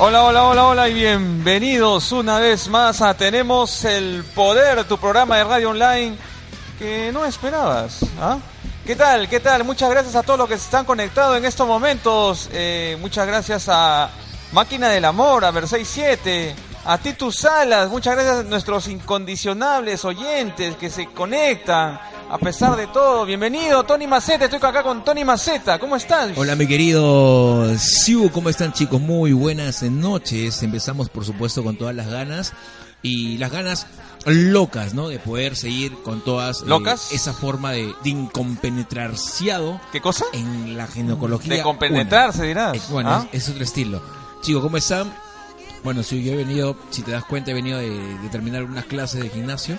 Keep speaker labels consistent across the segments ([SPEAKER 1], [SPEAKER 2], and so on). [SPEAKER 1] Hola, hola, hola, hola y bienvenidos una vez más a Tenemos el Poder, tu programa de radio online que no esperabas. ¿ah? ¿Qué tal? ¿Qué tal? Muchas gracias a todos los que se están conectados en estos momentos. Eh, muchas gracias a Máquina del Amor, a Versei7, a Titus Salas. Muchas gracias a nuestros incondicionables oyentes que se conectan a pesar de todo. Bienvenido, Tony Maceta. Estoy acá con Tony Maceta. ¿Cómo estás?
[SPEAKER 2] Hola mi querido Siu, ¿cómo están chicos? Muy buenas noches. Empezamos por supuesto con todas las ganas y las ganas locas, ¿no? De poder seguir con todas eh,
[SPEAKER 1] ¿Locas?
[SPEAKER 2] esa forma de, de incompenetrarciado
[SPEAKER 1] ¿Qué cosa?
[SPEAKER 2] en la ginecología.
[SPEAKER 1] De compenetrarse, dirás.
[SPEAKER 2] una. Eh, bueno,
[SPEAKER 1] ¿ah?
[SPEAKER 2] es, es otro estilo. Chicos, ¿cómo están? Bueno, si yo he venido, si te das cuenta, he venido de, de terminar unas clases de gimnasio.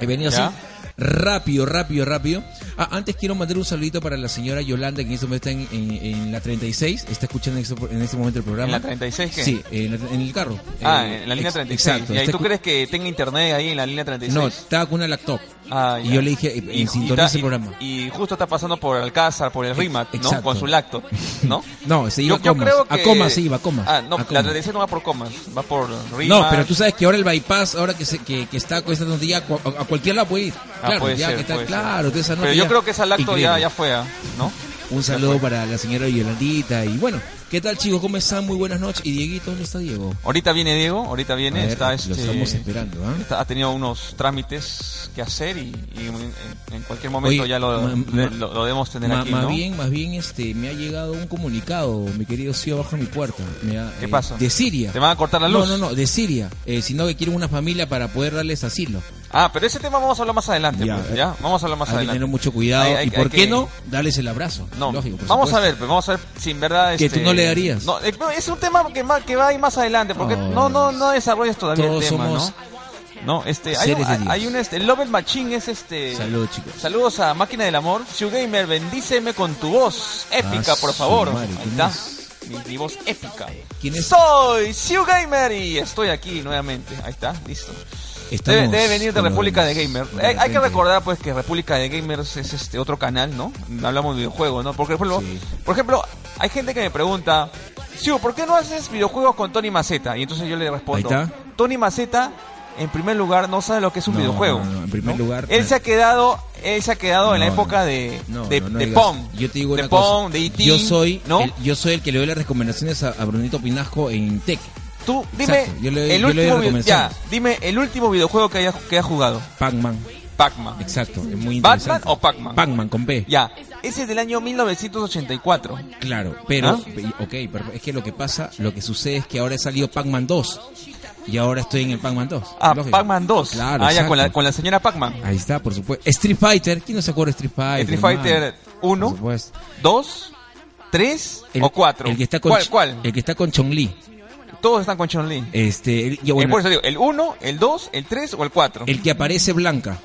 [SPEAKER 2] He venido
[SPEAKER 1] Ya.
[SPEAKER 2] así, rápido, rápido, rápido. Ah, antes quiero mandar un saludito para la señora Yolanda, que en este momento está en, en- en la 36, está escuchando en este, en este momento el programa.
[SPEAKER 1] ¿En la 36 qué?
[SPEAKER 2] Sí, en, la- en el carro.
[SPEAKER 1] Ah,
[SPEAKER 2] Eh,
[SPEAKER 1] en la línea
[SPEAKER 2] ex-
[SPEAKER 1] 36.
[SPEAKER 2] Exacto.
[SPEAKER 1] ¿Y ahí
[SPEAKER 2] está
[SPEAKER 1] tú
[SPEAKER 2] escu-
[SPEAKER 1] crees que tenga internet ahí en la línea 36?
[SPEAKER 2] No, estaba con una laptop.
[SPEAKER 1] Ah,
[SPEAKER 2] y
[SPEAKER 1] ya.
[SPEAKER 2] yo le dije, eh,
[SPEAKER 1] Y-
[SPEAKER 2] en sintonía
[SPEAKER 1] y-
[SPEAKER 2] ese programa.
[SPEAKER 1] Y justo está pasando por Alcázar, por el RIMAT, ¿no?
[SPEAKER 2] exacto.
[SPEAKER 1] Con su lacto, ¿no?
[SPEAKER 2] No, se iba a comas. A comas, sí, iba a comas.
[SPEAKER 1] Ah, no,
[SPEAKER 2] A
[SPEAKER 1] la
[SPEAKER 2] comas.
[SPEAKER 1] 36 no va por comas, va por RIMAT.
[SPEAKER 2] No, pero tú sabes que ahora el bypass, ahora que, se, que, que está con esta tortilla, a, cua- a cualquier lado puede ir.
[SPEAKER 1] Ah,
[SPEAKER 2] Claro,
[SPEAKER 1] puede
[SPEAKER 2] ya
[SPEAKER 1] ser,
[SPEAKER 2] que está,
[SPEAKER 1] puede ser.
[SPEAKER 2] claro, toda esa
[SPEAKER 1] Pero
[SPEAKER 2] nota
[SPEAKER 1] yo
[SPEAKER 2] ya-
[SPEAKER 1] creo que esa lacto ya,
[SPEAKER 2] increíble.
[SPEAKER 1] ya fue, ¿ah? ¿no?
[SPEAKER 2] Un saludo para la señora Yolandita. Y bueno, ¿qué tal chicos? ¿Cómo están? Muy buenas noches. ¿Y Dieguito? ¿Dónde está Diego?
[SPEAKER 1] Ahorita viene Diego, ahorita
[SPEAKER 2] A
[SPEAKER 1] viene,
[SPEAKER 2] ver,
[SPEAKER 1] está
[SPEAKER 2] Lo estamos
[SPEAKER 1] este...
[SPEAKER 2] esperando, ¿ah?
[SPEAKER 1] está- ha tenido unos trámites que hacer y, y en, en cualquier momento
[SPEAKER 2] Oye,
[SPEAKER 1] ya lo,
[SPEAKER 2] ma-
[SPEAKER 1] le-
[SPEAKER 2] ma-
[SPEAKER 1] lo- lo debemos tener
[SPEAKER 2] Ma-
[SPEAKER 1] aquí,
[SPEAKER 2] más
[SPEAKER 1] ¿no?
[SPEAKER 2] bien, más bien, este, me ha llegado un comunicado, mi querido Cío, abajo de mi puerta. Me ha-
[SPEAKER 1] ¿Qué
[SPEAKER 2] eh,
[SPEAKER 1] pasa?
[SPEAKER 2] De Siria.
[SPEAKER 1] ¿Te van a cortar la luz?
[SPEAKER 2] No, no, no, de Siria. Eh, sino que quieren una familia para poder darles asilo.
[SPEAKER 1] Ah, pero ese tema vamos a hablar más adelante,
[SPEAKER 2] Ya.
[SPEAKER 1] pues, ¿ya? Vamos a hablar más
[SPEAKER 2] hay que
[SPEAKER 1] adelante.
[SPEAKER 2] tener mucho cuidado.
[SPEAKER 1] Hay- hay-
[SPEAKER 2] ¿Y por
[SPEAKER 1] hay
[SPEAKER 2] qué
[SPEAKER 1] que-
[SPEAKER 2] no? Darles el abrazo.
[SPEAKER 1] No,
[SPEAKER 2] Lógico, por
[SPEAKER 1] vamos a
[SPEAKER 2] supuesto.
[SPEAKER 1] ver, pues, vamos a ver si en verdad...
[SPEAKER 2] Que
[SPEAKER 1] este,
[SPEAKER 2] tú no le darías.
[SPEAKER 1] No, eh, no, es un tema que, más, que va ahí más adelante, porque
[SPEAKER 2] Oh.
[SPEAKER 1] no, no, no desarrollas todavía
[SPEAKER 2] Todos
[SPEAKER 1] el tema,
[SPEAKER 2] somos
[SPEAKER 1] ¿no? No, este, hay,
[SPEAKER 2] seres
[SPEAKER 1] un,
[SPEAKER 2] de Dios.
[SPEAKER 1] hay un, este, el Love Machine es este...
[SPEAKER 2] Salud, chicos.
[SPEAKER 1] Saludos a Máquina del Amor, Gamer, bendíceme con tu voz épica,
[SPEAKER 2] Ah,
[SPEAKER 1] por
[SPEAKER 2] su
[SPEAKER 1] favor.
[SPEAKER 2] madre,
[SPEAKER 1] Ahí
[SPEAKER 2] ¿quién
[SPEAKER 1] está.
[SPEAKER 2] es?
[SPEAKER 1] Mi, mi voz épica.
[SPEAKER 2] ¿Quién es?
[SPEAKER 1] Soy Gamer y estoy aquí nuevamente. Ahí está, listo. Debe,
[SPEAKER 2] Estamos
[SPEAKER 1] debe venir de
[SPEAKER 2] con
[SPEAKER 1] República de
[SPEAKER 2] los-
[SPEAKER 1] Gamers.
[SPEAKER 2] con
[SPEAKER 1] Hay, hay que
[SPEAKER 2] repente.
[SPEAKER 1] recordar pues que República de Gamers es este otro canal, ¿no? Hablamos de videojuegos, ¿no? Porque por ejemplo,
[SPEAKER 2] Sí.
[SPEAKER 1] por ejemplo, hay gente que me pregunta, Siu, ¿por qué no haces videojuegos con Tony Maceta? Y entonces yo le respondo,
[SPEAKER 2] Ahí está.
[SPEAKER 1] Tony Maceta, en primer lugar, no sabe lo que es un
[SPEAKER 2] No,
[SPEAKER 1] videojuego.
[SPEAKER 2] no, no, en primer lugar-
[SPEAKER 1] él se ha quedado, él se ha quedado en la
[SPEAKER 2] No,
[SPEAKER 1] época
[SPEAKER 2] no.
[SPEAKER 1] de,
[SPEAKER 2] No,
[SPEAKER 1] de,
[SPEAKER 2] no, no
[SPEAKER 1] de
[SPEAKER 2] digas.
[SPEAKER 1] Pong.
[SPEAKER 2] Yo te digo
[SPEAKER 1] de
[SPEAKER 2] una
[SPEAKER 1] Pong,
[SPEAKER 2] cosa.
[SPEAKER 1] de E.T.,
[SPEAKER 2] Yo soy,
[SPEAKER 1] ¿no?
[SPEAKER 2] el, yo soy el que le doy las recomendaciones a, a Brunito Pinasco en Tech.
[SPEAKER 1] Tú dime
[SPEAKER 2] Exacto, yo le doy-
[SPEAKER 1] el
[SPEAKER 2] yo le doy
[SPEAKER 1] último vi- ya,
[SPEAKER 2] recomendaciones.
[SPEAKER 1] dime el último videojuego que haya que ha jugado,
[SPEAKER 2] Pac-Man.
[SPEAKER 1] Pac-Man.
[SPEAKER 2] Exacto. Es muy
[SPEAKER 1] ¿Batman
[SPEAKER 2] interesante.
[SPEAKER 1] o Pac-Man?
[SPEAKER 2] Pac-Man con P.
[SPEAKER 1] Ya, ese es del año 1984.
[SPEAKER 2] Claro, pero
[SPEAKER 1] ¿Ah?
[SPEAKER 2] pe- ok, pero es que lo que pasa, lo que sucede es que ahora he salido Pac-Man 2 y ahora estoy en el Pac-Man 2.
[SPEAKER 1] Ah,
[SPEAKER 2] Lógico.
[SPEAKER 1] Pac-Man 2.
[SPEAKER 2] Claro,
[SPEAKER 1] ah, ya, con la,
[SPEAKER 2] exacto.
[SPEAKER 1] con la señora Pac-Man.
[SPEAKER 2] Ahí está, por supuesto. Street Fighter, ¿quién no se acuerda de Street Fighter?
[SPEAKER 1] Street Fighter
[SPEAKER 2] hermano?
[SPEAKER 1] 1,
[SPEAKER 2] Por supuesto.
[SPEAKER 1] 2, 3
[SPEAKER 2] El-
[SPEAKER 1] o 4.
[SPEAKER 2] El que está con
[SPEAKER 1] ¿Cuál?
[SPEAKER 2] Ch-
[SPEAKER 1] cuál?
[SPEAKER 2] El que está con Chong Li.
[SPEAKER 1] Todos están con Chun-Li.
[SPEAKER 2] Este, el, ya,
[SPEAKER 1] Eh,
[SPEAKER 2] bueno,
[SPEAKER 1] por eso digo, ¿el 1, el 2, el 3 o el 4?
[SPEAKER 2] el que aparece blanca.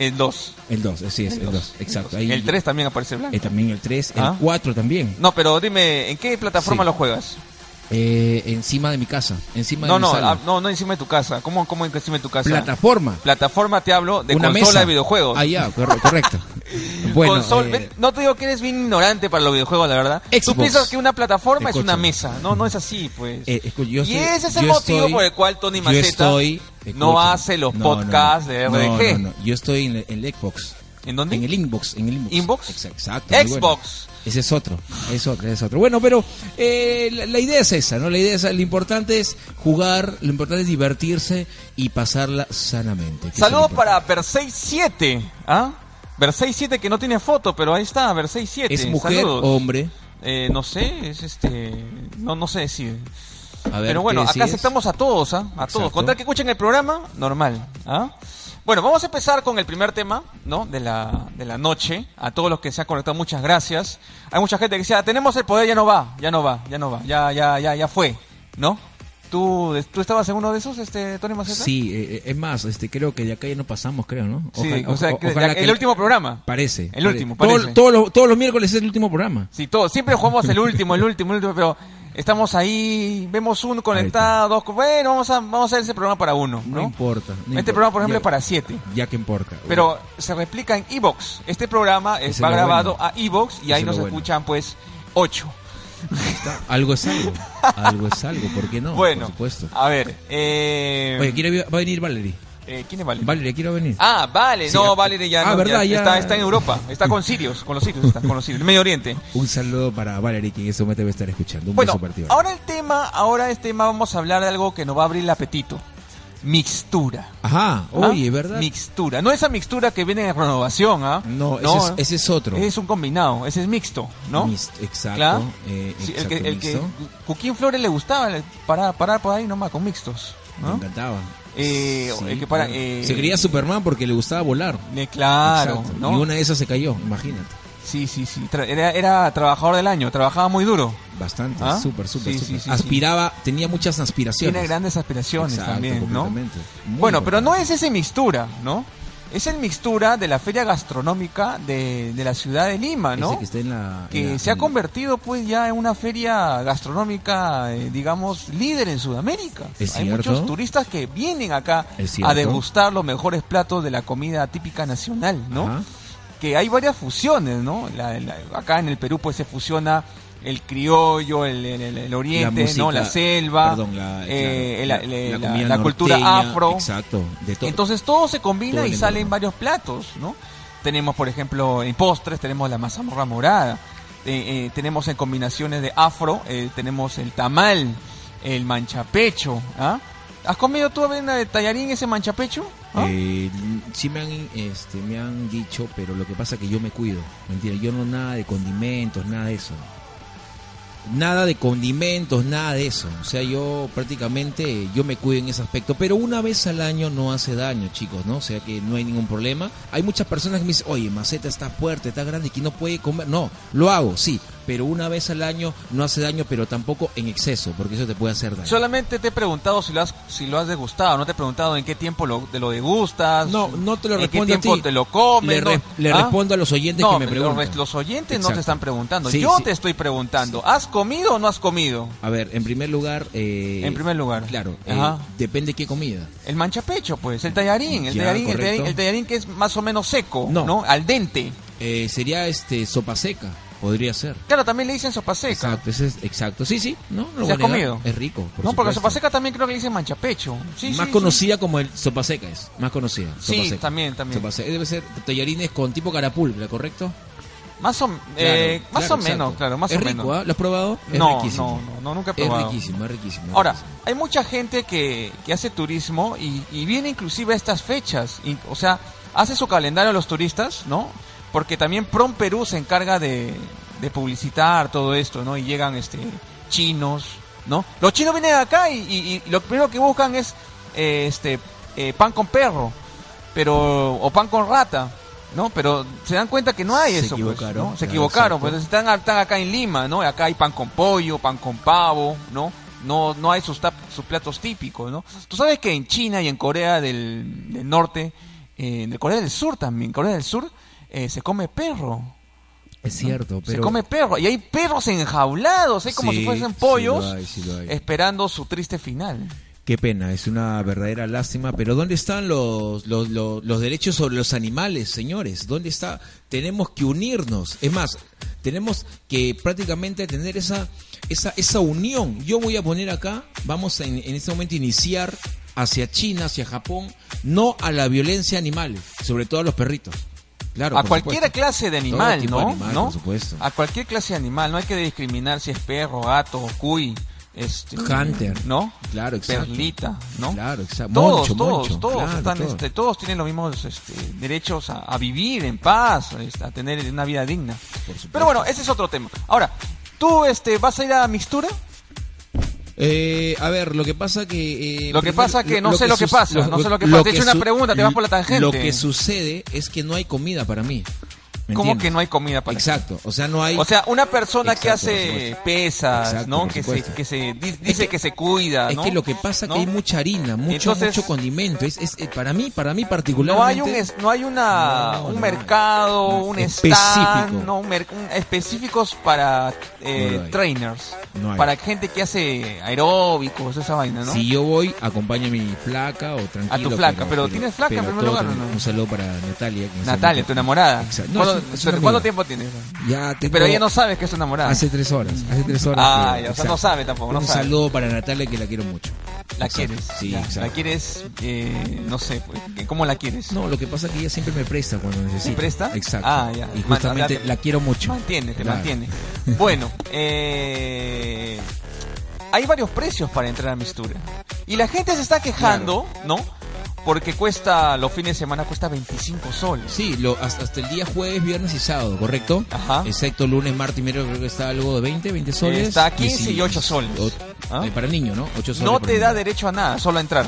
[SPEAKER 1] El 2.
[SPEAKER 2] El 2, así es, el 2, exacto. Ahí-
[SPEAKER 1] El 3 también aparece blanco.
[SPEAKER 2] Eh, también el 3,
[SPEAKER 1] Ah.
[SPEAKER 2] el 4 también.
[SPEAKER 1] No, pero dime, ¿en qué plataforma
[SPEAKER 2] Sí.
[SPEAKER 1] lo juegas?
[SPEAKER 2] Eh, encima de mi casa, encima de
[SPEAKER 1] No,
[SPEAKER 2] mi
[SPEAKER 1] no,
[SPEAKER 2] sala.
[SPEAKER 1] ah, no, no encima de tu casa. ¿Cómo, cómo encima de tu casa?
[SPEAKER 2] Plataforma.
[SPEAKER 1] Plataforma te hablo de
[SPEAKER 2] una
[SPEAKER 1] consola
[SPEAKER 2] mesa.
[SPEAKER 1] de videojuegos.
[SPEAKER 2] Ah, ya, cor- correcto. bueno,
[SPEAKER 1] Consol-
[SPEAKER 2] eh,
[SPEAKER 1] ven, no te digo que eres bien ignorante para los videojuegos, la verdad. Tú
[SPEAKER 2] Xbox.
[SPEAKER 1] piensas que una plataforma es
[SPEAKER 2] Escucha.
[SPEAKER 1] una mesa. No, no es así, pues.
[SPEAKER 2] eh, escu- yo
[SPEAKER 1] y
[SPEAKER 2] estoy-
[SPEAKER 1] ese es el
[SPEAKER 2] yo
[SPEAKER 1] motivo
[SPEAKER 2] estoy-
[SPEAKER 1] por el cual Tony
[SPEAKER 2] yo
[SPEAKER 1] Maceta
[SPEAKER 2] estoy-
[SPEAKER 1] no
[SPEAKER 2] escucha,
[SPEAKER 1] hace los
[SPEAKER 2] no, no,
[SPEAKER 1] podcasts de
[SPEAKER 2] no,
[SPEAKER 1] RDG.
[SPEAKER 2] no, no, Yo estoy en el, en el Xbox.
[SPEAKER 1] ¿En dónde?
[SPEAKER 2] En el inbox, en el inbox.
[SPEAKER 1] ¿Inbox?
[SPEAKER 2] Ex- Exacto. muy bueno.
[SPEAKER 1] Xbox.
[SPEAKER 2] Ese es otro, es otro, es otro. Bueno, pero eh, la, la idea es esa, ¿no? La idea es esa. Lo importante es jugar, lo importante es divertirse y pasarla sanamente. que este es lo
[SPEAKER 1] Saludos
[SPEAKER 2] importante.
[SPEAKER 1] para Versei 7. ¿Ah? Versei 7 que no tiene foto, pero ahí está, Versei 7.
[SPEAKER 2] ¿Es mujer
[SPEAKER 1] Saludos.
[SPEAKER 2] o hombre?
[SPEAKER 1] Eh, no sé, es este. No, no sé decir.
[SPEAKER 2] A ver,
[SPEAKER 1] Pero bueno,
[SPEAKER 2] ¿qué
[SPEAKER 1] acá
[SPEAKER 2] decides?
[SPEAKER 1] aceptamos a todos, ¿ah? A todos.
[SPEAKER 2] Exacto.
[SPEAKER 1] Con tal que escuchen el programa, normal, ¿ah? Bueno, vamos a empezar con el primer tema, ¿no? De la, de la noche. A todos los que se han conectado, muchas gracias. Hay mucha gente que decía, tenemos el poder, ya no va, ya no va, ya no va, ya, ya, ya, ya fue, ¿no? ¿Tú, tú estabas en uno de esos, este, Tony Maceta?
[SPEAKER 2] Sí, eh, eh, es más, este, creo que de acá ya no pasamos, creo, ¿no?
[SPEAKER 1] Sí,
[SPEAKER 2] Ojalá-
[SPEAKER 1] o sea,
[SPEAKER 2] o-
[SPEAKER 1] que-
[SPEAKER 2] ojalá que-
[SPEAKER 1] el último programa.
[SPEAKER 2] Parece.
[SPEAKER 1] El último,
[SPEAKER 2] Todo-
[SPEAKER 1] parece.
[SPEAKER 2] todos los- todos los miércoles es el último programa.
[SPEAKER 1] Sí, todos. Siempre jugamos el último, el último, el último, pero estamos ahí, vemos uno conectado, dos. con- Bueno, vamos a, vamos a hacer ese programa para uno, ¿no?
[SPEAKER 2] No, importa. no
[SPEAKER 1] este
[SPEAKER 2] importa.
[SPEAKER 1] programa, por ejemplo,
[SPEAKER 2] Ya-
[SPEAKER 1] es para siete.
[SPEAKER 2] Ya que importa.
[SPEAKER 1] Pero se replica en Evox. Este programa eh,
[SPEAKER 2] Eso es
[SPEAKER 1] va
[SPEAKER 2] lo
[SPEAKER 1] grabado
[SPEAKER 2] bueno.
[SPEAKER 1] a Evox y
[SPEAKER 2] Eso
[SPEAKER 1] ahí
[SPEAKER 2] es
[SPEAKER 1] nos
[SPEAKER 2] lo bueno.
[SPEAKER 1] escuchan, pues, ocho.
[SPEAKER 2] Está- algo es algo. Algo es algo, ¿por qué no?
[SPEAKER 1] bueno,
[SPEAKER 2] Por supuesto.
[SPEAKER 1] a ver. Eh,
[SPEAKER 2] Oye, ¿quiere- va a venir Valerie.
[SPEAKER 1] eh, ¿Quién es Valerie?
[SPEAKER 2] Valerie, quiero venir.
[SPEAKER 1] Ah, vale,
[SPEAKER 2] Sí,
[SPEAKER 1] no,
[SPEAKER 2] ya-
[SPEAKER 1] Valerie ya,
[SPEAKER 2] Ah,
[SPEAKER 1] no,
[SPEAKER 2] verdad, ya-
[SPEAKER 1] Está, está en Europa, está con Sirius, con los Sirius, está con los Sirius, el Medio Oriente.
[SPEAKER 2] Un saludo para Valerie, que en este momento va a estar escuchando. Un
[SPEAKER 1] Bueno,
[SPEAKER 2] beso para ti, Valerie.
[SPEAKER 1] ahora el tema, ahora este tema vamos a hablar de algo que nos va a abrir el apetito. Mixtura. ¿ah?
[SPEAKER 2] Ajá, oye, ¿verdad?
[SPEAKER 1] Mixtura. No esa mixtura que viene de renovación, ¿ah?
[SPEAKER 2] No, ese, es, ese es otro.
[SPEAKER 1] Ese es un combinado, ese es mixto, ¿no?
[SPEAKER 2] Mixto, exacto.
[SPEAKER 1] Claro.
[SPEAKER 2] eh,
[SPEAKER 1] Sí, el
[SPEAKER 2] exacto,
[SPEAKER 1] que, el que
[SPEAKER 2] mixto.
[SPEAKER 1] Cuquín Flores le gustaba le- parar, parar por ahí nomás con mixtos,
[SPEAKER 2] Me
[SPEAKER 1] ¿no?
[SPEAKER 2] encantaba.
[SPEAKER 1] Eh, el que para-
[SPEAKER 2] claro.
[SPEAKER 1] eh,
[SPEAKER 2] se creía Superman porque le gustaba volar.
[SPEAKER 1] De- claro,
[SPEAKER 2] Exacto.
[SPEAKER 1] ¿no?
[SPEAKER 2] Y una de esas se cayó, imagínate.
[SPEAKER 1] Sí, sí, sí. Tra- era, era trabajador del año, trabajaba muy duro.
[SPEAKER 2] Bastante,
[SPEAKER 1] ¿Ah?
[SPEAKER 2] súper, súper,
[SPEAKER 1] Sí, sí,
[SPEAKER 2] súper.
[SPEAKER 1] sí, sí.
[SPEAKER 2] Aspiraba, tenía muchas aspiraciones.
[SPEAKER 1] Tiene grandes aspiraciones
[SPEAKER 2] pues. Exacto,
[SPEAKER 1] también, ¿no?
[SPEAKER 2] completamente. Muy
[SPEAKER 1] Bueno, pero no
[SPEAKER 2] importante.
[SPEAKER 1] es ese mixtura, ¿no? Es el mixtura de la feria gastronómica de, de la ciudad de Lima, ¿no?
[SPEAKER 2] Ese que está en la- en
[SPEAKER 1] que
[SPEAKER 2] la-
[SPEAKER 1] se ha
[SPEAKER 2] en-
[SPEAKER 1] convertido pues ya en una feria gastronómica, eh, digamos, líder en Sudamérica.
[SPEAKER 2] Es
[SPEAKER 1] Hay
[SPEAKER 2] cierto.
[SPEAKER 1] muchos turistas que vienen acá
[SPEAKER 2] Es
[SPEAKER 1] a
[SPEAKER 2] cierto.
[SPEAKER 1] degustar los mejores platos de la comida típica nacional, ¿no?
[SPEAKER 2] Ajá.
[SPEAKER 1] Que hay varias fusiones, ¿no? La- la- acá en el Perú pues se fusiona el criollo, el, el- el- el oriente,
[SPEAKER 2] música-
[SPEAKER 1] este, ¿no? La selva,
[SPEAKER 2] perdón, la,
[SPEAKER 1] eh,
[SPEAKER 2] claro,
[SPEAKER 1] el- el- la-
[SPEAKER 2] comida
[SPEAKER 1] la cultura
[SPEAKER 2] norteña,
[SPEAKER 1] afro.
[SPEAKER 2] Exacto, de todo.
[SPEAKER 1] Entonces todo se combina
[SPEAKER 2] Todo el
[SPEAKER 1] y salen
[SPEAKER 2] entorno.
[SPEAKER 1] varios platos, ¿no? Tenemos, por ejemplo, en postres, tenemos la mazamorra morada, eh, eh, tenemos en combinaciones de afro, eh, tenemos el tamal, el manchapecho, ¿ah? ¿Has comido tú, Avena, de tallarín ese manchapecho? ¿Ah?
[SPEAKER 2] Eh, sí me han, este, me han dicho, pero lo que pasa es que yo me cuido. Mentira, yo no nada de condimentos, nada de eso. Nada de condimentos, nada de eso. O sea, yo prácticamente yo me cuido en ese aspecto. Pero una vez al año no hace daño, chicos, ¿no? O sea que no hay ningún problema. Hay muchas personas que me dicen, oye, Maceta está fuerte, está grande, que no puede comer. No, lo hago, sí. Pero una vez al año no hace daño, pero tampoco en exceso, porque eso te puede hacer daño.
[SPEAKER 1] Solamente te he preguntado si lo has, si lo has degustado, no te he preguntado en qué tiempo lo, te lo degustas.
[SPEAKER 2] No, no te lo
[SPEAKER 1] en qué
[SPEAKER 2] respondo a
[SPEAKER 1] tiempo
[SPEAKER 2] ti.
[SPEAKER 1] te lo comes.
[SPEAKER 2] Le,
[SPEAKER 1] no-
[SPEAKER 2] res- le
[SPEAKER 1] ¿Ah?
[SPEAKER 2] respondo a los oyentes
[SPEAKER 1] No,
[SPEAKER 2] que me
[SPEAKER 1] los-
[SPEAKER 2] preguntan.
[SPEAKER 1] los oyentes no te
[SPEAKER 2] Exacto.
[SPEAKER 1] están preguntando.
[SPEAKER 2] Sí,
[SPEAKER 1] Yo
[SPEAKER 2] sí.
[SPEAKER 1] te estoy preguntando, ¿has comido o no has comido?
[SPEAKER 2] A ver, en primer lugar. eh,
[SPEAKER 1] En primer lugar.
[SPEAKER 2] Claro, eh,
[SPEAKER 1] Ajá.
[SPEAKER 2] depende qué comida.
[SPEAKER 1] El manchapecho, pues, el tallarín, el,
[SPEAKER 2] Ya,
[SPEAKER 1] tallarín el
[SPEAKER 2] correcto.
[SPEAKER 1] tallarín, el tallarín que es más o menos seco,
[SPEAKER 2] No.
[SPEAKER 1] ¿no? Al dente.
[SPEAKER 2] Eh, sería este sopa seca, podría ser.
[SPEAKER 1] Claro, también le dicen sopa seca.
[SPEAKER 2] Exacto, ese es, exacto. Sí, sí, no,
[SPEAKER 1] ¿Se
[SPEAKER 2] no lo voy a
[SPEAKER 1] has
[SPEAKER 2] negar.
[SPEAKER 1] comido?
[SPEAKER 2] Es rico. Por
[SPEAKER 1] no, porque
[SPEAKER 2] supuesto.
[SPEAKER 1] sopa seca también creo que le dicen manchapecho. Sí,
[SPEAKER 2] más
[SPEAKER 1] sí,
[SPEAKER 2] conocida como el sopa seca es, más conocida. Sopa
[SPEAKER 1] Sí,
[SPEAKER 2] seca.
[SPEAKER 1] también, también.
[SPEAKER 2] Sopa seca. Debe ser tallarines con tipo carapulcra, ¿correcto?
[SPEAKER 1] sí. Más o, eh,
[SPEAKER 2] Claro,
[SPEAKER 1] más
[SPEAKER 2] claro,
[SPEAKER 1] o menos,
[SPEAKER 2] exacto.
[SPEAKER 1] claro, más
[SPEAKER 2] es
[SPEAKER 1] o
[SPEAKER 2] rico,
[SPEAKER 1] menos.
[SPEAKER 2] ¿ah? ¿Lo has probado? Es
[SPEAKER 1] No,
[SPEAKER 2] riquísimo.
[SPEAKER 1] no, no, no, nunca he
[SPEAKER 2] Es
[SPEAKER 1] probado.
[SPEAKER 2] riquísimo, es riquísimo. es
[SPEAKER 1] Ahora,
[SPEAKER 2] riquísimo.
[SPEAKER 1] hay mucha gente que, que hace turismo y, y viene inclusive a estas fechas. Y, o sea, hace su calendario a los turistas, ¿no? Porque también Prom Perú se encarga de, de publicitar todo esto, ¿no? Y llegan este chinos, ¿no? Los chinos vienen acá y, y- y lo primero que buscan es eh, este eh, pan con perro, pero o pan con rata. ¿No? Pero se dan cuenta que no hay
[SPEAKER 2] Se
[SPEAKER 1] eso. pues,
[SPEAKER 2] equivocaron,
[SPEAKER 1] ¿no? Se
[SPEAKER 2] claro,
[SPEAKER 1] equivocaron.
[SPEAKER 2] exacto.
[SPEAKER 1] pues, están, están acá en Lima, ¿no? Acá hay pan con pollo, pan con pavo, ¿no? No, no hay sus, tap- sus platos típicos, ¿no? Tú sabes que en China y en Corea del, del Norte, eh, en Corea del Sur también, Corea del Sur, eh, se come perro.
[SPEAKER 2] es cierto, pero.
[SPEAKER 1] Se come perro. Y hay perros enjaulados, hay como
[SPEAKER 2] Sí,
[SPEAKER 1] si fuesen
[SPEAKER 2] sí
[SPEAKER 1] pollos,
[SPEAKER 2] lo hay, sí lo hay.
[SPEAKER 1] esperando su triste final.
[SPEAKER 2] Qué pena, es una verdadera lástima. Pero ¿dónde están los, los, los, los derechos sobre los animales, señores? ¿Dónde está? Tenemos que unirnos. Es más, tenemos que prácticamente tener esa, esa, esa unión. Yo voy a poner acá, vamos a en, en este momento iniciar hacia China, hacia Japón, no a la violencia animal, sobre todo a los perritos. Claro,
[SPEAKER 1] a
[SPEAKER 2] por
[SPEAKER 1] cualquier
[SPEAKER 2] supuesto.
[SPEAKER 1] clase de
[SPEAKER 2] Todo
[SPEAKER 1] animal, ¿no?
[SPEAKER 2] tipo de animal,
[SPEAKER 1] ¿No?
[SPEAKER 2] por supuesto.
[SPEAKER 1] A cualquier clase de animal, no hay que discriminar si es perro, gato, cuy, este,
[SPEAKER 2] Hunter.
[SPEAKER 1] ¿no?
[SPEAKER 2] Claro, exacto.
[SPEAKER 1] Perlita, ¿no?
[SPEAKER 2] Claro, exacto.
[SPEAKER 1] Todos,
[SPEAKER 2] Moncho,
[SPEAKER 1] todos,
[SPEAKER 2] Moncho,
[SPEAKER 1] todos
[SPEAKER 2] claro,
[SPEAKER 1] están,
[SPEAKER 2] todos.
[SPEAKER 1] este, todos tienen los mismos este, derechos a, a vivir en paz, este, a tener una vida digna.
[SPEAKER 2] supuesto.
[SPEAKER 1] Pero bueno, ese es otro tema. Ahora, ¿tú este, vas a ir a Mixtura?
[SPEAKER 2] Eh, a ver, lo que pasa que... eh,
[SPEAKER 1] Lo que
[SPEAKER 2] primero,
[SPEAKER 1] pasa que no sé lo que pasa, no sé lo que pasa. Te he hecho una
[SPEAKER 2] su-
[SPEAKER 1] pregunta, te vas por la tangente.
[SPEAKER 2] Lo que sucede es que no hay comida para mí. ¿me
[SPEAKER 1] ¿Cómo
[SPEAKER 2] entiendes?
[SPEAKER 1] que no hay comida para
[SPEAKER 2] Exacto, o sea, no hay...
[SPEAKER 1] O sea, una persona que
[SPEAKER 2] Exacto, por
[SPEAKER 1] hace
[SPEAKER 2] supuesto.
[SPEAKER 1] pesas,
[SPEAKER 2] Exacto,
[SPEAKER 1] ¿no?
[SPEAKER 2] por
[SPEAKER 1] Que se,
[SPEAKER 2] supuesto.
[SPEAKER 1] que se di- dice que se cuida,
[SPEAKER 2] es
[SPEAKER 1] ¿no?
[SPEAKER 2] que lo que pasa es
[SPEAKER 1] ¿No?
[SPEAKER 2] que hay mucha harina, mucho,
[SPEAKER 1] Entonces-
[SPEAKER 2] mucho condimento. Es, es- eh, para mí, para mí
[SPEAKER 1] No hay
[SPEAKER 2] particularmente...
[SPEAKER 1] un es- no hay una
[SPEAKER 2] No,
[SPEAKER 1] un
[SPEAKER 2] no.
[SPEAKER 1] mercado, un
[SPEAKER 2] Específico.
[SPEAKER 1] stand, no, un mer- un- específicos para eh,
[SPEAKER 2] No lo hay.
[SPEAKER 1] trainers,
[SPEAKER 2] No hay.
[SPEAKER 1] Para gente que hace aeróbicos, esa vaina, ¿no?
[SPEAKER 2] Si yo voy, acompaña a mi flaca o tranquilo.
[SPEAKER 1] A tu flaca, pero ¿tienes flaca en primer
[SPEAKER 2] todo
[SPEAKER 1] lugar o
[SPEAKER 2] tranquilo.
[SPEAKER 1] no?
[SPEAKER 2] Un saludo para Natalia. que es
[SPEAKER 1] Natalia,
[SPEAKER 2] amiga.
[SPEAKER 1] tu enamorada.
[SPEAKER 2] Exacto. No,
[SPEAKER 1] ¿Cuánto,
[SPEAKER 2] es- es
[SPEAKER 1] pero
[SPEAKER 2] una
[SPEAKER 1] cuánto
[SPEAKER 2] amiga.
[SPEAKER 1] tiempo tienes?
[SPEAKER 2] Ya tengo-
[SPEAKER 1] Pero ella no sabe que es tu enamorada.
[SPEAKER 2] Hace tres horas, hace tres horas.
[SPEAKER 1] Ah, ya, o
[SPEAKER 2] que-
[SPEAKER 1] sea,
[SPEAKER 2] exacto.
[SPEAKER 1] no sabe tampoco, no
[SPEAKER 2] Un
[SPEAKER 1] sabe.
[SPEAKER 2] saludo para Natalia que la quiero mucho.
[SPEAKER 1] La
[SPEAKER 2] Exacto.
[SPEAKER 1] quieres.
[SPEAKER 2] Sí,
[SPEAKER 1] ya,
[SPEAKER 2] exacto.
[SPEAKER 1] la quieres, eh, no sé, pues, que- ¿cómo la quieres?
[SPEAKER 2] No, lo que pasa es que ella siempre me presta cuando necesita.
[SPEAKER 1] presta?
[SPEAKER 2] Exacto.
[SPEAKER 1] Ah, ya.
[SPEAKER 2] Y
[SPEAKER 1] Man-
[SPEAKER 2] justamente
[SPEAKER 1] date-
[SPEAKER 2] la quiero mucho.
[SPEAKER 1] Mantiene, te
[SPEAKER 2] Claro.
[SPEAKER 1] mantiene. Bueno, eh, hay varios precios para entrar a Mistura. Y la gente se está quejando, ¿no? Porque cuesta, los fines de semana cuesta 25 soles.
[SPEAKER 2] Sí, lo, hasta, hasta el día jueves, viernes y sábado, ¿correcto?
[SPEAKER 1] Ajá.
[SPEAKER 2] Excepto lunes, martes y miércoles, creo que está algo de 20, 20 soles.
[SPEAKER 1] Está 15 y 8
[SPEAKER 2] si-
[SPEAKER 1] soles.
[SPEAKER 2] o-
[SPEAKER 1] ¿Ah?
[SPEAKER 2] eh, para niño, ¿no? 8 soles.
[SPEAKER 1] No
[SPEAKER 2] por
[SPEAKER 1] te
[SPEAKER 2] niño.
[SPEAKER 1] da derecho a nada, solo a entrar.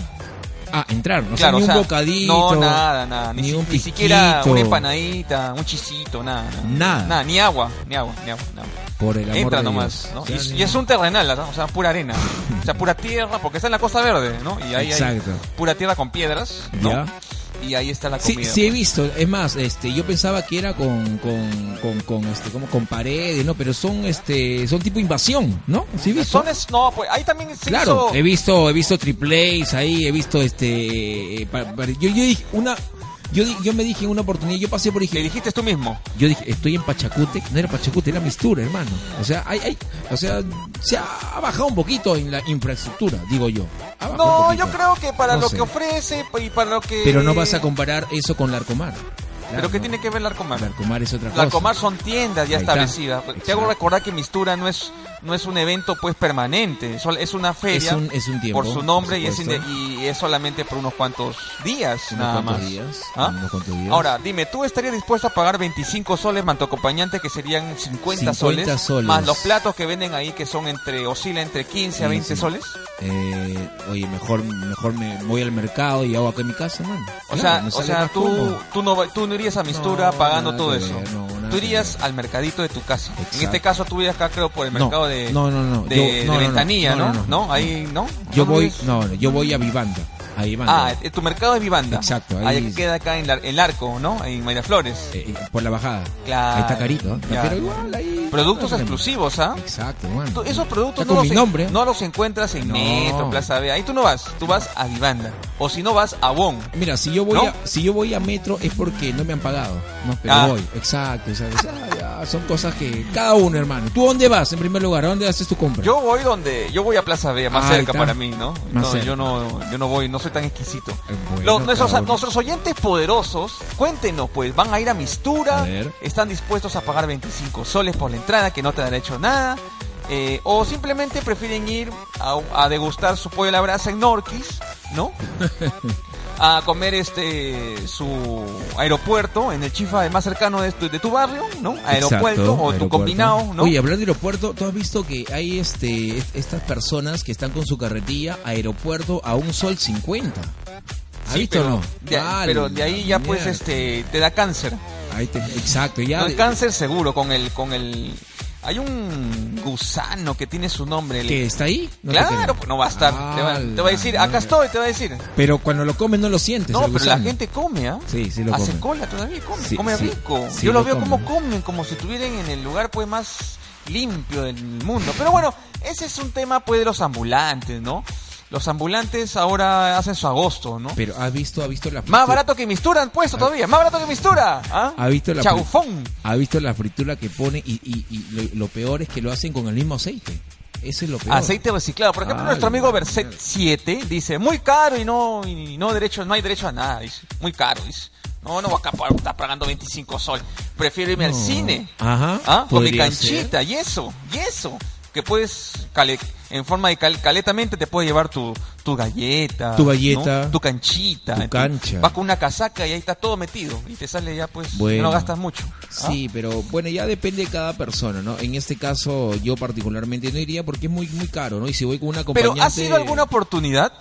[SPEAKER 2] Ah, entrar, no
[SPEAKER 1] Claro,
[SPEAKER 2] sé, ni
[SPEAKER 1] o sea,
[SPEAKER 2] un bocadito.
[SPEAKER 1] No, nada, nada. Ni,
[SPEAKER 2] ni
[SPEAKER 1] si-
[SPEAKER 2] un
[SPEAKER 1] ni siquiera
[SPEAKER 2] pisquito.
[SPEAKER 1] una empanadita, un chisito, nada. Nada.
[SPEAKER 2] Nada.
[SPEAKER 1] ni agua, ni agua, ni agua. nada.
[SPEAKER 2] Por el amor
[SPEAKER 1] Entra
[SPEAKER 2] de
[SPEAKER 1] nomás,
[SPEAKER 2] Dios.
[SPEAKER 1] ¿no?
[SPEAKER 2] O sea,
[SPEAKER 1] Y-
[SPEAKER 2] ni-
[SPEAKER 1] y, es un terrenal, ¿no? o sea, pura arena. O sea, pura tierra, porque está en la Costa Verde, ¿no? Y ahí hay
[SPEAKER 2] Exacto.
[SPEAKER 1] pura tierra con piedras, ¿no?
[SPEAKER 2] Ya.
[SPEAKER 1] Y ahí está la
[SPEAKER 2] Sí,
[SPEAKER 1] comida. pues.
[SPEAKER 2] sí he visto, es más, este, yo pensaba que era con, con, con, con, este, como con paredes, ¿no? Pero son, este, son tipo invasión, ¿no? Sí he
[SPEAKER 1] Pues.
[SPEAKER 2] visto.
[SPEAKER 1] Son es- no, pues ahí también se
[SPEAKER 2] Claro,
[SPEAKER 1] hizo-
[SPEAKER 2] he visto, he visto triple A's ahí, he visto este, eh, pa- pa- yo, yo dije una, yo, di- yo me dije en una oportunidad, yo pasé por
[SPEAKER 1] le
[SPEAKER 2] dije,
[SPEAKER 1] dijiste tú mismo.
[SPEAKER 2] yo dije, estoy en Pachacute, no era Pachacute, era Mistura, hermano. O sea, hay, hay, o sea, se ha bajado un poquito en la infraestructura, digo yo. Ha bajado Ah, un
[SPEAKER 1] No,
[SPEAKER 2] poquito.
[SPEAKER 1] yo creo que para
[SPEAKER 2] No
[SPEAKER 1] lo
[SPEAKER 2] sé.
[SPEAKER 1] que ofrece pa- y para lo que...
[SPEAKER 2] Pero no vas a comparar eso con Larcomar.
[SPEAKER 1] ¿Pero
[SPEAKER 2] Claro,
[SPEAKER 1] qué
[SPEAKER 2] no.
[SPEAKER 1] tiene que ver el Arcomar?
[SPEAKER 2] Larcomar es otra cosa.
[SPEAKER 1] Larcomar son tiendas ya
[SPEAKER 2] Ahí está.
[SPEAKER 1] establecidas. Te hago
[SPEAKER 2] Exacto.
[SPEAKER 1] recordar que Mistura no es no es un evento pues permanente, sol- es una feria
[SPEAKER 2] Es un- es un tiempo,
[SPEAKER 1] por su nombre
[SPEAKER 2] por
[SPEAKER 1] y, es
[SPEAKER 2] supuesto.
[SPEAKER 1] inde- y es solamente por unos cuantos días
[SPEAKER 2] Unos
[SPEAKER 1] nada
[SPEAKER 2] cuantos
[SPEAKER 1] más.
[SPEAKER 2] días,
[SPEAKER 1] ¿Ah?
[SPEAKER 2] unos cuantos días.
[SPEAKER 1] Ahora, dime, ¿tú estarías dispuesto a pagar 25 soles mantocompañante que serían 50,
[SPEAKER 2] 50
[SPEAKER 1] soles,
[SPEAKER 2] soles.
[SPEAKER 1] más los platos que venden ahí que son entre oscila entre 15 a
[SPEAKER 2] Sí,
[SPEAKER 1] 20
[SPEAKER 2] sí.
[SPEAKER 1] soles?
[SPEAKER 2] Eh, oye, mejor, mejor me voy al mercado y hago acá en mi casa, man.
[SPEAKER 1] O
[SPEAKER 2] Claro,
[SPEAKER 1] sea,
[SPEAKER 2] me
[SPEAKER 1] o
[SPEAKER 2] sale
[SPEAKER 1] sea,
[SPEAKER 2] más
[SPEAKER 1] tú,
[SPEAKER 2] cómodo.
[SPEAKER 1] tú, no, va- tú no irías a Mistura
[SPEAKER 2] No,
[SPEAKER 1] pagando
[SPEAKER 2] nada
[SPEAKER 1] todo
[SPEAKER 2] que
[SPEAKER 1] eso.
[SPEAKER 2] ver, no, nada
[SPEAKER 1] tú
[SPEAKER 2] que
[SPEAKER 1] irías
[SPEAKER 2] ver.
[SPEAKER 1] al mercadito de tu casa. En
[SPEAKER 2] Exacto.
[SPEAKER 1] este caso tú irías acá, creo, por el
[SPEAKER 2] No,
[SPEAKER 1] mercado de,
[SPEAKER 2] no, no, no,
[SPEAKER 1] de,
[SPEAKER 2] yo-
[SPEAKER 1] de
[SPEAKER 2] no, no, no,
[SPEAKER 1] Ventanilla,
[SPEAKER 2] no,
[SPEAKER 1] ¿no?
[SPEAKER 2] no,
[SPEAKER 1] No,
[SPEAKER 2] no.
[SPEAKER 1] ahí, ¿no?
[SPEAKER 2] Yo
[SPEAKER 1] ¿No
[SPEAKER 2] voy,
[SPEAKER 1] ves?
[SPEAKER 2] no, no, yo voy a Vivanda. A Vivanda.
[SPEAKER 1] Ah, eh, tu mercado de Vivanda.
[SPEAKER 2] Exacto, ahí
[SPEAKER 1] ahí.
[SPEAKER 2] es.
[SPEAKER 1] queda acá en la- el arco, ¿no? En Miraflores.
[SPEAKER 2] Eh, eh, por la bajada.
[SPEAKER 1] Claro.
[SPEAKER 2] Ahí está carito, ¿eh?
[SPEAKER 1] Ya.
[SPEAKER 2] Pero igual ahí.
[SPEAKER 1] Productos
[SPEAKER 2] no tenemos.
[SPEAKER 1] exclusivos, ¿ah?
[SPEAKER 2] Exacto, man.
[SPEAKER 1] Tú- Esos productos
[SPEAKER 2] Está
[SPEAKER 1] no
[SPEAKER 2] con
[SPEAKER 1] los,
[SPEAKER 2] mi
[SPEAKER 1] en-
[SPEAKER 2] nombre. ¿eh?
[SPEAKER 1] no los encuentras en
[SPEAKER 2] No.
[SPEAKER 1] Metro, Plaza B. Ahí tú no vas, tú vas a Vivanda. O si no vas a Bon.
[SPEAKER 2] Mira, si yo voy
[SPEAKER 1] ¿No?
[SPEAKER 2] a, si yo voy a Metro es porque no me han pagado. No, pero
[SPEAKER 1] Ah.
[SPEAKER 2] voy. Exacto, ¿sabes? Ah, ya, son cosas que cada uno, hermano. ¿Tú dónde vas en primer lugar? ¿A dónde haces tu compra?
[SPEAKER 1] Yo voy donde, yo voy a Plaza B, más
[SPEAKER 2] Ahí
[SPEAKER 1] cerca
[SPEAKER 2] está.
[SPEAKER 1] para mí, ¿no?
[SPEAKER 2] Más
[SPEAKER 1] No,
[SPEAKER 2] cerca.
[SPEAKER 1] yo no, yo no voy, no soy tan exquisito.
[SPEAKER 2] Eh, bueno,
[SPEAKER 1] Los- nuestros,
[SPEAKER 2] cada uno.
[SPEAKER 1] nuestros oyentes poderosos, cuéntenos pues, ¿van a ir a Mistura?
[SPEAKER 2] A ver.
[SPEAKER 1] ¿Están dispuestos a pagar 25 soles por la entrada que no te han hecho nada? Eh, ¿O simplemente prefieren ir a, a degustar su pollo a la brasa en Norquis, ¿no? a comer este su aeropuerto en el chifa más cercano de tu, de tu barrio, ¿no? Aeropuerto
[SPEAKER 2] Exacto,
[SPEAKER 1] o tu
[SPEAKER 2] aeropuerto.
[SPEAKER 1] combinado, ¿no?
[SPEAKER 2] Oye, hablando de aeropuerto, ¿tú has visto que hay este est- estas personas que están con su carretilla a aeropuerto a un sol 50? ¿Has
[SPEAKER 1] Sí,
[SPEAKER 2] visto
[SPEAKER 1] pero,
[SPEAKER 2] o no?
[SPEAKER 1] de-
[SPEAKER 2] Vale,
[SPEAKER 1] pero de ahí ya pues
[SPEAKER 2] mierda.
[SPEAKER 1] este te da cáncer.
[SPEAKER 2] Ahí te- exacto, ya.
[SPEAKER 1] El cáncer seguro con el con el hay un gusano que tiene su nombre. el-
[SPEAKER 2] ¿Que está ahí? No te
[SPEAKER 1] claro,
[SPEAKER 2] creo.
[SPEAKER 1] pues no va a estar. te, va, te va a decir,
[SPEAKER 2] Ah,
[SPEAKER 1] acá
[SPEAKER 2] la
[SPEAKER 1] estoy, te va a decir.
[SPEAKER 2] Pero cuando lo comes no lo sientes.
[SPEAKER 1] No,
[SPEAKER 2] el
[SPEAKER 1] pero la
[SPEAKER 2] gusano.
[SPEAKER 1] gente come, ¿ah?
[SPEAKER 2] Sí, sí lo
[SPEAKER 1] Hace
[SPEAKER 2] comen.
[SPEAKER 1] cola todavía, come,
[SPEAKER 2] Sí,
[SPEAKER 1] come
[SPEAKER 2] sí,
[SPEAKER 1] rico.
[SPEAKER 2] sí
[SPEAKER 1] Yo lo
[SPEAKER 2] lo
[SPEAKER 1] veo como
[SPEAKER 2] comen.
[SPEAKER 1] comen, como si estuvieran en el lugar pues más limpio del mundo. Pero bueno, ese es un tema pues de los ambulantes, ¿no? Los ambulantes ahora hacen su agosto, ¿no?
[SPEAKER 2] Pero has visto, has visto la fritura.
[SPEAKER 1] Más barato que Mistura han puesto todavía. Más barato que Mistura. ¿Ah?
[SPEAKER 2] ¿Ha visto la
[SPEAKER 1] Chaufón.
[SPEAKER 2] Ha visto la fritura que pone y, y- y lo, lo peor es que lo hacen con el mismo aceite. Eso es lo peor.
[SPEAKER 1] Aceite reciclado. Por ejemplo,
[SPEAKER 2] Ay,
[SPEAKER 1] nuestro amigo
[SPEAKER 2] madre.
[SPEAKER 1] Verset 7 dice, muy caro y no, y no derecho, no hay derecho a nada, dice. Muy caro, dice. No, no voy a escapar, está pagando 25 sol. Prefiero irme al
[SPEAKER 2] No.
[SPEAKER 1] cine.
[SPEAKER 2] Ajá,
[SPEAKER 1] ¿Ah? Con mi
[SPEAKER 2] podría
[SPEAKER 1] canchita, y eso, y eso. Que puedes, cale- en forma de cal- caletamente te puede llevar tu, tu galleta.
[SPEAKER 2] Tu galleta.
[SPEAKER 1] ¿no? Tu canchita.
[SPEAKER 2] Tu
[SPEAKER 1] Entonces,
[SPEAKER 2] cancha.
[SPEAKER 1] Vas con una casaca y ahí está todo metido. Y te sale ya, pues, no
[SPEAKER 2] Bueno.
[SPEAKER 1] gastas mucho. ¿ah?
[SPEAKER 2] Sí, pero bueno, ya depende de cada persona, ¿no? En este caso, yo particularmente no iría porque es muy muy caro, ¿no? Y si voy con una
[SPEAKER 1] Pero
[SPEAKER 2] acompañante...
[SPEAKER 1] ¿ha sido alguna oportunidad?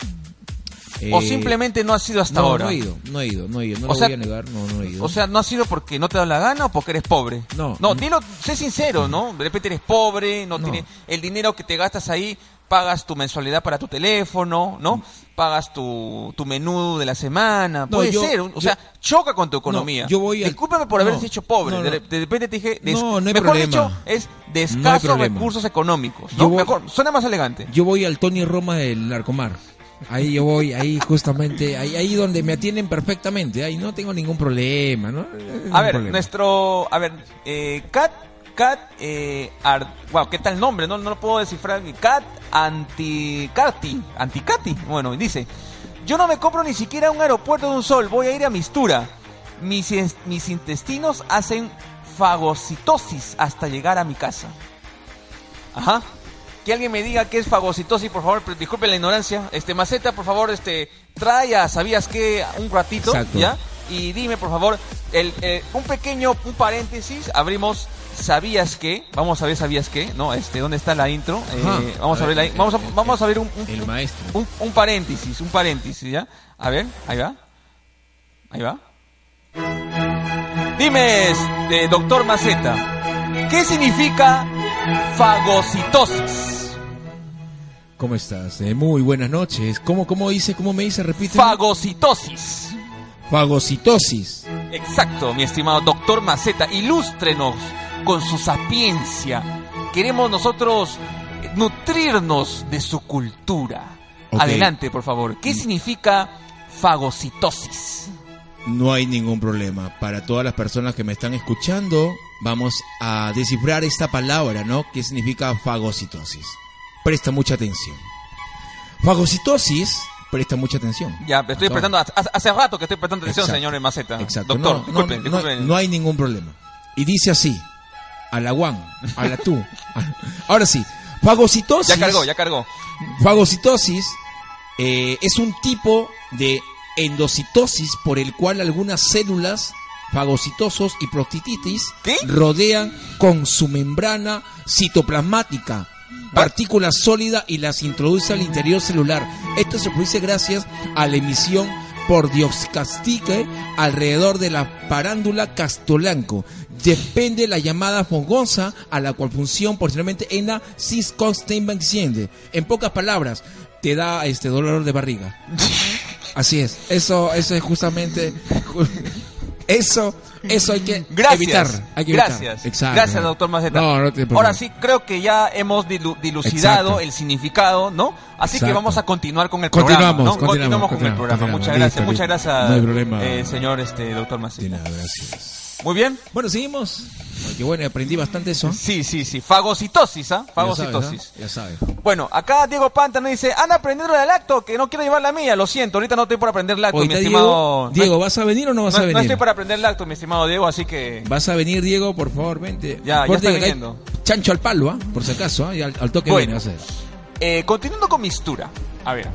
[SPEAKER 2] eh,
[SPEAKER 1] ¿O simplemente no ha sido hasta
[SPEAKER 2] no,
[SPEAKER 1] ahora?
[SPEAKER 2] No he ido, no he ido, no he ido. No
[SPEAKER 1] O
[SPEAKER 2] lo
[SPEAKER 1] sea-
[SPEAKER 2] voy a negar, no, no he ido.
[SPEAKER 1] O sea, ¿no ha sido porque no te da la gana o porque eres pobre?
[SPEAKER 2] No.
[SPEAKER 1] No, dilo, sé sincero, ¿no? De repente eres pobre, no,
[SPEAKER 2] No.
[SPEAKER 1] tienes... El dinero que te gastas ahí pagas tu mensualidad para tu teléfono, ¿no? Pagas tu, tu menú de la semana.
[SPEAKER 2] No,
[SPEAKER 1] Puede
[SPEAKER 2] yo-
[SPEAKER 1] ser, un- o
[SPEAKER 2] yo-
[SPEAKER 1] sea, choca con tu economía.
[SPEAKER 2] yo voy a-
[SPEAKER 1] Discúlpame por haber
[SPEAKER 2] no,
[SPEAKER 1] dicho pobre.
[SPEAKER 2] no,
[SPEAKER 1] de,
[SPEAKER 2] no.
[SPEAKER 1] re- de repente te dije, de,
[SPEAKER 2] No, no hay
[SPEAKER 1] mejor
[SPEAKER 2] problema.
[SPEAKER 1] dicho, es de escasos
[SPEAKER 2] problema.
[SPEAKER 1] recursos económicos.
[SPEAKER 2] Yo
[SPEAKER 1] ¿no?
[SPEAKER 2] voy-
[SPEAKER 1] Mejor, suena más elegante.
[SPEAKER 2] Yo voy al Tony Roma del Narcomar. Ahí yo voy, ahí justamente, ahí, ahí donde me atienden perfectamente, ahí no tengo ningún problema, ¿no?
[SPEAKER 1] A
[SPEAKER 2] Ningún
[SPEAKER 1] ver,
[SPEAKER 2] problema.
[SPEAKER 1] nuestro. A ver, eh, Cat. Cat. Eh, Ar- wow, ¿qué tal nombre? No, no lo puedo descifrar. Cat Anticati. Anticati. Bueno, dice: Yo no me compro ni siquiera un aeropuerto de un sol. Voy a ir a Mistura. Mis, in- mis intestinos hacen fagocitosis hasta llegar a mi casa. Ajá. Que alguien me diga qué es fagocitosis, por favor, pero disculpen la ignorancia. Este Maceta, por favor, este trae a sabías qué un ratito,
[SPEAKER 2] Exacto.
[SPEAKER 1] ¿ya? Y dime, por favor, el, eh, un pequeño un paréntesis, abrimos sabías qué, vamos a ver sabías qué, no, este dónde está la intro, Eh,
[SPEAKER 2] Ajá.
[SPEAKER 1] vamos a,
[SPEAKER 2] A
[SPEAKER 1] ver,
[SPEAKER 2] ver,
[SPEAKER 1] la in-
[SPEAKER 2] el-
[SPEAKER 1] vamos a,
[SPEAKER 2] el-
[SPEAKER 1] vamos a
[SPEAKER 2] el-
[SPEAKER 1] ver un, un-
[SPEAKER 2] el
[SPEAKER 1] un-
[SPEAKER 2] maestro.
[SPEAKER 1] un- un paréntesis, un paréntesis, ¿ya? A ver, ahí va. Ahí va. Dime, este, doctor Maceta, ¿qué significa fagocitosis?
[SPEAKER 2] ¿Cómo estás? Eh, muy buenas noches. ¿Cómo, cómo dice, cómo me dice? Repite.
[SPEAKER 1] Fagocitosis.
[SPEAKER 2] Fagocitosis.
[SPEAKER 1] Exacto, mi estimado doctor Maceta, ilústrenos con su sapiencia. Queremos nosotros nutrirnos de su cultura.
[SPEAKER 2] Ok. Mm.
[SPEAKER 1] Adelante, por favor. ¿Qué significa fagocitosis?
[SPEAKER 2] No hay ningún problema. Para todas las personas que me están escuchando, vamos a descifrar esta palabra, ¿no? Que significa fagocitosis. Presta mucha atención. Fagocitosis, presta mucha atención.
[SPEAKER 1] Ya, estoy
[SPEAKER 2] Acá.
[SPEAKER 1] prestando, hace, hace rato que estoy prestando atención,
[SPEAKER 2] Exacto.
[SPEAKER 1] señor Maceta.
[SPEAKER 2] Exacto.
[SPEAKER 1] Doctor,
[SPEAKER 2] No, no,
[SPEAKER 1] disculpen,
[SPEAKER 2] no,
[SPEAKER 1] disculpen.
[SPEAKER 2] no hay ningún problema. Y dice así, a la Juan, a la tú. a- Ahora sí, fagocitosis.
[SPEAKER 1] ya cargó, ya cargó.
[SPEAKER 2] Fagocitosis eh, es un tipo de endocitosis por el cual algunas células fagocitosos y prostititis
[SPEAKER 1] ¿Qué?
[SPEAKER 2] rodean con su membrana citoplasmática partículas sólidas y las introduce al interior celular. Esto se produce gracias a la emisión por dioxcastique alrededor de la parándula castolanco. Depende la llamada fogonza a la cual función posteriormente en la cisconstemaxiente. En pocas palabras, te da este dolor de barriga. Así es. Eso, eso es justamente. Eso, eso hay que
[SPEAKER 1] Gracias.
[SPEAKER 2] evitar. Hay que evitar.
[SPEAKER 1] gracias.
[SPEAKER 2] Exacto.
[SPEAKER 1] Gracias, doctor Maceta.
[SPEAKER 2] No, no tiene problema.
[SPEAKER 1] Ahora sí, creo que ya hemos dilu- dilucidado
[SPEAKER 2] Exacto.
[SPEAKER 1] el significado, ¿no? Así que
[SPEAKER 2] Exacto.
[SPEAKER 1] vamos a continuar con el
[SPEAKER 2] Continuamos,
[SPEAKER 1] programa. ¿no?
[SPEAKER 2] continuamos,
[SPEAKER 1] con el
[SPEAKER 2] continuamos,
[SPEAKER 1] programa.
[SPEAKER 2] continuamos.
[SPEAKER 1] Muchas
[SPEAKER 2] Listo,
[SPEAKER 1] gracias, muchas
[SPEAKER 2] listo.
[SPEAKER 1] gracias,
[SPEAKER 2] No hay problema.
[SPEAKER 1] eh, señor este, doctor
[SPEAKER 2] De
[SPEAKER 1] Maceta.
[SPEAKER 2] nada, gracias.
[SPEAKER 1] Muy bien.
[SPEAKER 2] Bueno, seguimos. Porque bueno, aprendí bastante eso.
[SPEAKER 1] Sí, sí, sí. Fagocitosis, ¿ah? Fagocitosis.
[SPEAKER 2] Ya sabes.
[SPEAKER 1] Bueno, acá Diego Pantano dice, anda aprendiendo la lacto, que no quiero llevar la mía, lo siento, ahorita no estoy por aprender lacto, mi
[SPEAKER 2] Ahorita,
[SPEAKER 1] estimado...
[SPEAKER 2] Diego, Diego, ¿vas a venir o no
[SPEAKER 1] no,
[SPEAKER 2] vas
[SPEAKER 1] no-
[SPEAKER 2] a
[SPEAKER 1] no
[SPEAKER 2] venir?
[SPEAKER 1] estoy para aprender lacto, mi estimado Diego, así que...
[SPEAKER 2] Vas a venir, Diego, por favor, vente.
[SPEAKER 1] Ya, ya
[SPEAKER 2] Acuérdate
[SPEAKER 1] está
[SPEAKER 2] que acá hay
[SPEAKER 1] viniendo.
[SPEAKER 2] Chancho al palo, ¿ah? Por si acaso, ¿ah? Y al, al toque
[SPEAKER 1] Bueno.
[SPEAKER 2] viene, vas a ver.
[SPEAKER 1] Eh, continuando con Mistura, a ver.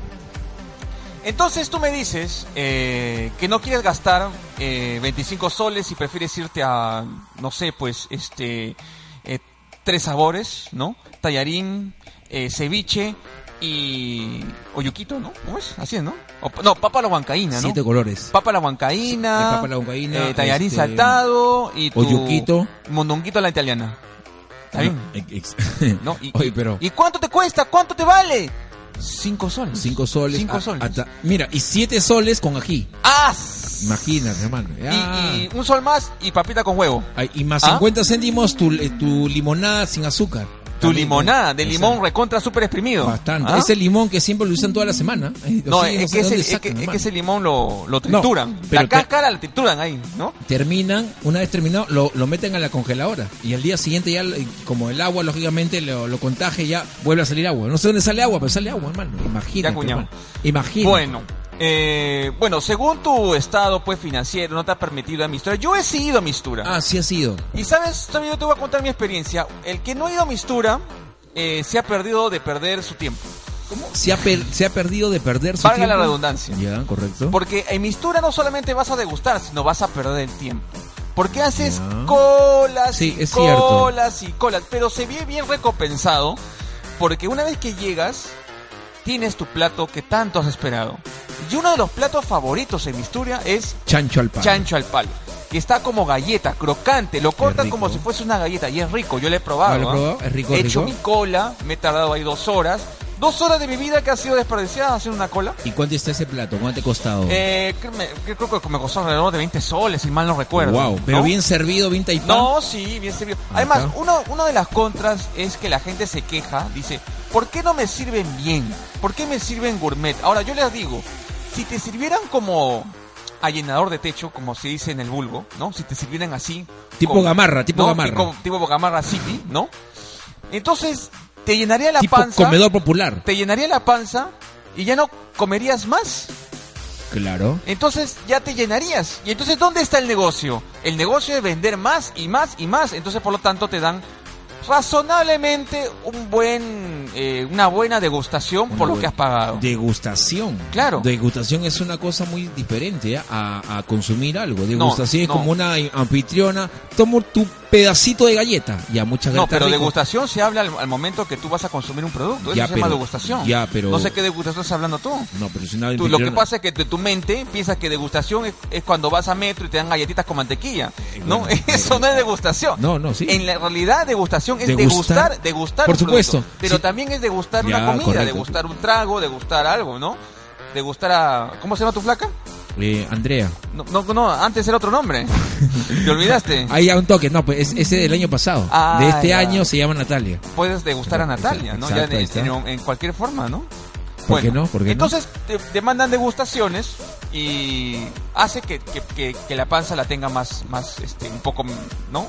[SPEAKER 1] Entonces tú me dices eh, que no quieres gastar eh, 25 soles y prefieres irte a, no sé, pues, este, eh, tres sabores, ¿no? Tallarín, eh, ceviche y oyuquito, ¿no? ¿Cómo es? Así es, ¿no? O- no, papa a la huancaína, ¿no?
[SPEAKER 2] Siete colores.
[SPEAKER 1] Papa a la huancaína,
[SPEAKER 2] Sí, papa a la huancaína,
[SPEAKER 1] eh, tallarín
[SPEAKER 2] este,
[SPEAKER 1] saltado y tu
[SPEAKER 2] oyuquito.
[SPEAKER 1] mondonguito a la italiana. ¿Está bien?
[SPEAKER 2] Ah, Ex-
[SPEAKER 1] ¿no? Y,
[SPEAKER 2] Oye,
[SPEAKER 1] y-
[SPEAKER 2] pero...
[SPEAKER 1] ¿Y cuánto te cuesta? ¿Cuánto te vale? Cinco soles.
[SPEAKER 2] Cinco soles.
[SPEAKER 1] Cinco
[SPEAKER 2] a-
[SPEAKER 1] soles.
[SPEAKER 2] hasta- mira, y siete soles con ají.
[SPEAKER 1] ¡Ah!
[SPEAKER 2] Imagínate, hermano. Ah.
[SPEAKER 1] Y,
[SPEAKER 2] Ya.
[SPEAKER 1] y un sol más y papita con huevo.
[SPEAKER 2] Ay, y más
[SPEAKER 1] ¿Ah?
[SPEAKER 2] 50 céntimos tu, eh, tu limonada sin azúcar.
[SPEAKER 1] Tu
[SPEAKER 2] También,
[SPEAKER 1] limonada
[SPEAKER 2] ¿no?
[SPEAKER 1] de
[SPEAKER 2] O sea,
[SPEAKER 1] limón recontra super exprimido.
[SPEAKER 2] Bastante.
[SPEAKER 1] ¿Ah?
[SPEAKER 2] Ese limón que siempre lo usan toda la semana. eh, Ay,
[SPEAKER 1] No,
[SPEAKER 2] sí,
[SPEAKER 1] es,
[SPEAKER 2] sé
[SPEAKER 1] que ese,
[SPEAKER 2] dónde
[SPEAKER 1] es que-
[SPEAKER 2] sacan,
[SPEAKER 1] es que
[SPEAKER 2] hermano.
[SPEAKER 1] ese limón lo, lo trituran.
[SPEAKER 2] pero
[SPEAKER 1] la
[SPEAKER 2] te-
[SPEAKER 1] cáscara la trituran ahí, ¿no?
[SPEAKER 2] Terminan, una vez terminado, lo, lo meten a la congeladora. Y al día siguiente ya, eh, como el agua, lógicamente, lo, lo contagia, ya vuelve a salir agua. No sé dónde sale agua, pero sale agua, hermano.
[SPEAKER 1] Ya,
[SPEAKER 2] Imagínate,
[SPEAKER 1] cuñado.
[SPEAKER 2] hermano. Imagínate.
[SPEAKER 1] Bueno, eh, bueno, según tu estado pues financiero, no te ha permitido a Mistura. Yo he seguido a Mistura.
[SPEAKER 2] Así Ah, ha sido.
[SPEAKER 1] Y sabes, también yo te voy a contar mi experiencia. El que no ha ido a Mistura eh, se ha perdido de perder su tiempo.
[SPEAKER 2] Se ha, per- se ha perdido de perder su
[SPEAKER 1] Valga la
[SPEAKER 2] tiempo.
[SPEAKER 1] redundancia.
[SPEAKER 2] Ya, correcto.
[SPEAKER 1] Porque en Mistura no solamente vas a degustar, sino vas a perder el tiempo. Porque haces
[SPEAKER 2] Ya.
[SPEAKER 1] colas
[SPEAKER 2] Sí,
[SPEAKER 1] y
[SPEAKER 2] es cierto.
[SPEAKER 1] colas y colas. Pero se ve bien recompensado. Porque una vez que llegas, tienes tu plato que tanto has esperado. Y uno de los platos favoritos en Mistura es
[SPEAKER 2] Chancho al palo.
[SPEAKER 1] chancho al palo. Que está como galleta, crocante. Lo cortan
[SPEAKER 2] rico.
[SPEAKER 1] como si fuese una galleta. Y es rico, yo le he
[SPEAKER 2] Ah,
[SPEAKER 1] probado.
[SPEAKER 2] ¿lo he
[SPEAKER 1] ¿ah?
[SPEAKER 2] probado? ¿Es rico,
[SPEAKER 1] He
[SPEAKER 2] es
[SPEAKER 1] hecho
[SPEAKER 2] rico?
[SPEAKER 1] mi cola, me he tardado ahí dos horas. Dos horas de mi vida que ha sido desperdiciada haciendo una cola.
[SPEAKER 2] ¿Y cuánto está ese plato? ¿Cuánto te ha costado?
[SPEAKER 1] Eh, que me- que creo que me costó alrededor de 20 soles, si mal no recuerdo.
[SPEAKER 2] wow, pero
[SPEAKER 1] ¿No?
[SPEAKER 2] bien servido, bien taipado.
[SPEAKER 1] No, sí, bien servido. Además,
[SPEAKER 2] Ajá.
[SPEAKER 1] uno, una de las contras es que la gente se queja, dice, ¿por qué no me sirven bien? ¿Por qué me sirven gourmet? Ahora, yo les digo, si te sirvieran como allenador de techo, como se dice en el vulgo, ¿no? Si te sirvieran así.
[SPEAKER 2] Tipo gamarra, tipo gamarra.
[SPEAKER 1] Tipo, tipo gamarra city, ¿no? Entonces, te llenaría la
[SPEAKER 2] tipo
[SPEAKER 1] panza.
[SPEAKER 2] comedor popular.
[SPEAKER 1] Te llenaría la panza y ya no comerías más.
[SPEAKER 2] Claro.
[SPEAKER 1] Entonces ya te llenarías. Y entonces, ¿dónde está el negocio? El negocio es vender más y más y más. Entonces, por lo tanto, te dan razonablemente un buen, eh, una buena degustación por lo que has pagado.
[SPEAKER 2] Degustación.
[SPEAKER 1] Claro.
[SPEAKER 2] Degustación es una cosa muy diferente ¿ya? a, a consumir algo. Degustación
[SPEAKER 1] no.
[SPEAKER 2] es como una anfitriona. Tomo tu pedacito de galleta. Ya, muchas
[SPEAKER 1] No,
[SPEAKER 2] gracias.
[SPEAKER 1] pero
[SPEAKER 2] rico.
[SPEAKER 1] degustación se habla al, al momento que tú vas a consumir un producto. Eso
[SPEAKER 2] Ya,
[SPEAKER 1] se llama
[SPEAKER 2] pero-
[SPEAKER 1] degustación.
[SPEAKER 2] ya, pero-
[SPEAKER 1] No sé qué degustación estás hablando tú.
[SPEAKER 2] No, pero es una
[SPEAKER 1] Tú, lo que
[SPEAKER 2] anfitriona-
[SPEAKER 1] pasa es que tu, tu mente piensa que degustación es, es cuando vas a metro y te dan galletitas con mantequilla. No,
[SPEAKER 2] Eh, bueno,
[SPEAKER 1] eso no es degustación.
[SPEAKER 2] No, no, sí.
[SPEAKER 1] En la realidad, degustación es
[SPEAKER 2] Degustar.
[SPEAKER 1] degustar, degustar.
[SPEAKER 2] Por
[SPEAKER 1] un producto,
[SPEAKER 2] supuesto,
[SPEAKER 1] pero
[SPEAKER 2] sí.
[SPEAKER 1] también es degustar
[SPEAKER 2] Ya,
[SPEAKER 1] una comida,
[SPEAKER 2] correcto.
[SPEAKER 1] degustar un trago, degustar algo, ¿no? Degustar a. ¿Cómo se llama tu flaca?
[SPEAKER 2] Eh, Andrea.
[SPEAKER 1] No, no, no, antes era otro nombre. Te olvidaste.
[SPEAKER 2] Ahí a un toque. No, pues es- ese del año pasado.
[SPEAKER 1] Ah,
[SPEAKER 2] de este
[SPEAKER 1] ya.
[SPEAKER 2] año se llama Natalia.
[SPEAKER 1] Puedes degustar a Natalia, ¿no?
[SPEAKER 2] Exacto,
[SPEAKER 1] ya en-
[SPEAKER 2] ahí está.
[SPEAKER 1] en, en cualquier forma, ¿no?
[SPEAKER 2] ¿Por qué no? ¿Por qué no?
[SPEAKER 1] entonces te, te mandan degustaciones y hace que, que- que- que la panza la tenga más, más, este, un poco, ¿no?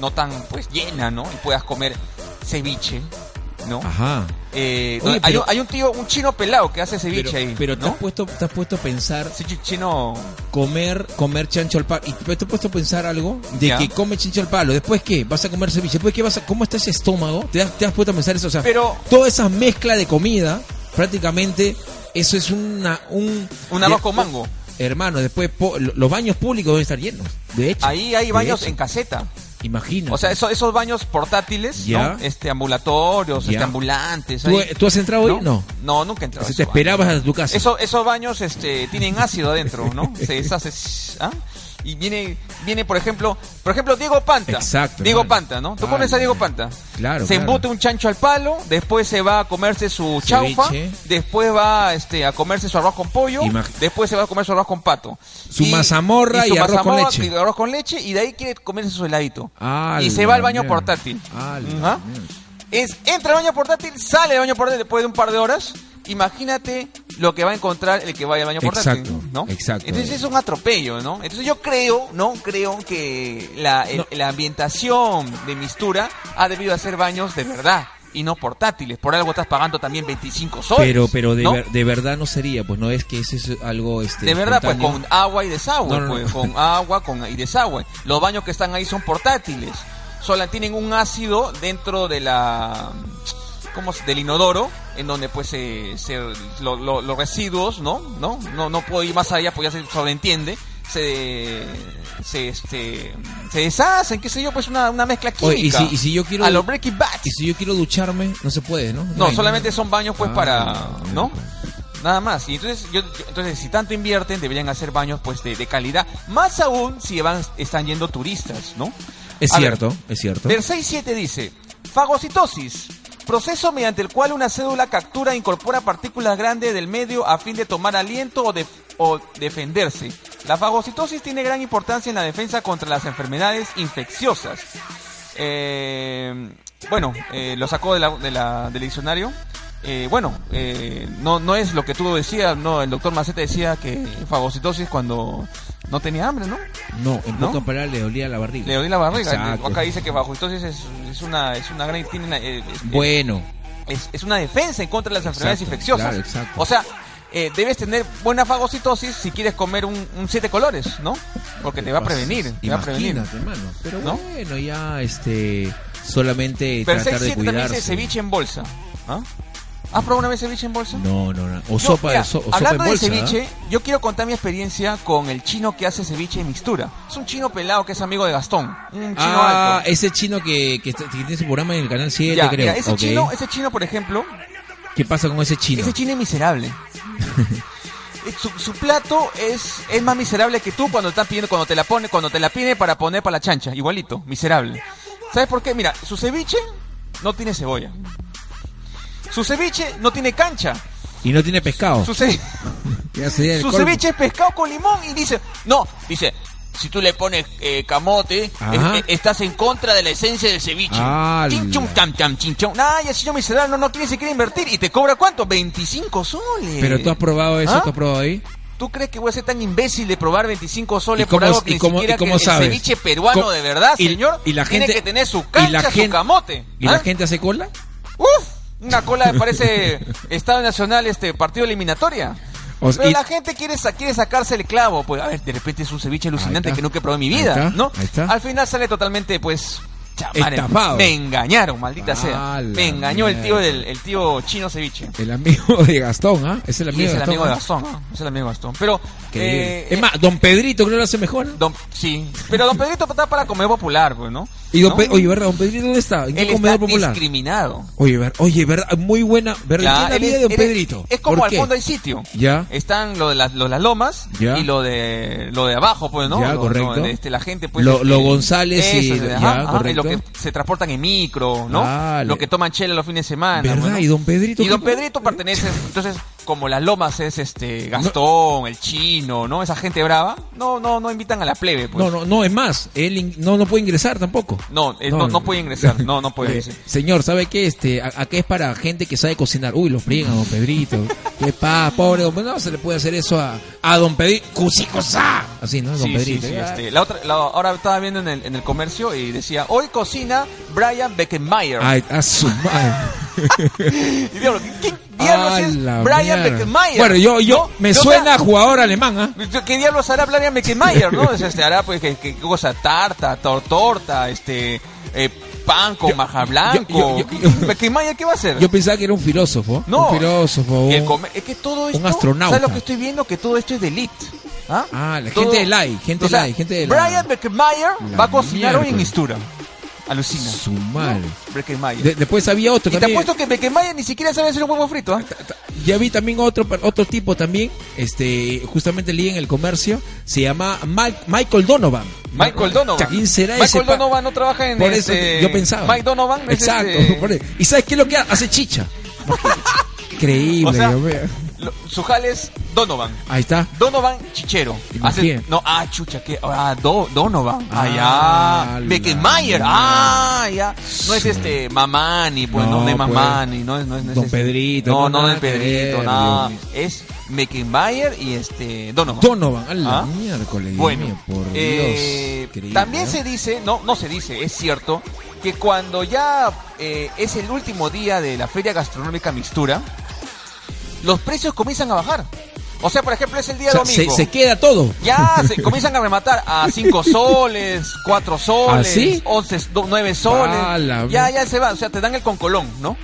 [SPEAKER 1] No tan, pues, llena, ¿no? Y puedas comer ceviche, ¿no?
[SPEAKER 2] Ajá.
[SPEAKER 1] Eh,
[SPEAKER 2] Oye,
[SPEAKER 1] hay,
[SPEAKER 2] pero-
[SPEAKER 1] un- hay un tío, un chino pelado que hace ceviche
[SPEAKER 2] Pero,
[SPEAKER 1] ahí,
[SPEAKER 2] pero te,
[SPEAKER 1] ¿no?
[SPEAKER 2] has puesto, te has puesto a pensar
[SPEAKER 1] Sí, chi- chino...
[SPEAKER 2] comer comer chancho al palo. Y te, te has puesto a pensar algo de
[SPEAKER 1] Ya.
[SPEAKER 2] que come chancho al palo. Después, ¿qué? ¿Vas a comer ceviche? Después, ¿qué vas a, ¿Cómo está ese estómago? ¿Te has, te has puesto a pensar eso? O sea,
[SPEAKER 1] Pero-
[SPEAKER 2] toda esa mezcla de comida, prácticamente, eso es una, un...
[SPEAKER 1] Un arroz
[SPEAKER 2] de-
[SPEAKER 1] con mango.
[SPEAKER 2] Hermano, después po- lo- los baños públicos deben estar llenos. De hecho.
[SPEAKER 1] Ahí hay
[SPEAKER 2] De
[SPEAKER 1] baños
[SPEAKER 2] hecho.
[SPEAKER 1] en caseta.
[SPEAKER 2] Imagina.
[SPEAKER 1] O sea, eso- esos baños portátiles,
[SPEAKER 2] Ya.
[SPEAKER 1] ¿no? Este, ambulatorios,
[SPEAKER 2] Ya.
[SPEAKER 1] este, ambulantes.
[SPEAKER 2] ¿Tú,
[SPEAKER 1] ahí.
[SPEAKER 2] tú has entrado hoy? No.
[SPEAKER 1] No, nunca he entrado. a
[SPEAKER 2] Si
[SPEAKER 1] esos
[SPEAKER 2] te
[SPEAKER 1] baños.
[SPEAKER 2] esperabas a tu casa.
[SPEAKER 1] Eso- esos baños este, tienen ácido adentro, ¿no? Se deshace. shh, ¿ah? Y viene, viene, por ejemplo, por ejemplo, Diego Panta.
[SPEAKER 2] Exacto,
[SPEAKER 1] Diego
[SPEAKER 2] hermano.
[SPEAKER 1] Panta, ¿no? Tú pones a
[SPEAKER 2] Ay,
[SPEAKER 1] Diego Panta.
[SPEAKER 2] Claro,
[SPEAKER 1] Se
[SPEAKER 2] claro.
[SPEAKER 1] embute un chancho al palo, después se va a comerse su
[SPEAKER 2] Ceviche.
[SPEAKER 1] chaufa, después va este, a comerse su arroz con pollo,
[SPEAKER 2] Imag-
[SPEAKER 1] después se va a comer su arroz con pato.
[SPEAKER 2] Su mazamorra y arroz con leche.
[SPEAKER 1] Y arroz con leche, y de ahí quiere comerse su heladito.
[SPEAKER 2] Ah,
[SPEAKER 1] y se
[SPEAKER 2] la
[SPEAKER 1] va al baño
[SPEAKER 2] mierda.
[SPEAKER 1] portátil.
[SPEAKER 2] Ah, la
[SPEAKER 1] Ajá
[SPEAKER 2] mierda.
[SPEAKER 1] es entra al baño portátil, sale del baño portátil después de un par de horas. Imagínate lo que va a encontrar el que vaya al baño portátil,
[SPEAKER 2] Exacto,
[SPEAKER 1] ¿no?
[SPEAKER 2] exacto.
[SPEAKER 1] Entonces es un atropello, ¿no? Entonces yo creo, ¿no? Creo que la, el-
[SPEAKER 2] No.
[SPEAKER 1] la ambientación de Mistura ha debido hacer baños de verdad y no portátiles. Por algo estás pagando también 25 soles.
[SPEAKER 2] Pero, pero de,
[SPEAKER 1] ¿no?
[SPEAKER 2] ver- de verdad no sería, pues no es que eso es algo este,
[SPEAKER 1] De verdad, pues
[SPEAKER 2] espontáneo.
[SPEAKER 1] con agua y desagüe,
[SPEAKER 2] No, no, no.
[SPEAKER 1] pues, con agua con, y desagüe. Los baños que están ahí son portátiles. Solo tienen un ácido dentro de la ¿cómo se- del inodoro, en donde pues se, se- lo- lo- los residuos, ¿no? ¿no? No no puedo ir más allá porque ya se sobreentiende. Se, se, este, se deshacen, qué sé yo, pues una, una mezcla
[SPEAKER 2] Oye, y
[SPEAKER 1] química.
[SPEAKER 2] si- y si yo quiero-
[SPEAKER 1] A los Breaking Bad.
[SPEAKER 2] Y si yo quiero ducharme, no se puede, ¿no?
[SPEAKER 1] No,
[SPEAKER 2] hay,
[SPEAKER 1] solamente son baños pues
[SPEAKER 2] Ah,
[SPEAKER 1] para,
[SPEAKER 2] ya,
[SPEAKER 1] ¿no?
[SPEAKER 2] pues.
[SPEAKER 1] Nada más. Y entonces, yo, yo- entonces si tanto invierten, deberían hacer baños pues de, de calidad. Más aún si van, están yendo turistas, ¿no?
[SPEAKER 2] Es
[SPEAKER 1] A ver,
[SPEAKER 2] cierto, es cierto.
[SPEAKER 1] Ver 6.7 dice, fagocitosis, proceso mediante el cual una célula captura e incorpora partículas grandes del medio a fin de tomar aliento o, def- o defenderse. La fagocitosis tiene gran importancia en la defensa contra las enfermedades infecciosas. Eh, bueno, eh, lo sacó de la- de la- del diccionario. Eh, bueno, eh, no, no es lo que tú decías, no, el doctor Maceta decía que fagocitosis cuando no tenía hambre, ¿no?
[SPEAKER 2] No, en
[SPEAKER 1] ¿No?
[SPEAKER 2] pocas palabras le dolía la barriga.
[SPEAKER 1] Le doy la barriga.
[SPEAKER 2] Exacto.
[SPEAKER 1] Acá dice que bajo entonces es, es una es una gran tiene una- eh, es,
[SPEAKER 2] Bueno,
[SPEAKER 1] es- es una defensa en contra de las enfermedades
[SPEAKER 2] Exacto,
[SPEAKER 1] infecciosas.
[SPEAKER 2] claro, exacto.
[SPEAKER 1] O sea, eh, debes tener buena fagocitosis si quieres comer un, un siete colores, ¿no? Porque te va a
[SPEAKER 2] pues,
[SPEAKER 1] prevenir, te va a prevenir.
[SPEAKER 2] Imagínate, hermano. Pero
[SPEAKER 1] ¿No?
[SPEAKER 2] bueno, ya este dice
[SPEAKER 1] Pero
[SPEAKER 2] tratar de
[SPEAKER 1] 6.7 también
[SPEAKER 2] cuidarse.
[SPEAKER 1] dice ceviche en bolsa. ¿Ah? ¿Has probado una vez ceviche en bolsa?
[SPEAKER 2] No, no, no.
[SPEAKER 1] Yo,
[SPEAKER 2] O sopa
[SPEAKER 1] mira,
[SPEAKER 2] de so- o sopa en
[SPEAKER 1] hablando
[SPEAKER 2] bolsa.
[SPEAKER 1] de
[SPEAKER 2] ¿ah?
[SPEAKER 1] ceviche, yo quiero contar mi experiencia con el chino que hace ceviche en mixtura. Es un chino pelado que es amigo de Gastón. Un chino
[SPEAKER 2] Ah,
[SPEAKER 1] alto.
[SPEAKER 2] ese chino que, que, está- que tiene su programa en el canal 7,
[SPEAKER 1] Ya,
[SPEAKER 2] creo.
[SPEAKER 1] ya, ese,
[SPEAKER 2] Ok.
[SPEAKER 1] chino, ese chino, por ejemplo,
[SPEAKER 2] ¿Qué pasa con ese chino?
[SPEAKER 1] Ese chino es miserable. Eh, su, su plato es, es más miserable que tú cuando estás pidiendo, cuando te la pone, cuando te la pide para poner para la chancha, igualito, miserable. ¿Sabes por qué? Mira, su ceviche no tiene cebolla. Su ceviche no tiene cancha.
[SPEAKER 2] Y no tiene pescado.
[SPEAKER 1] Su, ce-
[SPEAKER 2] Ya sería el
[SPEAKER 1] su
[SPEAKER 2] colmo.
[SPEAKER 1] ceviche es pescado con limón y dice, no,
[SPEAKER 3] Dice, si tú le pones eh, camote,
[SPEAKER 2] Ajá. Ah,
[SPEAKER 3] es- eh, estás en contra de la esencia del ceviche.
[SPEAKER 2] ¡Hala!
[SPEAKER 3] Chin, chum, tam, tam, chin, chum.
[SPEAKER 1] nada, ya señor miserable no, no quiere siquiera invertir y te cobra cuánto, 25 soles.
[SPEAKER 2] Pero tú has probado eso,
[SPEAKER 1] ¿Ah?
[SPEAKER 2] tú has probado ahí.
[SPEAKER 1] ¿Tú crees que voy a ser tan imbécil de probar 25 soles
[SPEAKER 2] ¿Y cómo-
[SPEAKER 1] por algo que
[SPEAKER 2] y
[SPEAKER 1] ni
[SPEAKER 2] cómo-
[SPEAKER 1] siquiera
[SPEAKER 2] y cómo
[SPEAKER 1] que
[SPEAKER 2] sabes?
[SPEAKER 1] el ceviche peruano
[SPEAKER 2] Co-
[SPEAKER 1] de verdad,
[SPEAKER 2] y-
[SPEAKER 1] señor?
[SPEAKER 2] y la
[SPEAKER 1] tiene
[SPEAKER 2] gente-
[SPEAKER 1] que tener su
[SPEAKER 2] y
[SPEAKER 1] cancha,
[SPEAKER 2] la
[SPEAKER 1] su
[SPEAKER 2] gente-
[SPEAKER 1] camote.
[SPEAKER 2] ¿Y la
[SPEAKER 1] ¿ah?
[SPEAKER 2] gente hace cola?
[SPEAKER 1] ¡Uf! Una cola me parece Estado Nacional, este partido eliminatoria.
[SPEAKER 2] O sea,
[SPEAKER 1] Pero
[SPEAKER 2] y-
[SPEAKER 1] la gente quiere, sa- quiere sacarse el clavo. Pues, a ver, de repente es un ceviche alucinante
[SPEAKER 2] está.
[SPEAKER 1] que nunca he probado en mi
[SPEAKER 2] Ahí
[SPEAKER 1] vida,
[SPEAKER 2] está,
[SPEAKER 1] ¿no?
[SPEAKER 2] ahí está.
[SPEAKER 1] Al final sale totalmente, pues... chamare,
[SPEAKER 2] Estafado.
[SPEAKER 1] Me engañaron, maldita
[SPEAKER 2] Ah,
[SPEAKER 1] sea.
[SPEAKER 2] la
[SPEAKER 1] Me engañó el tío,
[SPEAKER 2] mierda.
[SPEAKER 1] del, el tío chino ceviche.
[SPEAKER 2] El amigo de Gastón, ¿ah? Es el
[SPEAKER 1] Y
[SPEAKER 2] amigo
[SPEAKER 1] es
[SPEAKER 2] de
[SPEAKER 1] el
[SPEAKER 2] Gastón.
[SPEAKER 1] amigo de
[SPEAKER 2] ¿ah?
[SPEAKER 1] Gastón, ¿no? es el amigo de Gastón. Pero,
[SPEAKER 2] Increíble.
[SPEAKER 1] eh,
[SPEAKER 2] es más, Don Pedrito creo que lo hace mejor. ¿no?
[SPEAKER 1] Don- sí, pero Don Pedrito está para comer popular, pues, ¿no?
[SPEAKER 2] Y don
[SPEAKER 1] ¿No?
[SPEAKER 2] Pe- Oye, ¿verdad? ¿Don Pedrito dónde está? ¿En qué
[SPEAKER 1] Él
[SPEAKER 2] comedor
[SPEAKER 1] está
[SPEAKER 2] popular?
[SPEAKER 1] discriminado.
[SPEAKER 2] Oye, ver- oye, ¿verdad? Muy buena. ¿Verdad?
[SPEAKER 1] Ya,
[SPEAKER 2] ¿Quién la
[SPEAKER 1] él
[SPEAKER 2] vida
[SPEAKER 1] es-
[SPEAKER 2] de Don
[SPEAKER 1] él es-
[SPEAKER 2] Pedrito?
[SPEAKER 1] Es como
[SPEAKER 2] ¿Por
[SPEAKER 1] al
[SPEAKER 2] qué?
[SPEAKER 1] fondo Eh, hay sitio.
[SPEAKER 2] Ya.
[SPEAKER 1] Están lo de las, lo de las lomas
[SPEAKER 2] Ya.
[SPEAKER 1] y lo de lo de abajo, pues, ¿no?
[SPEAKER 2] Ya,
[SPEAKER 1] Lo- lo
[SPEAKER 2] correcto.
[SPEAKER 1] de este, la gente, pues.
[SPEAKER 2] Lo-
[SPEAKER 1] este,
[SPEAKER 2] lo González y-
[SPEAKER 1] eso,
[SPEAKER 2] ya,
[SPEAKER 1] ajá, ajá, y lo que
[SPEAKER 2] correcto.
[SPEAKER 1] se transportan en micro, ¿no?
[SPEAKER 2] Ah,
[SPEAKER 1] lo
[SPEAKER 2] le-
[SPEAKER 1] que toman chela los fines de semana.
[SPEAKER 2] ¿Verdad?
[SPEAKER 1] bueno.
[SPEAKER 2] ¿Y Don Pedrito?
[SPEAKER 1] Y Don
[SPEAKER 2] qué-
[SPEAKER 1] Pedrito pertenece, entonces, como las lomas es este Gastón, el chino, ¿no? Esa gente brava. No, no, no invitan a la plebe, pues.
[SPEAKER 2] No, no, no, es más. Él in- no, no puede ingresar tampoco.
[SPEAKER 1] No, eh, no, no, puede ingresar, no, no puede
[SPEAKER 2] Eh,
[SPEAKER 1] ingresar.
[SPEAKER 2] Señor, ¿sabe qué? Este, a- acá es para gente que sabe cocinar. Uy, lo friegan a don Pedrito. qué pa, pobre don Pedrito. No se le puede hacer eso a, a don Pedrito. Cusicosá. Así, ¿no? Don
[SPEAKER 1] Sí, sí,
[SPEAKER 2] Pedrito.
[SPEAKER 1] sí,
[SPEAKER 2] Ya.
[SPEAKER 1] este, la otra, la- ahora estaba viendo en el, en el comercio y decía, hoy cocina Brian Beckenmeyer.
[SPEAKER 2] Ay, a su madre.
[SPEAKER 1] Y diablo, ¿quién diablos
[SPEAKER 2] A
[SPEAKER 1] es
[SPEAKER 2] la
[SPEAKER 1] Brian
[SPEAKER 2] mierda.
[SPEAKER 1] Beckenmeyer?
[SPEAKER 2] Bueno, yo, yo,
[SPEAKER 1] ¿No?
[SPEAKER 2] me
[SPEAKER 1] Yo,
[SPEAKER 2] suena a
[SPEAKER 1] o
[SPEAKER 2] jugador alemán, ¿ah?
[SPEAKER 1] sea, ¿Qué diablos hará Brian Beckenmeyer, no? O sea, este, hará, pues, que, que- qué cosa, tarta, tor- torta, este, eh, pan con
[SPEAKER 2] Yo-
[SPEAKER 1] maja blanco.
[SPEAKER 2] yo- yo- yo-
[SPEAKER 1] ¿Beckenmeyer qué va a hacer?
[SPEAKER 2] Yo pensaba que era un filósofo.
[SPEAKER 1] No.
[SPEAKER 2] Un filósofo.
[SPEAKER 1] El
[SPEAKER 2] Oh. un-
[SPEAKER 1] come- es que todo esto,
[SPEAKER 2] astronauta.
[SPEAKER 1] ¿Sabes lo que estoy viendo? Que todo esto es de elite. ¿Ah?
[SPEAKER 2] Ah, la
[SPEAKER 1] Todo-
[SPEAKER 2] gente de like, gente
[SPEAKER 1] o
[SPEAKER 2] de
[SPEAKER 1] sea,
[SPEAKER 2] like, gente de like.
[SPEAKER 1] Brian Beckenmeyer
[SPEAKER 2] La
[SPEAKER 1] va a cocinar hoy en
[SPEAKER 2] miércoles.
[SPEAKER 1] Mistura. Alucina.
[SPEAKER 2] Su madre.
[SPEAKER 1] Beckenmeyer.
[SPEAKER 2] De- después había otro
[SPEAKER 1] y te
[SPEAKER 2] también.
[SPEAKER 1] apuesto que Beckenmeyer ni siquiera sabe hacer un huevo frito. ¿ah?
[SPEAKER 2] Ya vi también otro otro tipo también, este, justamente leí en el comercio, se llama Mal- Michael Donovan.
[SPEAKER 1] Michael Donovan.
[SPEAKER 2] O sea, ¿Quién será ese
[SPEAKER 1] Michael
[SPEAKER 2] pa-
[SPEAKER 1] Donovan no trabaja en
[SPEAKER 2] Por eso
[SPEAKER 1] este...
[SPEAKER 2] yo pensaba.
[SPEAKER 1] Mike Donovan es
[SPEAKER 2] Exacto.
[SPEAKER 1] este-
[SPEAKER 2] por eso. ¿Y sabes qué es lo que hace? Hace chicha. Increíble,
[SPEAKER 1] O sea,
[SPEAKER 2] Dios mío.
[SPEAKER 1] lo- su jale es Donovan.
[SPEAKER 2] Ahí está.
[SPEAKER 1] Donovan Chichero. Hace,
[SPEAKER 2] Imagínate.
[SPEAKER 1] no, ah, chucha, que ah, Do- Donovan.
[SPEAKER 2] Ah,
[SPEAKER 1] Ah, ya.
[SPEAKER 2] la
[SPEAKER 1] Beckenmayer.
[SPEAKER 2] mierda.
[SPEAKER 1] Ah, ya. No es este Mamani, pues no,
[SPEAKER 2] No,
[SPEAKER 1] no es
[SPEAKER 2] pues.
[SPEAKER 1] Mamani, no es, no es, no es
[SPEAKER 2] Don
[SPEAKER 1] ese.
[SPEAKER 2] Pedrito,
[SPEAKER 1] No,
[SPEAKER 2] no,
[SPEAKER 1] no,
[SPEAKER 2] nada
[SPEAKER 1] es
[SPEAKER 2] que
[SPEAKER 1] Pedrito,
[SPEAKER 2] ver,
[SPEAKER 1] nada.
[SPEAKER 2] Dios mío.
[SPEAKER 1] Es Beckenmayer y este Donovan.
[SPEAKER 2] Donovan, a la
[SPEAKER 1] Ah.
[SPEAKER 2] miércoles, Dios
[SPEAKER 1] Bueno,
[SPEAKER 2] mío, por
[SPEAKER 1] eh,
[SPEAKER 2] Dios. Increíble,
[SPEAKER 1] también
[SPEAKER 2] ¿no?
[SPEAKER 1] se dice, no, no se dice, es cierto, que cuando ya eh, es el último día de la feria gastronómica mixtura, los precios comienzan a bajar. O sea, por ejemplo, es el día
[SPEAKER 2] O sea, se,
[SPEAKER 1] domingo.
[SPEAKER 2] se queda todo.
[SPEAKER 1] Ya se comienzan a rematar a 5 soles, 4
[SPEAKER 2] ¿Ah,
[SPEAKER 1] soles,
[SPEAKER 2] sí?
[SPEAKER 1] 11, 9 soles.
[SPEAKER 2] Ah, la
[SPEAKER 1] ya,
[SPEAKER 2] mierda.
[SPEAKER 1] ya se va, o sea, te dan el concolón, ¿no?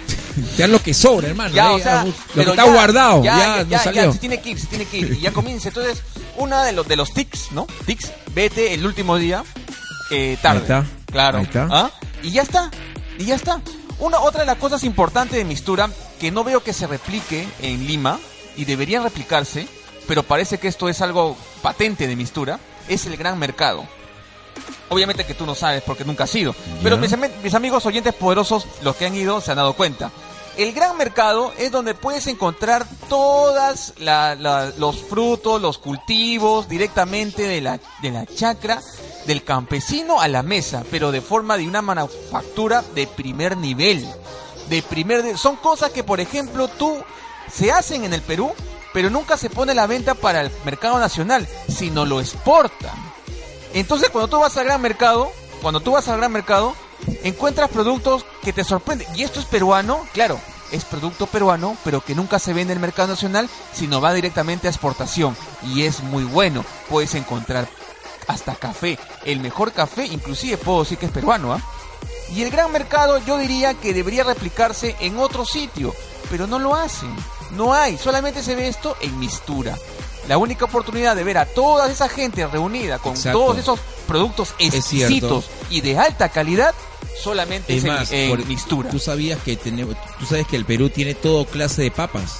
[SPEAKER 2] Te dan lo que sobra, hermano.
[SPEAKER 1] Ya,
[SPEAKER 2] Ahí,
[SPEAKER 1] o sea,
[SPEAKER 2] ah, lo que
[SPEAKER 1] pero
[SPEAKER 2] está guardado, ya, no salió.
[SPEAKER 1] ya, se tiene que ir, se tiene que ir. Y ya comienza. Entonces, una de los de los tics, ¿no? Tics, vete el último día eh, tarde.
[SPEAKER 2] Ahí está,
[SPEAKER 1] Claro.
[SPEAKER 2] ahí está.
[SPEAKER 1] ¿Ah? Y ya está. Y ya está. Una otra de las cosas importantes de Mistura que no veo que se replique en Lima y debería replicarse, pero parece que esto es algo patente de Mistura, es el gran mercado. Obviamente que tú no sabes porque nunca has ido. Pero mis, ami- mis amigos oyentes poderosos, los que han ido, se han dado cuenta. El gran mercado es donde puedes encontrar todas la- la- los frutos, los cultivos directamente de la, de la chacra, del campesino a la mesa, pero de forma de una manufactura de primer nivel. De primer de- son cosas que, por ejemplo, tú se hacen en el Perú, pero nunca se pone a la venta para el mercado nacional, sino lo exportan. Entonces, cuando tú vas al gran mercado, cuando tú vas al gran mercado, encuentras productos que te sorprenden. Y esto es peruano, claro, es producto peruano, pero que nunca se vende en el mercado nacional, sino va directamente a exportación. Y es muy bueno. Puedes encontrar hasta café. El mejor café, inclusive puedo decir que es peruano, ¿ah? Y el gran mercado yo diría que debería replicarse en otro sitio, pero no lo hacen. No hay, solamente se ve esto en Mistura. La única oportunidad de ver a toda esa gente reunida con
[SPEAKER 2] Exacto.
[SPEAKER 1] todos esos productos exquisitos y de alta calidad solamente es,
[SPEAKER 2] Es
[SPEAKER 1] en-
[SPEAKER 2] más,
[SPEAKER 1] en,
[SPEAKER 2] por-
[SPEAKER 1] Mistura.
[SPEAKER 2] Tú sabías que tenemos, tú sabes que el Perú tiene todo clase de papas.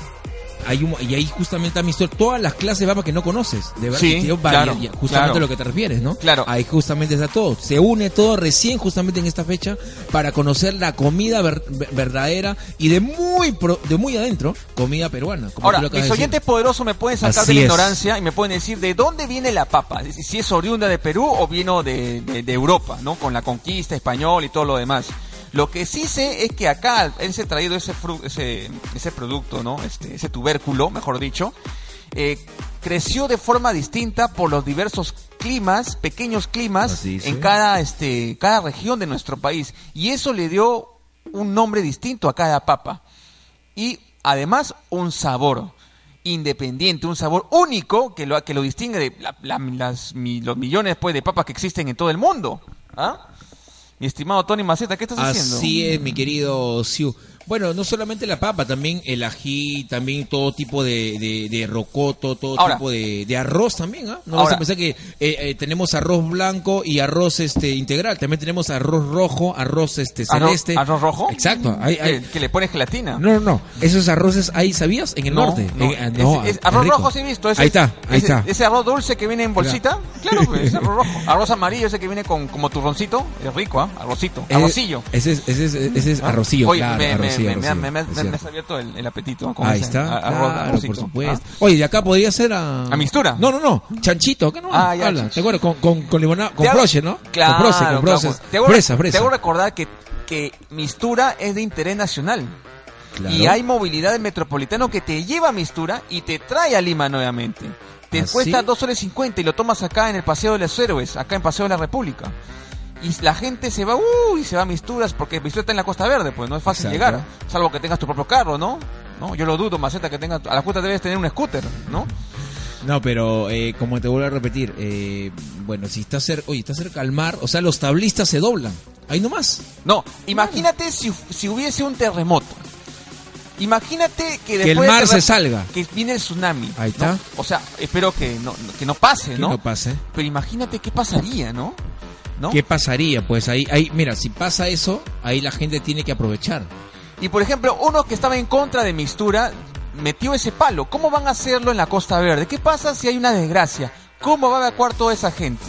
[SPEAKER 2] hay un- y ahí justamente a mi historia, todas las clases de papas que no conoces, de verdad,
[SPEAKER 1] Sí,
[SPEAKER 2] que tiene varias,
[SPEAKER 1] claro,
[SPEAKER 2] y justamente
[SPEAKER 1] claro.
[SPEAKER 2] a lo que te refieres, ¿no?
[SPEAKER 1] Claro.
[SPEAKER 2] Ahí justamente está todo, se une todo recién justamente en esta fecha para conocer la comida ver- ver- verdadera y de muy pro- de muy adentro, comida peruana. como
[SPEAKER 1] Ahora,
[SPEAKER 2] tú lo
[SPEAKER 1] mis
[SPEAKER 2] acabas de decir.
[SPEAKER 1] oyentes poderosos me pueden sacar
[SPEAKER 2] Así
[SPEAKER 1] de la
[SPEAKER 2] es.
[SPEAKER 1] ignorancia y me pueden decir de dónde viene la papa, si si es oriunda de Perú o vino de, de- de Europa, ¿no? Con la conquista española y todo lo demás. Lo que sí sé es que acá al haberse traído ese, fru- ese, ese producto, ¿no? Este, ese tubérculo, mejor dicho, eh, creció de forma distinta por los diversos climas, pequeños climas,
[SPEAKER 2] Así dice.
[SPEAKER 1] en cada, este, cada región de nuestro país. Y eso le dio un nombre distinto a cada papa y además un sabor independiente, un sabor único que lo, que lo distingue de la- la- las, mi- los millones pues, de papas que existen en todo el mundo. ¿Ah? Mi estimado Tony Maceta, ¿qué estás haciendo?
[SPEAKER 2] Así es, mi querido Siu. Bueno, no solamente la papa, también el ají, también todo tipo de, de- de rocoto, todo
[SPEAKER 1] Ahora.
[SPEAKER 2] tipo de, de arroz también, ¿ah? No vas
[SPEAKER 1] Ahora.
[SPEAKER 2] a pensar que eh, eh, tenemos arroz blanco y arroz este integral. También tenemos arroz rojo, arroz este
[SPEAKER 1] ¿Arroz-
[SPEAKER 2] celeste.
[SPEAKER 1] ¿Arroz rojo?
[SPEAKER 2] Exacto. hay- hay-
[SPEAKER 1] Que, que le pones gelatina.
[SPEAKER 2] No, no, no. Esos arroces ahí, ¿sabías? En el
[SPEAKER 1] No,
[SPEAKER 2] norte.
[SPEAKER 1] no.
[SPEAKER 2] En- ah, no,
[SPEAKER 1] Ese- ese
[SPEAKER 2] ah,
[SPEAKER 1] arroz
[SPEAKER 2] rico.
[SPEAKER 1] rojo sí he visto. ese-
[SPEAKER 2] ahí está,
[SPEAKER 1] ese-
[SPEAKER 2] ahí está.
[SPEAKER 1] Ese arroz dulce que viene en bolsita. Claro, pues, ese arroz rojo. Arroz amarillo, ese que viene con, como turroncito. Es rico, ¿ah? Arrocito.
[SPEAKER 2] Ese-
[SPEAKER 1] Arrocillo.
[SPEAKER 2] Ese es, ese es, ese es
[SPEAKER 1] ¿Ah?
[SPEAKER 2] Eh, arrocillo,
[SPEAKER 1] Oye,
[SPEAKER 2] claro,
[SPEAKER 1] me, me- me- me-
[SPEAKER 2] arrocillo, arrocillo,
[SPEAKER 1] me- me-
[SPEAKER 2] es
[SPEAKER 1] me-
[SPEAKER 2] cierto.
[SPEAKER 1] has abierto el, el apetito. con
[SPEAKER 2] Ahí
[SPEAKER 1] ese
[SPEAKER 2] está,
[SPEAKER 1] ar- arroz-
[SPEAKER 2] claro,
[SPEAKER 1] arrocito.
[SPEAKER 2] por supuesto.
[SPEAKER 1] Ah.
[SPEAKER 2] Oye, de acá podría ser a...
[SPEAKER 1] ¿A mistura?
[SPEAKER 2] No, no, no, chanchito, ¿qué no?
[SPEAKER 1] Ah, ya,
[SPEAKER 2] Habla,
[SPEAKER 1] chanchito.
[SPEAKER 2] ¿te acuerdas? Con, con, con limonada, con
[SPEAKER 1] Te hago-
[SPEAKER 2] broche, ¿no?
[SPEAKER 1] Claro,
[SPEAKER 2] Con broche, con
[SPEAKER 1] claro,
[SPEAKER 2] broche.
[SPEAKER 1] pues. Te hago,
[SPEAKER 2] Fresa,
[SPEAKER 1] te
[SPEAKER 2] fresa.
[SPEAKER 1] hago recordar que, que Mistura es de interés nacional.
[SPEAKER 2] Claro.
[SPEAKER 1] Y hay movilidad del metropolitano que te lleva a Mistura y te trae a Lima nuevamente. Te
[SPEAKER 2] ¿Así?
[SPEAKER 1] cuesta 2 horas 50 y lo tomas acá en el Paseo de los Héroes, acá en Paseo de la República. Y la gente se va, uy, se va a Misturas porque Mistura está en la Costa Verde, pues no es fácil
[SPEAKER 2] Exacto.
[SPEAKER 1] llegar. Salvo que tengas tu propio carro, ¿no? No, yo lo dudo, Maceta, que tengas... A la justa debes tener un scooter, ¿no?
[SPEAKER 2] No, pero eh, como te vuelvo a repetir, eh, bueno, si está cerca, oye, está cerca al mar, o sea, los tablistas se doblan. Ahí nomás.
[SPEAKER 1] No, imagínate si, si hubiese un terremoto. Imagínate que después
[SPEAKER 2] Que el
[SPEAKER 1] del
[SPEAKER 2] mar se
[SPEAKER 1] terremoto-
[SPEAKER 2] salga.
[SPEAKER 1] Que viene el tsunami.
[SPEAKER 2] Ahí
[SPEAKER 1] ¿no?
[SPEAKER 2] está.
[SPEAKER 1] O sea, espero que no, que no pase,
[SPEAKER 2] Que
[SPEAKER 1] ¿no?
[SPEAKER 2] no pase.
[SPEAKER 1] Pero imagínate qué pasaría, ¿no? ¿No?
[SPEAKER 2] ¿Qué pasaría? Pues ahí, ahí, mira, si pasa eso, ahí la gente tiene que aprovechar.
[SPEAKER 1] Y por ejemplo, uno que estaba en contra de Mistura metió ese palo. ¿Cómo van a hacerlo en la Costa Verde? ¿Qué pasa si hay una desgracia? ¿Cómo va a evacuar toda esa gente?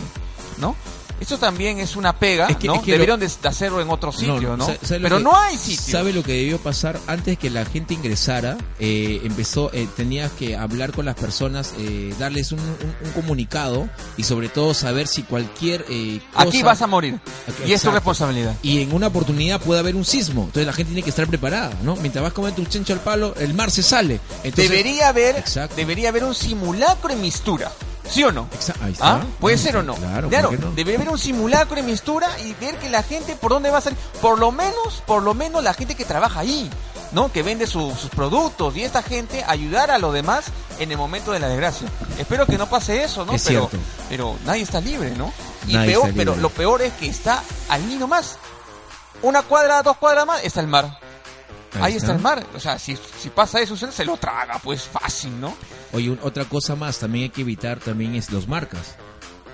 [SPEAKER 1] ¿No? Eso también es una pega,
[SPEAKER 2] Es que-
[SPEAKER 1] ¿no?
[SPEAKER 2] es que lo-
[SPEAKER 1] Debieron de de hacerlo en otro sitio, ¿no?
[SPEAKER 2] sa- ¿sabe lo
[SPEAKER 1] Pero
[SPEAKER 2] que-
[SPEAKER 1] no hay sitio.
[SPEAKER 2] ¿Sabe lo que debió pasar? Antes que la gente ingresara, eh, empezó, eh, tenías que hablar con las personas, eh, darles un, un- un comunicado y sobre todo saber si cualquier eh, cosa...
[SPEAKER 1] Aquí vas a morir.
[SPEAKER 2] Aquí-
[SPEAKER 1] y es tu
[SPEAKER 2] exacto.
[SPEAKER 1] responsabilidad.
[SPEAKER 2] Y en una oportunidad puede haber un sismo, entonces la gente tiene que estar preparada, ¿no? Mientras vas comiendo un chencho al palo, el mar se sale. Entonces,
[SPEAKER 1] debería haber
[SPEAKER 2] Exacto.
[SPEAKER 1] debería haber un simulacro en mistura sí o no
[SPEAKER 2] Exa- ahí está.
[SPEAKER 1] ¿Ah? ¿Puede ser o no?
[SPEAKER 2] Claro, ¿por qué no?
[SPEAKER 1] debería haber un simulacro en mistura y ver que la gente por dónde va a salir. Por lo menos, por lo menos la gente que trabaja ahí, ¿no? Que vende su- sus productos y esta gente ayudar a los demás en el momento de la desgracia. Espero que no pase eso, ¿no?
[SPEAKER 2] Es
[SPEAKER 1] pero,
[SPEAKER 2] cierto.
[SPEAKER 1] pero nadie está libre, ¿no? Y
[SPEAKER 2] Nadie
[SPEAKER 1] peor,
[SPEAKER 2] está
[SPEAKER 1] pero
[SPEAKER 2] libre.
[SPEAKER 1] lo peor es que está al niño más. Una cuadra, dos cuadras más, está el mar. Ahí, está. el mar. O sea, si, si pasa eso, se se lo traga, pues fácil, ¿no?
[SPEAKER 2] Oye, un- otra cosa más, también hay que evitar también es los marcas.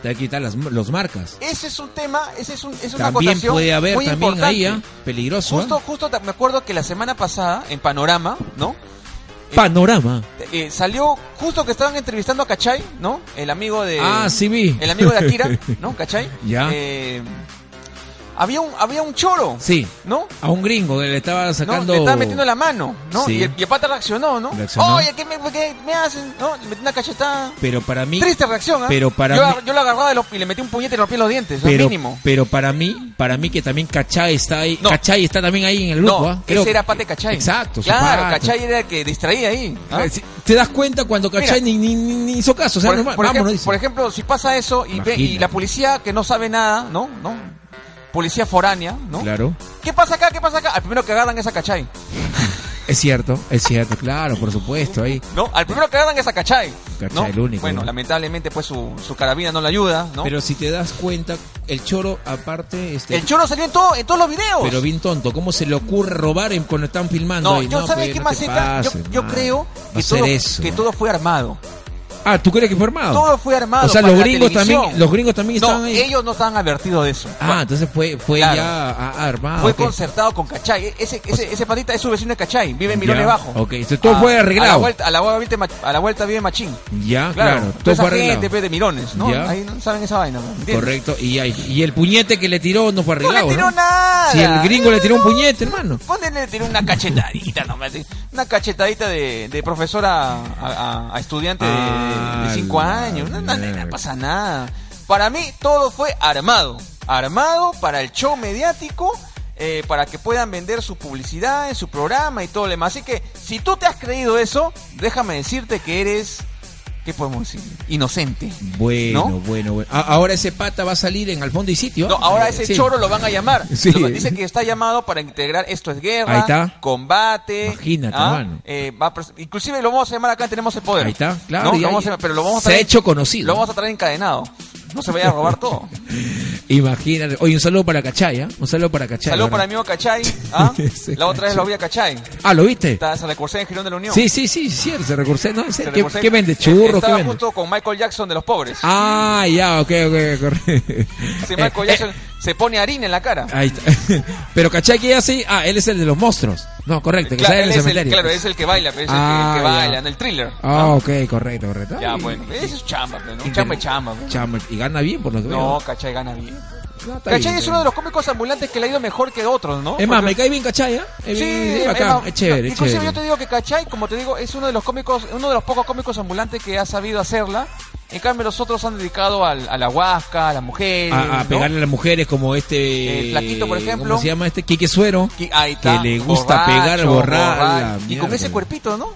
[SPEAKER 2] Hay que evitar las, los marcas.
[SPEAKER 1] Ese es un tema, ese es, un, es una
[SPEAKER 2] También
[SPEAKER 1] acotación
[SPEAKER 2] puede haber
[SPEAKER 1] muy
[SPEAKER 2] también
[SPEAKER 1] importante.
[SPEAKER 2] ahí, ¿ah? peligroso. ¿ah?
[SPEAKER 1] Justo, justo ta- me acuerdo que la semana pasada, en Panorama, ¿no?
[SPEAKER 2] Panorama.
[SPEAKER 1] Eh, salió justo que estaban entrevistando a Cachay, ¿no? El amigo de.
[SPEAKER 2] ah, sí vi.
[SPEAKER 1] Eh, El amigo de Akira, ¿no? ¿Cachay?
[SPEAKER 2] Ya.
[SPEAKER 1] Eh, había, un, había un choro,
[SPEAKER 2] Sí,
[SPEAKER 1] ¿no?
[SPEAKER 2] a un gringo que le estaba
[SPEAKER 1] ¿no?
[SPEAKER 2] sacando...
[SPEAKER 1] Le estaba metiendo la mano, ¿no?
[SPEAKER 2] Sí.
[SPEAKER 1] Y, el, y el pata reaccionó, ¿no?
[SPEAKER 2] Reaccionó.
[SPEAKER 1] Oye, ¿qué me, qué me hacen? ¿No? Le metí una cachetada.
[SPEAKER 2] Pero para mí...
[SPEAKER 1] Triste reacción, ¿ah?
[SPEAKER 2] Pero para
[SPEAKER 1] yo,
[SPEAKER 2] mí-
[SPEAKER 1] yo lo agarraba de los- y le metí un puñete y le rompí los dientes, al
[SPEAKER 2] Pero,
[SPEAKER 1] mínimo.
[SPEAKER 2] pero para mí, para mí que también Cachay está ahí.
[SPEAKER 1] No.
[SPEAKER 2] Cachay está también ahí en el grupo.
[SPEAKER 1] No,
[SPEAKER 2] ¿ah? Creo-
[SPEAKER 1] ese era Pate Cachay.
[SPEAKER 2] Exacto, su
[SPEAKER 1] Claro,
[SPEAKER 2] pato.
[SPEAKER 1] Cachay era el que distraía ahí. ¿ah?
[SPEAKER 2] Ah, sí, Te das cuenta cuando Cachay ni, ni- ni- ni hizo caso. O sea,
[SPEAKER 1] por,
[SPEAKER 2] normal,
[SPEAKER 1] por
[SPEAKER 2] vámonos,
[SPEAKER 1] ejemplo,
[SPEAKER 2] dice.
[SPEAKER 1] por ejemplo, si pasa eso y, ve, y
[SPEAKER 2] Imagina.
[SPEAKER 1] la policía que no sabe nada, ¿no? ¿No? Policía foránea, ¿no?
[SPEAKER 2] Claro.
[SPEAKER 1] ¿Qué pasa acá? ¿Qué pasa acá? Al primero que agarran es a Cachay,
[SPEAKER 2] Es cierto, es cierto. Claro, por supuesto, ahí.
[SPEAKER 1] ¿no? Al primero que agarran es a Cachay. ¿no?
[SPEAKER 2] Cachay, el único,
[SPEAKER 1] Bueno,
[SPEAKER 2] ¿no?
[SPEAKER 1] lamentablemente, pues su, su carabina no le ayuda, ¿no?
[SPEAKER 2] Pero si te das cuenta, el choro, aparte... Este,
[SPEAKER 1] el choro salió en, todo, en todos los videos.
[SPEAKER 2] Pero bien tonto, ¿cómo se le ocurre robar en- cuando están filmando?
[SPEAKER 1] No,
[SPEAKER 2] ahí?
[SPEAKER 1] yo
[SPEAKER 2] No,
[SPEAKER 1] ¿sabes
[SPEAKER 2] pe,
[SPEAKER 1] qué
[SPEAKER 2] no te
[SPEAKER 1] Maceta? Yo-
[SPEAKER 2] pases,
[SPEAKER 1] yo,
[SPEAKER 2] man.
[SPEAKER 1] creo
[SPEAKER 2] No
[SPEAKER 1] que
[SPEAKER 2] hacer
[SPEAKER 1] todo,
[SPEAKER 2] eso,
[SPEAKER 1] que
[SPEAKER 2] man.
[SPEAKER 1] todo fue armado.
[SPEAKER 2] Ah, ¿tú crees que fue armado?
[SPEAKER 1] Todo fue armado
[SPEAKER 2] O sea,
[SPEAKER 1] para
[SPEAKER 2] los
[SPEAKER 1] la
[SPEAKER 2] gringos
[SPEAKER 1] televisión.
[SPEAKER 2] también, los gringos también
[SPEAKER 1] No,
[SPEAKER 2] estaban ahí.
[SPEAKER 1] ellos no estaban advertidos de eso.
[SPEAKER 2] Ah, entonces fue, fue
[SPEAKER 1] Claro.
[SPEAKER 2] ya a- armado.
[SPEAKER 1] fue
[SPEAKER 2] ok.
[SPEAKER 1] concertado con Cachay. E-, Ese, ese, ese patita es su vecino de Cachay. Vive en Mirones
[SPEAKER 2] Ya,
[SPEAKER 1] Bajo. Ah,
[SPEAKER 2] ok, entonces todo fue arreglado.
[SPEAKER 1] A la vuelta, a la vuelta, vive Mach- a la vuelta vive Machín.
[SPEAKER 2] Ya,
[SPEAKER 1] Claro.
[SPEAKER 2] claro.
[SPEAKER 1] Toda
[SPEAKER 2] Todo
[SPEAKER 1] esa
[SPEAKER 2] fue arreglado.
[SPEAKER 1] gente, pues, de Mirones, ¿no?
[SPEAKER 2] Ya.
[SPEAKER 1] Ahí no saben esa vaina. ¿me entiendes?
[SPEAKER 2] Correcto. Y, ahí- y el puñete que le tiró no fue
[SPEAKER 1] No
[SPEAKER 2] arreglado.
[SPEAKER 1] le tiró
[SPEAKER 2] ¿no?
[SPEAKER 1] nada.
[SPEAKER 2] Si el gringo le tiró un puñete, hermano.
[SPEAKER 1] Ponle, le tiró una cachetadita nomás. ¿sí? Una cachetadita de, de profesora a, a- a estudiante de- de
[SPEAKER 2] Ah,
[SPEAKER 1] 5
[SPEAKER 2] la
[SPEAKER 1] años. No, no, no, no
[SPEAKER 2] mierda.
[SPEAKER 1] pasa nada. Para mí todo fue armado. Armado para el show mediático. eh, para que puedan vender su publicidad en su programa y todo lo demás. Así que si tú te has creído eso, déjame decirte que eres, ¿qué podemos decir? Inocente.
[SPEAKER 2] Bueno,
[SPEAKER 1] ¿No?
[SPEAKER 2] bueno, bueno. A- ahora ese pata va a salir en Al fondo y sitio. ¿eh?
[SPEAKER 1] No, ahora ese
[SPEAKER 2] Sí.
[SPEAKER 1] choro lo van a llamar.
[SPEAKER 2] Sí.
[SPEAKER 1] Lo- dice que está llamado para integrar esto es guerra,
[SPEAKER 2] Ahí está.
[SPEAKER 1] combate.
[SPEAKER 2] Imagínate, hermano.
[SPEAKER 1] eh, va a pres- inclusive lo vamos a llamar acá, tenemos el poder.
[SPEAKER 2] Ahí está, claro,
[SPEAKER 1] ¿No?
[SPEAKER 2] ya-
[SPEAKER 1] Lo vamos a llamar, pero lo vamos a
[SPEAKER 2] se ha
[SPEAKER 1] traer-
[SPEAKER 2] hecho conocido.
[SPEAKER 1] Lo vamos a traer encadenado. No se vaya a robar todo.
[SPEAKER 2] Imagínate. Oye, un saludo para Cachaya. Un saludo para Cachaya.
[SPEAKER 1] Saludos para mi
[SPEAKER 2] ¿verdad?
[SPEAKER 1] amigo Cachay. ¿ah?
[SPEAKER 2] Ese
[SPEAKER 1] La otra vez lo vi a Cachay.
[SPEAKER 2] Ah, ¿lo viste?
[SPEAKER 1] Está, se recursé en Girón de la Unión.
[SPEAKER 2] Sí, sí, sí, cierto. Se recursé. No,
[SPEAKER 1] Se
[SPEAKER 2] ese- ¿qué,
[SPEAKER 1] recursé-
[SPEAKER 2] qué vende? Churro, ¿qué
[SPEAKER 1] Estaba
[SPEAKER 2] vende?
[SPEAKER 1] junto con Michael Jackson de los pobres.
[SPEAKER 2] Ah, ya, ok, ok, correcto.
[SPEAKER 1] Sí,
[SPEAKER 2] Eh,
[SPEAKER 1] Michael
[SPEAKER 2] eh, Ah,
[SPEAKER 1] Jackson se pone harina en la cara.
[SPEAKER 2] Ahí está. Pero cachai que hace. Ah, él es el de los monstruos. No, correcto, que
[SPEAKER 1] Claro,
[SPEAKER 2] sale
[SPEAKER 1] él
[SPEAKER 2] en el
[SPEAKER 1] es el-
[SPEAKER 2] cementerio. pues.
[SPEAKER 1] claro, es el que baila, pero es el que-
[SPEAKER 2] Ah,
[SPEAKER 1] el que,
[SPEAKER 2] ya.
[SPEAKER 1] baila, en el thriller.
[SPEAKER 2] Ah,
[SPEAKER 1] ¿ah?
[SPEAKER 2] ok, correcto, correcto.
[SPEAKER 1] Ya,
[SPEAKER 2] Ay,
[SPEAKER 1] bueno, eso es chamba, pero, ¿no?
[SPEAKER 2] inter-
[SPEAKER 1] Chamba es chamba. pues.
[SPEAKER 2] Chamba, y gana bien por lo que
[SPEAKER 1] No,
[SPEAKER 2] veo.
[SPEAKER 1] Cachay gana bien.
[SPEAKER 2] No, está
[SPEAKER 1] Cachay
[SPEAKER 2] bien,
[SPEAKER 1] es
[SPEAKER 2] está
[SPEAKER 1] uno de
[SPEAKER 2] bien.
[SPEAKER 1] los cómicos ambulantes que le ha ido mejor que otros, ¿no?
[SPEAKER 2] Es más, me
[SPEAKER 1] Porque-
[SPEAKER 2] cae bien Cachai, ¿eh? Es
[SPEAKER 1] Sí,
[SPEAKER 2] bien,
[SPEAKER 1] es
[SPEAKER 2] es bacán,
[SPEAKER 1] más,
[SPEAKER 2] es chévere, es
[SPEAKER 1] inclusive
[SPEAKER 2] chévere.
[SPEAKER 1] yo te digo que Cachay, como te digo, es uno de los cómicos, uno de los pocos cómicos ambulantes que ha sabido hacerla. En cambio, los otros han dedicado al- a la huasca, a la mujer.
[SPEAKER 2] A, a
[SPEAKER 1] ¿no?
[SPEAKER 2] pegarle a las mujeres como este...
[SPEAKER 1] Eh, Flaquito, por ejemplo.
[SPEAKER 2] ¿Cómo se llama este? Quique Suero.
[SPEAKER 1] Que, ahí está,
[SPEAKER 2] que le gusta
[SPEAKER 1] borracho,
[SPEAKER 2] pegar, borrar.
[SPEAKER 1] borracho.
[SPEAKER 2] la
[SPEAKER 1] Y con
[SPEAKER 2] mierda.
[SPEAKER 1] ese cuerpito, ¿no?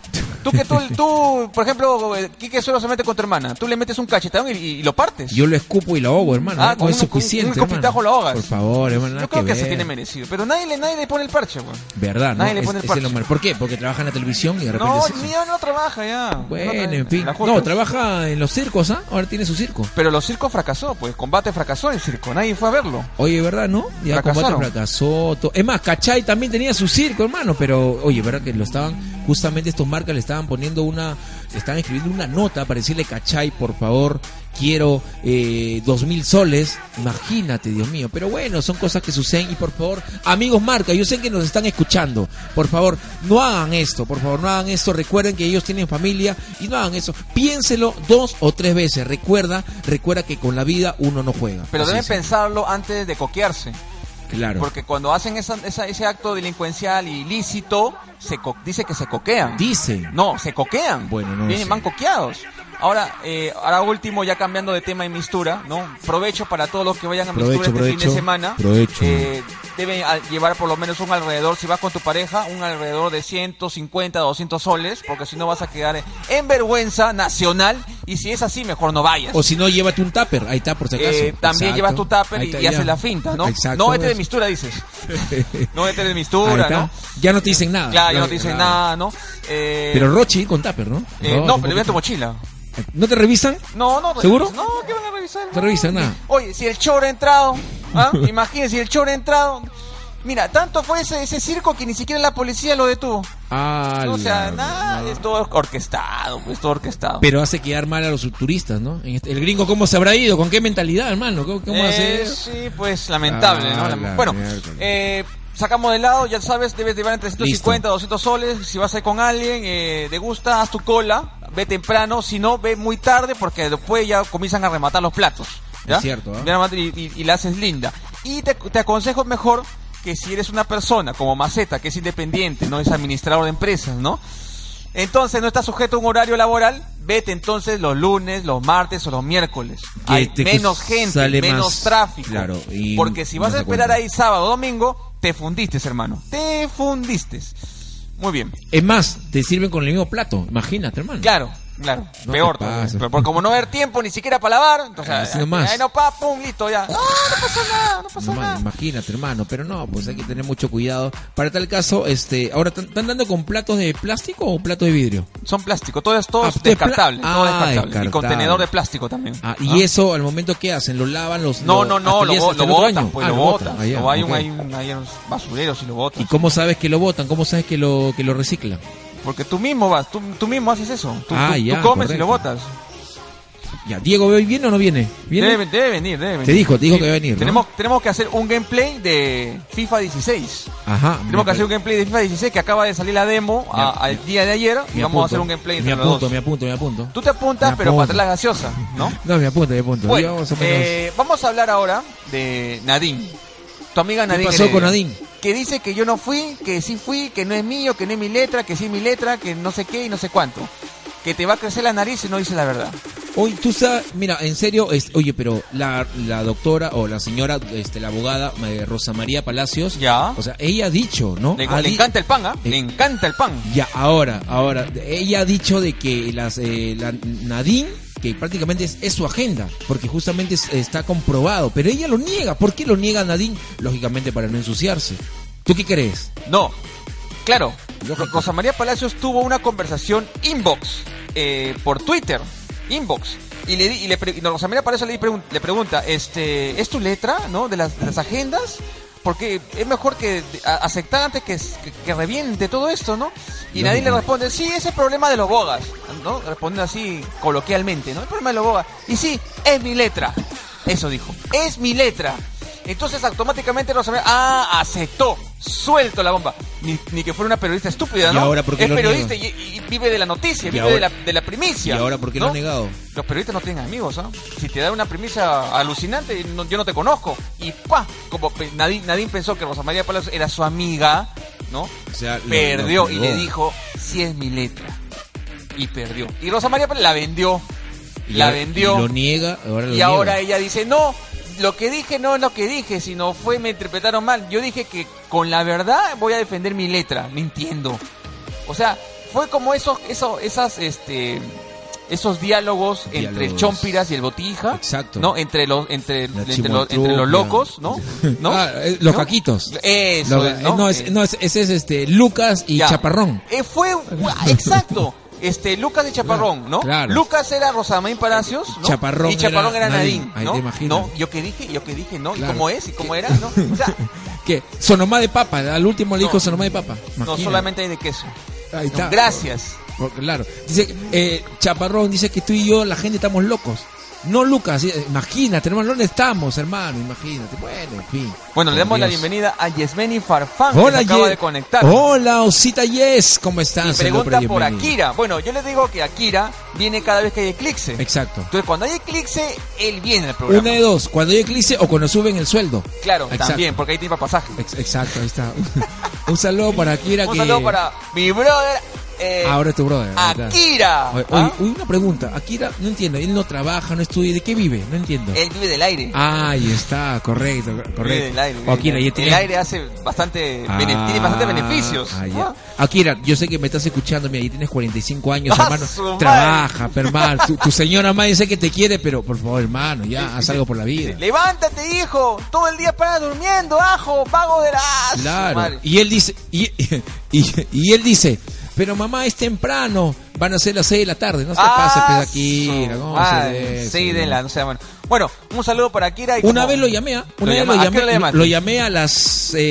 [SPEAKER 1] Tú que tú, tú por ejemplo, eh, Quique Suero se mete con tu hermana. Tú le metes un cachetón y, y lo partes.
[SPEAKER 2] Yo lo escupo y lo ahogo, hermano.
[SPEAKER 1] Ah,
[SPEAKER 2] ¿no?
[SPEAKER 1] con
[SPEAKER 2] es
[SPEAKER 1] uno- con un-
[SPEAKER 2] suficiente,
[SPEAKER 1] un escopitajo
[SPEAKER 2] hermano.
[SPEAKER 1] lo ahogas.
[SPEAKER 2] Por favor, hermano. nada
[SPEAKER 1] Yo creo que, se
[SPEAKER 2] ver.
[SPEAKER 1] tiene merecido. Pero nadie le, nadie le pone el parche, weón.
[SPEAKER 2] Verdad, ¿no?
[SPEAKER 1] Nadie le
[SPEAKER 2] Es-
[SPEAKER 1] pone el
[SPEAKER 2] es
[SPEAKER 1] parche.
[SPEAKER 2] lo malo. ¿Por qué? Porque trabaja en la televisión y de repente...
[SPEAKER 1] No,
[SPEAKER 2] se-
[SPEAKER 1] el mío no trabaja ya. No,
[SPEAKER 2] pues, Bueno,
[SPEAKER 1] tra-
[SPEAKER 2] en fin.
[SPEAKER 1] la justa.
[SPEAKER 2] No, trabaja en los circos, ¿ah? Ahora tiene su circo.
[SPEAKER 1] Pero los circos fracasó, pues. Combate fracasó el circo. Nadie fue a verlo.
[SPEAKER 2] Oye, ¿verdad, no? Ya combate
[SPEAKER 1] Fracasaron.
[SPEAKER 2] fracasó. to- Es más, Cachay también tenía su circo, hermano. Pero, oye, ¿verdad que lo estaban... Justamente estos marcas le estaban poniendo una... Le estaban escribiendo una nota para decirle, Cachay, por favor, quiero eh, dos mil soles. Imagínate, Dios mío. Pero bueno, son cosas que suceden. Y por favor, amigos marca, yo sé que nos están escuchando. Por favor, no hagan esto. Por favor, no hagan esto. Recuerden que ellos tienen familia y no hagan eso. Piénselo dos o tres veces. Recuerda, recuerda que con la vida uno no juega.
[SPEAKER 1] Pero
[SPEAKER 2] Así
[SPEAKER 1] deben
[SPEAKER 2] es.
[SPEAKER 1] pensarlo antes de coquearse.
[SPEAKER 2] Claro.
[SPEAKER 1] Porque cuando hacen esa- esa- ese acto delincuencial ilícito, se co- dice que se coquean.
[SPEAKER 2] Dicen.
[SPEAKER 1] No, se coquean.
[SPEAKER 2] Bueno, no
[SPEAKER 1] Vienen
[SPEAKER 2] sé.
[SPEAKER 1] van coqueados. Ahora, eh, ahora último, ya cambiando de tema y mistura, ¿no? Provecho para todos los que vayan a
[SPEAKER 2] Provecho,
[SPEAKER 1] mistura este fin
[SPEAKER 2] provecho.
[SPEAKER 1] de semana.
[SPEAKER 2] Provecho.
[SPEAKER 1] Eh, deben al- llevar por lo menos un alrededor, si vas con tu pareja, un alrededor de 150, 200 soles, porque si no vas a quedar en- en vergüenza nacional. Y si es así, mejor no vayas.
[SPEAKER 2] O si no, llévate un tupper. Ahí está, por si acaso.
[SPEAKER 1] Eh, también
[SPEAKER 2] Exacto.
[SPEAKER 1] llevas tu tupper
[SPEAKER 2] Ahí
[SPEAKER 1] y,
[SPEAKER 2] está,
[SPEAKER 1] y
[SPEAKER 2] ya.
[SPEAKER 1] haces la finta, ¿no?
[SPEAKER 2] Exacto. pues.
[SPEAKER 1] no, este de mistura, dices. no, este de
[SPEAKER 2] Ahí
[SPEAKER 1] mistura,
[SPEAKER 2] está.
[SPEAKER 1] ¿no?
[SPEAKER 2] Ya no te dicen nada.
[SPEAKER 1] Claro, ya no te dicen
[SPEAKER 2] Claro.
[SPEAKER 1] nada, ¿no? Eh,
[SPEAKER 2] Pero Rochi con tupper, ¿no?
[SPEAKER 1] eh,
[SPEAKER 2] Rochi,
[SPEAKER 1] no,
[SPEAKER 2] un
[SPEAKER 1] pero ve tu
[SPEAKER 2] poquito.
[SPEAKER 1] mochila.
[SPEAKER 2] ¿No te revisan?
[SPEAKER 1] No, no.
[SPEAKER 2] ¿Seguro?
[SPEAKER 1] No, ¿qué van a revisar?
[SPEAKER 2] No revisan nada.
[SPEAKER 1] Oye, si el choro ha entrado, ¿ah? imagínense, si el choro ha entrado. Mira, tanto fue ese, ese circo que ni siquiera la policía lo detuvo.
[SPEAKER 2] Ah,
[SPEAKER 1] o sea,
[SPEAKER 2] la-
[SPEAKER 1] nada, es todo orquestado, pues todo orquestado.
[SPEAKER 2] Pero hace quedar mal a los turistas, ¿no? En este- El gringo, ¿cómo se habrá ido? ¿Con qué mentalidad, hermano? ¿Cómo, cómo
[SPEAKER 1] Eh,
[SPEAKER 2] hace eso?
[SPEAKER 1] Sí, pues lamentable,
[SPEAKER 2] Ah,
[SPEAKER 1] ¿no?
[SPEAKER 2] la
[SPEAKER 1] Lam- bueno,
[SPEAKER 2] miércoles.
[SPEAKER 1] eh, sacamos de lado, ya sabes, debes llevar entre 150 a 200 soles. Si vas a ir con alguien, eh, de gusta, haz tu cola, ve temprano. Si no, ve muy tarde porque después ya comienzan a rematar los platos. ¿ya?
[SPEAKER 2] Es cierto, ¿ah?
[SPEAKER 1] Ve a rematar Y, y- y la haces linda. Y te, te aconsejo mejor que si eres una persona como Maceta, que es independiente, no es administrador de empresas, ¿no? Entonces no está sujeto a un horario laboral. Vete entonces los lunes, los martes o los miércoles.
[SPEAKER 2] Que
[SPEAKER 1] Hay
[SPEAKER 2] te- este que
[SPEAKER 1] menos gente,
[SPEAKER 2] sale
[SPEAKER 1] menos
[SPEAKER 2] más,
[SPEAKER 1] tráfico.
[SPEAKER 2] claro, y
[SPEAKER 1] porque si vas a
[SPEAKER 2] no se
[SPEAKER 1] esperar
[SPEAKER 2] cuenta.
[SPEAKER 1] ahí sábado, domingo, te fundiste, hermano. Te fundiste. Muy bien.
[SPEAKER 2] Es más, te sirven con el mismo plato. Imagínate, hermano.
[SPEAKER 1] Claro, claro.
[SPEAKER 2] No
[SPEAKER 1] Peor.
[SPEAKER 2] te pases.
[SPEAKER 1] Pero, porque como no haber tiempo ni siquiera para lavar, entonces
[SPEAKER 2] Así
[SPEAKER 1] ahí-
[SPEAKER 2] nomás.
[SPEAKER 1] ahí no pa, pum, listo ya. No, no pasó nada, no pasó
[SPEAKER 2] No, man,
[SPEAKER 1] nada.
[SPEAKER 2] imagínate, hermano. Pero no, pues hay que tener mucho cuidado. Para tal caso, este, ahora, ¿tan- ¿están dando con platos de plástico o platos de vidrio?
[SPEAKER 1] Son plásticos, todo es todo
[SPEAKER 2] Ah,
[SPEAKER 1] es
[SPEAKER 2] de pla-
[SPEAKER 1] descartable, todo es
[SPEAKER 2] Ah,
[SPEAKER 1] descartable. Y
[SPEAKER 2] descartable.
[SPEAKER 1] contenedor de plástico también.
[SPEAKER 2] Ah,
[SPEAKER 1] ¿Ah?
[SPEAKER 2] y eso al momento que hacen, lo lavan los.
[SPEAKER 1] No, no,
[SPEAKER 2] lo-
[SPEAKER 1] no,
[SPEAKER 2] hasta
[SPEAKER 1] lo,
[SPEAKER 2] ya-
[SPEAKER 1] bo-
[SPEAKER 2] hasta
[SPEAKER 1] lo
[SPEAKER 2] el otro
[SPEAKER 1] botan,
[SPEAKER 2] año.
[SPEAKER 1] pues
[SPEAKER 2] Ah,
[SPEAKER 1] lo botan.
[SPEAKER 2] Ah, ya,
[SPEAKER 1] O hay, un,
[SPEAKER 2] ok.
[SPEAKER 1] hay, un, hay unos basureros y lo botan.
[SPEAKER 2] ¿Y cómo sabes que lo botan? ¿Cómo sabes que lo que lo reciclan?
[SPEAKER 1] Porque tú mismo vas, tú, tú mismo haces eso. Tú,
[SPEAKER 2] Ah,
[SPEAKER 1] tú- tú
[SPEAKER 2] ya,
[SPEAKER 1] comes y lo
[SPEAKER 2] correcto.
[SPEAKER 1] botas.
[SPEAKER 2] Ya, Diego, ¿hoy viene o no viene? ¿Viene?
[SPEAKER 1] Debe, debe venir, debe venir.
[SPEAKER 2] Te dijo, te dijo que va a venir, ¿no?
[SPEAKER 1] Tenemos, tenemos que hacer un gameplay de FIFA 16.
[SPEAKER 2] Ajá.
[SPEAKER 1] Tenemos que hacer un gameplay de FIFA 16 que acaba de salir la demo a-
[SPEAKER 2] Ya,
[SPEAKER 1] al día de ayer y vamos
[SPEAKER 2] Me
[SPEAKER 1] a
[SPEAKER 2] apunto,
[SPEAKER 1] hacer un gameplay
[SPEAKER 2] Me
[SPEAKER 1] entre los
[SPEAKER 2] apunto,
[SPEAKER 1] dos.
[SPEAKER 2] me apunto, me apunto.
[SPEAKER 1] Tú te apuntas,
[SPEAKER 2] Me
[SPEAKER 1] pero para
[SPEAKER 2] apunto.
[SPEAKER 1] atrás la gaseosa, ¿no?
[SPEAKER 2] No, me apunto, me apunto. Ya
[SPEAKER 1] Bueno,
[SPEAKER 2] vamos a menos-
[SPEAKER 1] eh, vamos a hablar ahora de Nadine. Tu amiga Nadine.
[SPEAKER 2] pasó
[SPEAKER 1] Heredia,
[SPEAKER 2] con Nadine?
[SPEAKER 1] Que dice que yo no fui, que sí fui, que no es mío, que no es mi letra, que sí es mi letra, que no sé qué y no sé cuánto. Que te va a crecer la nariz si no dices la verdad.
[SPEAKER 2] Oye, tú sabes, mira, en serio, es- oye, pero la, la doctora o la señora, este, la abogada eh, Rosa María Palacios,
[SPEAKER 1] Ya.
[SPEAKER 2] o sea, ella ha dicho, ¿no?
[SPEAKER 1] Le,
[SPEAKER 2] Ha
[SPEAKER 1] le
[SPEAKER 2] di-
[SPEAKER 1] encanta el pan, ¿ah?
[SPEAKER 2] Eh.
[SPEAKER 1] Le encanta el pan.
[SPEAKER 2] Ya, ahora, ahora, ella ha dicho de que las, eh, la Nadine, que prácticamente es, es su agenda, porque justamente es- está comprobado, pero ella lo niega. ¿Por qué lo niega Nadine? Lógicamente para no ensuciarse. ¿Tú qué crees?
[SPEAKER 1] No. Claro.
[SPEAKER 2] Lógico.
[SPEAKER 1] Rosa María Palacios tuvo una conversación inbox eh, por Twitter. Inbox. Y, le, di- y le pre- y Rosa María Palacios le, di pregun- le pregunta, este, ¿es tu letra, no? De las, de las agendas. Porque es mejor que de- a- aceptar antes que, s- que, que reviente todo esto, ¿no? Y
[SPEAKER 2] Lógico.
[SPEAKER 1] nadie le responde, sí, ese es el problema de los bogas, ¿no? Respondiendo así coloquialmente, ¿no? El problema de los bogas. Y sí, es mi letra. Eso dijo, es mi letra. Entonces automáticamente Rosa María, ah, aceptó, suelto la bomba. Ni, ni que fuera una periodista estúpida,
[SPEAKER 2] ¿Y
[SPEAKER 1] ¿no?
[SPEAKER 2] ahora por qué
[SPEAKER 1] es
[SPEAKER 2] lo
[SPEAKER 1] periodista y,
[SPEAKER 2] niega?
[SPEAKER 1] y vive de la noticia,
[SPEAKER 2] ¿Y
[SPEAKER 1] vive
[SPEAKER 2] ahora?
[SPEAKER 1] de, la, de la primicia.
[SPEAKER 2] ¿Y ahora por qué lo ha negado?
[SPEAKER 1] Los periodistas no tienen amigos, ¿ah? Si te da una premisa alucinante, no- yo no te conozco. Y pa, como pe- Nadine, Nadine pensó que Rosa María Palacios era su amiga, ¿no?
[SPEAKER 2] O sea, lo-
[SPEAKER 1] perdió
[SPEAKER 2] lo
[SPEAKER 1] y
[SPEAKER 2] negó.
[SPEAKER 1] le dijo, si es mi letra. Y perdió. Y Rosa María Palacios la vendió.
[SPEAKER 2] Y
[SPEAKER 1] la
[SPEAKER 2] ahora-
[SPEAKER 1] vendió.
[SPEAKER 2] y lo niega, ahora lo
[SPEAKER 1] Y ahora
[SPEAKER 2] niega.
[SPEAKER 1] ella dice, no, lo que dije no es lo que dije, sino fue, me interpretaron mal. Yo dije que con la verdad voy a defender mi letra, no entiendo. O sea, fue como esos, esos, esas, este, esos diálogos, entre el
[SPEAKER 2] Diálogos.
[SPEAKER 1] Chompiras y el Botija.
[SPEAKER 2] Exacto.
[SPEAKER 1] ¿No? Entre los, entre,
[SPEAKER 2] La
[SPEAKER 1] entre los, entre los
[SPEAKER 2] chimotrufia.
[SPEAKER 1] locos, ¿no? ¿No?
[SPEAKER 2] Ah, eh, los
[SPEAKER 1] ¿No?
[SPEAKER 2] caquitos.
[SPEAKER 1] Eso,
[SPEAKER 2] Lo-
[SPEAKER 1] es,
[SPEAKER 2] eh, no, es,
[SPEAKER 1] Eh,
[SPEAKER 2] no, es- ese es este Lucas y
[SPEAKER 1] ya.
[SPEAKER 2] Chaparrón.
[SPEAKER 1] Eh, fue, exacto. Este, Lucas de Chaparrón, ¿no?
[SPEAKER 2] Claro.
[SPEAKER 1] Lucas era Rosamín Palacios, ¿no?
[SPEAKER 2] Chaparrón
[SPEAKER 1] Y Chaparrón
[SPEAKER 2] era
[SPEAKER 1] era,
[SPEAKER 2] Nadine.
[SPEAKER 1] Nadine,
[SPEAKER 2] Ahí
[SPEAKER 1] ¿no?
[SPEAKER 2] te imaginas.
[SPEAKER 1] No, yo que dije, yo que dije, ¿no?
[SPEAKER 2] Claro.
[SPEAKER 1] ¿Y cómo es? ¿Y cómo era? ¿No? O sea,
[SPEAKER 2] que Sonomá de papa, al último le dijo
[SPEAKER 1] No.
[SPEAKER 2] Sonomá de papa.
[SPEAKER 1] no
[SPEAKER 2] Imagínate.
[SPEAKER 1] solamente hay de queso.
[SPEAKER 2] Ahí
[SPEAKER 1] No,
[SPEAKER 2] está.
[SPEAKER 1] gracias.
[SPEAKER 2] Por- Oh, claro. Dice, eh, Chaparrón, dice que tú y yo, la gente, estamos locos. No, Lucas, eh, imagínate, hermano, ¿dónde estamos, hermano? Imagínate. Bueno, en fin.
[SPEAKER 1] Bueno, le
[SPEAKER 2] Por
[SPEAKER 1] damos la
[SPEAKER 2] Dios.
[SPEAKER 1] bienvenida a Yesmeni Farfán, que
[SPEAKER 2] Hola,
[SPEAKER 1] se acaba
[SPEAKER 2] Ye-
[SPEAKER 1] de conectar.
[SPEAKER 2] Hola, Osita Yes, ¿cómo estás?
[SPEAKER 1] Pregunta
[SPEAKER 2] Saludos,
[SPEAKER 1] por
[SPEAKER 2] bienvenido.
[SPEAKER 1] Akira. Bueno, yo les digo que Akira viene cada vez que hay eclipse.
[SPEAKER 2] Exacto.
[SPEAKER 1] Entonces, cuando hay eclipse, él viene al programa.
[SPEAKER 2] Una de dos, cuando hay eclipse o cuando suben el sueldo.
[SPEAKER 1] Claro,
[SPEAKER 2] Exacto.
[SPEAKER 1] también, porque ahí tiene para pasaje.
[SPEAKER 2] Ex- Exacto, ahí está. Un saludo para Akira.
[SPEAKER 1] Un
[SPEAKER 2] que
[SPEAKER 1] saludo para mi brother. eh,
[SPEAKER 2] Ahora es tu brother. ahí está.
[SPEAKER 1] Akira.
[SPEAKER 2] Oye,
[SPEAKER 1] ¿ah?
[SPEAKER 2] oye, una pregunta. Akira, no entiendo. Él no trabaja, no estudia. ¿De qué vive? No entiendo.
[SPEAKER 1] Él vive del aire.
[SPEAKER 2] Ahí está, correcto,
[SPEAKER 1] Vive
[SPEAKER 2] Ah, correcto.
[SPEAKER 1] del aire.
[SPEAKER 2] O
[SPEAKER 1] vive
[SPEAKER 2] Akira,
[SPEAKER 1] del-
[SPEAKER 2] ya tiene-
[SPEAKER 1] El aire hace bastante, bene- tiene bastante beneficios.
[SPEAKER 2] Ah, ya.
[SPEAKER 1] ¿no?
[SPEAKER 2] Akira, yo sé que me estás escuchando, mira, ahí tienes 45 años,
[SPEAKER 1] ¡Ah,
[SPEAKER 2] hermano.
[SPEAKER 1] su madre!
[SPEAKER 2] Trabaja, pero, hermano. Tu, tu señora madre sé que te quiere, pero por favor, hermano, ya haz algo por la vida.
[SPEAKER 1] Levántate, hijo. Todo el día para durmiendo, ajo, pago de la. ¡Ah, su
[SPEAKER 2] Claro.
[SPEAKER 1] madre!
[SPEAKER 2] Y él dice, y, y- y él dice, pero mamá es temprano, van a ser las 6 de la tarde, no se pase,
[SPEAKER 1] ¡Ah,
[SPEAKER 2] pues aquí.
[SPEAKER 1] su
[SPEAKER 2] ¿cómo se
[SPEAKER 1] madre!
[SPEAKER 2] ve eso,
[SPEAKER 1] Sí, de
[SPEAKER 2] no?
[SPEAKER 1] la, no sea, bueno. Bueno, un saludo para Akira. y
[SPEAKER 2] Una
[SPEAKER 1] como-
[SPEAKER 2] vez lo llamé, ¿ah?
[SPEAKER 1] ¿Lo
[SPEAKER 2] una vez
[SPEAKER 1] llama-
[SPEAKER 2] lo
[SPEAKER 1] ¿A qué hora
[SPEAKER 2] llamé,
[SPEAKER 1] le llamaste?
[SPEAKER 2] lo llamé a las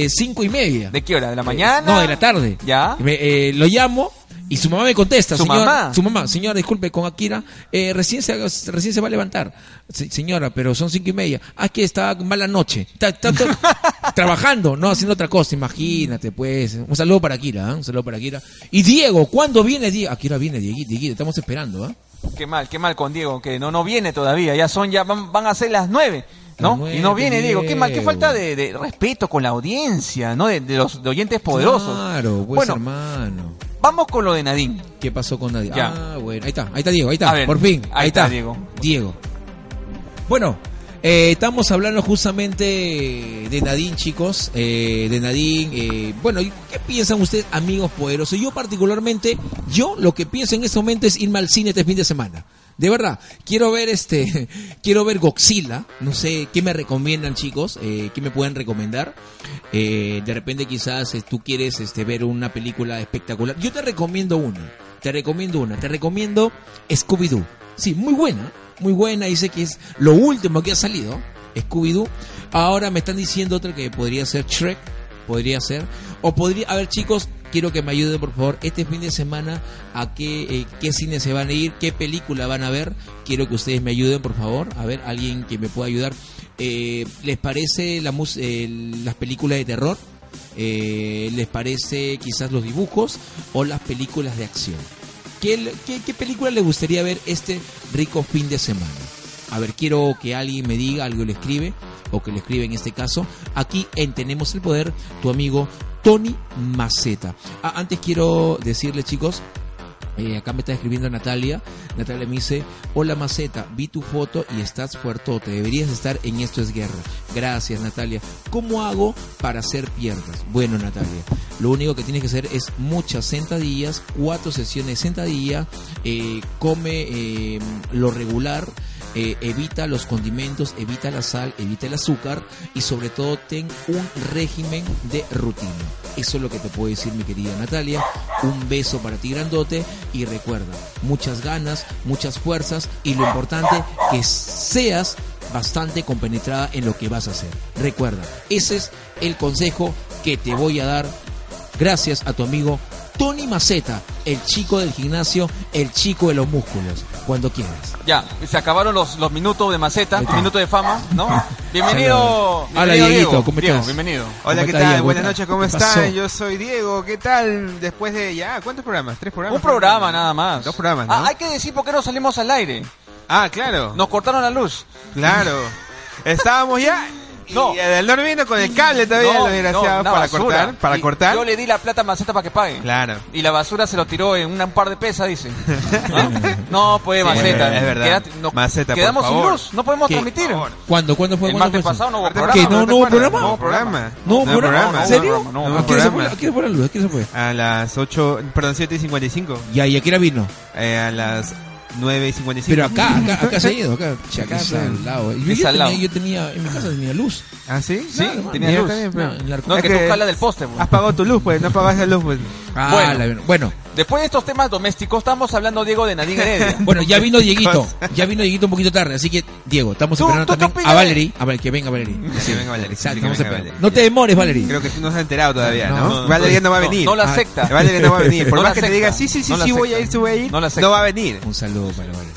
[SPEAKER 2] 5 y media.
[SPEAKER 1] ¿De qué hora? ¿De la mañana?
[SPEAKER 2] Eh, No, de la tarde.
[SPEAKER 1] ¿Ya?
[SPEAKER 2] Me- eh, lo llamo y su mamá me contesta.
[SPEAKER 1] ¿Su
[SPEAKER 2] señor-
[SPEAKER 1] mamá?
[SPEAKER 2] Su mamá. Señora, disculpe, con Akira, eh, recién, se, recién se va a levantar. "Se- señora, pero son cinco y media. Ah, es que está mala noche. Está, está- está trabajando, no haciendo otra cosa. Imagínate, pues. Un saludo para Akira, ¿ah? un saludo para Akira. Y Diego, ¿cuándo viene Diego? Akira viene, Dieguito, Dieguito, estamos esperando, ¿ah?
[SPEAKER 1] Qué mal, qué mal con Diego, que no, no viene todavía. Ya son, ya van, van a ser las nueve. ¿No?
[SPEAKER 2] Las nueve,
[SPEAKER 1] y no viene, Diego. Qué mal, qué
[SPEAKER 2] Diego.
[SPEAKER 1] falta de, de respeto con la audiencia, ¿no? De, de los de oyentes poderosos.
[SPEAKER 2] Claro, pues
[SPEAKER 1] bueno,
[SPEAKER 2] hermano.
[SPEAKER 1] vamos con lo de Nadine.
[SPEAKER 2] ¿Qué pasó con nadie?
[SPEAKER 1] Ya.
[SPEAKER 2] Ah, bueno, ahí está, ahí está Diego, ahí está,
[SPEAKER 1] A ver,
[SPEAKER 2] por fin,
[SPEAKER 1] ahí
[SPEAKER 2] ahí,
[SPEAKER 1] está
[SPEAKER 2] está,
[SPEAKER 1] Diego.
[SPEAKER 2] Diego. Bueno, eh, estamos hablando justamente de Nadine, chicos, eh, de Nadine. eh, bueno, ¿y ¿qué piensan ustedes, amigos poderosos? Yo particularmente, yo lo que pienso en este momento es irme al cine este fin de semana. De verdad, quiero ver este, quiero ver Godzilla. No sé qué me recomiendan, chicos, eh, qué me pueden recomendar. Eh, de repente, quizás eh, tú quieres este, ver una película espectacular. Yo te recomiendo una. Te recomiendo una. Te recomiendo Scooby-Doo. Sí, muy buena. Muy buena. Dice que es lo último que ha salido. Scooby-Doo. Ahora me están diciendo otra que podría ser Shrek. Podría ser. O podría. A ver, chicos. quiero que me ayuden por favor este fin de semana a qué, eh, qué cine se van a ir, qué película van a ver. Quiero que ustedes me ayuden por favor. A ver, alguien que me pueda ayudar. Eh, ¿Les parece la mus- eh, las películas de terror? Eh, ¿Les parece quizás los dibujos o las películas de acción? ¿Qué, qué, qué película les gustaría ver este rico fin de semana? A ver, quiero que alguien me diga, algo le escribe, o que le escribe en este caso, aquí en Tenemos el Poder, tu amigo Tony Maceta. Ah, antes quiero decirles, chicos, eh, acá me está escribiendo Natalia. Natalia me dice, hola Maceta, vi tu foto y estás fuertote. Deberías estar en Esto es Guerra. Gracias Natalia. ¿Cómo hago para hacer piernas? Bueno Natalia, lo único que tienes que hacer es muchas sentadillas, cuatro sesiones de sentadilla, eh, come eh, lo regular. eh, evita los condimentos, evita la sal, evita el azúcar y sobre todo ten un régimen de rutina. Eso es lo que te puedo decir mi querida Natalia. Un beso para ti grandote y recuerda, muchas ganas, muchas fuerzas y lo importante que seas bastante compenetrada en lo que vas a hacer. Recuerda, ese es el consejo que te voy a dar gracias a tu amigo Tony Maceta, el chico del gimnasio, el chico de los músculos, cuando quieras.
[SPEAKER 1] Ya, se acabaron los, los minutos de maceta,
[SPEAKER 2] Ahí está.
[SPEAKER 1] minutos de fama, ¿no? Bienvenido.
[SPEAKER 2] Hola,
[SPEAKER 1] bienvenido,
[SPEAKER 2] Dieguito,
[SPEAKER 1] Diego.
[SPEAKER 2] ¿cómo
[SPEAKER 1] Diego,
[SPEAKER 2] estás?
[SPEAKER 1] bienvenido.
[SPEAKER 2] ¿Cómo
[SPEAKER 4] Hola, ¿qué
[SPEAKER 2] está,
[SPEAKER 4] tal?
[SPEAKER 2] Diego?
[SPEAKER 4] Buenas noches, ¿cómo
[SPEAKER 2] ¿Qué pasó?
[SPEAKER 4] están? Yo soy Diego, ¿qué tal? Después de ya, ¿cuántos programas? ¿Tres programas?
[SPEAKER 1] Un programa nada más.
[SPEAKER 4] Dos programas, ¿no?
[SPEAKER 1] Ah, hay que decir por qué no salimos al aire.
[SPEAKER 4] Ah, claro.
[SPEAKER 1] Nos cortaron la luz.
[SPEAKER 4] Claro. Estábamos ya. y
[SPEAKER 1] No.
[SPEAKER 4] el no vino con el cable todavía,
[SPEAKER 1] No,
[SPEAKER 4] los desgraciados,
[SPEAKER 1] no, una
[SPEAKER 4] para
[SPEAKER 1] basura.
[SPEAKER 4] cortar. Para
[SPEAKER 1] Y
[SPEAKER 4] cortar.
[SPEAKER 1] Yo le di la plata a Maceta para que pague.
[SPEAKER 4] Claro.
[SPEAKER 1] Y la basura se lo tiró en un par de pesas, dice. No, no pues,
[SPEAKER 4] Sí, es
[SPEAKER 1] Maceta.
[SPEAKER 4] verdad, es verdad.
[SPEAKER 1] quédate- no-
[SPEAKER 4] Maceta, por
[SPEAKER 1] quedamos sin
[SPEAKER 4] favor.
[SPEAKER 1] luz, no podemos
[SPEAKER 2] ¿Qué?
[SPEAKER 1] transmitir.
[SPEAKER 4] Por favor.
[SPEAKER 2] ¿Cuándo? ¿Cuándo fue?
[SPEAKER 1] El martes
[SPEAKER 2] ¿Cuándo fue eso?
[SPEAKER 1] pasado no hubo
[SPEAKER 4] Aparte,
[SPEAKER 1] programa.
[SPEAKER 2] ¿Qué? ¿No, no hubo programa?
[SPEAKER 4] No hubo programa.
[SPEAKER 2] No, hubo
[SPEAKER 4] No hubo
[SPEAKER 2] programa.
[SPEAKER 4] programa.
[SPEAKER 2] ¿En serio?
[SPEAKER 1] programa, no hubo
[SPEAKER 2] ¿A qué hora se fue-
[SPEAKER 4] programa.
[SPEAKER 2] a qué hora fue la luz? ¿A qué hora se fue?
[SPEAKER 4] A las 8, perdón, 7 y 55.
[SPEAKER 2] Ya, y aquí la vino.
[SPEAKER 4] Eh, a las 9 y 55.
[SPEAKER 2] Pero acá, acá, acá se ha ido, acá, che, acá
[SPEAKER 4] Acá
[SPEAKER 2] es
[SPEAKER 4] se ha ido.
[SPEAKER 2] al lado. Yo,
[SPEAKER 1] Es
[SPEAKER 2] yo
[SPEAKER 1] al lado.
[SPEAKER 2] tenía, yo tenía, en mi casa tenía luz.
[SPEAKER 4] ¿Ah, sí?
[SPEAKER 1] Sí,
[SPEAKER 4] Claro,
[SPEAKER 1] tenía
[SPEAKER 4] yo
[SPEAKER 1] luz.
[SPEAKER 4] también, pero-
[SPEAKER 2] No, en el arco.
[SPEAKER 1] No,
[SPEAKER 4] Es
[SPEAKER 1] que, tú
[SPEAKER 4] que-
[SPEAKER 1] jala del poste. pues.
[SPEAKER 4] Has pagado tu luz, pues, no pagas la luz, pues.
[SPEAKER 2] Ah,
[SPEAKER 1] Bueno.
[SPEAKER 2] la vino. bueno,
[SPEAKER 1] Después de estos temas domésticos, estamos hablando, Diego, de Nadine Heredia.
[SPEAKER 2] bueno, ya vino Dieguito,
[SPEAKER 4] cosa.
[SPEAKER 2] ya vino Dieguito un poquito tarde, así que, Diego, estamos
[SPEAKER 1] ¿Tú-
[SPEAKER 2] esperando
[SPEAKER 1] tú qué
[SPEAKER 2] también
[SPEAKER 1] opinas
[SPEAKER 2] a
[SPEAKER 1] de-
[SPEAKER 2] Valerie, a ver, que venga Valerie.
[SPEAKER 4] Que venga Valerie,
[SPEAKER 2] Exacto,
[SPEAKER 4] que venga
[SPEAKER 2] estamos esperando.
[SPEAKER 4] Valerie.
[SPEAKER 2] No te demores, Valerie.
[SPEAKER 4] Creo que no se ha enterado todavía, ¿no?
[SPEAKER 2] No, no,
[SPEAKER 4] Valeria no va a
[SPEAKER 1] no,
[SPEAKER 4] venir.
[SPEAKER 1] no la
[SPEAKER 4] Ah,
[SPEAKER 1] secta.
[SPEAKER 4] Valeria no va a venir. Por
[SPEAKER 1] No la
[SPEAKER 4] más que te
[SPEAKER 1] secta.
[SPEAKER 4] diga, sí, sí, sí,
[SPEAKER 1] No la
[SPEAKER 4] sí, voy
[SPEAKER 1] secta.
[SPEAKER 4] a ir, sí, voy a ir,
[SPEAKER 1] No
[SPEAKER 4] no,
[SPEAKER 1] la secta.
[SPEAKER 4] va a venir.
[SPEAKER 2] Un saludo para Valerie.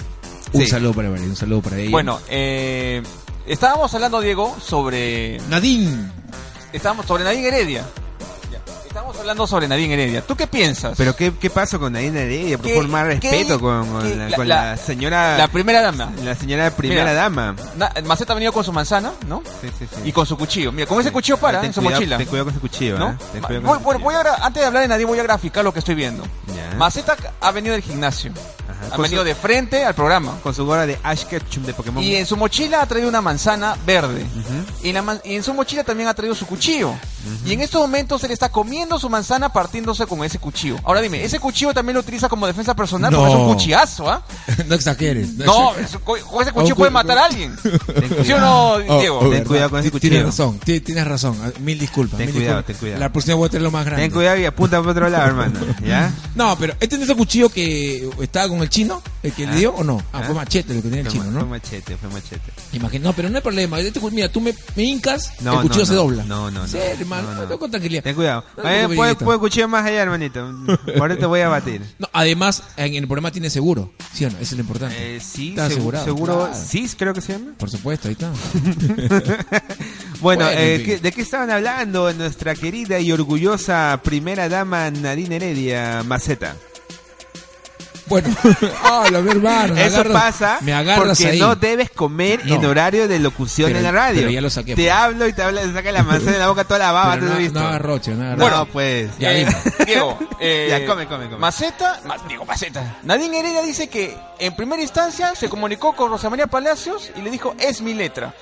[SPEAKER 2] Un
[SPEAKER 4] Sí.
[SPEAKER 2] saludo para Valerie, un saludo para ella.
[SPEAKER 1] Bueno, eh, estábamos hablando, Diego, sobre.
[SPEAKER 2] Nadine.
[SPEAKER 1] Estábamos sobre Nadine Heredia. Ya, Estábamos hablando sobre Nadine Heredia. ¿Tú qué piensas?
[SPEAKER 4] Pero ¿qué, qué pasó con Nadine Heredia? Por
[SPEAKER 1] ¿Qué-
[SPEAKER 4] favor, más
[SPEAKER 1] qué-
[SPEAKER 4] respeto con, con
[SPEAKER 1] qué-
[SPEAKER 4] la,
[SPEAKER 1] la-
[SPEAKER 4] con la
[SPEAKER 1] la-
[SPEAKER 4] señora...
[SPEAKER 1] la primera dama.
[SPEAKER 4] la señora primera
[SPEAKER 1] Mira.
[SPEAKER 4] dama.
[SPEAKER 1] Na- Maceta ha venido con su manzana, ¿no?
[SPEAKER 4] Sí, sí, sí.
[SPEAKER 1] Y con su cuchillo. Mira, con ese cuchillo para
[SPEAKER 4] Ten
[SPEAKER 1] en su
[SPEAKER 4] cuidado-
[SPEAKER 1] mochila.
[SPEAKER 4] Ten cuidado con su cuchillo,
[SPEAKER 1] ¿no?
[SPEAKER 4] ¿eh? Ten
[SPEAKER 1] Ma-
[SPEAKER 4] cuidado con
[SPEAKER 1] Voy,
[SPEAKER 4] ¿Eh? su
[SPEAKER 1] voy-
[SPEAKER 4] cuchillo.
[SPEAKER 1] voy ahora, antes de hablar de nadie, voy a graficar lo que estoy viendo.
[SPEAKER 4] Ya.
[SPEAKER 1] Maceta ha venido del gimnasio.
[SPEAKER 4] Ajá.
[SPEAKER 1] Ha
[SPEAKER 4] Con
[SPEAKER 1] venido
[SPEAKER 4] su-
[SPEAKER 1] de frente al programa.
[SPEAKER 4] Con su gorra de Ash Ketchum de Pokémon.
[SPEAKER 1] Y en su mochila ha traído una manzana verde.
[SPEAKER 4] Ujú.
[SPEAKER 1] y, la man- y en su mochila también ha traído su cuchillo. Y en estos momentos él está comiendo su manzana partiéndose con ese cuchillo. Ahora dime, ¿ese cuchillo también lo utiliza como defensa personal?
[SPEAKER 2] No.
[SPEAKER 1] Porque es un cuchillazo, ¿ah?
[SPEAKER 2] no exageres.
[SPEAKER 1] No,
[SPEAKER 2] exageres.
[SPEAKER 1] es- con con ese
[SPEAKER 2] Ah, un
[SPEAKER 1] cuchillo
[SPEAKER 2] cu-
[SPEAKER 1] puede matar a alguien.
[SPEAKER 4] cuidado.
[SPEAKER 1] ¿Sí o no,
[SPEAKER 2] Oh,
[SPEAKER 1] Diego?
[SPEAKER 2] oh,
[SPEAKER 4] Ten
[SPEAKER 2] verdad.
[SPEAKER 4] cuidado con ese
[SPEAKER 2] Ti-
[SPEAKER 4] cuchillo.
[SPEAKER 2] Tienes razón, ti- tienes razón. Ah, Mil disculpas.
[SPEAKER 4] Ten
[SPEAKER 2] mil
[SPEAKER 4] cuidado,
[SPEAKER 2] disculpas.
[SPEAKER 4] ten cuidado.
[SPEAKER 2] La próxima voy a tener lo más grande.
[SPEAKER 4] Ten cuidado y apunta para otro lado, hermano. ¿Ya?
[SPEAKER 2] No, pero ¿este no es el cuchillo que estaba con el chino? ¿El que le
[SPEAKER 4] Ah.
[SPEAKER 2] dio o no? Ah,
[SPEAKER 4] Ah.
[SPEAKER 2] fue machete lo que tenía el
[SPEAKER 4] Fue
[SPEAKER 2] chino,
[SPEAKER 4] ma- Fue
[SPEAKER 2] ¿no?
[SPEAKER 4] machete, fue machete.
[SPEAKER 2] Imagino, no, pero no hay problema. Este cu- mira, tú me, me hincas,
[SPEAKER 4] No,
[SPEAKER 2] el cuchillo
[SPEAKER 4] no,
[SPEAKER 2] se
[SPEAKER 4] no.
[SPEAKER 2] dobla.
[SPEAKER 4] No, no, no.
[SPEAKER 2] Sí, hermano,
[SPEAKER 4] No, no.
[SPEAKER 2] no, con tranquilidad.
[SPEAKER 4] Ten cuidado.
[SPEAKER 2] No,
[SPEAKER 4] Eh,
[SPEAKER 2] no,
[SPEAKER 4] puede,
[SPEAKER 2] no,
[SPEAKER 4] puede cuchillo más allá, hermanito. Por eso te voy a batir.
[SPEAKER 2] No, además, en el programa tiene seguro. ¿Sí o no? Eso es lo importante.
[SPEAKER 4] Eh, sí,
[SPEAKER 2] Está
[SPEAKER 4] segu-
[SPEAKER 2] asegurado,
[SPEAKER 4] seguro.
[SPEAKER 2] claro.
[SPEAKER 4] Sí, creo que se llama.
[SPEAKER 2] Por supuesto, ahí está.
[SPEAKER 4] Bueno,
[SPEAKER 2] Bueno,
[SPEAKER 4] eh,
[SPEAKER 2] en fin.
[SPEAKER 4] ¿qué- ¿de qué estaban hablando nuestra querida y orgullosa primera dama Nadine Heredia Maceta?
[SPEAKER 2] Bueno, habla, mi hermano. me
[SPEAKER 4] Eso
[SPEAKER 2] agarras-
[SPEAKER 4] pasa
[SPEAKER 2] Me agarras
[SPEAKER 4] porque
[SPEAKER 2] ahí.
[SPEAKER 4] no debes comer en
[SPEAKER 2] No.
[SPEAKER 4] horario de locución
[SPEAKER 2] Pero-
[SPEAKER 4] en la radio.
[SPEAKER 2] pero ya lo saqué,
[SPEAKER 4] Te
[SPEAKER 2] pues.
[SPEAKER 4] hablo y te, hablo, te saca la manzana de la boca toda la baba,
[SPEAKER 2] Pero
[SPEAKER 4] tú lo
[SPEAKER 2] no,
[SPEAKER 4] has visto.
[SPEAKER 2] no agarroche, no agarroche.
[SPEAKER 4] Bueno, pues.
[SPEAKER 2] Ya
[SPEAKER 1] Eh,
[SPEAKER 2] dime.
[SPEAKER 1] Diego, eh,
[SPEAKER 4] Ya, come, come, come.
[SPEAKER 1] Maceta, ma- digo Maceta. Nadine Heredia dice que en primera instancia se comunicó con Rosa María Palacios y le dijo, es mi letra.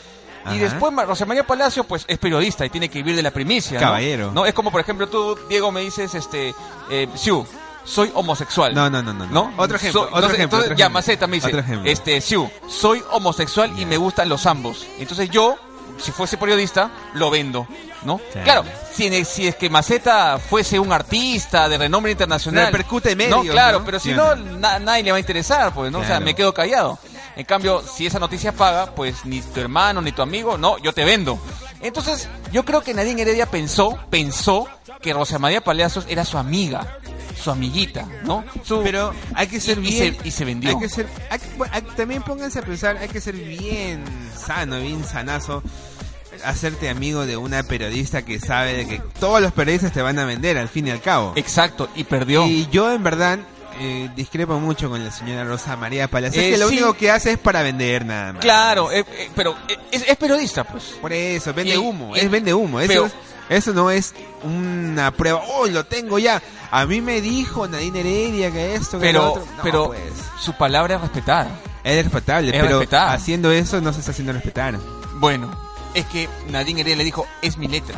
[SPEAKER 1] Y
[SPEAKER 4] Ajá.
[SPEAKER 1] después Ma- Rosa María Palacios pues es periodista y tiene que vivir de la primicia. ¿no?
[SPEAKER 4] Caballero.
[SPEAKER 1] No, es como por ejemplo tú, Diego, me dices, este, eh, Siu, soy homosexual.
[SPEAKER 4] No, no, no, no, no.
[SPEAKER 1] ¿No?
[SPEAKER 4] Otro ejemplo,
[SPEAKER 1] Soy-
[SPEAKER 4] otro
[SPEAKER 1] entonces-
[SPEAKER 4] ejemplo,
[SPEAKER 1] entonces,
[SPEAKER 4] otro
[SPEAKER 1] ya,
[SPEAKER 4] ejemplo.
[SPEAKER 1] Maceta me dice,
[SPEAKER 4] Otro ejemplo.
[SPEAKER 1] este, Siu, soy homosexual y me gustan los ambos. Entonces yo, si fuese periodista, lo vendo, ¿no? Claro,
[SPEAKER 4] Claro.
[SPEAKER 1] si, en- si es que Maceta fuese un artista de renombre internacional.
[SPEAKER 4] Repercute en
[SPEAKER 1] No,
[SPEAKER 4] medios,
[SPEAKER 1] claro,
[SPEAKER 4] ¿no?
[SPEAKER 1] pero si
[SPEAKER 4] Sí,
[SPEAKER 1] no,
[SPEAKER 4] ¿no?
[SPEAKER 1] na- nadie le va a interesar, pues, ¿no? O sea,
[SPEAKER 4] Claro.
[SPEAKER 1] me quedo callado. En cambio, si esa noticia paga, pues ni tu hermano ni tu amigo, no, yo te vendo. Entonces, yo creo que Nadine Heredia pensó, pensó que Rosa María Palacios era su amiga, su amiguita, ¿no? Su-
[SPEAKER 4] Pero hay que ser
[SPEAKER 1] y- y
[SPEAKER 4] bien.
[SPEAKER 1] se- y se vendió.
[SPEAKER 4] Hay que ser, hay que- bueno, hay- también pónganse a pensar, hay que ser bien sano, bien sanazo. Hacerte amigo de una periodista que sabe de que todos los periodistas te van a vender al fin y al cabo.
[SPEAKER 1] Exacto, y perdió.
[SPEAKER 4] Y yo en verdad eh, discrepo mucho con la señora Rosa María Palacios,
[SPEAKER 1] Eh,
[SPEAKER 4] que lo
[SPEAKER 1] sí.
[SPEAKER 4] único que hace es para vender nada más.
[SPEAKER 1] claro, eh, eh, pero eh, es, es periodista, pues.
[SPEAKER 4] Por eso, vende
[SPEAKER 1] Y-
[SPEAKER 4] humo,
[SPEAKER 1] y-
[SPEAKER 4] es vende humo. Eso,
[SPEAKER 1] pero-
[SPEAKER 4] es- eso no es una prueba. ¡Oh, lo tengo ya! A mí me dijo Nadine Heredia que esto, que lo
[SPEAKER 1] Pero,
[SPEAKER 4] otro. No,
[SPEAKER 1] pero
[SPEAKER 4] pues.
[SPEAKER 1] su palabra es respetada.
[SPEAKER 4] Es respetable,
[SPEAKER 1] Es
[SPEAKER 4] pero
[SPEAKER 1] respetable.
[SPEAKER 4] haciendo eso no se está haciendo respetar.
[SPEAKER 3] Bueno, es que Nadine Heredia le dijo, es mi letra.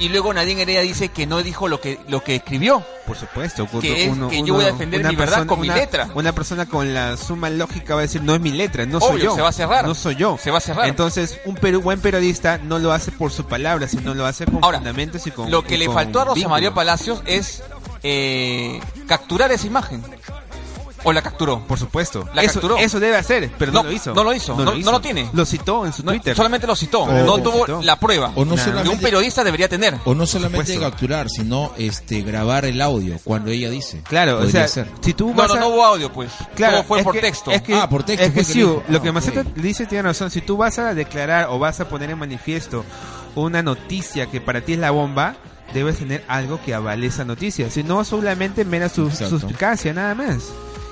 [SPEAKER 3] Y luego Nadine Heredia dice que no dijo lo que, lo que escribió.
[SPEAKER 4] Por supuesto,
[SPEAKER 3] Que es que yo voy a defender mi verdad con mi
[SPEAKER 4] una-
[SPEAKER 3] letra.
[SPEAKER 4] Una persona con la suma lógica va a decir, no es mi letra, no soy
[SPEAKER 1] Obvio,
[SPEAKER 4] yo.
[SPEAKER 1] se va a cerrar.
[SPEAKER 4] No soy yo.
[SPEAKER 1] Se va a cerrar.
[SPEAKER 4] Entonces, un peru- buen periodista no lo hace por su palabra, sino lo hace con
[SPEAKER 1] Ahora,
[SPEAKER 4] fundamentos y con
[SPEAKER 1] Lo que
[SPEAKER 4] y
[SPEAKER 1] le
[SPEAKER 4] con
[SPEAKER 1] faltó a Rosa
[SPEAKER 4] vínculo.
[SPEAKER 1] María Palacios es eh, capturar esa imagen. O la capturó.
[SPEAKER 4] Por supuesto.
[SPEAKER 1] La
[SPEAKER 4] eso,
[SPEAKER 1] capturó.
[SPEAKER 4] eso debe hacer, pero no,
[SPEAKER 1] No,
[SPEAKER 4] lo hizo.
[SPEAKER 1] no lo hizo, no- no lo tiene.
[SPEAKER 4] Lo citó en su
[SPEAKER 1] No,
[SPEAKER 4] Twitter.
[SPEAKER 1] solamente lo citó,
[SPEAKER 2] O-
[SPEAKER 1] no
[SPEAKER 2] lo
[SPEAKER 1] tuvo
[SPEAKER 4] citó.
[SPEAKER 1] la prueba.
[SPEAKER 2] O no
[SPEAKER 1] que un
[SPEAKER 2] solamente-
[SPEAKER 1] periodista debería tener.
[SPEAKER 2] O no solamente
[SPEAKER 4] supuesto.
[SPEAKER 2] capturar, sino este grabar el audio cuando ella dice.
[SPEAKER 4] Claro, o
[SPEAKER 2] Podría
[SPEAKER 4] sea,
[SPEAKER 2] ser.
[SPEAKER 4] si tú
[SPEAKER 1] No,
[SPEAKER 4] vas
[SPEAKER 1] no,
[SPEAKER 4] a-
[SPEAKER 1] no hubo audio, pues.
[SPEAKER 4] Claro,
[SPEAKER 1] Todo fue
[SPEAKER 4] es
[SPEAKER 1] por
[SPEAKER 4] que-
[SPEAKER 1] texto.
[SPEAKER 4] Es que,
[SPEAKER 2] Ah, por texto
[SPEAKER 4] Es que
[SPEAKER 2] fue que
[SPEAKER 4] sí,
[SPEAKER 2] dijo.
[SPEAKER 4] lo que
[SPEAKER 2] Ah,
[SPEAKER 4] Maceta
[SPEAKER 2] ok.
[SPEAKER 4] dice tiene razón. Si tú vas a declarar o vas a poner en manifiesto una noticia que para ti es la bomba, debes tener algo que avale esa noticia. Si no, solamente mera su,
[SPEAKER 2] Exacto.
[SPEAKER 4] suspicacia, nada más.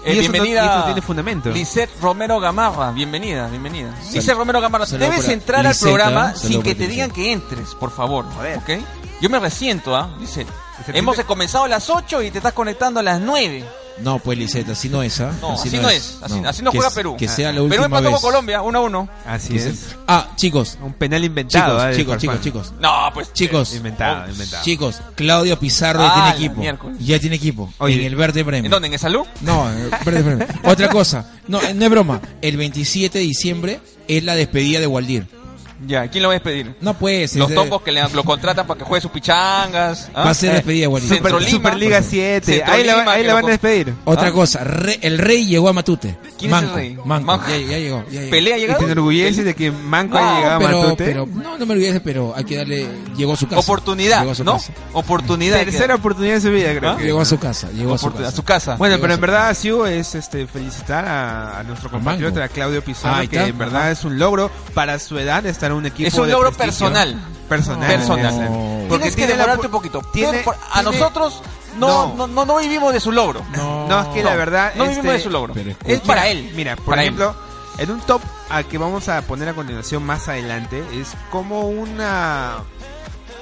[SPEAKER 1] Eh,
[SPEAKER 4] y eso, no-
[SPEAKER 1] bienvenida.
[SPEAKER 4] y eso no tiene fundamento.
[SPEAKER 1] Lisette Romero Gamarra, bienvenida, bienvenida. Lisette Romero Gamarra,
[SPEAKER 2] saludo
[SPEAKER 1] debes
[SPEAKER 2] para
[SPEAKER 1] entrar al
[SPEAKER 2] Lisette,
[SPEAKER 1] programa
[SPEAKER 2] ¿ah? Saludo
[SPEAKER 1] sin que
[SPEAKER 2] para
[SPEAKER 1] te
[SPEAKER 2] ti,
[SPEAKER 1] digan que entres, por favor.
[SPEAKER 4] ver.
[SPEAKER 1] ¿ok? Yo me resiento, ¿ah? Lisette.
[SPEAKER 4] Lisette,
[SPEAKER 1] Hemos
[SPEAKER 4] dime-
[SPEAKER 1] comenzado a las 8 y te estás conectando a las 9.
[SPEAKER 2] No, pues Liseta, así no es, ¿ah?
[SPEAKER 1] No, así, no es. Así no, así no
[SPEAKER 2] Que
[SPEAKER 1] juega
[SPEAKER 2] s-
[SPEAKER 1] Perú.
[SPEAKER 2] Que sea la
[SPEAKER 1] Perú
[SPEAKER 2] última
[SPEAKER 1] empató
[SPEAKER 2] vez.
[SPEAKER 1] con Colombia, 1 a 1.
[SPEAKER 4] Así
[SPEAKER 2] Que sea-
[SPEAKER 4] es.
[SPEAKER 2] Ah, chicos,
[SPEAKER 4] Un penal inventado.
[SPEAKER 2] chicos,
[SPEAKER 4] ¿eh? de
[SPEAKER 2] chicos, chicos,
[SPEAKER 4] Farfán.
[SPEAKER 2] chicos.
[SPEAKER 1] No, pues.
[SPEAKER 2] Chicos,
[SPEAKER 4] Inventado, inventado.
[SPEAKER 2] chicos, Claudio Pizarro
[SPEAKER 1] Ah,
[SPEAKER 2] ya
[SPEAKER 1] la
[SPEAKER 2] tiene equipo.
[SPEAKER 1] miércoles.
[SPEAKER 2] Ya tiene equipo.
[SPEAKER 4] Oye.
[SPEAKER 2] en el Verde
[SPEAKER 1] ¿En
[SPEAKER 2] Bremen.
[SPEAKER 1] dónde? ¿En el salud?
[SPEAKER 2] No, en el Verde Bremen. Otra cosa. No, eh, no es broma. El 27 de diciembre es la despedida de Waldir.
[SPEAKER 1] Ya, ¿quién lo va a despedir?
[SPEAKER 2] No pues.
[SPEAKER 1] Los
[SPEAKER 2] es de-
[SPEAKER 1] tombos que le- lo contratan para que juegue sus pichangas. ¿ah?
[SPEAKER 2] Va a ser despedida de Waldir.
[SPEAKER 1] Centro
[SPEAKER 4] Super-
[SPEAKER 1] Lima.
[SPEAKER 4] Superliga 7.
[SPEAKER 1] Centro
[SPEAKER 4] Ahí la,
[SPEAKER 1] Lima,
[SPEAKER 4] ahí
[SPEAKER 1] que
[SPEAKER 4] la
[SPEAKER 1] lo
[SPEAKER 4] van a
[SPEAKER 1] con-
[SPEAKER 4] despedir.
[SPEAKER 2] Otra
[SPEAKER 1] ¿Ah?
[SPEAKER 2] cosa. re- el rey llegó a Matute.
[SPEAKER 1] ¿Quién es el
[SPEAKER 2] Manco,
[SPEAKER 1] rey?
[SPEAKER 2] Manco.
[SPEAKER 1] Manco.
[SPEAKER 2] Ya, ya llegó. ya llegó.
[SPEAKER 1] ¿Pelea ha
[SPEAKER 4] Y te
[SPEAKER 1] llegado?
[SPEAKER 4] enorgulleces de que Manco
[SPEAKER 1] No,
[SPEAKER 4] haya llegado a
[SPEAKER 2] pero,
[SPEAKER 4] Matute.
[SPEAKER 2] pero, no, no me olvides, pero hay que darle. Llegó a su casa.
[SPEAKER 1] Oportunidad,
[SPEAKER 2] Llegó a su
[SPEAKER 1] ¿no?
[SPEAKER 2] casa.
[SPEAKER 1] Oportunidad. de
[SPEAKER 4] Tercera oportunidad de su vida, creo.
[SPEAKER 1] ¿Ah?
[SPEAKER 4] que.
[SPEAKER 2] Llegó a su casa. Llegó a su
[SPEAKER 1] Oportunidad,
[SPEAKER 2] casa.
[SPEAKER 1] a su casa.
[SPEAKER 4] Bueno,
[SPEAKER 2] Llegó
[SPEAKER 4] pero
[SPEAKER 2] a
[SPEAKER 4] en
[SPEAKER 2] su
[SPEAKER 4] verdad Siu es este felicitar a, a nuestro compatriota
[SPEAKER 2] Mango.
[SPEAKER 4] Claudio Pizarro,
[SPEAKER 2] Ahí
[SPEAKER 4] que
[SPEAKER 2] está.
[SPEAKER 4] en verdad es un logro para su edad estar en un equipo.
[SPEAKER 1] Es un
[SPEAKER 4] de
[SPEAKER 1] logro
[SPEAKER 4] prestigio.
[SPEAKER 1] personal.
[SPEAKER 4] Personal.
[SPEAKER 1] Personal.
[SPEAKER 2] No.
[SPEAKER 1] Porque Tienes que
[SPEAKER 4] tiene la
[SPEAKER 1] demorarte
[SPEAKER 4] pu-
[SPEAKER 1] un poquito.
[SPEAKER 4] tiene-
[SPEAKER 1] Pero por- a
[SPEAKER 4] tiene-
[SPEAKER 1] nosotros no, no.
[SPEAKER 4] No.
[SPEAKER 1] No, no vivimos de su logro.
[SPEAKER 2] No,
[SPEAKER 4] No, es que la verdad.
[SPEAKER 1] No
[SPEAKER 4] este,
[SPEAKER 1] vivimos de su logro.
[SPEAKER 2] pero escucha.
[SPEAKER 1] Es para él.
[SPEAKER 4] Mira, por
[SPEAKER 1] Para él.
[SPEAKER 4] ejemplo, en un top al que vamos a poner a continuación más adelante es como una.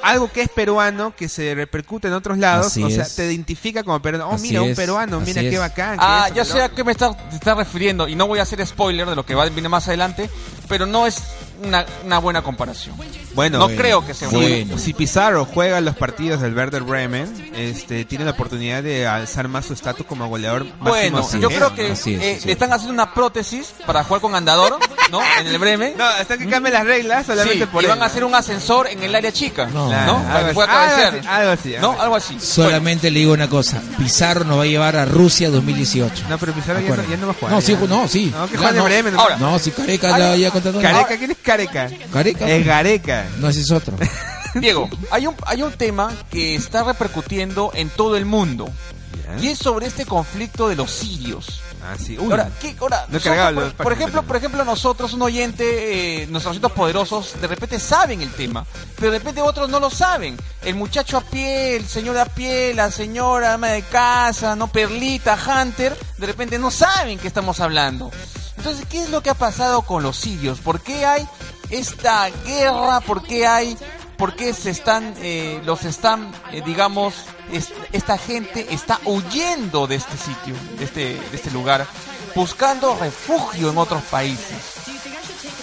[SPEAKER 4] Algo que es peruano, que se repercute en otros lados,
[SPEAKER 2] Así
[SPEAKER 4] o sea,
[SPEAKER 2] es.
[SPEAKER 4] te identifica como peruano. Oh,
[SPEAKER 2] Así
[SPEAKER 4] mira, un
[SPEAKER 2] es,
[SPEAKER 4] peruano, mira
[SPEAKER 2] así
[SPEAKER 4] qué
[SPEAKER 2] es.
[SPEAKER 4] bacán. que
[SPEAKER 1] Ah,
[SPEAKER 4] eso,
[SPEAKER 1] ya
[SPEAKER 4] que
[SPEAKER 1] sé
[SPEAKER 4] lo
[SPEAKER 1] a qué me estás te estás refiriendo y no voy a hacer spoiler de lo que va viene más adelante, pero no es una, una buena comparación.
[SPEAKER 4] otro. Bueno,
[SPEAKER 1] no
[SPEAKER 4] eh,
[SPEAKER 1] creo que sea una buena
[SPEAKER 2] Bueno.
[SPEAKER 4] Si, si Pizarro juega los partidos del Werder Bremen, este, tiene la oportunidad de alzar más su estatus como goleador. máximo
[SPEAKER 1] Bueno,
[SPEAKER 2] así
[SPEAKER 1] yo
[SPEAKER 4] asistente,
[SPEAKER 1] creo que
[SPEAKER 4] ¿no?
[SPEAKER 2] Así es,
[SPEAKER 1] eh,
[SPEAKER 2] así
[SPEAKER 1] le
[SPEAKER 2] es.
[SPEAKER 1] están haciendo una prótesis para jugar con andador, ¿no? En el Bremen.
[SPEAKER 4] No, hasta que cambien las reglas solamente
[SPEAKER 1] Sí,
[SPEAKER 4] por
[SPEAKER 1] y
[SPEAKER 4] él,
[SPEAKER 1] van a
[SPEAKER 4] ¿no?
[SPEAKER 1] hacer un ascensor en el área chica, ¿no?
[SPEAKER 2] No.
[SPEAKER 4] Claro,
[SPEAKER 2] ¿no?
[SPEAKER 1] Para que
[SPEAKER 4] algo,
[SPEAKER 1] pueda
[SPEAKER 4] así,
[SPEAKER 1] cabecear.
[SPEAKER 4] algo así, algo así, algo
[SPEAKER 1] ¿No? Algo así.
[SPEAKER 2] Solamente le digo una cosa, Pizarro nos va a llevar a Rusia 2018.
[SPEAKER 4] No, pero Pizarro ya
[SPEAKER 2] Acuérdate.
[SPEAKER 4] no- ya no va a jugar,
[SPEAKER 2] No,
[SPEAKER 4] ya.
[SPEAKER 2] sí, no, sí.
[SPEAKER 4] No, que
[SPEAKER 2] Ya,
[SPEAKER 4] juegue en
[SPEAKER 2] no.
[SPEAKER 4] Bremen.
[SPEAKER 1] Ahora.
[SPEAKER 2] No, si Careca
[SPEAKER 1] Ay,
[SPEAKER 2] la ya contra todo.
[SPEAKER 4] Careca, ¿quién es Careca?
[SPEAKER 2] Careca.
[SPEAKER 4] Es Gareca.
[SPEAKER 2] No, ese es otro.
[SPEAKER 1] Bueno, Diego, hay un, hay un tema que está repercutiendo en todo el mundo.
[SPEAKER 4] ¿Eh?
[SPEAKER 1] Y es sobre este conflicto de los sirios.
[SPEAKER 4] Así,
[SPEAKER 1] Ahora, ¿qué, ahora,
[SPEAKER 4] No he
[SPEAKER 1] nosotros,
[SPEAKER 4] cargado
[SPEAKER 1] por,
[SPEAKER 4] los
[SPEAKER 1] por
[SPEAKER 4] páginas.
[SPEAKER 1] ejemplo, por ejemplo, nosotros, un oyente, eh, nuestros oyentes poderosos, de repente saben el tema, pero de repente otros no lo saben. El muchacho a pie, el señor a pie, la señora ama de casa, no Perlita, Hunter, de repente no saben qué estamos hablando. Entonces, ¿qué es lo que ha pasado con los sirios? ¿Por qué hay esta guerra? ¿Por qué hay ¿Por qué se están, eh, los están, eh, digamos, es- esta gente está huyendo de este sitio, de este, de este lugar, buscando refugio en otros países?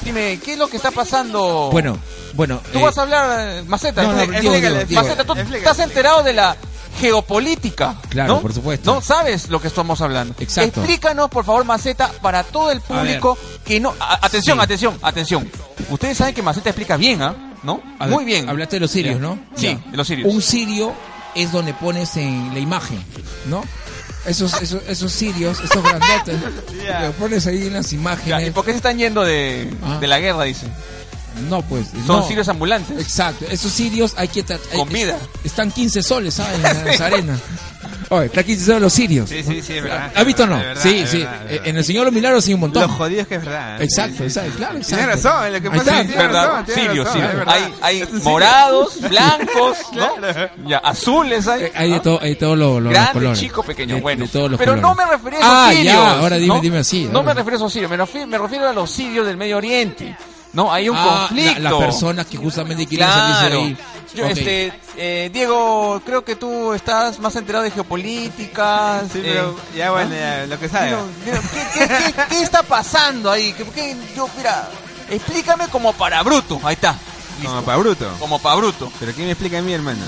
[SPEAKER 1] Dime, ¿qué es lo que está
[SPEAKER 4] Oh.
[SPEAKER 1] pasando?
[SPEAKER 2] Bueno, bueno.
[SPEAKER 1] tú
[SPEAKER 2] eh,
[SPEAKER 1] vas a hablar, eh, Maceta,
[SPEAKER 2] no, no,
[SPEAKER 1] tú-
[SPEAKER 2] Diego,
[SPEAKER 1] explícale,
[SPEAKER 2] Diego,
[SPEAKER 1] Maceta, tú
[SPEAKER 4] Diego.
[SPEAKER 1] estás enterado de la geopolítica.
[SPEAKER 2] Claro,
[SPEAKER 1] ¿no?
[SPEAKER 2] por supuesto.
[SPEAKER 1] No sabes lo que estamos hablando.
[SPEAKER 2] Exacto.
[SPEAKER 1] Explícanos, por favor, Maceta, para todo el público que no. a- atención,
[SPEAKER 2] Sí.
[SPEAKER 1] atención, atención. Ustedes saben que Maceta explica bien, ¿ah? ¿No?
[SPEAKER 2] a ver,
[SPEAKER 1] Muy bien.
[SPEAKER 2] Hablaste de los sirios,
[SPEAKER 1] Ya.
[SPEAKER 2] ¿no?
[SPEAKER 1] Sí,
[SPEAKER 2] Ya.
[SPEAKER 1] de los sirios.
[SPEAKER 2] Un sirio es donde pones en la imagen, ¿no? Esos, esos, esos sirios, esos grandotes,
[SPEAKER 1] Ya.
[SPEAKER 2] los pones ahí en las
[SPEAKER 1] Ya,
[SPEAKER 2] imágenes.
[SPEAKER 1] ¿Y por qué se están yendo de,
[SPEAKER 2] Ah.
[SPEAKER 1] de la guerra, dice?
[SPEAKER 2] No, pues.
[SPEAKER 1] Son
[SPEAKER 2] no.
[SPEAKER 1] sirios ambulantes.
[SPEAKER 2] Exacto, esos sirios hay que. tra- hay-
[SPEAKER 1] Con vida.
[SPEAKER 2] Están 15 soles, ¿sabes? En la Nazarena. Oye, está 15 soles los sirios.
[SPEAKER 4] Sí, sí, sí, es verdad.
[SPEAKER 2] ¿Has visto o no?
[SPEAKER 4] Es verdad,
[SPEAKER 2] sí,
[SPEAKER 4] es
[SPEAKER 2] sí.
[SPEAKER 4] verdad, es verdad.
[SPEAKER 2] En el Señor de los Milagros sí un montón.
[SPEAKER 4] Lo jodido es que es verdad. ¿eh?
[SPEAKER 2] Exacto, exacto, claro,
[SPEAKER 4] Tiene
[SPEAKER 2] exacto.
[SPEAKER 4] razón, lo que
[SPEAKER 2] Ahí
[SPEAKER 4] pasa
[SPEAKER 2] está.
[SPEAKER 4] es que tiene
[SPEAKER 1] ¿Verdad?
[SPEAKER 4] razón, tiene
[SPEAKER 1] Sirio,
[SPEAKER 4] razón,
[SPEAKER 1] sirio.
[SPEAKER 4] es verdad. Este
[SPEAKER 1] Hay, hay morados, blancos, ¿no?
[SPEAKER 4] Claro.
[SPEAKER 1] Ya, azules hay. Ah,
[SPEAKER 2] Eh, Hay de todo, hay de todos los- los
[SPEAKER 1] Grande,
[SPEAKER 2] colores.
[SPEAKER 1] chico, pequeño,
[SPEAKER 2] De-
[SPEAKER 1] bueno.
[SPEAKER 2] de todos los
[SPEAKER 1] pero no
[SPEAKER 2] colores.
[SPEAKER 1] me refería a
[SPEAKER 2] Ah,
[SPEAKER 1] esos sirios.
[SPEAKER 2] ya, ahora dime,
[SPEAKER 1] ¿no?
[SPEAKER 2] dime así.
[SPEAKER 1] No me
[SPEAKER 2] ahora.
[SPEAKER 1] refiero a esos sirios, me refiero, me refiero a los sirios del Medio Oriente. No, hay un
[SPEAKER 2] Ah,
[SPEAKER 1] conflicto.
[SPEAKER 2] la- Las personas que justamente quieren salirse de
[SPEAKER 1] Claro.
[SPEAKER 2] ahí.
[SPEAKER 1] Yo,
[SPEAKER 2] Ok.
[SPEAKER 1] este, eh, Diego, creo que tú estás más enterado de geopolítica.
[SPEAKER 4] Sí,
[SPEAKER 1] eh,
[SPEAKER 4] pero ya bueno, ya, lo que sabe.
[SPEAKER 1] Mira, mira, ¿qué, qué- qué- qué está pasando ahí? ¿Qué- qué- yo, mira, explícame como para bruto. Ahí está. Listo.
[SPEAKER 4] Como para bruto.
[SPEAKER 1] Como para bruto.
[SPEAKER 4] Pero ¿quién me explica a mí, hermano?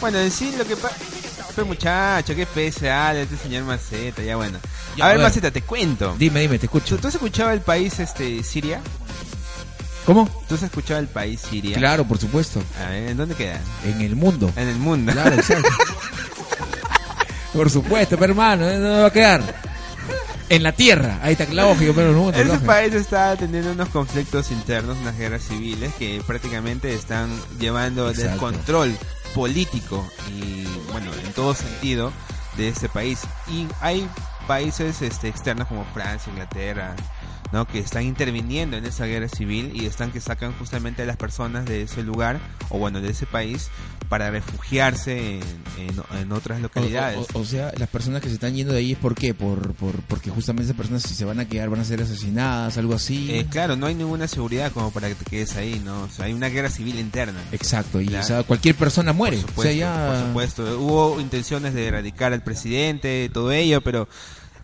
[SPEAKER 4] Bueno, en sí lo que pasa... Pero muchacho, qué PSA de este señor Maceta, ya bueno.
[SPEAKER 2] Ya,
[SPEAKER 4] a
[SPEAKER 2] a
[SPEAKER 4] ver,
[SPEAKER 2] ver.
[SPEAKER 4] Maceta, te cuento.
[SPEAKER 2] Dime, dime, te
[SPEAKER 4] ¿Tú,
[SPEAKER 2] escucho.
[SPEAKER 4] tú has escuchado el país este Siria?
[SPEAKER 2] ¿Cómo?
[SPEAKER 4] ¿Tú has escuchado el país Siria?
[SPEAKER 2] Claro, por supuesto.
[SPEAKER 4] A ver, ¿en dónde queda?
[SPEAKER 2] En el mundo.
[SPEAKER 4] En el mundo.
[SPEAKER 2] Claro, exacto. Por supuesto, pero hermano, ¿eh? ¿dónde va a quedar? En la tierra. Ahí está, lógico, pero no.
[SPEAKER 4] Ese
[SPEAKER 2] lógico.
[SPEAKER 4] país está teniendo unos conflictos internos, unas guerras civiles que prácticamente están llevando
[SPEAKER 2] Exacto.
[SPEAKER 4] descontrol político y, bueno, en todo sentido de este país. Y hay países este, externos como Francia, Inglaterra, ¿no? que están interviniendo en esa guerra civil y están que sacan justamente a las personas de ese lugar o, bueno, de ese país para refugiarse en, en- en otras
[SPEAKER 2] O- o-
[SPEAKER 4] localidades.
[SPEAKER 2] O, o sea, las personas que se están yendo de ahí es por qué? Por, por, porque justamente esas personas si se van a quedar van a ser asesinadas, algo así.
[SPEAKER 4] Eh, claro, no hay ninguna seguridad como para que te quedes ahí, ¿no? O sea, hay una guerra civil interna.
[SPEAKER 2] Exacto, y
[SPEAKER 4] Claro.
[SPEAKER 2] o sea, cualquier persona muere.
[SPEAKER 4] Por supuesto,
[SPEAKER 2] o sea, ya...
[SPEAKER 4] por supuesto. Hubo intenciones de erradicar al presidente, todo ello, pero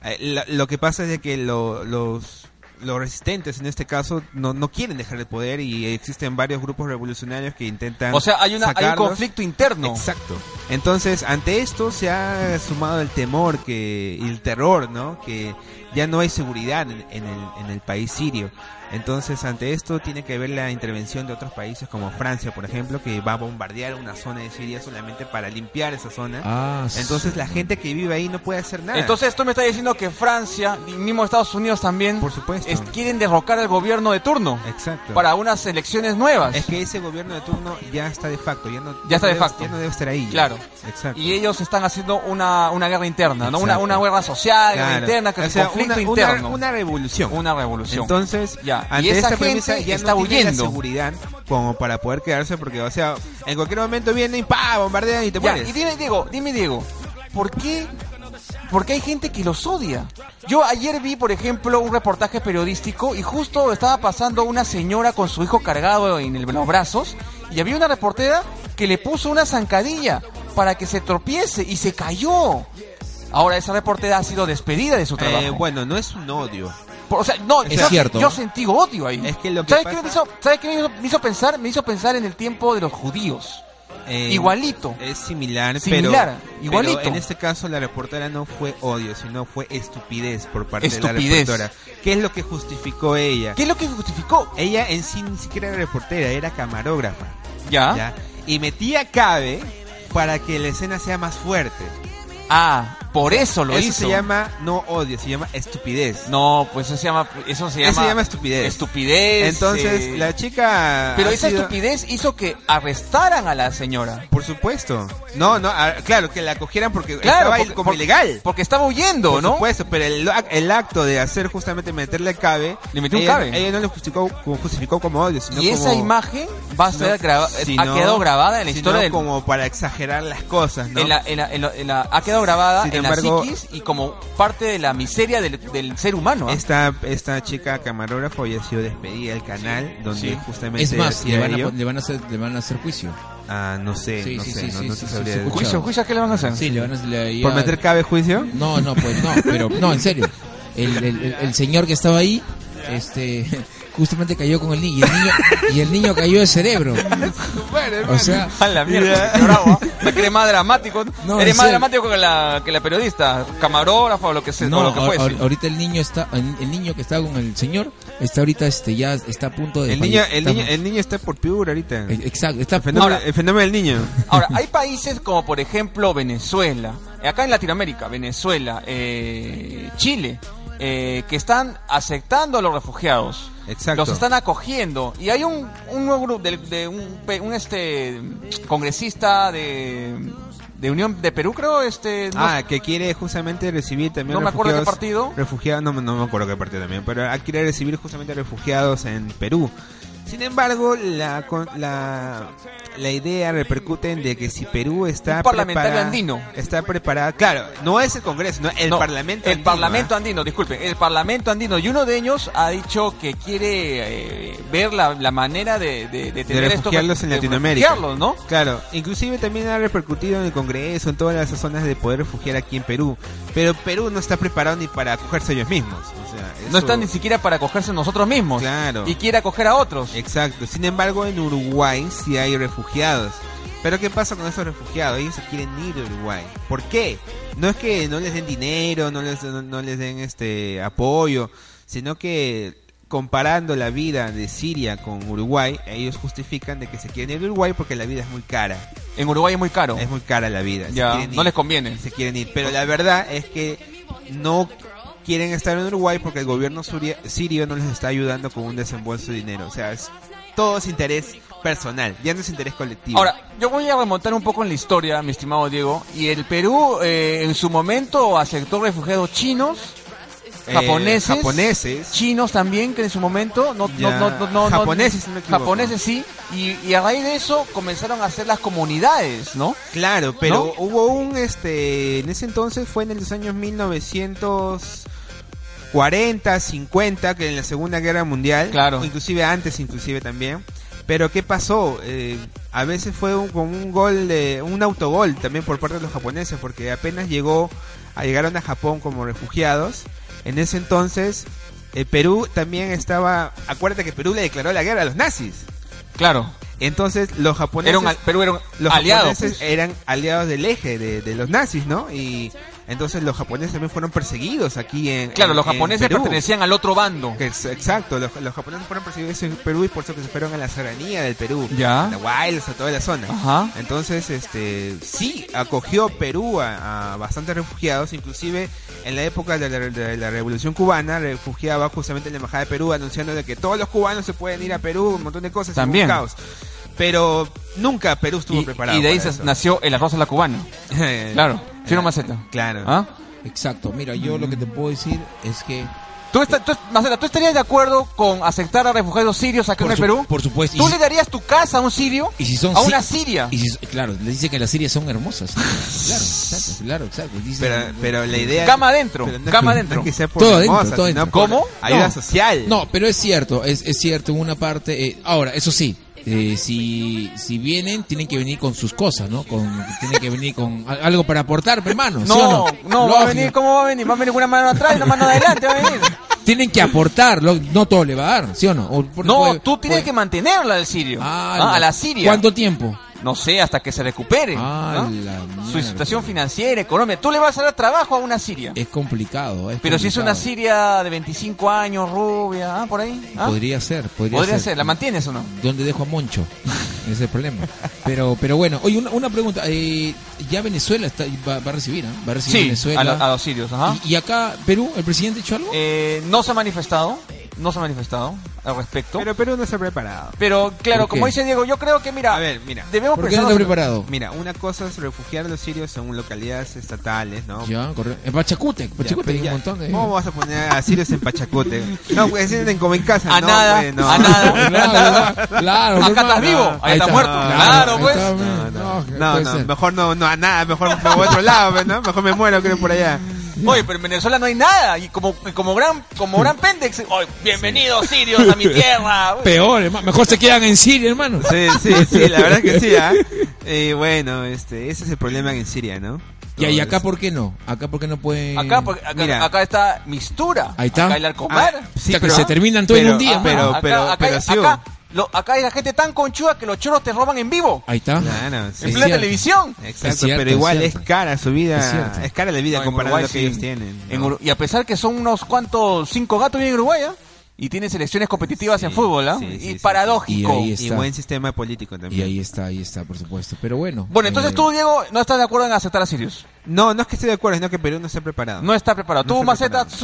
[SPEAKER 4] eh, la- lo, que pasa es de que lo- los, los resistentes en este caso no, no quieren dejar el poder y existen varios grupos revolucionarios que intentan.
[SPEAKER 1] O sea, hay, una, hay un
[SPEAKER 4] sacarlos.
[SPEAKER 1] conflicto interno.
[SPEAKER 4] Exacto. Entonces, ante esto se ha sumado el temor que, y el terror, ¿no? Que ya no hay seguridad en, en el, en el país sirio. Entonces, ante esto tiene que ver la intervención de otros países como Francia, por ejemplo, que va a bombardear una zona de Siria solamente para limpiar esa zona.
[SPEAKER 2] Ah, sí.
[SPEAKER 4] Entonces, la gente que vive ahí no puede hacer nada.
[SPEAKER 1] Entonces tú me estás diciendo que Francia y mismo Estados Unidos también
[SPEAKER 4] por supuesto.
[SPEAKER 1] es- quieren derrocar al gobierno de turno
[SPEAKER 4] Exacto.
[SPEAKER 1] para unas elecciones nuevas.
[SPEAKER 4] Es que ese gobierno de turno ya está de facto, ya no
[SPEAKER 1] Ya está de
[SPEAKER 4] no debe-
[SPEAKER 1] facto.
[SPEAKER 4] ya no debe estar ahí.
[SPEAKER 1] Claro.
[SPEAKER 4] Exacto.
[SPEAKER 1] Y ellos están haciendo una, una guerra interna, ¿no? Una,
[SPEAKER 4] Exacto.
[SPEAKER 1] una guerra social, guerra
[SPEAKER 4] Claro.
[SPEAKER 1] interna, que
[SPEAKER 4] O sea,
[SPEAKER 1] conflicto
[SPEAKER 4] una- una-
[SPEAKER 1] interno.
[SPEAKER 4] una revolución.
[SPEAKER 1] Una revolución.
[SPEAKER 4] Entonces,
[SPEAKER 1] Ya,
[SPEAKER 4] ante
[SPEAKER 1] y esa
[SPEAKER 4] esta premisa
[SPEAKER 1] gente
[SPEAKER 4] ya
[SPEAKER 1] está
[SPEAKER 4] no tiene la
[SPEAKER 1] huyendo.
[SPEAKER 4] seguridad como para poder quedarse porque, o sea, en cualquier momento vienen y pa, bombardean y te
[SPEAKER 1] Ya,
[SPEAKER 4] mueres.
[SPEAKER 1] y dime, Diego, dime, Diego, ¿por qué? Porque hay gente que los odia. Yo ayer vi, por ejemplo, un reportaje periodístico y justo estaba pasando una señora con su hijo cargado en el- en los brazos y había una reportera que le puso una zancadilla para que se tropiece y se cayó. Ahora esa reportera ha sido despedida de su trabajo.
[SPEAKER 4] Eh, bueno, no es un odio.
[SPEAKER 1] Por- o sea, no,
[SPEAKER 2] Es
[SPEAKER 1] yo,
[SPEAKER 2] cierto.
[SPEAKER 1] yo sentí odio ahí.
[SPEAKER 4] Es que lo que
[SPEAKER 1] ¿Sabes
[SPEAKER 4] pasa-
[SPEAKER 1] qué me hizo, sabes qué me hizo- me hizo pensar? Me hizo pensar en el tiempo de los judíos.
[SPEAKER 4] Eh,
[SPEAKER 1] Igualito.
[SPEAKER 4] Es similar,
[SPEAKER 1] Similar,
[SPEAKER 4] pero,
[SPEAKER 1] igualito.
[SPEAKER 4] pero en este caso la reportera no fue odio, sino fue estupidez por parte
[SPEAKER 1] Estupidez.
[SPEAKER 4] de la reportera. ¿Qué es lo que justificó ella?
[SPEAKER 1] ¿Qué es lo que justificó?
[SPEAKER 4] Ella en sí ni siquiera era reportera, era camarógrafa.
[SPEAKER 1] Ya.
[SPEAKER 4] ¿ya? Y metía cabe para que la escena sea más fuerte.
[SPEAKER 1] Ah, por eso lo
[SPEAKER 4] Eso
[SPEAKER 1] hizo.
[SPEAKER 4] se llama no odio, se llama estupidez.
[SPEAKER 1] No, pues eso se llama. Eso se llama.
[SPEAKER 4] Eso se llama estupidez.
[SPEAKER 1] Estupidez.
[SPEAKER 4] Entonces,
[SPEAKER 1] eh,
[SPEAKER 4] la chica.
[SPEAKER 1] Pero
[SPEAKER 4] ha
[SPEAKER 1] esa
[SPEAKER 4] sido-
[SPEAKER 1] estupidez hizo que arrestaran a la señora.
[SPEAKER 4] Por supuesto. No, no, ah, claro, que la cogieran porque
[SPEAKER 1] Claro,
[SPEAKER 4] estaba ahí
[SPEAKER 1] porque-
[SPEAKER 4] como
[SPEAKER 1] porque-
[SPEAKER 4] ilegal.
[SPEAKER 1] Porque estaba huyendo,
[SPEAKER 4] Por
[SPEAKER 1] ¿no?
[SPEAKER 4] supuesto, pero el, ac- el acto de hacer justamente meterle cabe.
[SPEAKER 1] Le metió un
[SPEAKER 4] ella,
[SPEAKER 1] cabe.
[SPEAKER 4] Ella no lo justificó, como- justificó como odio, sino
[SPEAKER 1] y
[SPEAKER 4] como-
[SPEAKER 1] esa imagen va a
[SPEAKER 4] sino-
[SPEAKER 1] ser graba- eh,
[SPEAKER 4] sino-
[SPEAKER 1] ha quedado grabada en la
[SPEAKER 4] sino
[SPEAKER 1] historia del.
[SPEAKER 4] como para exagerar las cosas, ¿no?
[SPEAKER 1] en la- en la- en la- en la- ha quedado grabada
[SPEAKER 4] Sin
[SPEAKER 1] en
[SPEAKER 4] embargo-
[SPEAKER 1] la psiquis y como parte de la miseria del, del ser humano. ¿ah?
[SPEAKER 4] Esta, esta chica camarógrafo había sido despedida del canal, donde
[SPEAKER 1] sí.
[SPEAKER 4] justamente.
[SPEAKER 2] Es más,
[SPEAKER 4] hacía
[SPEAKER 2] le van, a,
[SPEAKER 4] ello.
[SPEAKER 2] pon- le, van a hacer, le van a hacer juicio.
[SPEAKER 4] Ah, no sé,
[SPEAKER 2] Sí,
[SPEAKER 4] no
[SPEAKER 2] sí,
[SPEAKER 4] sé,
[SPEAKER 2] sí,
[SPEAKER 4] no,
[SPEAKER 2] sí,
[SPEAKER 4] no
[SPEAKER 2] sí,
[SPEAKER 4] te
[SPEAKER 2] sí,
[SPEAKER 4] sabría
[SPEAKER 2] sí,
[SPEAKER 4] decir.
[SPEAKER 1] Juicio, juicio, ¿qué le van a hacer?
[SPEAKER 2] Sí, le van a... le- ya-
[SPEAKER 4] Ah, ¿Por meter cabe juicio?
[SPEAKER 2] No, no, pues no, pero no, en serio. El, el- el- el señor que estaba ahí, este, justamente cayó con el niño y el niño, y el niño cayó de cerebro. O sea,
[SPEAKER 1] A la mierda,
[SPEAKER 4] Ya.
[SPEAKER 1] qué bravo. ¿ah? Me crees más dramático.
[SPEAKER 2] No,
[SPEAKER 1] Eres
[SPEAKER 2] en
[SPEAKER 1] más
[SPEAKER 2] serio.
[SPEAKER 1] dramático que la, que la periodista, camarógrafa o lo que sea, o
[SPEAKER 2] no,
[SPEAKER 1] lo que fuese.
[SPEAKER 2] ahor- ahorita el niño está, el niño que estaba con el señor está ahorita, este, ya está a punto de.
[SPEAKER 4] El niño,
[SPEAKER 2] fallecer.
[SPEAKER 4] el niño, el niño está por Piura ahorita.
[SPEAKER 2] Eh, Exacto, está a
[SPEAKER 4] El fenómeno,
[SPEAKER 1] Ahora-
[SPEAKER 4] el fenómeno del niño.
[SPEAKER 1] Ahora, hay países como por ejemplo Venezuela, acá en Latinoamérica, Venezuela, eh, Chile, eh, que están aceptando a los refugiados.
[SPEAKER 4] Exacto.
[SPEAKER 1] Los están acogiendo. Y hay un, un nuevo grupo de, de un, pe- un, este congresista de, de Unión de Perú, creo, este no-
[SPEAKER 4] Ah, que quiere justamente recibir también
[SPEAKER 1] No me acuerdo qué
[SPEAKER 4] refugiados-
[SPEAKER 1] partido.
[SPEAKER 4] Refugiados, no, me- no me acuerdo qué partido también, pero ah, quiere recibir justamente refugiados en Perú. Sin embargo, la, con- la, la idea repercute en de que si Perú está
[SPEAKER 1] Un parlamentario
[SPEAKER 4] prepara-
[SPEAKER 1] andino.
[SPEAKER 4] está preparada, claro, no es el Congreso, no, el
[SPEAKER 1] no,
[SPEAKER 4] Parlamento
[SPEAKER 1] el
[SPEAKER 4] andino,
[SPEAKER 1] Parlamento
[SPEAKER 4] ¿ah?
[SPEAKER 1] andino, disculpen, el Parlamento andino y uno de ellos ha dicho que quiere eh, ver la, la manera de, de, de
[SPEAKER 4] de
[SPEAKER 1] tener estos-
[SPEAKER 4] refugiarlos en
[SPEAKER 1] de
[SPEAKER 4] Latinoamérica.
[SPEAKER 1] refugiarlos, ¿no?
[SPEAKER 4] Claro, inclusive también ha repercutido en el Congreso, en todas las zonas de poder refugiar aquí en Perú, pero Perú no está preparado ni para acogerse ellos mismos. o sea,
[SPEAKER 1] No
[SPEAKER 4] eso-
[SPEAKER 1] están ni siquiera para acogerse nosotros mismos.
[SPEAKER 4] Claro.
[SPEAKER 1] Y quiere acoger a otros.
[SPEAKER 4] Exacto. Sin embargo, en Uruguay sí hay refugiados. Pero ¿qué pasa con esos refugiados? Ellos se quieren ir a Uruguay. ¿Por qué? No es que no les den dinero, no les, no, no les den este apoyo, sino que comparando la vida de Siria con Uruguay, ellos justifican de que se quieren ir a Uruguay porque la vida es muy cara.
[SPEAKER 1] En Uruguay es muy caro.
[SPEAKER 4] Es muy cara la vida. se
[SPEAKER 1] ya,
[SPEAKER 4] quieren
[SPEAKER 1] no
[SPEAKER 4] ir
[SPEAKER 1] les conviene.
[SPEAKER 4] se quieren ir. Pero la verdad es que no quieren estar en Uruguay porque el gobierno suria- sirio no les está ayudando con un desembolso de dinero. O sea, es, todo es interés personal, ya no es interés colectivo.
[SPEAKER 1] Ahora, yo voy a remontar un poco en la historia, mi estimado Diego. Y el Perú eh, en su momento aceptó refugiados chinos,
[SPEAKER 4] Eh,
[SPEAKER 1] japoneses,
[SPEAKER 4] japoneses.
[SPEAKER 1] chinos también, que en su momento no, no-
[SPEAKER 4] Ya,
[SPEAKER 1] no, no, no- no-
[SPEAKER 4] japoneses, si no me equivoco.
[SPEAKER 1] japoneses sí. Y, y a raíz de eso comenzaron a hacer las comunidades, ¿no?
[SPEAKER 4] Claro, pero hubo un, este, en ese entonces fue en los años 1940, 50, que en la Segunda Guerra Mundial,
[SPEAKER 1] Claro.
[SPEAKER 4] inclusive antes, inclusive también. Pero qué pasó, Eh, a veces fue un, con un gol de un autogol también por parte de los japoneses, porque apenas llegó, a, llegaron a Japón como refugiados. En ese entonces, eh, Perú también estaba, acuérdate que Perú le declaró la guerra a los nazis.
[SPEAKER 1] Claro.
[SPEAKER 4] Entonces los japoneses
[SPEAKER 1] Era un al- Perú era un
[SPEAKER 4] los
[SPEAKER 1] aliado.
[SPEAKER 4] japoneses
[SPEAKER 1] pues.
[SPEAKER 4] eran aliados del eje de, de los nazis, ¿no? Y entonces los japoneses también fueron perseguidos aquí en
[SPEAKER 1] Claro,
[SPEAKER 4] en-
[SPEAKER 1] los
[SPEAKER 4] en
[SPEAKER 1] japoneses
[SPEAKER 4] Perú.
[SPEAKER 1] pertenecían al otro bando.
[SPEAKER 4] Que es- Exacto, los, los japoneses fueron perseguidos en Perú y por eso que se fueron a la serranía del Perú,
[SPEAKER 1] Ya.
[SPEAKER 4] a la Wilds, a toda la zona.
[SPEAKER 1] Ajá.
[SPEAKER 4] Entonces, este, sí, acogió Perú a, a bastantes refugiados, inclusive en la época de la, de la Revolución Cubana, refugiaba justamente en la Embajada de Perú anunciando de que todos los cubanos se pueden ir a Perú, un montón de cosas, y hubo un
[SPEAKER 1] También.
[SPEAKER 4] caos. Pero nunca Perú estuvo
[SPEAKER 1] Y,
[SPEAKER 4] preparado.
[SPEAKER 1] y de ahí
[SPEAKER 4] para
[SPEAKER 1] se-
[SPEAKER 4] eso.
[SPEAKER 1] nació el arroz a la cubana. Claro, sí, una maceta.
[SPEAKER 4] Claro.
[SPEAKER 1] ¿Ah?
[SPEAKER 2] Exacto, mira, yo lo que te puedo decir es que...
[SPEAKER 1] ¿Tú, esta- tú- Marcela, ¿tú estarías de acuerdo con aceptar a refugiados sirios acá en el
[SPEAKER 2] su-
[SPEAKER 1] Perú?
[SPEAKER 2] por supuesto.
[SPEAKER 1] ¿Tú
[SPEAKER 2] y si-
[SPEAKER 1] le darías tu casa a un sirio?
[SPEAKER 2] Y si son
[SPEAKER 1] a
[SPEAKER 2] si-
[SPEAKER 1] una siria.
[SPEAKER 2] Y si- claro, le dicen que las sirias son hermosas. Claro, exacto, claro, exacto. Dicen-
[SPEAKER 4] Pero, pero la idea.
[SPEAKER 1] Cama adentro,
[SPEAKER 4] pero no-
[SPEAKER 1] cama
[SPEAKER 4] no
[SPEAKER 1] adentro.
[SPEAKER 4] que sea por
[SPEAKER 2] Todo
[SPEAKER 4] hermosa,
[SPEAKER 2] adentro, todo
[SPEAKER 4] sino
[SPEAKER 2] adentro.
[SPEAKER 4] por
[SPEAKER 1] ¿Cómo?
[SPEAKER 4] Ayuda
[SPEAKER 2] No.
[SPEAKER 4] social.
[SPEAKER 2] No, pero es cierto, es, es cierto, una parte... eh, ahora, eso sí, eh, si, si vienen, tienen que venir con sus cosas, ¿no? Con, tienen que venir con a- algo para aportar, pero, hermano. ¿sí
[SPEAKER 1] no,
[SPEAKER 2] o
[SPEAKER 1] no, va a
[SPEAKER 2] Lógico.
[SPEAKER 1] venir, ¿cómo va a venir? Va a venir una mano atrás y una mano adelante, va a venir.
[SPEAKER 2] Tienen que aportar, lo- no todo le va a dar, ¿sí o no? O por-
[SPEAKER 1] No,
[SPEAKER 2] puede-
[SPEAKER 1] tú tienes
[SPEAKER 2] puede-
[SPEAKER 1] que mantenerla al sirio,
[SPEAKER 2] Ah,
[SPEAKER 1] ¿ah? a la siria.
[SPEAKER 2] ¿Cuánto tiempo?
[SPEAKER 1] No sé, hasta que se recupere.
[SPEAKER 2] Ah,
[SPEAKER 1] ¿no?
[SPEAKER 2] la
[SPEAKER 1] Su
[SPEAKER 2] mierda.
[SPEAKER 1] situación financiera, económica. Tú le vas a dar trabajo a una siria.
[SPEAKER 2] Es complicado. es
[SPEAKER 1] Pero si es una
[SPEAKER 2] complicado.
[SPEAKER 1] siria de 25 años, rubia, ¿ah? por ahí. ¿ah?
[SPEAKER 2] Podría ser, podría,
[SPEAKER 1] Podría ser, ¿la mantienes o no?
[SPEAKER 2] ¿Dónde dejo a Moncho? Ese es el problema. Pero, pero bueno, oye, una, una pregunta. eh, ya Venezuela está, va, va a recibir, ¿ah? Va a recibir
[SPEAKER 1] Sí,
[SPEAKER 2] Venezuela.
[SPEAKER 1] a, la- a los sirios, ajá.
[SPEAKER 2] y, y acá, Perú, ¿el presidente ha dicho algo?
[SPEAKER 1] Eh, no se ha manifestado, no se ha manifestado al respecto. Pero,
[SPEAKER 4] Pero Perú no está preparado.
[SPEAKER 1] claro,
[SPEAKER 2] ¿Por qué?
[SPEAKER 1] como dice Diego, yo creo que mira,
[SPEAKER 4] A ver, mira.
[SPEAKER 1] debemos
[SPEAKER 2] ¿Por qué
[SPEAKER 1] pensar
[SPEAKER 2] no está preparado?
[SPEAKER 4] Mira, una cosa es refugiar a los sirios en localidades estatales, ¿no?
[SPEAKER 2] Ya, corre- En Pachacute,
[SPEAKER 4] Ya,
[SPEAKER 2] Pachacute
[SPEAKER 4] pero
[SPEAKER 2] hay un
[SPEAKER 4] ya,
[SPEAKER 2] montón de...
[SPEAKER 4] ¿Cómo vas a poner a sirios en Pachacote? No, pues sienten como en casa.
[SPEAKER 1] a
[SPEAKER 4] no,
[SPEAKER 1] nada,
[SPEAKER 4] pues, no.
[SPEAKER 1] a nada.
[SPEAKER 2] Claro, claro,
[SPEAKER 1] Acá
[SPEAKER 2] hermano.
[SPEAKER 1] estás vivo, ahí estás muerto. Claro,
[SPEAKER 2] ahí
[SPEAKER 1] pues.
[SPEAKER 2] está,
[SPEAKER 4] No,
[SPEAKER 2] no,
[SPEAKER 4] no,
[SPEAKER 2] que
[SPEAKER 4] no,
[SPEAKER 2] puede
[SPEAKER 4] no,
[SPEAKER 2] ser.
[SPEAKER 4] mejor no, no a nada, mejor me voy a otro lado, pues, ¿no? Mejor me muero, creo, por allá.
[SPEAKER 1] Oye, pero en Venezuela no hay nada y como y como gran como gran pendex, oye, bienvenidos sirios a mi tierra. Uy,
[SPEAKER 2] Peor, hermano. Mejor se quedan en Siria, hermano.
[SPEAKER 4] Sí, sí, sí, la verdad que sí, ¿ah? Eh, bueno, este, ese es el problema en Siria, ¿no?
[SPEAKER 2] Ya, y
[SPEAKER 4] Todo
[SPEAKER 2] acá
[SPEAKER 4] esto.
[SPEAKER 2] por qué no? Acá por qué no pueden...
[SPEAKER 1] Acá, porque- acá,
[SPEAKER 4] Mira.
[SPEAKER 1] acá está Mistura,
[SPEAKER 2] Ahí está.
[SPEAKER 1] acá el Alcomar.
[SPEAKER 4] Ah,
[SPEAKER 2] O
[SPEAKER 4] sí,
[SPEAKER 2] sea, que
[SPEAKER 4] pero-
[SPEAKER 2] se terminan todo en
[SPEAKER 4] pero-
[SPEAKER 2] un día,
[SPEAKER 4] ah, pero-
[SPEAKER 2] mano.
[SPEAKER 1] acá,
[SPEAKER 4] pero-
[SPEAKER 1] acá,
[SPEAKER 4] pero sí,
[SPEAKER 1] acá- lo- acá hay la gente tan conchuda que los choros te roban en vivo,
[SPEAKER 2] Ahí está.
[SPEAKER 4] Claro, sí.
[SPEAKER 1] en
[SPEAKER 2] Es
[SPEAKER 1] plena
[SPEAKER 2] cierto.
[SPEAKER 1] televisión.
[SPEAKER 4] Exacto,
[SPEAKER 2] Es cierto,
[SPEAKER 4] pero igual
[SPEAKER 2] es
[SPEAKER 4] es,
[SPEAKER 2] cierto.
[SPEAKER 4] cara su
[SPEAKER 2] Es
[SPEAKER 4] vida,
[SPEAKER 2] cierado.
[SPEAKER 4] es, cara la vida
[SPEAKER 1] No, en
[SPEAKER 4] comparado a
[SPEAKER 1] Uruguay
[SPEAKER 4] lo que
[SPEAKER 1] sí.
[SPEAKER 4] ellos tienen.
[SPEAKER 1] En
[SPEAKER 4] ¿no?
[SPEAKER 1] Uru- y a pesar que son unos cuantos, cinco gatos bien en Uruguay, ¿ah? y tiene selecciones competitivas en
[SPEAKER 4] Sí,
[SPEAKER 1] fútbol, ¿ah?
[SPEAKER 4] sí, sí,
[SPEAKER 1] y
[SPEAKER 4] sí,
[SPEAKER 1] paradójico.
[SPEAKER 2] sí. Y ahí
[SPEAKER 4] Y
[SPEAKER 2] está.
[SPEAKER 4] buen sistema político también.
[SPEAKER 2] Y ahí está, ahí está, por supuesto. Pero bueno.
[SPEAKER 1] Bueno, entonces
[SPEAKER 2] eh,
[SPEAKER 1] tú, Diego, no estás de acuerdo en aceptar a Sirius.
[SPEAKER 4] No, no es que esté de acuerdo, sino que Perú no está preparado.
[SPEAKER 1] No está preparado.
[SPEAKER 4] No
[SPEAKER 1] tú,
[SPEAKER 4] está
[SPEAKER 1] Maceta,
[SPEAKER 4] preparado.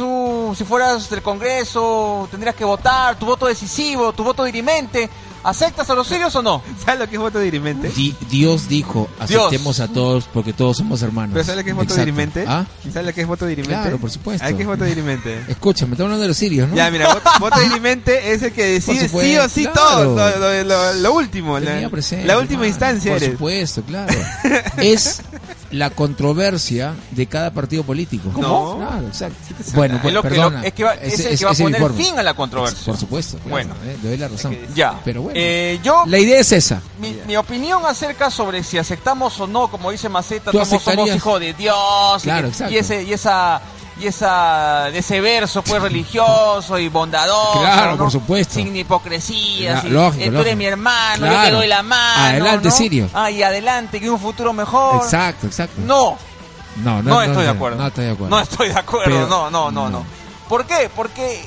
[SPEAKER 1] su- si fueras del Congreso, tendrías que votar, tu voto decisivo, tu voto dirimente. ¿Aceptas a los Sirius o no?
[SPEAKER 4] ¿Sabes lo que es voto dirimente?
[SPEAKER 2] di- Dios dijo, aceptemos a todos porque todos somos hermanos.
[SPEAKER 4] ¿Pero sabes lo que es voto
[SPEAKER 2] Exacto.
[SPEAKER 4] dirimente?
[SPEAKER 2] ¿Ah?
[SPEAKER 4] ¿Sabes lo que es voto dirimente?
[SPEAKER 2] Claro, por supuesto.
[SPEAKER 4] ¿Hay que es voto dirimente?
[SPEAKER 2] Escúchame, estamos hablando de los sirios, ¿no?
[SPEAKER 4] Ya, mira, voto, voto dirimente es el que decide
[SPEAKER 2] Por
[SPEAKER 4] sí o
[SPEAKER 2] supuesto,
[SPEAKER 4] sí
[SPEAKER 2] claro.
[SPEAKER 4] todo, lo, lo- lo- lo último, la,
[SPEAKER 2] Tenía presente,
[SPEAKER 4] la última
[SPEAKER 2] hermano,
[SPEAKER 4] instancia
[SPEAKER 2] Por
[SPEAKER 4] eres.
[SPEAKER 2] supuesto, claro. es la controversia de cada partido político.
[SPEAKER 4] ¿Cómo?
[SPEAKER 2] Claro, exacto. Bueno,
[SPEAKER 1] Es
[SPEAKER 2] pues,
[SPEAKER 1] lo que-
[SPEAKER 2] perdona.
[SPEAKER 1] lo- es que va- es el que va a
[SPEAKER 2] ese
[SPEAKER 1] poner
[SPEAKER 2] informe.
[SPEAKER 1] fin a la controversia.
[SPEAKER 2] Por supuesto. claro,
[SPEAKER 1] Bueno.
[SPEAKER 2] eh, le doy la razón.
[SPEAKER 1] Ya.
[SPEAKER 2] Pero bueno.
[SPEAKER 1] Eh, yo,
[SPEAKER 2] La idea es esa.
[SPEAKER 1] mi, mi opinión acerca sobre si aceptamos o no, como dice Maceta,
[SPEAKER 2] ¿Tú
[SPEAKER 1] somos, somos
[SPEAKER 2] aceptarías?
[SPEAKER 1] hijos de Dios. y-
[SPEAKER 2] Claro,
[SPEAKER 1] y,
[SPEAKER 2] exacto.
[SPEAKER 1] ese, y esa... Y esa, ese verso pues religioso y bondadoso.
[SPEAKER 2] Claro,
[SPEAKER 1] ¿no?
[SPEAKER 2] por supuesto.
[SPEAKER 1] Sin hipocresía.
[SPEAKER 2] La-
[SPEAKER 1] sin,
[SPEAKER 2] lógico,
[SPEAKER 1] eh, tú eres
[SPEAKER 2] lógico.
[SPEAKER 1] mi hermano, yo te
[SPEAKER 2] Claro.
[SPEAKER 1] doy la mano.
[SPEAKER 2] Adelante,
[SPEAKER 1] ¿no?
[SPEAKER 2] Sirio.
[SPEAKER 1] Ah, y adelante, que un futuro mejor.
[SPEAKER 2] Exacto, exacto.
[SPEAKER 1] No,
[SPEAKER 2] no,
[SPEAKER 1] no, estoy de acuerdo.
[SPEAKER 2] No estoy de acuerdo.
[SPEAKER 1] No estoy de acuerdo,
[SPEAKER 2] Pero-
[SPEAKER 1] no, no, no, no.
[SPEAKER 2] no.
[SPEAKER 1] ¿Por qué? Porque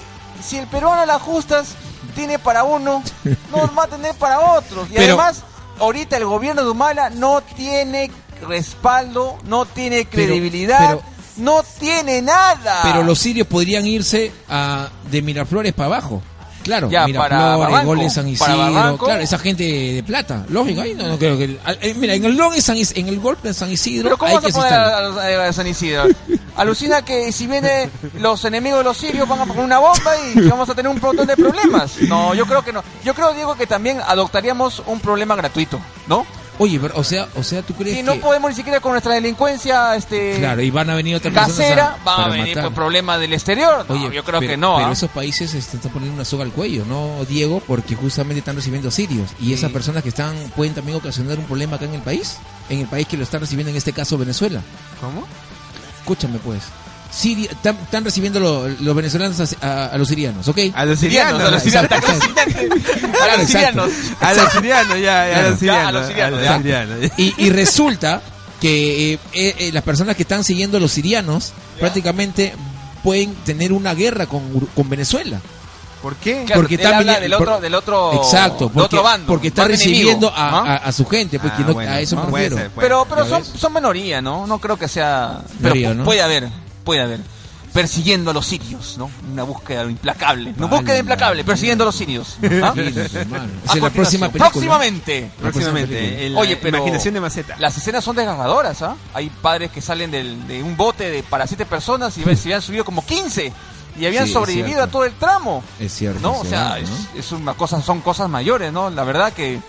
[SPEAKER 1] si el peruano la justas tiene para uno, no va a tener para otros. Y
[SPEAKER 2] Pero-
[SPEAKER 1] además, ahorita el gobierno de Humala no tiene respaldo, no tiene credibilidad,
[SPEAKER 2] pero-
[SPEAKER 1] no tiene nada.
[SPEAKER 2] Pero los sirios podrían irse a, de Miraflores para abajo. Claro,
[SPEAKER 1] Ya, para
[SPEAKER 2] Miraflores,
[SPEAKER 1] Barranco,
[SPEAKER 2] Goles San
[SPEAKER 1] para
[SPEAKER 2] Isidro,
[SPEAKER 1] Barranco.
[SPEAKER 2] claro, esa gente de plata, lógico, ahí no, no creo que... al- eh, mira, en el, gol de San Is- en el golpe de San Isidro
[SPEAKER 1] ¿Pero cómo
[SPEAKER 2] hay
[SPEAKER 1] vas a
[SPEAKER 2] que
[SPEAKER 1] poner
[SPEAKER 2] asustarlo.
[SPEAKER 1] a, los- a- a San Isidro? Alucina que si vienen los enemigos de los sirios van a poner una bomba y vamos a tener un montón de problemas. No, yo creo que no. Yo creo, Diego, que también adoptaríamos un problema gratuito, ¿no?
[SPEAKER 2] Oye, pero, o sea, o sea, ¿tú crees
[SPEAKER 1] Si no
[SPEAKER 2] que...?
[SPEAKER 1] podemos ni siquiera con nuestra delincuencia este
[SPEAKER 2] Claro, y van a venir otras
[SPEAKER 1] casera,
[SPEAKER 2] personas a-
[SPEAKER 1] va a
[SPEAKER 2] para
[SPEAKER 1] venir
[SPEAKER 2] matar.
[SPEAKER 1] pues, problemas del exterior. No, yo creo
[SPEAKER 2] pero-
[SPEAKER 1] que no.
[SPEAKER 2] Pero
[SPEAKER 1] ¿ah?
[SPEAKER 2] esos países este, están poniendo una soga al cuello, ¿no, Diego? Porque justamente están recibiendo sirios. Y esas personas que están pueden también ocasionar un problema acá en el país. En el país que lo están recibiendo, en este caso Venezuela.
[SPEAKER 4] ¿Cómo?
[SPEAKER 2] Escúchame, pues. Siria- están, están recibiendo lo- los venezolanos a, a- a los sirianos, ¿ok?
[SPEAKER 4] A los
[SPEAKER 1] Sirianos, a los
[SPEAKER 4] sirianos.
[SPEAKER 1] sirianos,
[SPEAKER 2] Exacto, exacto.
[SPEAKER 1] a
[SPEAKER 2] Claro,
[SPEAKER 1] los
[SPEAKER 2] exacto.
[SPEAKER 1] sirianos.
[SPEAKER 4] A los sirianos, ya, ya, a los
[SPEAKER 1] Ya, a los
[SPEAKER 4] sirianos.
[SPEAKER 1] sirianos,
[SPEAKER 4] a los
[SPEAKER 1] ya.
[SPEAKER 4] sirianos.
[SPEAKER 2] Y, y resulta que eh, eh, eh, las personas que están siguiendo a los sirianos prácticamente pueden tener una guerra con, Ur- con Venezuela.
[SPEAKER 4] ¿Por qué?
[SPEAKER 1] Claro,
[SPEAKER 2] porque
[SPEAKER 1] él
[SPEAKER 2] está
[SPEAKER 1] habla
[SPEAKER 2] viniendo-
[SPEAKER 1] del otro,
[SPEAKER 2] por-
[SPEAKER 1] del otro,
[SPEAKER 2] Exacto,
[SPEAKER 1] del
[SPEAKER 2] porque,
[SPEAKER 1] otro bando,
[SPEAKER 2] porque está
[SPEAKER 1] bando enemigo,
[SPEAKER 2] recibiendo a,
[SPEAKER 1] ¿no?
[SPEAKER 2] a- a su gente, pues que
[SPEAKER 4] Ah,
[SPEAKER 2] no-
[SPEAKER 4] bueno,
[SPEAKER 2] a eso me
[SPEAKER 4] puede
[SPEAKER 2] refiero.
[SPEAKER 4] ser, puede
[SPEAKER 1] Pero,
[SPEAKER 4] ser.
[SPEAKER 1] pero
[SPEAKER 2] ya
[SPEAKER 1] son,
[SPEAKER 2] ves.
[SPEAKER 1] son minoría, ¿no? No creo que sea. Pero
[SPEAKER 2] Minoría,
[SPEAKER 1] pu-
[SPEAKER 2] ¿no?
[SPEAKER 1] puede haber, puede haber. Persiguiendo a los sirios, ¿no? Una búsqueda implacable. Una búsqueda
[SPEAKER 2] Válida
[SPEAKER 1] implacable,
[SPEAKER 2] mierda.
[SPEAKER 1] persiguiendo a los sirios. ¿ah? A
[SPEAKER 2] Sí, hermano. Esa es la
[SPEAKER 1] continuación.
[SPEAKER 2] próxima película.
[SPEAKER 1] Próximamente.
[SPEAKER 2] La próxima
[SPEAKER 4] Próximamente.
[SPEAKER 2] película.
[SPEAKER 4] en
[SPEAKER 1] Oye,
[SPEAKER 4] la
[SPEAKER 1] pero-
[SPEAKER 4] Imaginación de maceta.
[SPEAKER 1] Las escenas son desgarradoras, ¿ah? Hay padres que salen del- de un bote de, para siete personas y ven si habían subido como 15 y habían
[SPEAKER 2] Sí, es
[SPEAKER 1] sobrevivido
[SPEAKER 2] cierto.
[SPEAKER 1] a todo el tramo.
[SPEAKER 2] Es cierto.
[SPEAKER 1] No,
[SPEAKER 2] es
[SPEAKER 1] o sea,
[SPEAKER 2] verdad, ¿no?
[SPEAKER 1] es, es una cosa, son cosas mayores, ¿no? La verdad que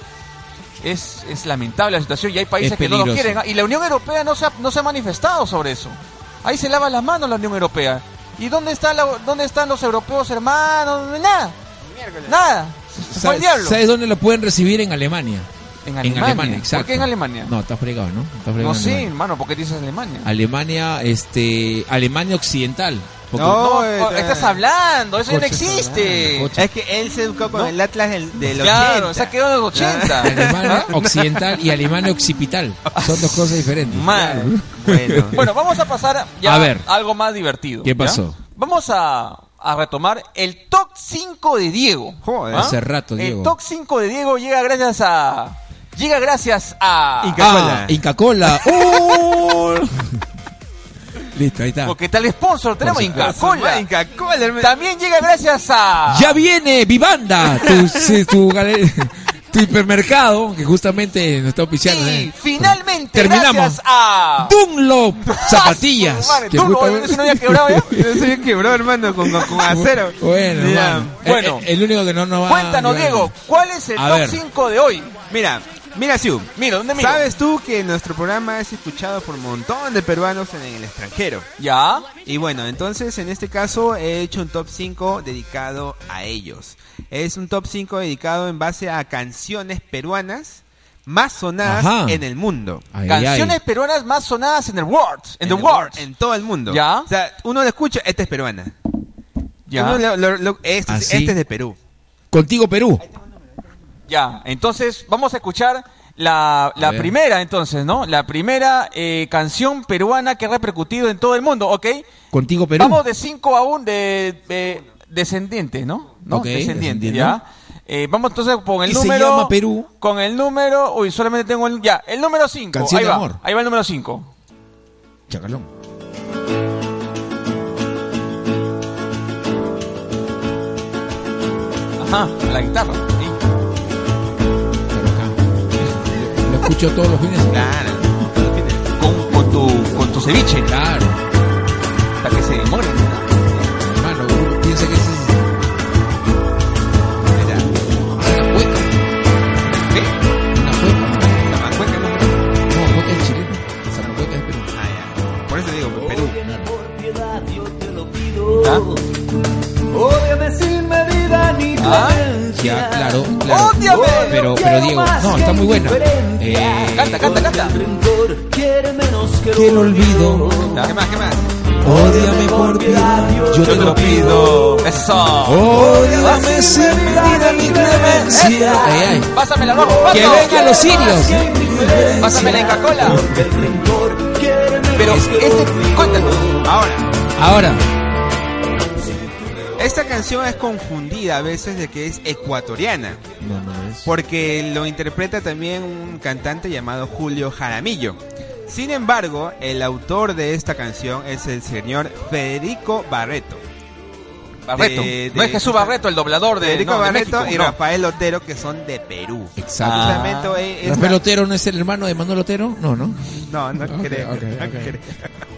[SPEAKER 1] es, es lamentable la situación y hay países
[SPEAKER 2] Es
[SPEAKER 1] que no lo
[SPEAKER 2] peligroso.
[SPEAKER 1] quieren. ¿ah? Y la Unión Europea no se ha, no se ha manifestado sobre eso. Ahí se lava las manos la Unión Europea. ¿Y dónde, está la- dónde están los europeos hermanos? Nada. Nada. Se fue
[SPEAKER 2] ¿Sabes,
[SPEAKER 1] el diablo.
[SPEAKER 2] sabes dónde lo pueden recibir? En Alemania.
[SPEAKER 1] En Alemania.
[SPEAKER 2] exacto.
[SPEAKER 1] ¿Por qué en Alemania?
[SPEAKER 2] No, estás fregado, ¿no? Estás fregado
[SPEAKER 1] No,
[SPEAKER 2] en
[SPEAKER 1] sí,
[SPEAKER 2] Alemania.
[SPEAKER 1] hermano, ¿por qué dices Alemania?
[SPEAKER 2] Alemania, este, Alemania Occidental. Porque-
[SPEAKER 4] No,
[SPEAKER 1] No,
[SPEAKER 4] eh,
[SPEAKER 1] oh, estás hablando, eso ya no
[SPEAKER 2] Coches,
[SPEAKER 1] existe.
[SPEAKER 2] coches.
[SPEAKER 4] Es que él se educó con el Atlas del, del
[SPEAKER 1] Claro,
[SPEAKER 4] 80.
[SPEAKER 1] se ha quedado en los 80.
[SPEAKER 2] Alemania Occidental y Alemania Occipital. Son dos cosas diferentes.
[SPEAKER 1] Mal.
[SPEAKER 4] Bueno.
[SPEAKER 1] Bueno, vamos a pasar ya a
[SPEAKER 2] A ver.
[SPEAKER 1] algo más divertido.
[SPEAKER 2] ¿Qué
[SPEAKER 1] ¿ya?
[SPEAKER 2] pasó?
[SPEAKER 1] Vamos a, a retomar el top 5 de Diego. ¿ah?
[SPEAKER 4] Joder.
[SPEAKER 2] Hace rato, Diego.
[SPEAKER 1] El top 5 de Diego llega gracias a. Llega gracias a.
[SPEAKER 4] Inca-
[SPEAKER 2] Ah, Inca Cola. ¡Uh! Listo, ahí está.
[SPEAKER 1] Porque tal sponsor tenemos Inca Cola.
[SPEAKER 4] Inca Cola, hermano.
[SPEAKER 1] También llega gracias a.
[SPEAKER 2] Ya viene Vivanda, tu, sí, tu, gale- tu hipermercado, que justamente nos está oficiando.
[SPEAKER 1] Y finalmente,
[SPEAKER 2] Terminamos.
[SPEAKER 1] gracias a.
[SPEAKER 2] Dunlop zapatillas.
[SPEAKER 1] Ah, Madre,
[SPEAKER 2] que
[SPEAKER 1] tú, no,
[SPEAKER 2] justamente-
[SPEAKER 1] eso eh, no había quebrado ya.
[SPEAKER 4] Yo soy bien quebrado, hermano, con, con acero.
[SPEAKER 2] Bueno,
[SPEAKER 4] Mira,
[SPEAKER 2] hermano.
[SPEAKER 1] Bueno.
[SPEAKER 2] El, el único que no nos va
[SPEAKER 1] Cuéntanos,
[SPEAKER 2] a-
[SPEAKER 1] Diego, ¿cuál es el
[SPEAKER 2] A
[SPEAKER 1] top
[SPEAKER 2] ver.
[SPEAKER 1] 5 de hoy?
[SPEAKER 4] Mira, mira, Siu.
[SPEAKER 1] Mira, ¿dónde miro?
[SPEAKER 4] ¿Sabes tú que nuestro programa es escuchado por un montón de peruanos en el extranjero?
[SPEAKER 1] Ya.
[SPEAKER 4] Y bueno, entonces en este caso he hecho un top 5 dedicado a ellos. Es un top 5 dedicado en base a canciones peruanas más sonadas
[SPEAKER 2] Ajá.
[SPEAKER 4] en el mundo.
[SPEAKER 2] Ay, ay, ay.
[SPEAKER 1] Canciones peruanas más sonadas en el world. En, the
[SPEAKER 4] el-
[SPEAKER 1] world.
[SPEAKER 4] En todo el mundo.
[SPEAKER 1] Ya.
[SPEAKER 4] O sea, uno lo escucha, esta es peruana.
[SPEAKER 1] ya. ¿Ah,
[SPEAKER 4] Uno lo- lo- lo- este, es-
[SPEAKER 2] Así.
[SPEAKER 4] este es de Perú.
[SPEAKER 2] Contigo, Perú.
[SPEAKER 1] Ya. Entonces, vamos a escuchar la, la
[SPEAKER 2] ver.
[SPEAKER 1] primera, entonces, ¿no? La primera eh, canción peruana que ha repercutido en todo el mundo, ¿ok?
[SPEAKER 2] Contigo, Perú.
[SPEAKER 1] Vamos de 5 a 1, de, de, descendiente, ¿no? ¿No?
[SPEAKER 2] Ok,
[SPEAKER 1] descendiente,
[SPEAKER 2] descendiente.
[SPEAKER 1] ¿ya? Eh, vamos entonces con el
[SPEAKER 2] Y se
[SPEAKER 1] número.
[SPEAKER 2] llama Perú.
[SPEAKER 1] Con el número. Uy, solamente tengo el. Ya, el número 5.
[SPEAKER 2] Canción
[SPEAKER 1] Ahí
[SPEAKER 2] de
[SPEAKER 1] va.
[SPEAKER 2] amor.
[SPEAKER 1] Ahí va el número 5.
[SPEAKER 2] Chacalón.
[SPEAKER 1] Ajá, a la guitarra. Sí.
[SPEAKER 2] Pero acá. Lo escucho todos los fines.
[SPEAKER 4] Claro.
[SPEAKER 1] Con, con tu, con tu ceviche,
[SPEAKER 2] Claro,
[SPEAKER 1] para que se demore.
[SPEAKER 2] hermano. Uno piensa que ese es.
[SPEAKER 4] Mira,
[SPEAKER 2] Una cueca.
[SPEAKER 4] ¿qué?
[SPEAKER 2] Una cueca.
[SPEAKER 4] La macueca no creo.
[SPEAKER 2] No, cueca es chileno. Zapacueca es peruano.
[SPEAKER 4] Ah, ya. Por eso digo, Perú.
[SPEAKER 1] Oh,
[SPEAKER 2] Claro.
[SPEAKER 5] Piedad, yo te lo pido.
[SPEAKER 1] ¿Ah?
[SPEAKER 5] Ódiame sin medida ni
[SPEAKER 1] Ah,
[SPEAKER 5] clemencia.
[SPEAKER 2] Ya, claro, claro.
[SPEAKER 1] ¡Ódiame!
[SPEAKER 2] Pero, pero Diego, no, está muy buena. Eh,
[SPEAKER 1] Canta, canta, canta.
[SPEAKER 5] El rencor quiere menos que
[SPEAKER 2] Que
[SPEAKER 5] el
[SPEAKER 2] el
[SPEAKER 5] olvido.
[SPEAKER 2] olvido.
[SPEAKER 4] ¿Qué más? ¿Qué más?
[SPEAKER 2] Ódiame por piedad, yo te lo pido.
[SPEAKER 1] Eso.
[SPEAKER 2] Ódiame sin medida ni clemencia. Ay, ay.
[SPEAKER 1] Pásamela, rojo. paso.
[SPEAKER 2] Que vengan los sirios.
[SPEAKER 1] Pásamela en Coca-Cola.
[SPEAKER 5] El rencor quiere menos
[SPEAKER 1] Pero
[SPEAKER 5] que el
[SPEAKER 1] este, cuéntanos.
[SPEAKER 4] Ahora,
[SPEAKER 2] Ahora,
[SPEAKER 4] esta canción es confundida a veces de que es ecuatoriana.
[SPEAKER 2] no, no es.
[SPEAKER 4] porque lo interpreta también un cantante llamado Julio Jaramillo. Sin embargo, el autor de esta canción es el señor Federico Barreto.
[SPEAKER 1] Barreto.
[SPEAKER 4] De-
[SPEAKER 1] no
[SPEAKER 4] de-
[SPEAKER 1] es Jesús Barreto, el doblador de.
[SPEAKER 4] Federico
[SPEAKER 1] no, de
[SPEAKER 4] Barreto
[SPEAKER 1] México,
[SPEAKER 4] y
[SPEAKER 1] no.
[SPEAKER 4] Rafael Otero, que son de Perú.
[SPEAKER 2] Exacto.
[SPEAKER 1] Ah.
[SPEAKER 4] Justamente eh, es- es la-
[SPEAKER 2] Rafael Otero no es el hermano de Manuel Otero, no, no.
[SPEAKER 4] No, no
[SPEAKER 2] Ok,
[SPEAKER 4] creo.
[SPEAKER 2] ok,
[SPEAKER 4] no
[SPEAKER 2] ok.
[SPEAKER 4] creo.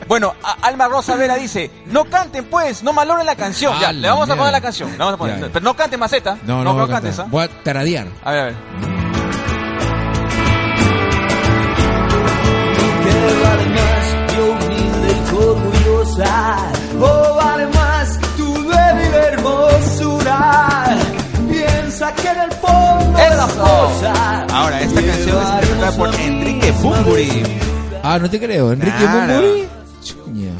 [SPEAKER 1] Bueno, a- Alma Rosa Vera dice: No canten, pues, no maloren la canción.
[SPEAKER 2] Ah,
[SPEAKER 1] Ya, le vamos
[SPEAKER 2] la
[SPEAKER 1] a poner
[SPEAKER 2] mierda.
[SPEAKER 1] la canción. le vamos a poner.
[SPEAKER 2] Ya, ya.
[SPEAKER 1] Pero no cante maceta.
[SPEAKER 2] No, no, voy a
[SPEAKER 1] cantes,
[SPEAKER 2] cantar.
[SPEAKER 1] ¿ah?
[SPEAKER 2] Voy a taradear.
[SPEAKER 1] A ver, a ver.
[SPEAKER 5] Que vale más yo humilde y orgullosa O vale más tu débil hermosura Piensa que en el fondo de las
[SPEAKER 1] Eso.
[SPEAKER 5] cosas
[SPEAKER 4] Ahora, esta canción es interpretada por Enrique Bumburi.
[SPEAKER 2] Ah, no te creo. Enrique
[SPEAKER 4] Claro.
[SPEAKER 2] Bumburi. Chuña.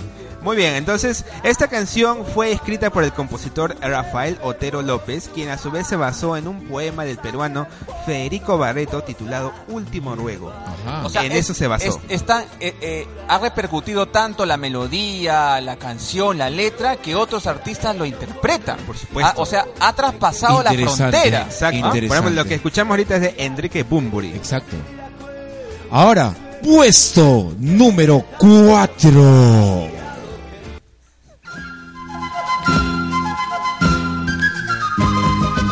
[SPEAKER 4] Muy bien, entonces esta canción fue escrita por el compositor Rafael Otero López, quien a su vez se basó en un poema del peruano Federico Barreto titulado Último Ruego.
[SPEAKER 2] Ajá.
[SPEAKER 1] O sea,
[SPEAKER 4] En eso se basó.
[SPEAKER 1] está- eh, eh, ha repercutido tanto la melodía, la canción, la letra, que otros artistas lo interpretan.
[SPEAKER 4] Por supuesto.
[SPEAKER 1] Ah, o sea, ha traspasado la
[SPEAKER 2] Interesante.
[SPEAKER 1] frontera.
[SPEAKER 4] Exacto. Ah,
[SPEAKER 2] Interesante.
[SPEAKER 4] Por ejemplo, lo que escuchamos ahorita es de Enrique Bumburi.
[SPEAKER 2] Exacto. Ahora, puesto número 4.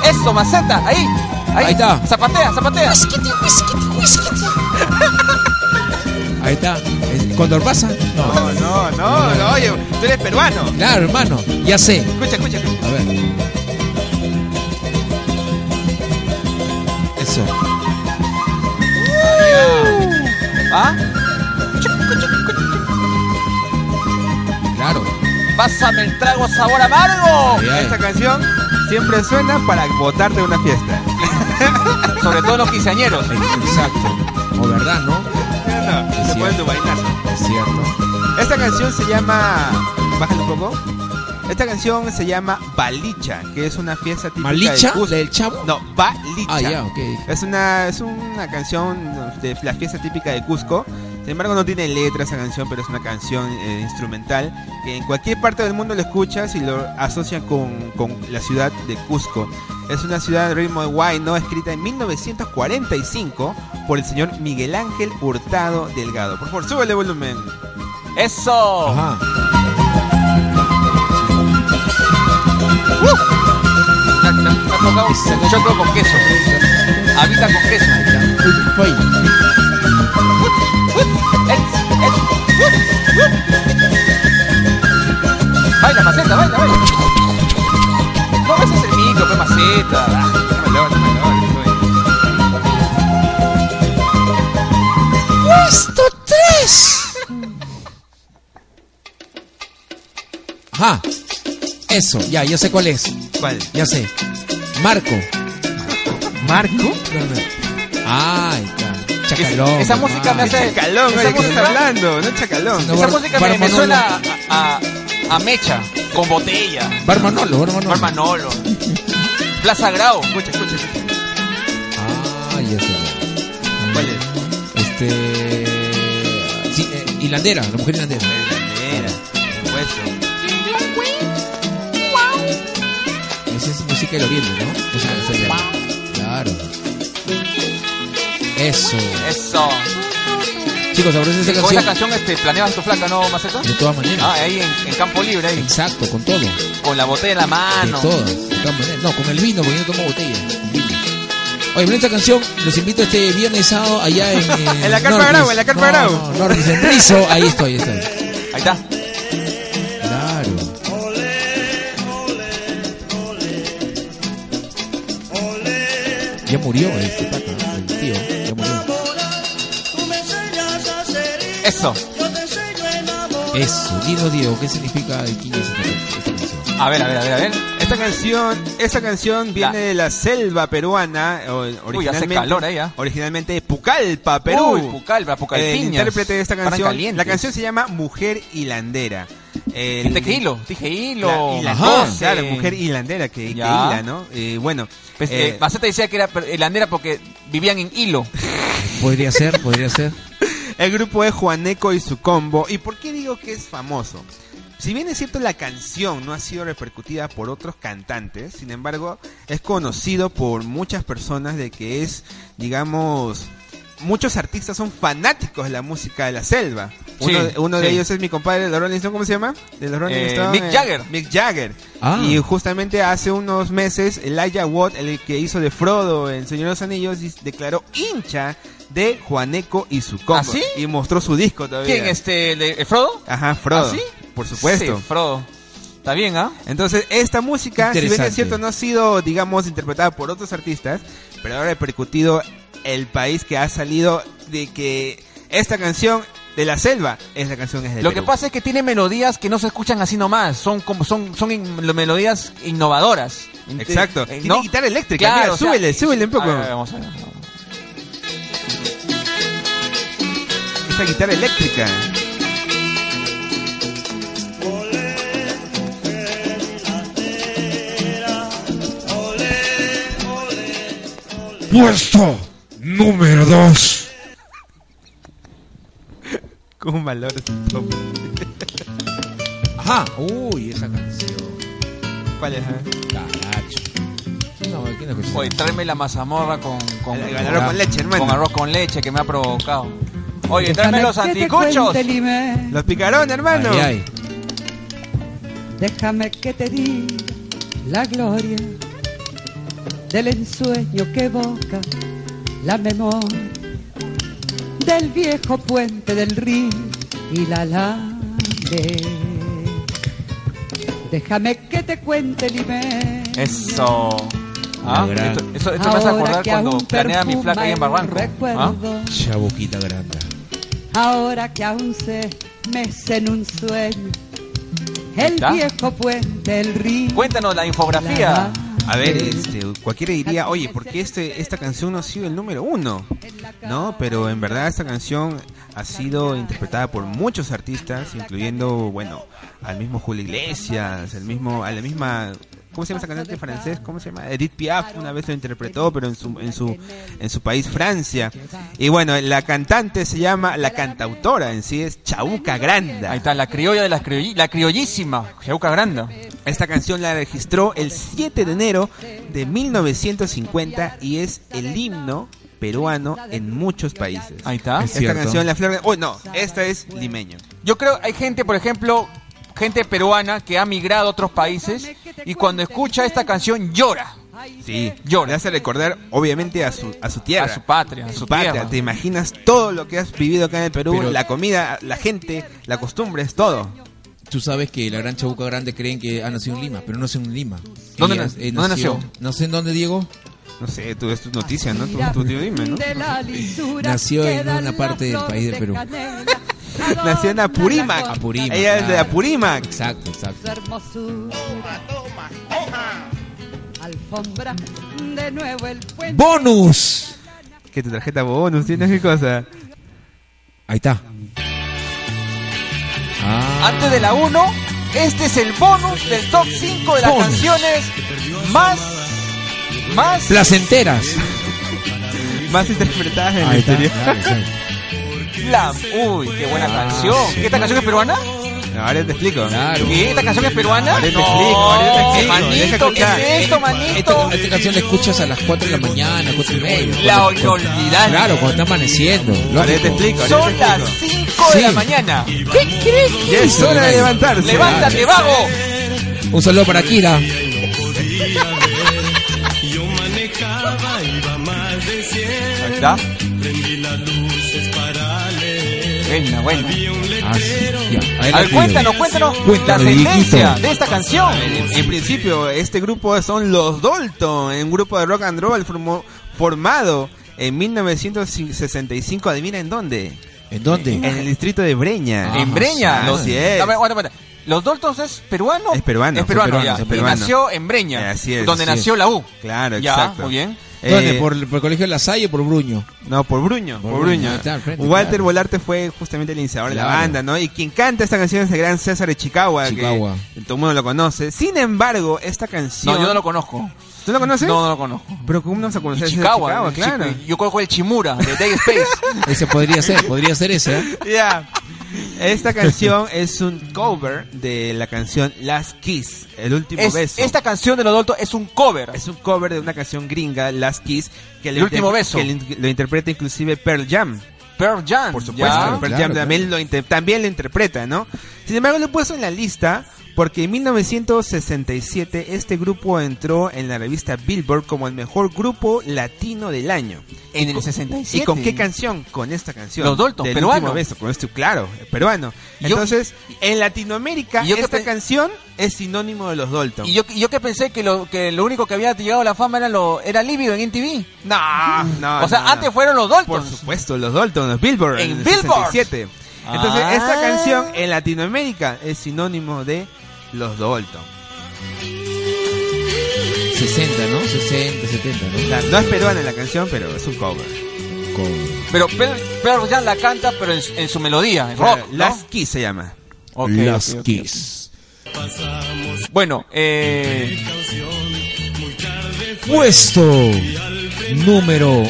[SPEAKER 1] Eso, maceta, ahí. Ahí,
[SPEAKER 2] Ahí está.
[SPEAKER 1] Zapatea, zapatea.
[SPEAKER 2] Ahí está. Es- Cuando pasa. No.
[SPEAKER 4] No, no, no, no, oye, tú eres peruano.
[SPEAKER 2] Claro, hermano. Ya sé.
[SPEAKER 4] Escucha, escucha, escucha.
[SPEAKER 2] A ver. Eso.
[SPEAKER 1] ¿Ah?
[SPEAKER 2] Claro.
[SPEAKER 1] Pásame el trago sabor amargo.
[SPEAKER 2] Ahí, ahí.
[SPEAKER 4] Esta canción siempre suena para botarte de una fiesta.
[SPEAKER 1] Sobre todo los quinceañeros.
[SPEAKER 2] Exacto. O verdad, ¿no?
[SPEAKER 4] No,
[SPEAKER 2] Es
[SPEAKER 4] se pone
[SPEAKER 2] cierto.
[SPEAKER 4] tu vainazo.
[SPEAKER 2] Es cierto.
[SPEAKER 4] Esta canción se llama. Bájale un poco. Esta canción se llama Balicha, que es una fiesta típica
[SPEAKER 2] ¿Malicha?
[SPEAKER 4] de Cusco.
[SPEAKER 2] ¿La del chavo?
[SPEAKER 4] No, Balicha.
[SPEAKER 2] Ah, ya, ok.
[SPEAKER 4] Es una, es una canción de la fiesta típica de Cusco. Sin embargo, no tiene letra esa canción, pero es una canción eh, instrumental que en cualquier parte del mundo lo escuchas y lo asocian con, con la ciudad de Cusco. Es una ciudad de ritmo de huayno escrita en 1945 por el señor Miguel Ángel Hurtado Delgado. Por favor, súbele volumen.
[SPEAKER 1] Eso.
[SPEAKER 2] Ajá.
[SPEAKER 1] Ya, ya, ya tocado un choclo con queso. Habita con queso.
[SPEAKER 2] Uy, fue.
[SPEAKER 1] Baila, maceta, baila, baila. No besas el micro, pe maceta.
[SPEAKER 4] Tómalo, tómalo, sube.
[SPEAKER 2] Puesto 3. Ajá. Eso, ya, ya sé cuál es.
[SPEAKER 4] ¿Cuál?
[SPEAKER 2] Ya sé. Marco.
[SPEAKER 4] ¿Marco?
[SPEAKER 2] Ah, ahí está. Chacalón.
[SPEAKER 1] Es- esa
[SPEAKER 2] hermano.
[SPEAKER 1] música me hace-
[SPEAKER 4] Chacalón,
[SPEAKER 1] Esa
[SPEAKER 4] oye, ¿qué estás
[SPEAKER 1] música-
[SPEAKER 4] hablando? No es chacalón.
[SPEAKER 2] No,
[SPEAKER 1] Esa
[SPEAKER 2] Bar-
[SPEAKER 1] música
[SPEAKER 2] Bar
[SPEAKER 1] me, me
[SPEAKER 2] Manolo.
[SPEAKER 1] suena a, a- a mecha, con botella,
[SPEAKER 2] Bar Manolo, Bar Manolo.
[SPEAKER 1] Juan Manolo, Plaza Grau.
[SPEAKER 4] Escucha, escucha, escucha.
[SPEAKER 2] Ah, ya sé.
[SPEAKER 4] ¿Cuál es?
[SPEAKER 2] Este. Sí, eh, hilandera, la mujer hilandera.
[SPEAKER 4] Verdadera, por supuesto.
[SPEAKER 2] Música del Oriente, ¿no? Música del Oriente. Claro. Eso.
[SPEAKER 1] Eso.
[SPEAKER 2] Chicos, abrocen esa
[SPEAKER 1] Con esa
[SPEAKER 2] canción.
[SPEAKER 1] canción este, planeabas tu flaca, ¿no, Maceta?
[SPEAKER 2] De todas maneras.
[SPEAKER 1] Ah, ahí en, en campo libre, ahí.
[SPEAKER 2] Exacto, con todo. De
[SPEAKER 1] Con la botella en la
[SPEAKER 4] Ah,
[SPEAKER 1] mano.
[SPEAKER 2] todas. de todas maneras. No, con el vino, porque yo no tomo botella. Con vino. Oye, con esta canción los invito este viernes sábado allá en. eh,
[SPEAKER 4] En la carpa de
[SPEAKER 2] Norris.
[SPEAKER 4] Arau, en la carpa de
[SPEAKER 2] No,
[SPEAKER 4] Arau.
[SPEAKER 2] no, Norris, en Rizo. Ahí estoy, ahí estoy.
[SPEAKER 1] Ahí está.
[SPEAKER 2] Claro. Ya murió este pata, ¿no? el tío. Ya murió.
[SPEAKER 1] Eso.
[SPEAKER 2] Eso, Dino Diego, ¿qué significa el 15 esta canción?
[SPEAKER 1] A ver, a ver, a ver, a ver.
[SPEAKER 4] Esta canción, esta canción viene
[SPEAKER 1] Ya.
[SPEAKER 4] de la selva peruana, o- originalmente,
[SPEAKER 1] calor ahí, ¿ah?
[SPEAKER 4] originalmente de Pucallpa, Perú.
[SPEAKER 1] Uy, Pucallpa, Pucallpiñas.
[SPEAKER 4] El intérprete de esta
[SPEAKER 1] Paran
[SPEAKER 4] canción,
[SPEAKER 1] calientes.
[SPEAKER 4] la canción se llama Mujer Hilandera. El,
[SPEAKER 1] Dijiste que hilo, dije hilo.
[SPEAKER 4] La, hilandera,
[SPEAKER 2] Ajá.
[SPEAKER 4] claro, mujer hilandera que, que
[SPEAKER 1] Ya.
[SPEAKER 4] hila, ¿no? Eh, bueno,
[SPEAKER 1] Pues,
[SPEAKER 4] eh,
[SPEAKER 1] eh, Maceta decía que era per- hilandera porque vivían en hilo.
[SPEAKER 2] Podría ser, podría ser.
[SPEAKER 4] El grupo es Juaneco y su combo. ¿Y por qué digo que es famoso? Si bien es cierto la canción no ha sido repercutida por otros cantantes, sin embargo es conocido por muchas personas de que es, digamos, muchos artistas son fanáticos de la música de la selva. Uno,
[SPEAKER 1] Sí,
[SPEAKER 4] de- uno de
[SPEAKER 1] sí.
[SPEAKER 4] ellos es mi compadre de los Rolling Stones, ¿cómo se llama? De los Rolling
[SPEAKER 1] Eh,
[SPEAKER 4] Stones,
[SPEAKER 1] Mick
[SPEAKER 4] eh,
[SPEAKER 1] Jagger.
[SPEAKER 4] Mick Jagger.
[SPEAKER 2] Ah.
[SPEAKER 4] Y justamente hace unos meses Elijah Watt, el que hizo de Frodo en Señor de los Anillos, dis- declaró hincha de Juaneco y su combo.
[SPEAKER 1] ¿Ah, sí?
[SPEAKER 4] Y mostró su disco todavía.
[SPEAKER 1] ¿Quién? Este, el, el Frodo?
[SPEAKER 4] Ajá, Frodo.
[SPEAKER 1] ¿Ah, sí?
[SPEAKER 4] Por supuesto.
[SPEAKER 1] Sí, Frodo. Está bien, ¿ah?
[SPEAKER 4] Entonces, esta música, si bien es
[SPEAKER 2] Interesante.
[SPEAKER 4] cierto, no ha sido, digamos, interpretada por otros artistas, pero ahora ha repercutido el país que ha salido de que esta canción de la selva es la canción es de
[SPEAKER 1] Lo que
[SPEAKER 4] Perú.
[SPEAKER 1] pasa es que tiene melodías que no se escuchan así nomás. Son como son son in- melodías innovadoras. Inte-
[SPEAKER 4] Exacto.
[SPEAKER 1] eh,
[SPEAKER 4] Tiene
[SPEAKER 1] ¿no?
[SPEAKER 4] guitarra eléctrica.
[SPEAKER 1] Claro,
[SPEAKER 4] Mira,
[SPEAKER 1] o sea,
[SPEAKER 4] súbele, súbele un poco.
[SPEAKER 1] a ver, a ver, vamos a ver.
[SPEAKER 4] Esta guitarra eléctrica.
[SPEAKER 6] Puesto número 2.
[SPEAKER 4] Con valor top.
[SPEAKER 2] Ajá. Uy, esa canción.
[SPEAKER 4] ¿Cuál es? ah?
[SPEAKER 1] eh?
[SPEAKER 2] Caracho. No, ¿quién la escuchó?
[SPEAKER 1] Oye, tráeme la mazamorra con con,
[SPEAKER 4] El- el arroz con leche, hermano.
[SPEAKER 1] con arroz con leche que me ha provocado. Oye, tráeme los
[SPEAKER 7] Déjame que te
[SPEAKER 1] anticuchos.
[SPEAKER 7] cuente el Imer,
[SPEAKER 4] Los picarones, hermano.
[SPEAKER 2] Ay, ay.
[SPEAKER 7] Déjame que te diga la gloria del ensueño que evoca la memoria del viejo puente del río y la alambre. Déjame que te cuente el Imer,
[SPEAKER 1] Eso. Ah,
[SPEAKER 2] Gran.
[SPEAKER 1] esto, esto- esto me hace
[SPEAKER 7] ahora
[SPEAKER 1] acordar
[SPEAKER 7] que
[SPEAKER 1] cuando
[SPEAKER 7] aún
[SPEAKER 1] planeaba mi flaca ahí en
[SPEAKER 7] perfuma el
[SPEAKER 1] Barranco. ¿ah?
[SPEAKER 7] recuerdo.
[SPEAKER 2] Esa boquita grande.
[SPEAKER 7] Ahora que aún se mece en un sueño el
[SPEAKER 1] ¿Está?
[SPEAKER 7] viejo puente del río.
[SPEAKER 1] Cuéntanos la infografía.
[SPEAKER 4] A ver, este, cualquiera diría, oye, ¿por qué este, esta canción no ha sido el número uno? No, pero en verdad esta canción ha sido interpretada por muchos artistas, incluyendo, bueno, al mismo Julio Iglesias, al mismo, a la misma, ¿cómo se llama esta cantante francés? ¿Cómo se llama? Edith Piaf una vez lo interpretó, pero en su, en su, en su país Francia. Y bueno, la cantante se llama, la cantautora en sí es Chauca Granda.
[SPEAKER 1] Ahí está, la criolla de las criolli- la criollísima, Jeuca Granda.
[SPEAKER 4] Esta canción la registró el 7 de enero de 1950 y es el himno peruano en muchos países.
[SPEAKER 1] Ahí está.
[SPEAKER 2] Es-
[SPEAKER 4] Esta
[SPEAKER 2] cierto.
[SPEAKER 4] canción la flor de... Oh, no, esta es limeño.
[SPEAKER 1] Yo creo, hay gente, por ejemplo, gente peruana que ha migrado a otros países y cuando escucha esta canción llora
[SPEAKER 4] Sí,
[SPEAKER 1] Llora.
[SPEAKER 4] Le hace recordar obviamente a su, a su tierra.
[SPEAKER 1] a su patria, a
[SPEAKER 4] Su
[SPEAKER 1] su
[SPEAKER 4] patria.
[SPEAKER 1] tierra.
[SPEAKER 4] Te imaginas todo lo que has vivido acá en el Perú,
[SPEAKER 2] Pero-
[SPEAKER 4] la comida, la gente, la costumbre, es todo.
[SPEAKER 2] Tú sabes que la gran Chabuca Grande creen que ha nacido en Lima, pero no nació en Lima.
[SPEAKER 1] ¿Dónde
[SPEAKER 2] Ella, eh,
[SPEAKER 1] na- dónde nació?
[SPEAKER 2] No sé en dónde, Diego.
[SPEAKER 4] No sé, tú es tu noticia, ¿no? Tú, tú- tú dime, ¿no?
[SPEAKER 7] De la lisura
[SPEAKER 2] Nació en
[SPEAKER 7] queda
[SPEAKER 2] una
[SPEAKER 7] la
[SPEAKER 2] parte del
[SPEAKER 7] flor
[SPEAKER 2] país del
[SPEAKER 7] de
[SPEAKER 2] Perú.
[SPEAKER 7] canela,
[SPEAKER 4] Nació en
[SPEAKER 7] adorna la
[SPEAKER 4] Apurímac.
[SPEAKER 7] costa
[SPEAKER 2] Apurímac,
[SPEAKER 4] Ella es de
[SPEAKER 2] claro.
[SPEAKER 4] Apurímac.
[SPEAKER 2] Exacto, exacto.
[SPEAKER 7] su hermosura. Alfombra de nuevo el puente.
[SPEAKER 2] ¡Bonus!
[SPEAKER 4] Que tu tarjeta bonus tienes qué cosa.
[SPEAKER 2] Ahí está. Ah,
[SPEAKER 1] Antes de la 1, este es el bonus del top 5 de las
[SPEAKER 2] Bonus.
[SPEAKER 1] canciones más, más
[SPEAKER 2] placenteras.
[SPEAKER 4] Más interpretadas en el
[SPEAKER 2] Ahí está.
[SPEAKER 4] exterior.
[SPEAKER 2] claro, exacto.
[SPEAKER 1] la... Uy, qué buena canción. ¿Esta canción es peruana?
[SPEAKER 4] Ahora te explico.
[SPEAKER 2] Claro.
[SPEAKER 1] ¿Qué? ¿Esta canción es peruana?
[SPEAKER 4] Ahorita
[SPEAKER 1] No,
[SPEAKER 4] explico, ahorita explico, deja
[SPEAKER 1] manito, ¿qué
[SPEAKER 4] escuchar.
[SPEAKER 1] es esto, manito?
[SPEAKER 2] Esta, esta canción la escuchas a las 4 de la mañana, 4 y media.
[SPEAKER 1] La
[SPEAKER 2] cuando- cuando-
[SPEAKER 1] olvidás.
[SPEAKER 2] Claro, cuando está amaneciendo.
[SPEAKER 4] Ahora te
[SPEAKER 2] lógico.
[SPEAKER 4] explico. ahora
[SPEAKER 1] Son
[SPEAKER 4] te
[SPEAKER 1] las
[SPEAKER 4] explico.
[SPEAKER 1] 5 de la
[SPEAKER 2] Sí.
[SPEAKER 1] mañana. ¿Qué crees?
[SPEAKER 4] Ya es hora de levantarse.
[SPEAKER 1] ¡Levántate, vago!
[SPEAKER 2] Un saludo para Kira. Ah,
[SPEAKER 1] Ahí está. Buena, buena.
[SPEAKER 2] Ah, sí, ya. Ahí
[SPEAKER 1] A
[SPEAKER 2] la
[SPEAKER 1] ver,
[SPEAKER 2] pido.
[SPEAKER 1] cuéntanos, cuéntanos,
[SPEAKER 2] Cuéntanos,
[SPEAKER 1] la tendencia
[SPEAKER 2] Dieguito.
[SPEAKER 1] de esta canción.
[SPEAKER 4] En, en principio, este grupo son los Dalton, un grupo de rock and roll formó- formado en 1965. ¿Adivina en dónde?
[SPEAKER 2] ¿En dónde?
[SPEAKER 4] En el distrito de Breña.
[SPEAKER 2] Ah,
[SPEAKER 1] En Breña.
[SPEAKER 4] sí,
[SPEAKER 1] Los-
[SPEAKER 4] así es.
[SPEAKER 1] A ver, aguanta, aguanta. ¿Los Daltons es peruano?
[SPEAKER 4] Es peruano,
[SPEAKER 1] Es peruano,
[SPEAKER 2] es peruano,
[SPEAKER 1] ya.
[SPEAKER 2] es peruano.
[SPEAKER 1] Y nació en Breña,
[SPEAKER 4] Así es,
[SPEAKER 1] donde
[SPEAKER 4] así
[SPEAKER 1] nació la U.
[SPEAKER 4] Claro,
[SPEAKER 1] ya,
[SPEAKER 4] exacto.
[SPEAKER 1] muy bien.
[SPEAKER 4] Eh,
[SPEAKER 2] ¿Dónde? ¿Por, por el colegio de La Salle o por Bruño?
[SPEAKER 4] No, por Bruño, por,
[SPEAKER 2] Por
[SPEAKER 4] Bruño.
[SPEAKER 2] Bruño, ahí está, al frente,
[SPEAKER 4] Walter
[SPEAKER 2] claro.
[SPEAKER 4] Volarte fue justamente el iniciador de la
[SPEAKER 2] Claro.
[SPEAKER 4] banda, ¿no? Y quien canta esta canción es el gran César de Chicago,
[SPEAKER 2] Chicagua.
[SPEAKER 4] que todo el mundo lo conoce. Sin embargo, esta canción...
[SPEAKER 1] No, yo no lo conozco.
[SPEAKER 4] ¿Tú lo conoces?
[SPEAKER 1] No, no lo conozco.
[SPEAKER 4] Pero ¿cómo no vas a
[SPEAKER 1] Y
[SPEAKER 4] conocer a César
[SPEAKER 1] Chicago,
[SPEAKER 4] Chicago?
[SPEAKER 1] el
[SPEAKER 4] Claro.
[SPEAKER 1] Chi- yo conozco el Chimura, de Day Space.
[SPEAKER 2] Ese podría ser, podría ser ese. ¿eh?
[SPEAKER 4] Ya. Esta canción es un cover de la canción Last Kiss, el último
[SPEAKER 1] Es-
[SPEAKER 4] beso.
[SPEAKER 1] esta canción de los Daltons es un cover.
[SPEAKER 4] es un cover de una canción gringa, Last Kiss, que, lo
[SPEAKER 1] El último
[SPEAKER 4] inter-
[SPEAKER 1] beso.
[SPEAKER 4] que lo- lo interpreta inclusive Pearl Jam.
[SPEAKER 1] Pearl Jam.
[SPEAKER 4] Por supuesto,
[SPEAKER 1] ya.
[SPEAKER 4] Pearl
[SPEAKER 2] claro,
[SPEAKER 4] Jam también, lo inter- también lo interpreta, ¿no? Sin embargo, lo he puesto en la lista porque en 1967 este grupo entró en la revista Billboard como el mejor grupo latino del año.
[SPEAKER 1] En el
[SPEAKER 4] ¿Y
[SPEAKER 1] 67.
[SPEAKER 4] con qué canción? Con esta canción.
[SPEAKER 1] Los Dolton,
[SPEAKER 4] Del
[SPEAKER 1] peruano.
[SPEAKER 4] último beso, con este, claro, peruano.
[SPEAKER 1] Y yo-
[SPEAKER 4] Entonces, en Latinoamérica,
[SPEAKER 1] y yo que
[SPEAKER 4] esta
[SPEAKER 1] pe-
[SPEAKER 4] canción es sinónimo de los Dolton.
[SPEAKER 1] Y yo, y yo que pensé que lo, que lo único que había llegado a la fama era, lo, era Libido en MTV.
[SPEAKER 4] No, no.
[SPEAKER 1] o sea,
[SPEAKER 4] Ah, no, no.
[SPEAKER 1] antes fueron los Daltons.
[SPEAKER 4] Por supuesto, los Dalton, los Billboard.
[SPEAKER 1] En
[SPEAKER 4] el
[SPEAKER 1] Billboard.
[SPEAKER 4] 67. Entonces,
[SPEAKER 1] Ah.
[SPEAKER 4] esta canción en Latinoamérica es sinónimo de los Dalton.
[SPEAKER 2] 60, ¿no? 60, 70,
[SPEAKER 4] O sea, no es peruana la canción, pero es un cover.
[SPEAKER 2] ¿no? Con-
[SPEAKER 1] Pero Pearl, Pearl Jam la canta, pero en, su- en su melodía, en rock.
[SPEAKER 4] Claro,
[SPEAKER 1] ¿no?
[SPEAKER 4] Last Kiss se llama.
[SPEAKER 1] Ok,
[SPEAKER 2] Las
[SPEAKER 1] ok, ok.
[SPEAKER 2] Kiss.
[SPEAKER 1] Bueno, eh,
[SPEAKER 2] Puesto número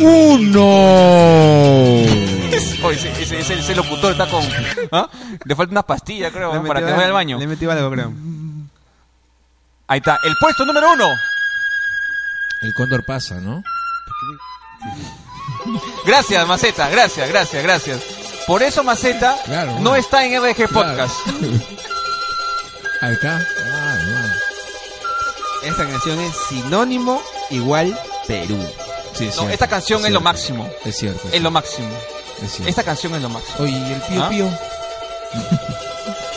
[SPEAKER 2] uno.
[SPEAKER 1] oh, ese, ese- ese- ese locutor está con. ¿ah? Le falta una pastilla, creo,
[SPEAKER 4] Le
[SPEAKER 1] ¿no?
[SPEAKER 4] he
[SPEAKER 1] para que
[SPEAKER 4] metido
[SPEAKER 1] vaya al
[SPEAKER 4] al-
[SPEAKER 1] baño.
[SPEAKER 4] Le he metido algo, creo.
[SPEAKER 1] Ahí está, el puesto número uno.
[SPEAKER 2] El cóndor pasa, ¿no?
[SPEAKER 1] Gracias, Maceta, gracias, gracias, gracias. Por eso Maceta
[SPEAKER 2] Claro,
[SPEAKER 1] no
[SPEAKER 2] bueno.
[SPEAKER 1] está en RG Podcast.
[SPEAKER 2] Ahí está. Ah, no.
[SPEAKER 4] Esta canción es sinónimo igual Perú.
[SPEAKER 2] Sí, es
[SPEAKER 1] No,
[SPEAKER 2] cierto,
[SPEAKER 1] esta canción es lo
[SPEAKER 2] cierto.
[SPEAKER 1] máximo.
[SPEAKER 2] Es cierto.
[SPEAKER 1] Es lo máximo.
[SPEAKER 2] es cierto.
[SPEAKER 1] Esta canción es lo máximo.
[SPEAKER 2] Oye, ¿y el pío
[SPEAKER 1] ¿Ah?
[SPEAKER 2] pío?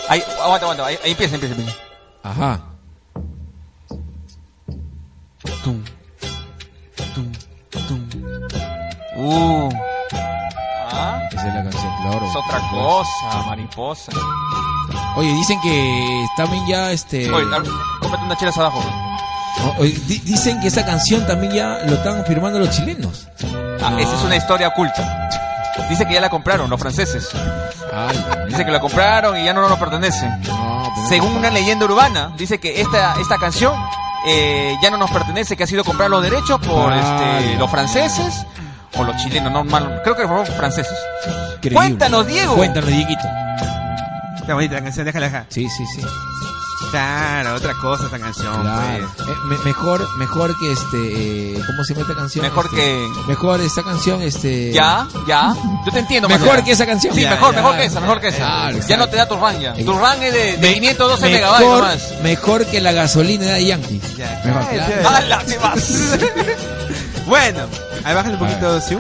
[SPEAKER 1] Ahí, aguanta, aguanta, ahí, ahí empieza, empieza, empieza.
[SPEAKER 2] Ajá.
[SPEAKER 1] Tum, tum, tum. Uh. Ah,
[SPEAKER 2] Esa es la canción, claro.
[SPEAKER 1] es otra cosa, mariposa.
[SPEAKER 2] Oye, dicen que también ya este.
[SPEAKER 1] Oye, a ver, cómprate unas chelas abajo.
[SPEAKER 2] No, oye, di- dicen que esa canción también ya lo están firmando los chilenos.
[SPEAKER 1] Ah, esa es una historia oculta. Dice que ya la compraron los franceses.
[SPEAKER 2] Ay,
[SPEAKER 1] Dice que la compraron y ya no nos pertenece.
[SPEAKER 2] no, pero-
[SPEAKER 1] Según una leyenda urbana, dice que esta, esta canción eh, ya no nos pertenece, que ha sido comprar los derechos por
[SPEAKER 2] Ah,
[SPEAKER 1] este,
[SPEAKER 2] ya.
[SPEAKER 1] los franceses o los chilenos, no mal- creo que fueron franceses.
[SPEAKER 2] Increíble.
[SPEAKER 1] Cuéntanos, Diego.
[SPEAKER 2] Cuéntanos, Dieguito.
[SPEAKER 4] Está bonita la canción, déjala acá.
[SPEAKER 2] Sí, sí, sí.
[SPEAKER 4] Claro, otra cosa esta canción.
[SPEAKER 2] Claro.
[SPEAKER 4] pues.
[SPEAKER 2] Eh, me- mejor, mejor que este. eh, ¿Cómo se llama esta canción?
[SPEAKER 1] Mejor
[SPEAKER 2] Este,
[SPEAKER 1] que-
[SPEAKER 2] Mejor esta canción, este.
[SPEAKER 1] Ya, ya, yo te entiendo.
[SPEAKER 2] Mejor
[SPEAKER 1] Marcela.
[SPEAKER 2] que esa canción.
[SPEAKER 1] Sí,
[SPEAKER 4] Ya,
[SPEAKER 1] mejor,
[SPEAKER 4] ya,
[SPEAKER 1] mejor que esa, mejor que esa.
[SPEAKER 2] Claro,
[SPEAKER 1] ya no
[SPEAKER 2] exacto.
[SPEAKER 1] te da tu RAM ya.
[SPEAKER 2] Exacto.
[SPEAKER 1] Tu RAM es de, de
[SPEAKER 2] Me-
[SPEAKER 1] 512 megabytes
[SPEAKER 2] mejor,
[SPEAKER 1] nomás.
[SPEAKER 2] mejor que la gasolina de Yankee.
[SPEAKER 4] Ya,
[SPEAKER 2] Mejor,
[SPEAKER 4] cállate.
[SPEAKER 2] claro.
[SPEAKER 1] ¡Hala, te vas!
[SPEAKER 4] Bueno, ahí bájale un
[SPEAKER 2] A
[SPEAKER 4] poquito, Siu.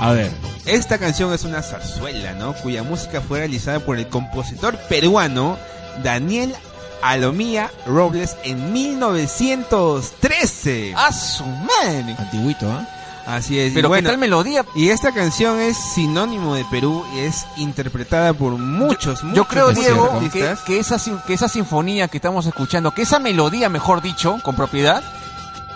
[SPEAKER 2] A ver.
[SPEAKER 4] Esta canción es una zarzuela, ¿no? Cuya música fue realizada por el compositor peruano Daniel Alomía Robles en 1913.
[SPEAKER 1] ¡A su madre!
[SPEAKER 2] Antiguito, ¿ah?
[SPEAKER 4] Así es. y
[SPEAKER 1] Ah. Pero
[SPEAKER 4] bueno,
[SPEAKER 1] qué tal melodía.
[SPEAKER 4] y esta canción es sinónimo de Perú y es interpretada por muchos, muchos
[SPEAKER 1] Yo creo,
[SPEAKER 2] es
[SPEAKER 1] Diego,
[SPEAKER 2] cierto.
[SPEAKER 1] que,
[SPEAKER 4] artistas.
[SPEAKER 1] que esa, sin- que esa sinfonía que estamos escuchando, que esa melodía, mejor dicho, con propiedad,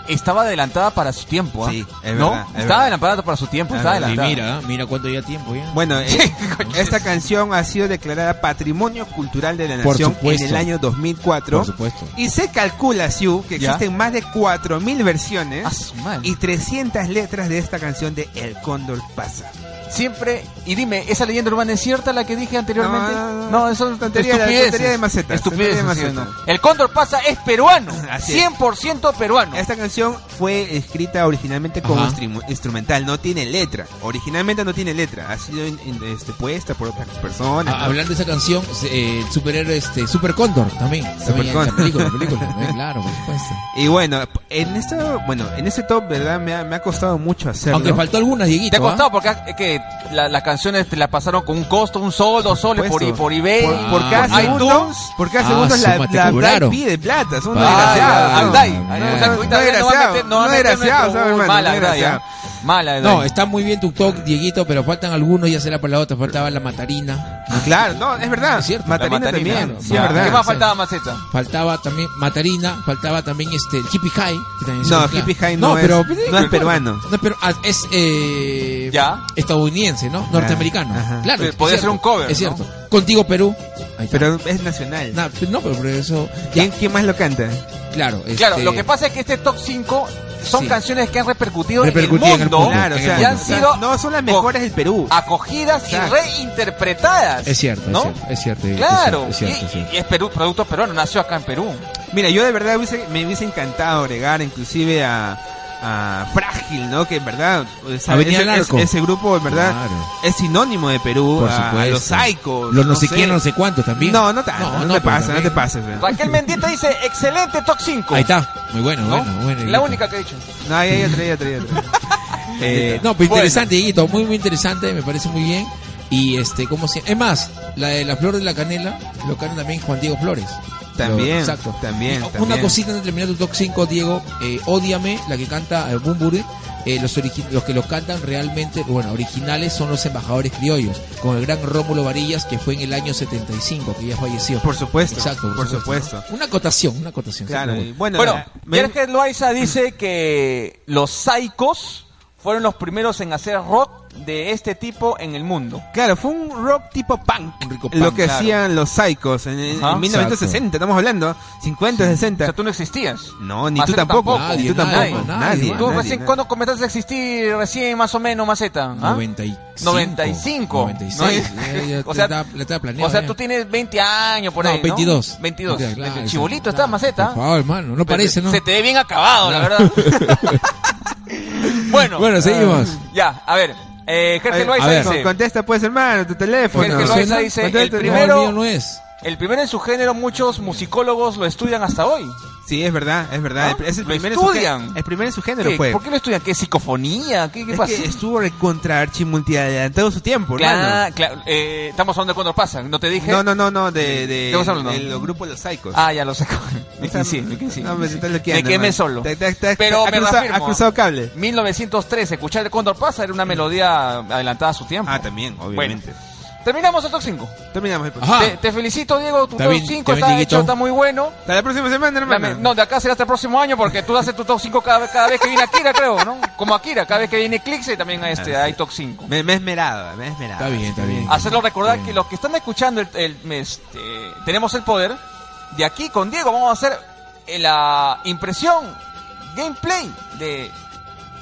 [SPEAKER 1] estaba adelantada para su tiempo. ¿ah?
[SPEAKER 4] Sí, es
[SPEAKER 1] ¿No?
[SPEAKER 4] verdad, es
[SPEAKER 1] estaba
[SPEAKER 4] verdad.
[SPEAKER 1] adelantada para su tiempo, estaba
[SPEAKER 4] Claro,
[SPEAKER 2] Y
[SPEAKER 1] adelantada.
[SPEAKER 2] mira, ¿ah? mira cuánto ya tiempo ya.
[SPEAKER 4] Bueno, eh, esta canción ha sido declarada Patrimonio Cultural de la
[SPEAKER 2] Por
[SPEAKER 4] Nación en
[SPEAKER 2] supuesto.
[SPEAKER 4] el año 2004.
[SPEAKER 2] Por supuesto.
[SPEAKER 4] Y se calcula, Siu, que
[SPEAKER 1] Ya.
[SPEAKER 4] existen más de 4.000 versiones.
[SPEAKER 2] Ah,
[SPEAKER 1] ¡A Ah, su madre!
[SPEAKER 4] y 300 letras de esta canción de El Cóndor pasa.
[SPEAKER 1] siempre, y dime, ¿esa leyenda urbana es cierta la que dije anteriormente?
[SPEAKER 4] No, no, no.
[SPEAKER 1] eso es
[SPEAKER 4] Tontería de-
[SPEAKER 1] estupideces.
[SPEAKER 4] tontería de macetas,
[SPEAKER 1] Estupideces,
[SPEAKER 4] tontería de
[SPEAKER 1] ¿sí o no?
[SPEAKER 4] macetas.
[SPEAKER 1] El cóndor pasa es peruano,
[SPEAKER 4] Así es.
[SPEAKER 1] 100% peruano.
[SPEAKER 4] Esta canción fue escrita originalmente como
[SPEAKER 2] Ajá.
[SPEAKER 4] instru- instrumental, no tiene letra. Originalmente no tiene letra, ha sido in- in- este, puesta por otras personas.
[SPEAKER 2] Ah, hablando de esa canción, eh, el superhéroe este, Super Cóndor también.
[SPEAKER 4] Super
[SPEAKER 2] también
[SPEAKER 4] Cóndor.
[SPEAKER 2] esa película, película, ¿no? claro, por supuesto.
[SPEAKER 4] Y bueno, en esta, bueno, en ese top, ¿verdad? Me ha, me ha costado mucho hacerlo.
[SPEAKER 2] Aunque faltó algunas,
[SPEAKER 1] Te
[SPEAKER 2] Dieguito.
[SPEAKER 1] ha
[SPEAKER 2] ¿ah?
[SPEAKER 1] costado porque es que la- las canciones te las pasaron con un costo, un sol, dos soles por,
[SPEAKER 4] Supuesto.
[SPEAKER 1] por eBay.
[SPEAKER 4] por, por
[SPEAKER 2] Ah.
[SPEAKER 4] cada segundo,
[SPEAKER 1] iTunes.
[SPEAKER 4] por cada
[SPEAKER 2] Ah,
[SPEAKER 4] segundo la,
[SPEAKER 2] suma, te
[SPEAKER 4] la
[SPEAKER 2] cobraron.
[SPEAKER 4] Dai pide plata, son
[SPEAKER 2] Ah,
[SPEAKER 4] desgraciados.
[SPEAKER 2] ya, Dai.
[SPEAKER 1] Agday.
[SPEAKER 2] no,
[SPEAKER 1] O sea,
[SPEAKER 2] no,
[SPEAKER 1] ahorita ya no va
[SPEAKER 4] no
[SPEAKER 1] a
[SPEAKER 4] desgraciado,
[SPEAKER 1] meter- no va a
[SPEAKER 4] no
[SPEAKER 1] meter
[SPEAKER 4] desgraciado,
[SPEAKER 1] nuestro-
[SPEAKER 4] sabe, hermano,
[SPEAKER 1] mala
[SPEAKER 4] no
[SPEAKER 1] Agday,
[SPEAKER 4] desgraciado.
[SPEAKER 1] ¿ah? Mala Agday.
[SPEAKER 2] No, está muy bien tu talk, Dieguito, pero faltan algunos, ya será para la otra. Faltaba la matarina.
[SPEAKER 4] Claro, no, es verdad.
[SPEAKER 2] Es cierto.
[SPEAKER 4] Matarina,
[SPEAKER 1] La Matarina,
[SPEAKER 4] también,
[SPEAKER 2] claro.
[SPEAKER 4] sí,
[SPEAKER 2] Ya.
[SPEAKER 4] es verdad.
[SPEAKER 1] ¿Qué más
[SPEAKER 2] Sí.
[SPEAKER 1] faltaba más esta?
[SPEAKER 2] Faltaba también matarina, faltaba también este, el hippie high. que también se
[SPEAKER 4] No,
[SPEAKER 2] mezcla.
[SPEAKER 4] Hippie High no,
[SPEAKER 2] pero,
[SPEAKER 4] es, no es peruano.
[SPEAKER 2] No, pero ah, es eh,
[SPEAKER 1] Ya.
[SPEAKER 2] estadounidense, ¿no? Norteamericano.
[SPEAKER 4] Ah, Ajá.
[SPEAKER 2] Claro.
[SPEAKER 1] Sí,
[SPEAKER 2] es
[SPEAKER 1] podía ser
[SPEAKER 2] cierto,
[SPEAKER 1] un cover,
[SPEAKER 2] Es
[SPEAKER 1] ¿no?
[SPEAKER 2] cierto. Contigo Perú. Ahí está.
[SPEAKER 4] Pero es nacional.
[SPEAKER 2] Nah, pero no, pero por eso. ya,
[SPEAKER 4] ¿Quién, quién más lo canta?
[SPEAKER 2] claro.
[SPEAKER 1] Claro,
[SPEAKER 2] este,
[SPEAKER 1] lo que pasa es que este top 5 son
[SPEAKER 2] Sí.
[SPEAKER 1] canciones que han repercutido,
[SPEAKER 2] Repercutido
[SPEAKER 1] en el mundo,
[SPEAKER 4] Claro, o
[SPEAKER 2] en
[SPEAKER 4] sea,
[SPEAKER 2] el
[SPEAKER 1] y han
[SPEAKER 2] mundo.
[SPEAKER 1] sido
[SPEAKER 4] no son las mejores del Perú.
[SPEAKER 2] Ah.
[SPEAKER 1] acogidas
[SPEAKER 4] Exacto.
[SPEAKER 1] y reinterpretadas.
[SPEAKER 2] Es cierto,
[SPEAKER 1] ¿no?
[SPEAKER 2] es cierto, es cierto. Dieguito,
[SPEAKER 1] Claro,
[SPEAKER 2] es cierto,
[SPEAKER 1] y,
[SPEAKER 2] es cierto.
[SPEAKER 1] y es Perú, producto peruano, nació acá en Perú.
[SPEAKER 4] Mira, yo de verdad hubiese- me hubiese encantado agregar inclusive a, a Frágil, ¿no? Que en verdad, o sea,
[SPEAKER 2] Avenida
[SPEAKER 4] ese,
[SPEAKER 2] Larco.
[SPEAKER 4] ese- ese grupo en verdad
[SPEAKER 2] Claro.
[SPEAKER 4] es sinónimo de Perú,
[SPEAKER 2] Por
[SPEAKER 4] a, a los
[SPEAKER 2] supuesto.
[SPEAKER 4] Psychos.
[SPEAKER 2] Los no sé quién, no sé cuánto también.
[SPEAKER 4] No, no tanto, no, te
[SPEAKER 2] pero
[SPEAKER 4] pases, no
[SPEAKER 2] también.
[SPEAKER 4] te pases. eh. weón.
[SPEAKER 1] Raquel Mendieta dice, excelente top 5.
[SPEAKER 2] Ahí está, muy bueno,
[SPEAKER 1] ¿no?
[SPEAKER 2] bueno, bueno.
[SPEAKER 1] La
[SPEAKER 2] Dieguito.
[SPEAKER 1] única que he dicho.
[SPEAKER 4] No, ahí hay otra, ahí hay otra, ahí hay otra.
[SPEAKER 2] Eh,
[SPEAKER 4] Eh,
[SPEAKER 2] no, pero interesante, Dieguito, muy, muy interesante, me parece muy bien. Y este, como se. Es más, la de la flor de la canela lo canta también Juan Diego Flores.
[SPEAKER 4] También,
[SPEAKER 2] Lo- exacto.
[SPEAKER 4] también,
[SPEAKER 2] Y Una
[SPEAKER 4] también.
[SPEAKER 2] cosita antes de terminar tu top 5, Diego, eh, Ódiame, la que canta eh, Bumburi. eh, los, origi- los que los cantan realmente, bueno, originales son los embajadores criollos, con el gran Rómulo Varillas, que fue en el año 75, que ya falleció.
[SPEAKER 4] Por supuesto,
[SPEAKER 2] Exacto,
[SPEAKER 4] por, supuesto.
[SPEAKER 2] Una acotación, una acotación.
[SPEAKER 4] Claro,
[SPEAKER 2] siempre
[SPEAKER 4] y
[SPEAKER 2] voy.
[SPEAKER 4] bueno,
[SPEAKER 1] Bueno,
[SPEAKER 4] la- me-
[SPEAKER 1] Jorge Loaiza dice que los Psychos fueron los primeros en hacer rock de este tipo en el mundo.
[SPEAKER 4] claro, fue un rock tipo punk.
[SPEAKER 2] Un rico
[SPEAKER 4] lo
[SPEAKER 2] punk,
[SPEAKER 4] que
[SPEAKER 2] claro.
[SPEAKER 4] hacían los Psychos en, en- en
[SPEAKER 1] Ajá.
[SPEAKER 4] 1960, estamos hablando, 50,
[SPEAKER 1] O
[SPEAKER 4] 60.
[SPEAKER 1] sea, tú no existías.
[SPEAKER 4] No, ni tú
[SPEAKER 1] Maceta
[SPEAKER 4] tampoco.
[SPEAKER 2] tampoco.
[SPEAKER 4] ni tú
[SPEAKER 2] Nadie,
[SPEAKER 4] tampoco.
[SPEAKER 2] nadie,
[SPEAKER 4] Nadie.
[SPEAKER 2] nadie.
[SPEAKER 1] ¿Tú
[SPEAKER 4] nadie,
[SPEAKER 1] recién
[SPEAKER 4] nadie.
[SPEAKER 1] cuándo comenzaste a existir? Recién más o menos, Maceta. ¿ah?
[SPEAKER 2] 95.
[SPEAKER 1] 95.
[SPEAKER 2] 96.
[SPEAKER 1] ¿No?
[SPEAKER 2] Ya, ya,
[SPEAKER 1] O sea,
[SPEAKER 2] la- la estaba planeando
[SPEAKER 1] O sea,
[SPEAKER 2] ya.
[SPEAKER 1] tú tienes 20 años por
[SPEAKER 2] No,
[SPEAKER 1] ahí. ¿no?
[SPEAKER 2] 22.
[SPEAKER 1] 22.
[SPEAKER 2] Claro, claro,
[SPEAKER 1] Chibolito
[SPEAKER 2] claro.
[SPEAKER 1] estás, Maceta.
[SPEAKER 2] Por favor, hermano, no parece, ¿no?
[SPEAKER 1] Se te ve bien acabado, la verdad. bueno.
[SPEAKER 2] Bueno, seguimos.
[SPEAKER 1] Ya, a ver. Eh, Jorge
[SPEAKER 4] Ay,
[SPEAKER 1] Loaiza
[SPEAKER 4] a ver,
[SPEAKER 1] dice...
[SPEAKER 4] con- contesta pues hermano, tu
[SPEAKER 1] Jorge
[SPEAKER 4] teléfono.
[SPEAKER 1] Loaiza
[SPEAKER 2] suena-
[SPEAKER 1] dice,
[SPEAKER 4] contesta
[SPEAKER 1] el
[SPEAKER 4] tu-
[SPEAKER 1] primero-
[SPEAKER 2] No, el mío no es.
[SPEAKER 1] El primero en su género, muchos musicólogos lo estudian hasta hoy.
[SPEAKER 4] Sí, es verdad, es verdad.
[SPEAKER 1] ¿Ah?
[SPEAKER 4] Es el
[SPEAKER 1] Lo
[SPEAKER 4] primero en su
[SPEAKER 1] estudian.
[SPEAKER 4] género- el primero en su género
[SPEAKER 1] ¿Qué?
[SPEAKER 4] fue.
[SPEAKER 1] ¿Por qué lo estudian? ¿Qué psicofonía? ¿Qué, qué
[SPEAKER 4] pues- Es
[SPEAKER 1] pasa?
[SPEAKER 4] que estuvo contra Archimulti adelantado su tiempo, hermano.
[SPEAKER 1] Claro, claro, eh, estamos hablando de cuando pasa. ¿No te dije?
[SPEAKER 4] No, no, no, no, de, de,
[SPEAKER 1] ¿Qué vas hablando?
[SPEAKER 4] de los grupos Los Psychos.
[SPEAKER 1] Ah, ya lo saco. Me
[SPEAKER 4] O sea,
[SPEAKER 1] quincí, me quincí.
[SPEAKER 4] No, me estás loqueando,
[SPEAKER 1] Me quemé
[SPEAKER 4] hermano.
[SPEAKER 1] solo.
[SPEAKER 4] Te- te- te-
[SPEAKER 1] Pero
[SPEAKER 4] ha
[SPEAKER 1] me
[SPEAKER 4] cruzado,
[SPEAKER 1] reafirmo.
[SPEAKER 4] ha cruzado cable.
[SPEAKER 1] 1903, escuchar el Cóndor pasa era una melodía adelantada a su tiempo.
[SPEAKER 4] Ah, también, obviamente.
[SPEAKER 1] Terminamos el top 5.
[SPEAKER 4] Terminamos el
[SPEAKER 2] Ajá.
[SPEAKER 1] Te, te felicito, Diego. Tu
[SPEAKER 2] Está
[SPEAKER 1] top
[SPEAKER 2] bien,
[SPEAKER 1] 5
[SPEAKER 2] está bien,
[SPEAKER 1] está
[SPEAKER 2] Dieguito.
[SPEAKER 1] hecho, está muy bueno.
[SPEAKER 4] Hasta la próxima semana, hermano.
[SPEAKER 1] Dame- no, de acá será hasta el próximo año porque tú haces tu top 5 cada, cada vez que viene Akira, creo, ¿no? Como Akira, cada vez que viene Eclipse también a este,
[SPEAKER 4] Ah, sí.
[SPEAKER 1] hay top 5.
[SPEAKER 4] Me, me he esmerado, me he esmerado.
[SPEAKER 2] Está bien, está bien.
[SPEAKER 1] Hacerlo recordar
[SPEAKER 2] Bien.
[SPEAKER 1] que los que están escuchando el, el- este, Tenemos el Poder, de aquí con Diego vamos a hacer eh, la impresión, gameplay de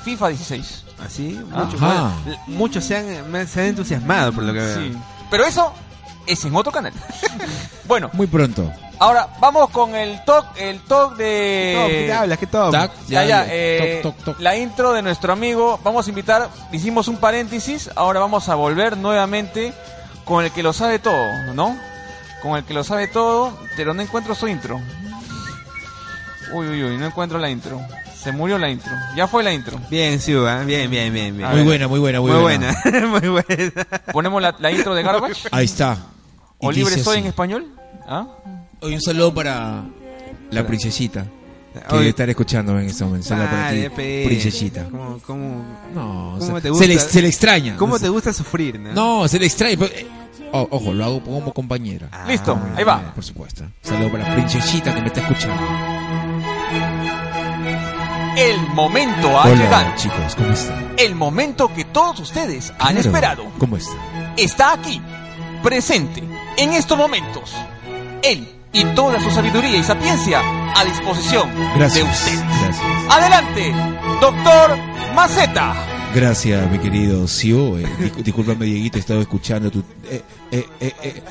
[SPEAKER 1] FIFA 16.
[SPEAKER 4] Así,
[SPEAKER 1] Ajá.
[SPEAKER 4] mucho- bueno, muchos se han, me- se han entusiasmado por lo
[SPEAKER 1] Eh.
[SPEAKER 4] que veo.
[SPEAKER 1] Pero eso es en otro canal. bueno,
[SPEAKER 2] Muy pronto.
[SPEAKER 1] ahora vamos con el talk, el talk
[SPEAKER 4] Top, ¿qué
[SPEAKER 1] de...
[SPEAKER 4] te hablas? ¿Qué top?
[SPEAKER 2] Tac,
[SPEAKER 1] Ya, ya, eh,
[SPEAKER 2] Toc, toc, toc.
[SPEAKER 1] la intro de nuestro amigo. Vamos a invitar, hicimos un paréntesis, ahora vamos a volver nuevamente con el que lo sabe todo, ¿no? Con el que lo sabe todo, pero no encuentro su intro. Uy, uy, uy, no encuentro la intro. Se murió la intro. Ya fue la intro.
[SPEAKER 4] Bien, sí, ¿eh? bien, bien, bien, bien.
[SPEAKER 1] A
[SPEAKER 2] Muy
[SPEAKER 1] ver.
[SPEAKER 2] buena, muy buena, muy,
[SPEAKER 4] Muy buena, muy buena.
[SPEAKER 1] Ponemos la, la intro de Garbage.
[SPEAKER 2] Ahí está.
[SPEAKER 1] ¿O
[SPEAKER 2] Y
[SPEAKER 1] libre
[SPEAKER 2] dice
[SPEAKER 1] soy en
[SPEAKER 2] así.
[SPEAKER 1] español? ¿Ah?
[SPEAKER 2] Hoy un saludo para la princesita. Que
[SPEAKER 4] Oye.
[SPEAKER 2] debe estar escuchándome en este momento. Saludo para ti,
[SPEAKER 4] Vale, pe.
[SPEAKER 2] princesita.
[SPEAKER 4] ¿Cómo, cómo,
[SPEAKER 2] No,
[SPEAKER 4] ¿Cómo
[SPEAKER 2] o sea,
[SPEAKER 4] te gusta?
[SPEAKER 2] Se, le, se le extraña.
[SPEAKER 4] cómo
[SPEAKER 2] No
[SPEAKER 4] te gusta sufrir,
[SPEAKER 1] ¿Eh?
[SPEAKER 4] no?
[SPEAKER 2] sé. No, se le extraña. pero, eh, o- ojo, lo hago como compañera.
[SPEAKER 4] Ah,
[SPEAKER 1] Listo, ahí va.
[SPEAKER 2] Por supuesto. Saludo para la princesita que me está escuchando.
[SPEAKER 1] El momento ha
[SPEAKER 2] Hola,
[SPEAKER 1] llegado.
[SPEAKER 2] chicos, ¿cómo están?
[SPEAKER 1] El momento que todos ustedes han
[SPEAKER 2] Claro,
[SPEAKER 1] esperado.
[SPEAKER 2] ¿Cómo están?
[SPEAKER 1] está aquí, presente, en estos momentos. Él y toda su sabiduría y sapiencia a disposición de
[SPEAKER 2] Gracias.
[SPEAKER 1] usted.
[SPEAKER 2] Gracias.
[SPEAKER 1] Adelante, doctor Maceta.
[SPEAKER 2] Gracias, mi querido Sio. Eh, dis- discúlpame, Dieguito, he estado escuchando tu... eh, eh, eh, eh.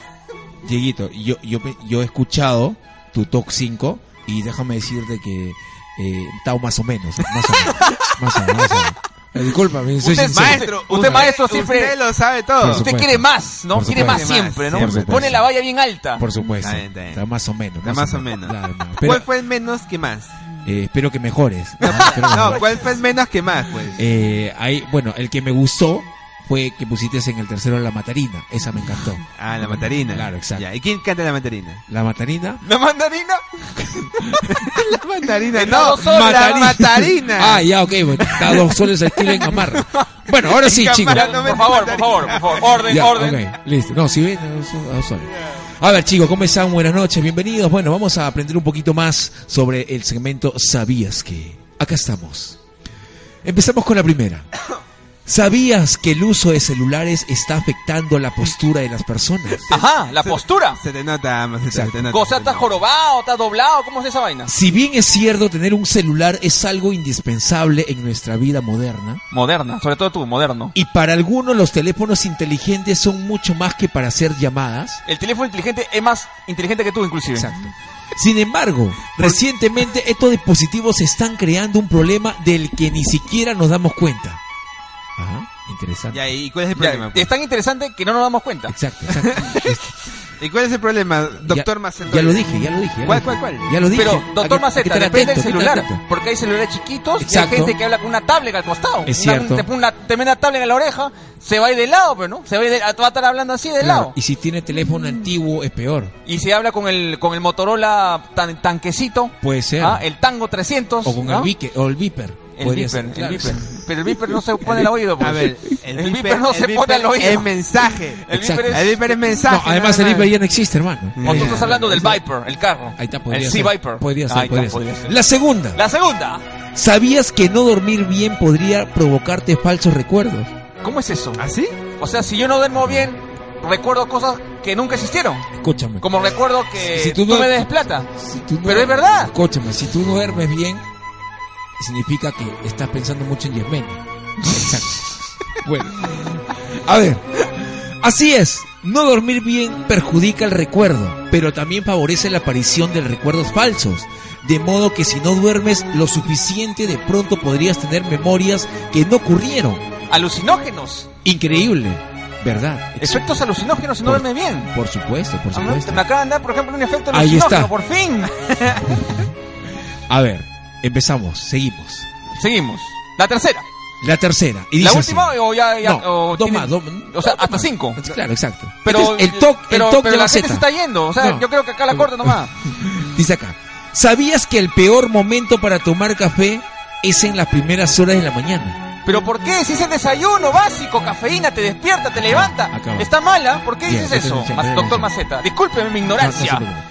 [SPEAKER 2] Dieguito, yo, yo, pe- yo he escuchado tu top 5 y déjame decirte que eh, está más o menos. Más o menos. Más o menos. más o menos. Eh, discúlpame,
[SPEAKER 1] Usted
[SPEAKER 2] soy
[SPEAKER 1] es
[SPEAKER 2] sincero.
[SPEAKER 1] maestro, usted maestro siempre-
[SPEAKER 4] Usted lo sabe
[SPEAKER 2] Por
[SPEAKER 4] todo.
[SPEAKER 2] supuesto.
[SPEAKER 1] Usted quiere más, ¿no?
[SPEAKER 2] Por
[SPEAKER 1] Quiere más
[SPEAKER 4] supuesto.
[SPEAKER 1] siempre, ¿no?
[SPEAKER 2] Por supuesto.
[SPEAKER 1] Pone la valla bien alta.
[SPEAKER 2] Por supuesto.
[SPEAKER 4] Está bien, está bien.
[SPEAKER 2] Está más o menos.
[SPEAKER 4] Está más o menos.
[SPEAKER 2] Claro, hermano.
[SPEAKER 4] ¿Cuál
[SPEAKER 2] Pero,
[SPEAKER 4] fue el menos que más?
[SPEAKER 2] eh, espero que mejores. ¿no? Espero que
[SPEAKER 4] No,
[SPEAKER 2] mejores.
[SPEAKER 4] ¿cuál fue el menos que más, pues?
[SPEAKER 2] Eh, ahí, bueno, el que me gustó fue que pusiste en el tercero la matarina. Esa me encantó.
[SPEAKER 4] Ah, la mandarina.
[SPEAKER 2] Claro, exacto.
[SPEAKER 4] Ya, ¿Y quién canta la mandarina?
[SPEAKER 2] La matarina.
[SPEAKER 1] ¿La mandarina?
[SPEAKER 4] La mandarina,
[SPEAKER 1] no,
[SPEAKER 4] la matarina.
[SPEAKER 2] Ah, ya, ok. bueno, Está a dos soles el kilo en Gamarra. Bueno, ahora sí,
[SPEAKER 4] En
[SPEAKER 2] chicos.
[SPEAKER 4] Gamarra, no me-
[SPEAKER 1] Por favor, por favor, por favor. Orden,
[SPEAKER 2] Ya,
[SPEAKER 1] orden.
[SPEAKER 2] ok, listo. No, si ven, a dos- a dos soles. A ver, chicos, ¿cómo están? Buenas noches, bienvenidos. Bueno, vamos a aprender un poquito más sobre el segmento ¿Sabías que? Acá estamos. Empezamos con la primera. ¿Sabías que el uso de celulares está afectando la postura de las personas?
[SPEAKER 1] Ajá, la postura.
[SPEAKER 4] Se te nota, Amos, se te-
[SPEAKER 2] Exacto.
[SPEAKER 4] se te nota. pues,
[SPEAKER 1] O sea, está jorobado, está doblado. ¿Cómo es esa vaina?
[SPEAKER 2] Si bien es cierto, tener un celular es algo indispensable en nuestra vida moderna,
[SPEAKER 1] Moderna, sobre todo tú, moderno.
[SPEAKER 2] y para algunos los teléfonos inteligentes son mucho más que para hacer llamadas.
[SPEAKER 1] El teléfono inteligente es más inteligente que tú, inclusive.
[SPEAKER 2] Exacto. Sin embargo, recientemente estos dispositivos están creando un problema del que ni siquiera nos damos cuenta. Ajá, interesante.
[SPEAKER 4] Ya, ¿y cuál es el
[SPEAKER 1] Ya,
[SPEAKER 4] problema? pues?
[SPEAKER 1] es tan interesante que no nos damos cuenta.
[SPEAKER 2] Exacto, exacto.
[SPEAKER 4] ¿Y cuál es el problema, doctor
[SPEAKER 2] Ya-
[SPEAKER 4] Macento?
[SPEAKER 2] Ya lo dije, ya lo dije. ya lo
[SPEAKER 4] ¿Cuál,
[SPEAKER 2] dije.
[SPEAKER 4] cuál, cuál?
[SPEAKER 2] Ya lo dije.
[SPEAKER 1] Pero,
[SPEAKER 2] Hay que- hay
[SPEAKER 1] doctor
[SPEAKER 2] que
[SPEAKER 1] Maceta,
[SPEAKER 2] estar
[SPEAKER 1] depende del
[SPEAKER 2] atento, hay que
[SPEAKER 1] celular.
[SPEAKER 2] estar atento.
[SPEAKER 1] Porque hay celulares chiquitos
[SPEAKER 2] Exacto.
[SPEAKER 1] y hay gente que habla con una tablet al costado.
[SPEAKER 2] Es
[SPEAKER 1] Una-
[SPEAKER 2] cierto.
[SPEAKER 1] te pone una tremenda tablet en la oreja, se va a ir de lado, pero no. Se va a, ir de- va a estar hablando así de
[SPEAKER 2] Claro,
[SPEAKER 1] lado.
[SPEAKER 2] Y si tiene teléfono antiguo es peor.
[SPEAKER 1] Y se habla con el, con el Motorola tan, tanquecito.
[SPEAKER 2] Puede ser.
[SPEAKER 1] ¿ah? El Tango 300.
[SPEAKER 2] o con
[SPEAKER 1] ¿ah?
[SPEAKER 2] el Viper, o el Viper.
[SPEAKER 1] El
[SPEAKER 2] podría
[SPEAKER 1] Viper,
[SPEAKER 2] ser,
[SPEAKER 1] el
[SPEAKER 2] claro.
[SPEAKER 1] Viper. Pero el Viper no se pone al oído. pues.
[SPEAKER 4] A ver,
[SPEAKER 1] el, Viper, no se pone al oído.
[SPEAKER 4] Es mensaje.
[SPEAKER 1] El
[SPEAKER 2] Exacto.
[SPEAKER 1] Viper es...
[SPEAKER 4] El Viper es mensaje.
[SPEAKER 1] Ah,
[SPEAKER 2] No, además el
[SPEAKER 4] nada
[SPEAKER 2] Viper
[SPEAKER 4] más.
[SPEAKER 2] ya no existe, hermano.
[SPEAKER 1] O tú estás hablando del Viper, el carro.
[SPEAKER 2] Ahí está, podría
[SPEAKER 1] el
[SPEAKER 2] ser.
[SPEAKER 1] Sea Viper.
[SPEAKER 2] Podría ser,
[SPEAKER 1] Ahí está,
[SPEAKER 2] podría ser.
[SPEAKER 1] podría ser.
[SPEAKER 2] La segunda.
[SPEAKER 1] La segunda.
[SPEAKER 2] ¿Sabías que no dormir bien podría provocarte falsos recuerdos?
[SPEAKER 1] ¿Cómo es eso?
[SPEAKER 4] ¿Ah, sí?
[SPEAKER 1] O sea, si yo no duermo bien, recuerdo cosas que nunca existieron.
[SPEAKER 2] Escúchame.
[SPEAKER 1] Como recuerdo que
[SPEAKER 2] Si tú
[SPEAKER 1] tú,
[SPEAKER 2] no-
[SPEAKER 1] me des plata.
[SPEAKER 2] Si tú no-
[SPEAKER 1] Pero es verdad.
[SPEAKER 2] Escúchame, si tú no duermes bien, significa que estás pensando mucho en Yasmina. Exacto. bueno. A ver. Así es. No dormir bien perjudica el recuerdo, pero también favorece la aparición de recuerdos falsos. De modo que si no duermes lo suficiente, de pronto podrías tener memorias que no ocurrieron.
[SPEAKER 1] Alucinógenos.
[SPEAKER 2] Increíble, ¿verdad?
[SPEAKER 1] Efectos alucinógenos si no
[SPEAKER 2] Por-
[SPEAKER 1] duermes bien.
[SPEAKER 2] Por supuesto, por
[SPEAKER 1] Ah, no,
[SPEAKER 2] supuesto.
[SPEAKER 1] Me acaba de dar, por ejemplo, un efecto
[SPEAKER 2] Ahí
[SPEAKER 1] alucinógeno.
[SPEAKER 2] está.
[SPEAKER 1] Por fin.
[SPEAKER 2] A ver, empezamos, seguimos.
[SPEAKER 1] Seguimos. La tercera.
[SPEAKER 2] La tercera. Y
[SPEAKER 1] ¿La
[SPEAKER 2] dice
[SPEAKER 1] última
[SPEAKER 2] así.
[SPEAKER 1] o ya...? ya-
[SPEAKER 2] No,
[SPEAKER 1] o
[SPEAKER 2] dos
[SPEAKER 1] tiene-
[SPEAKER 2] más, dos-
[SPEAKER 1] O sea,
[SPEAKER 2] dos
[SPEAKER 1] hasta
[SPEAKER 2] más.
[SPEAKER 1] cinco.
[SPEAKER 2] Claro, exacto.
[SPEAKER 1] Pero
[SPEAKER 2] Este es el toque el
[SPEAKER 1] pero-
[SPEAKER 2] toque
[SPEAKER 1] pero
[SPEAKER 2] de la,
[SPEAKER 1] la gente
[SPEAKER 2] Z.
[SPEAKER 1] se está yendo. O sea,
[SPEAKER 2] No.
[SPEAKER 1] yo creo que acá la corta nomás.
[SPEAKER 2] Dice acá. ¿Sabías que el peor momento para tomar café es en las primeras horas de la mañana?
[SPEAKER 1] ¿Pero por qué? Si es el desayuno básico, cafeína, te despierta, te levanta.
[SPEAKER 2] acá va.
[SPEAKER 1] Está mala. ¿Por qué
[SPEAKER 2] Bien,
[SPEAKER 1] dices
[SPEAKER 2] ya te
[SPEAKER 1] eso,
[SPEAKER 2] escuché,
[SPEAKER 1] Mas-
[SPEAKER 2] ya te
[SPEAKER 1] doctor
[SPEAKER 2] escuché.
[SPEAKER 1] Maceta? Discúlpeme mi
[SPEAKER 2] No, no se
[SPEAKER 1] ignorancia.
[SPEAKER 2] preocupe.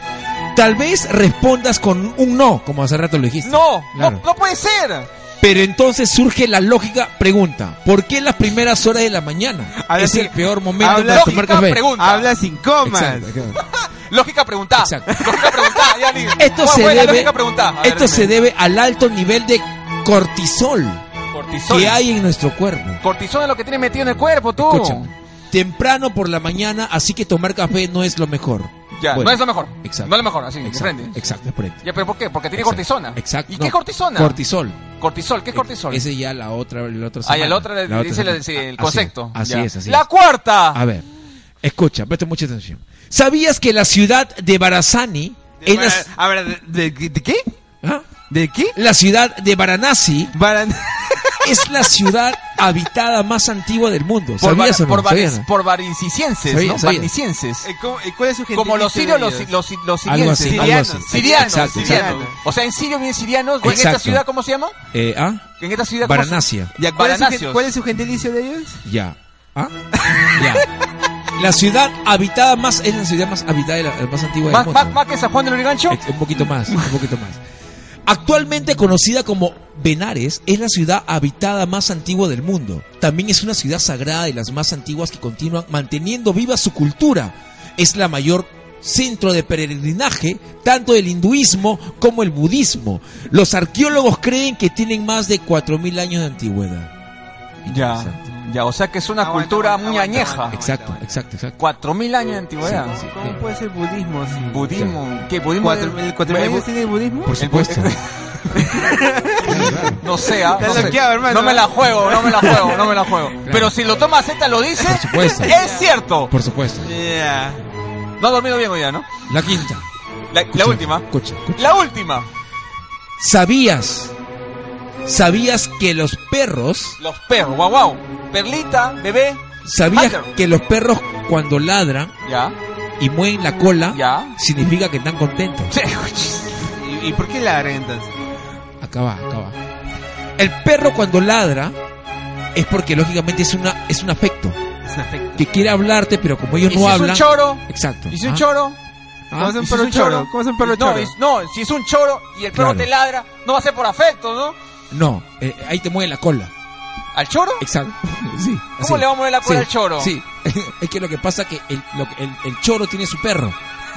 [SPEAKER 2] Tal vez respondas con un no, como hace rato lo dijiste.
[SPEAKER 1] No,
[SPEAKER 2] Claro.
[SPEAKER 1] no, no puede ser.
[SPEAKER 2] Pero entonces surge la lógica pregunta. ¿Por qué las primeras horas de la mañana
[SPEAKER 4] Ahora
[SPEAKER 2] es
[SPEAKER 4] sí,
[SPEAKER 2] el peor momento
[SPEAKER 4] habla-
[SPEAKER 2] para tomar
[SPEAKER 1] Lógica
[SPEAKER 2] café?
[SPEAKER 1] pregunta.
[SPEAKER 4] Habla sin comas.
[SPEAKER 2] Exacto, claro.
[SPEAKER 1] Lógica preguntada.
[SPEAKER 2] Exacto.
[SPEAKER 1] Lógica preguntada, ya digo.
[SPEAKER 2] Esto
[SPEAKER 1] ¿Cuál
[SPEAKER 2] se
[SPEAKER 1] fue la
[SPEAKER 2] debe,
[SPEAKER 1] lógica preguntada? A ver,
[SPEAKER 2] esto se
[SPEAKER 1] dime.
[SPEAKER 2] debe al alto nivel de cortisol
[SPEAKER 1] Cortisol.
[SPEAKER 2] que hay en nuestro cuerpo.
[SPEAKER 1] Cortisol es lo que tiene metido en el cuerpo, tú.
[SPEAKER 2] Escúchame. Temprano por la mañana, así que tomar café no es lo mejor.
[SPEAKER 1] Ya,
[SPEAKER 2] Bueno,
[SPEAKER 1] no es lo mejor.
[SPEAKER 2] Exacto.
[SPEAKER 1] No es lo mejor, así, de
[SPEAKER 2] Exacto,
[SPEAKER 1] frente.
[SPEAKER 2] exacto, es frente.
[SPEAKER 1] Ya, pero ¿por qué? Porque tiene
[SPEAKER 2] Exacto,
[SPEAKER 1] cortisona.
[SPEAKER 2] Exacto.
[SPEAKER 1] ¿Y
[SPEAKER 2] no,
[SPEAKER 1] qué cortisona?
[SPEAKER 2] Cortisol.
[SPEAKER 1] cortisol, ¿qué es cortisol?
[SPEAKER 2] Ese ya la otra, el otro.
[SPEAKER 1] Ah, y el otro le
[SPEAKER 2] La otra
[SPEAKER 1] dice
[SPEAKER 2] semana. Ah,
[SPEAKER 1] el, sí, el
[SPEAKER 2] Así es,
[SPEAKER 1] concepto.
[SPEAKER 2] Así
[SPEAKER 1] Ya.
[SPEAKER 2] es, así
[SPEAKER 1] La
[SPEAKER 2] es.
[SPEAKER 1] cuarta.
[SPEAKER 2] A ver, escucha, presta mucha atención. ¿Sabías que la ciudad de Barazani es la,
[SPEAKER 4] A ver, ¿de, de- de qué?
[SPEAKER 2] ¿Ah?
[SPEAKER 4] ¿De qué?
[SPEAKER 2] la ciudad de Varanasi
[SPEAKER 4] Para...
[SPEAKER 2] es la ciudad habitada más antigua del mundo?
[SPEAKER 1] por
[SPEAKER 2] ¿Sabías
[SPEAKER 1] var-
[SPEAKER 2] o no?
[SPEAKER 1] por,
[SPEAKER 2] ¿Sabías
[SPEAKER 1] varis-
[SPEAKER 2] no?
[SPEAKER 1] por varicicienses,
[SPEAKER 2] Sabía,
[SPEAKER 1] ¿no?
[SPEAKER 2] sabía.
[SPEAKER 1] Varicicienses.
[SPEAKER 4] Eh, ¿cómo- eh, ¿Cuál es su
[SPEAKER 1] Como
[SPEAKER 4] gentilicio
[SPEAKER 1] los
[SPEAKER 4] de
[SPEAKER 1] sirios, los,
[SPEAKER 4] ellos?
[SPEAKER 1] los, los sirienses.
[SPEAKER 2] Algo así,
[SPEAKER 4] sirianos,
[SPEAKER 2] algo así.
[SPEAKER 1] Sirianos,
[SPEAKER 2] Exacto,
[SPEAKER 1] sirianos.
[SPEAKER 2] exacto.
[SPEAKER 1] O sea, en sirio vienen sirianos. ¿En
[SPEAKER 2] Exacto.
[SPEAKER 1] esta ciudad cómo se llama?
[SPEAKER 2] Eh, ¿ah?
[SPEAKER 1] ¿En esta ciudad cómo se-
[SPEAKER 2] Varanasia.
[SPEAKER 4] Ya, ¿cuál, es su, gen-
[SPEAKER 1] Varanacios.
[SPEAKER 4] cuál es su gentilicio de ellos?
[SPEAKER 2] Ya. ¿Ah? Ya. La ciudad habitada más es la ciudad más habitada, y la, la más antigua
[SPEAKER 1] Más,
[SPEAKER 2] del mundo.
[SPEAKER 1] más, más que San Juan del Gancho.
[SPEAKER 2] Ex- Este, Un poquito más, un poquito más. Actualmente conocida como Benares, es la ciudad habitada más antigua del mundo. También es una ciudad sagrada de las más antiguas que continúan manteniendo viva su cultura. Es la mayor centro de peregrinaje tanto del hinduismo como el budismo. Los arqueólogos creen que tienen más de 4.000 años de antigüedad.
[SPEAKER 1] Ya,
[SPEAKER 2] Interesante.
[SPEAKER 1] ya, o sea que es una
[SPEAKER 4] Aguanta,
[SPEAKER 1] cultura
[SPEAKER 4] aguanta,
[SPEAKER 1] muy
[SPEAKER 4] aguanta,
[SPEAKER 1] añeja.
[SPEAKER 4] aguanta.
[SPEAKER 2] Exacto, exacto, exacto.
[SPEAKER 1] Cuatro mil años de antigüedad.
[SPEAKER 2] Sí,
[SPEAKER 4] ¿Cómo
[SPEAKER 2] bien.
[SPEAKER 4] puede ser budismo? sin-
[SPEAKER 1] Budismo, ¿qué budismo?
[SPEAKER 4] ¿Cuatro, ¿El 4000 años tiene budismo?
[SPEAKER 2] Por supuesto.
[SPEAKER 1] No sé, ah,
[SPEAKER 4] Está
[SPEAKER 1] no, sé.
[SPEAKER 4] loqueado, hermano.
[SPEAKER 1] No me la juego, no me la juego, no me la juego. Pero si lo toma Z lo dice,
[SPEAKER 2] supuesto.
[SPEAKER 1] es cierto.
[SPEAKER 2] Por supuesto.
[SPEAKER 4] Yeah.
[SPEAKER 1] No ha dormido bien hoy día, ¿no?
[SPEAKER 2] La quinta.
[SPEAKER 1] La, la última.
[SPEAKER 2] Escucha, escucha.
[SPEAKER 1] La última.
[SPEAKER 2] ¿Sabías? ¿Sabías que los perros,
[SPEAKER 1] Los perros, guau guau. Perlita, bebé.
[SPEAKER 2] sabías
[SPEAKER 1] Hunter.
[SPEAKER 2] que los perros cuando ladran
[SPEAKER 1] Ya,
[SPEAKER 2] y mueven la cola,
[SPEAKER 1] ya.
[SPEAKER 2] significa que están contentos?
[SPEAKER 1] Sí, chis.
[SPEAKER 4] ¿Y, y por qué la entonces?
[SPEAKER 2] Acá va, acá va. El perro cuando ladra es porque lógicamente es una es un afecto
[SPEAKER 4] Es un afecto.
[SPEAKER 2] que quiere hablarte, pero como
[SPEAKER 1] ¿Y
[SPEAKER 2] ellos
[SPEAKER 1] si
[SPEAKER 2] no
[SPEAKER 1] es
[SPEAKER 2] hablan.
[SPEAKER 1] un choro?
[SPEAKER 2] Exacto.
[SPEAKER 1] ¿Y si es
[SPEAKER 2] Ah,
[SPEAKER 1] un choro?
[SPEAKER 2] ah,
[SPEAKER 4] ¿Cómo es
[SPEAKER 1] ¿Y si
[SPEAKER 4] un
[SPEAKER 1] es
[SPEAKER 4] perro
[SPEAKER 1] un choro?
[SPEAKER 4] choro? ¿Cómo es un perro
[SPEAKER 1] no,
[SPEAKER 4] choro?
[SPEAKER 1] y- no, si es un choro y el perro
[SPEAKER 2] Claro.
[SPEAKER 1] te ladra, no va a ser por afecto, ¿no?
[SPEAKER 2] No, eh, ahí te mueve la cola.
[SPEAKER 1] ¿Al choro?
[SPEAKER 2] Exacto. Sí,
[SPEAKER 1] ¿Cómo
[SPEAKER 2] así.
[SPEAKER 1] le vamos a mover la cola
[SPEAKER 2] Sí,
[SPEAKER 1] al choro?
[SPEAKER 2] Sí, es que lo que pasa es que el, lo que- el- el choro tiene su perro.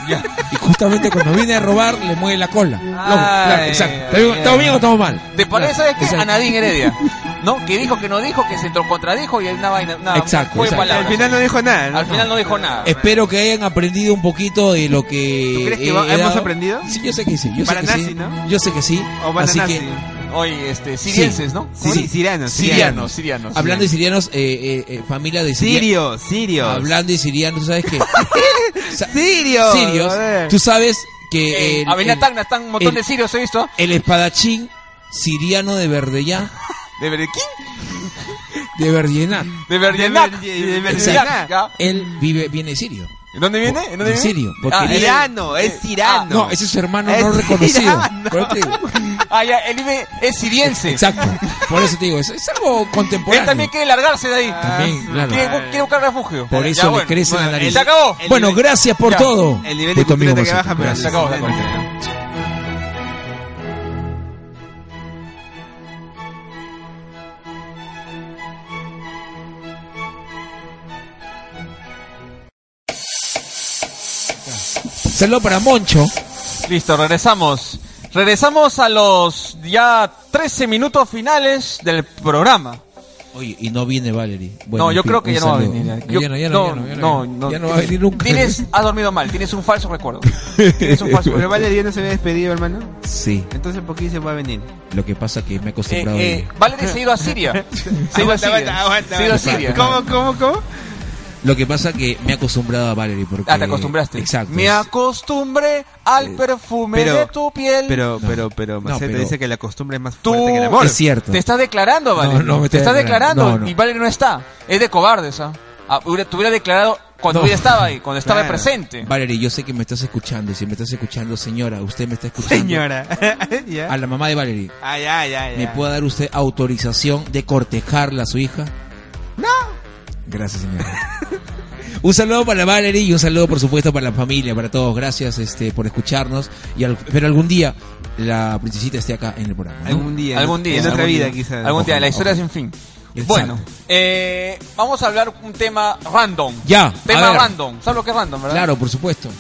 [SPEAKER 2] Y justamente cuando viene a robar, le mueve la cola. Lógico, claro,
[SPEAKER 1] Ay,
[SPEAKER 2] exacto.
[SPEAKER 1] ay,
[SPEAKER 2] ¿Estamos
[SPEAKER 1] ay.
[SPEAKER 2] estamos bien o estamos mal?
[SPEAKER 1] ¿Te parece
[SPEAKER 2] Claro,
[SPEAKER 1] ¿sabes qué?
[SPEAKER 2] exacto.
[SPEAKER 1] a Nadine Heredia? ¿No? Que dijo que no dijo, que se contradijo y hay una vaina. nada,
[SPEAKER 2] Exacto,
[SPEAKER 1] fue
[SPEAKER 2] exacto.
[SPEAKER 1] palabras.
[SPEAKER 4] Al final no dijo nada. ¿no? Eh,
[SPEAKER 1] Al final no dijo nada.
[SPEAKER 2] Espero que hayan aprendido un poquito de lo que.
[SPEAKER 4] ¿Tú crees que
[SPEAKER 2] he
[SPEAKER 4] va- hemos
[SPEAKER 2] dado.
[SPEAKER 4] aprendido?
[SPEAKER 2] Sí, yo sé que sí. Yo sé que
[SPEAKER 4] Baranasi,
[SPEAKER 2] sí.
[SPEAKER 4] ¿no?
[SPEAKER 2] Yo sé que sí.
[SPEAKER 4] O
[SPEAKER 2] Así
[SPEAKER 4] bananasi.
[SPEAKER 2] que,
[SPEAKER 1] Oye, este, sirienses, ¿no?
[SPEAKER 2] Sí,
[SPEAKER 4] Sí, sirianos.
[SPEAKER 1] Sirianos, sirianos.
[SPEAKER 2] hablando de sirianos, eh, eh, eh, familia de sirianos.
[SPEAKER 4] Sirio, Sirio.
[SPEAKER 2] Hablando de sirianos, ¿tú ¿sabes qué? Sa-
[SPEAKER 4] Sirio.
[SPEAKER 2] sirios. Tú sabes que.
[SPEAKER 1] Eh,
[SPEAKER 2] el-
[SPEAKER 1] Avenida
[SPEAKER 2] el-
[SPEAKER 1] Tacna están un montón
[SPEAKER 2] el-
[SPEAKER 1] de sirios, he visto.
[SPEAKER 2] El espadachín siriano de Verdellán,
[SPEAKER 1] De Berquín,
[SPEAKER 2] de Verdienat.
[SPEAKER 1] de Bergenac.
[SPEAKER 4] De Ber- de- de
[SPEAKER 1] Bergenac,
[SPEAKER 4] Bergenac.
[SPEAKER 1] ¿ya?
[SPEAKER 2] Él vive, viene de Sirio.
[SPEAKER 1] ¿En dónde viene? ¿En dónde
[SPEAKER 2] de
[SPEAKER 1] viene?
[SPEAKER 2] Sirio. Porque eh, ah,
[SPEAKER 1] Ah,
[SPEAKER 2] él-
[SPEAKER 1] él-
[SPEAKER 4] Tirano, es tirano.
[SPEAKER 2] no, ese es su hermano
[SPEAKER 4] Es
[SPEAKER 2] no reconocido.
[SPEAKER 4] tirano.
[SPEAKER 2] Por eso te digo.
[SPEAKER 1] Ah, ya, él vive- es siriense.
[SPEAKER 2] Exacto. Por eso te digo, es, es algo
[SPEAKER 1] Él
[SPEAKER 2] contemporáneo.
[SPEAKER 1] también quiere largarse de ahí.
[SPEAKER 2] También, Ah, claro.
[SPEAKER 1] Quiere, bu- quiere buscar refugio.
[SPEAKER 2] Por eso
[SPEAKER 1] Ya,
[SPEAKER 2] le
[SPEAKER 1] bueno.
[SPEAKER 2] crece la
[SPEAKER 4] bueno,
[SPEAKER 2] nariz.
[SPEAKER 4] él-
[SPEAKER 1] Se acabó.
[SPEAKER 4] él-
[SPEAKER 2] bueno, gracias por
[SPEAKER 1] Ya.
[SPEAKER 2] todo.
[SPEAKER 4] El nivel
[SPEAKER 2] Fue
[SPEAKER 4] de
[SPEAKER 2] tu amigo
[SPEAKER 4] cultura que
[SPEAKER 2] José.
[SPEAKER 4] baja, pero
[SPEAKER 2] Gracias.
[SPEAKER 1] Se acabó, se acabó.
[SPEAKER 2] Saludo para Moncho.
[SPEAKER 1] Listo, regresamos. Regresamos a los ya 13 minutos finales del programa.
[SPEAKER 2] Oye, y no viene Valerie. Bueno,
[SPEAKER 1] no, yo
[SPEAKER 2] en fin,
[SPEAKER 1] creo que
[SPEAKER 2] un
[SPEAKER 1] ya no va a
[SPEAKER 2] saludo.
[SPEAKER 1] venir.
[SPEAKER 2] No,
[SPEAKER 1] Yo-
[SPEAKER 2] ya no, ya no, ya no, ya no, ya no. Ya no va a venir nunca.
[SPEAKER 1] Tienes, has dormido mal, tienes un falso recuerdo. Tienes un falso
[SPEAKER 4] Pero
[SPEAKER 1] recuerdo.
[SPEAKER 4] Valeria no se había despedido, hermano.
[SPEAKER 2] Sí,
[SPEAKER 4] Entonces, ¿por qué se va a venir?
[SPEAKER 2] lo que pasa que me he
[SPEAKER 1] Eh,
[SPEAKER 2] acostumbrado.
[SPEAKER 1] eh,
[SPEAKER 2] a-
[SPEAKER 1] Valerie se ha ido a Siria. Se ha ido a Siria. Se ha ido a Siria.
[SPEAKER 4] ¿Cómo, cómo, cómo?
[SPEAKER 2] Lo que pasa que me he acostumbrado a Valerie porque
[SPEAKER 1] Ah, te acostumbraste.
[SPEAKER 2] Exacto.
[SPEAKER 1] Me acostumbré al perfume
[SPEAKER 4] pero-
[SPEAKER 1] de tu piel.
[SPEAKER 4] Pero, pero,
[SPEAKER 2] No,
[SPEAKER 4] pero, Maceta
[SPEAKER 2] pero-
[SPEAKER 4] dice que la costumbre es más
[SPEAKER 1] Tú-
[SPEAKER 4] fuerte que el amor.
[SPEAKER 2] Es cierto.
[SPEAKER 1] Te estás declarando, Valerie.
[SPEAKER 2] No, no, me
[SPEAKER 1] te
[SPEAKER 2] estoy
[SPEAKER 1] estás
[SPEAKER 2] declarando.
[SPEAKER 1] declarando.
[SPEAKER 2] No, no.
[SPEAKER 1] Y Valerie no está. Es de cobardes, ¿ah? Ah, hubiera- te hubiera declarado cuando
[SPEAKER 2] No.
[SPEAKER 1] hubiera estaba ahí, cuando estaba
[SPEAKER 4] Claro.
[SPEAKER 1] presente.
[SPEAKER 2] Valerie, yo sé que me estás escuchando. y Si me estás escuchando, señora, usted me está escuchando.
[SPEAKER 4] Señora. ya.
[SPEAKER 2] A la mamá de Valerie,
[SPEAKER 4] Ah, ya, ya, ya.
[SPEAKER 2] ¿me puede dar usted autorización de cortejarla a su hija? No. Gracias, señora. un saludo para Valerie y un saludo, por supuesto, para la familia, para todos. Gracias este, por escucharnos. Y al- pero algún día la princesita esté acá en el programa. ¿no?
[SPEAKER 4] Algún día.
[SPEAKER 1] Algún día.
[SPEAKER 4] En otra
[SPEAKER 1] algún
[SPEAKER 4] vida,
[SPEAKER 1] día.
[SPEAKER 4] quizás.
[SPEAKER 1] Algún día,
[SPEAKER 2] Ojalá,
[SPEAKER 1] la historia
[SPEAKER 2] ojalá.
[SPEAKER 1] sin fin.
[SPEAKER 2] Exacto.
[SPEAKER 1] Bueno, eh, vamos a hablar un tema random.
[SPEAKER 2] Ya, a
[SPEAKER 1] Tema
[SPEAKER 2] ver.
[SPEAKER 1] random. ¿Sabes lo que es random, verdad?
[SPEAKER 2] Claro, por supuesto.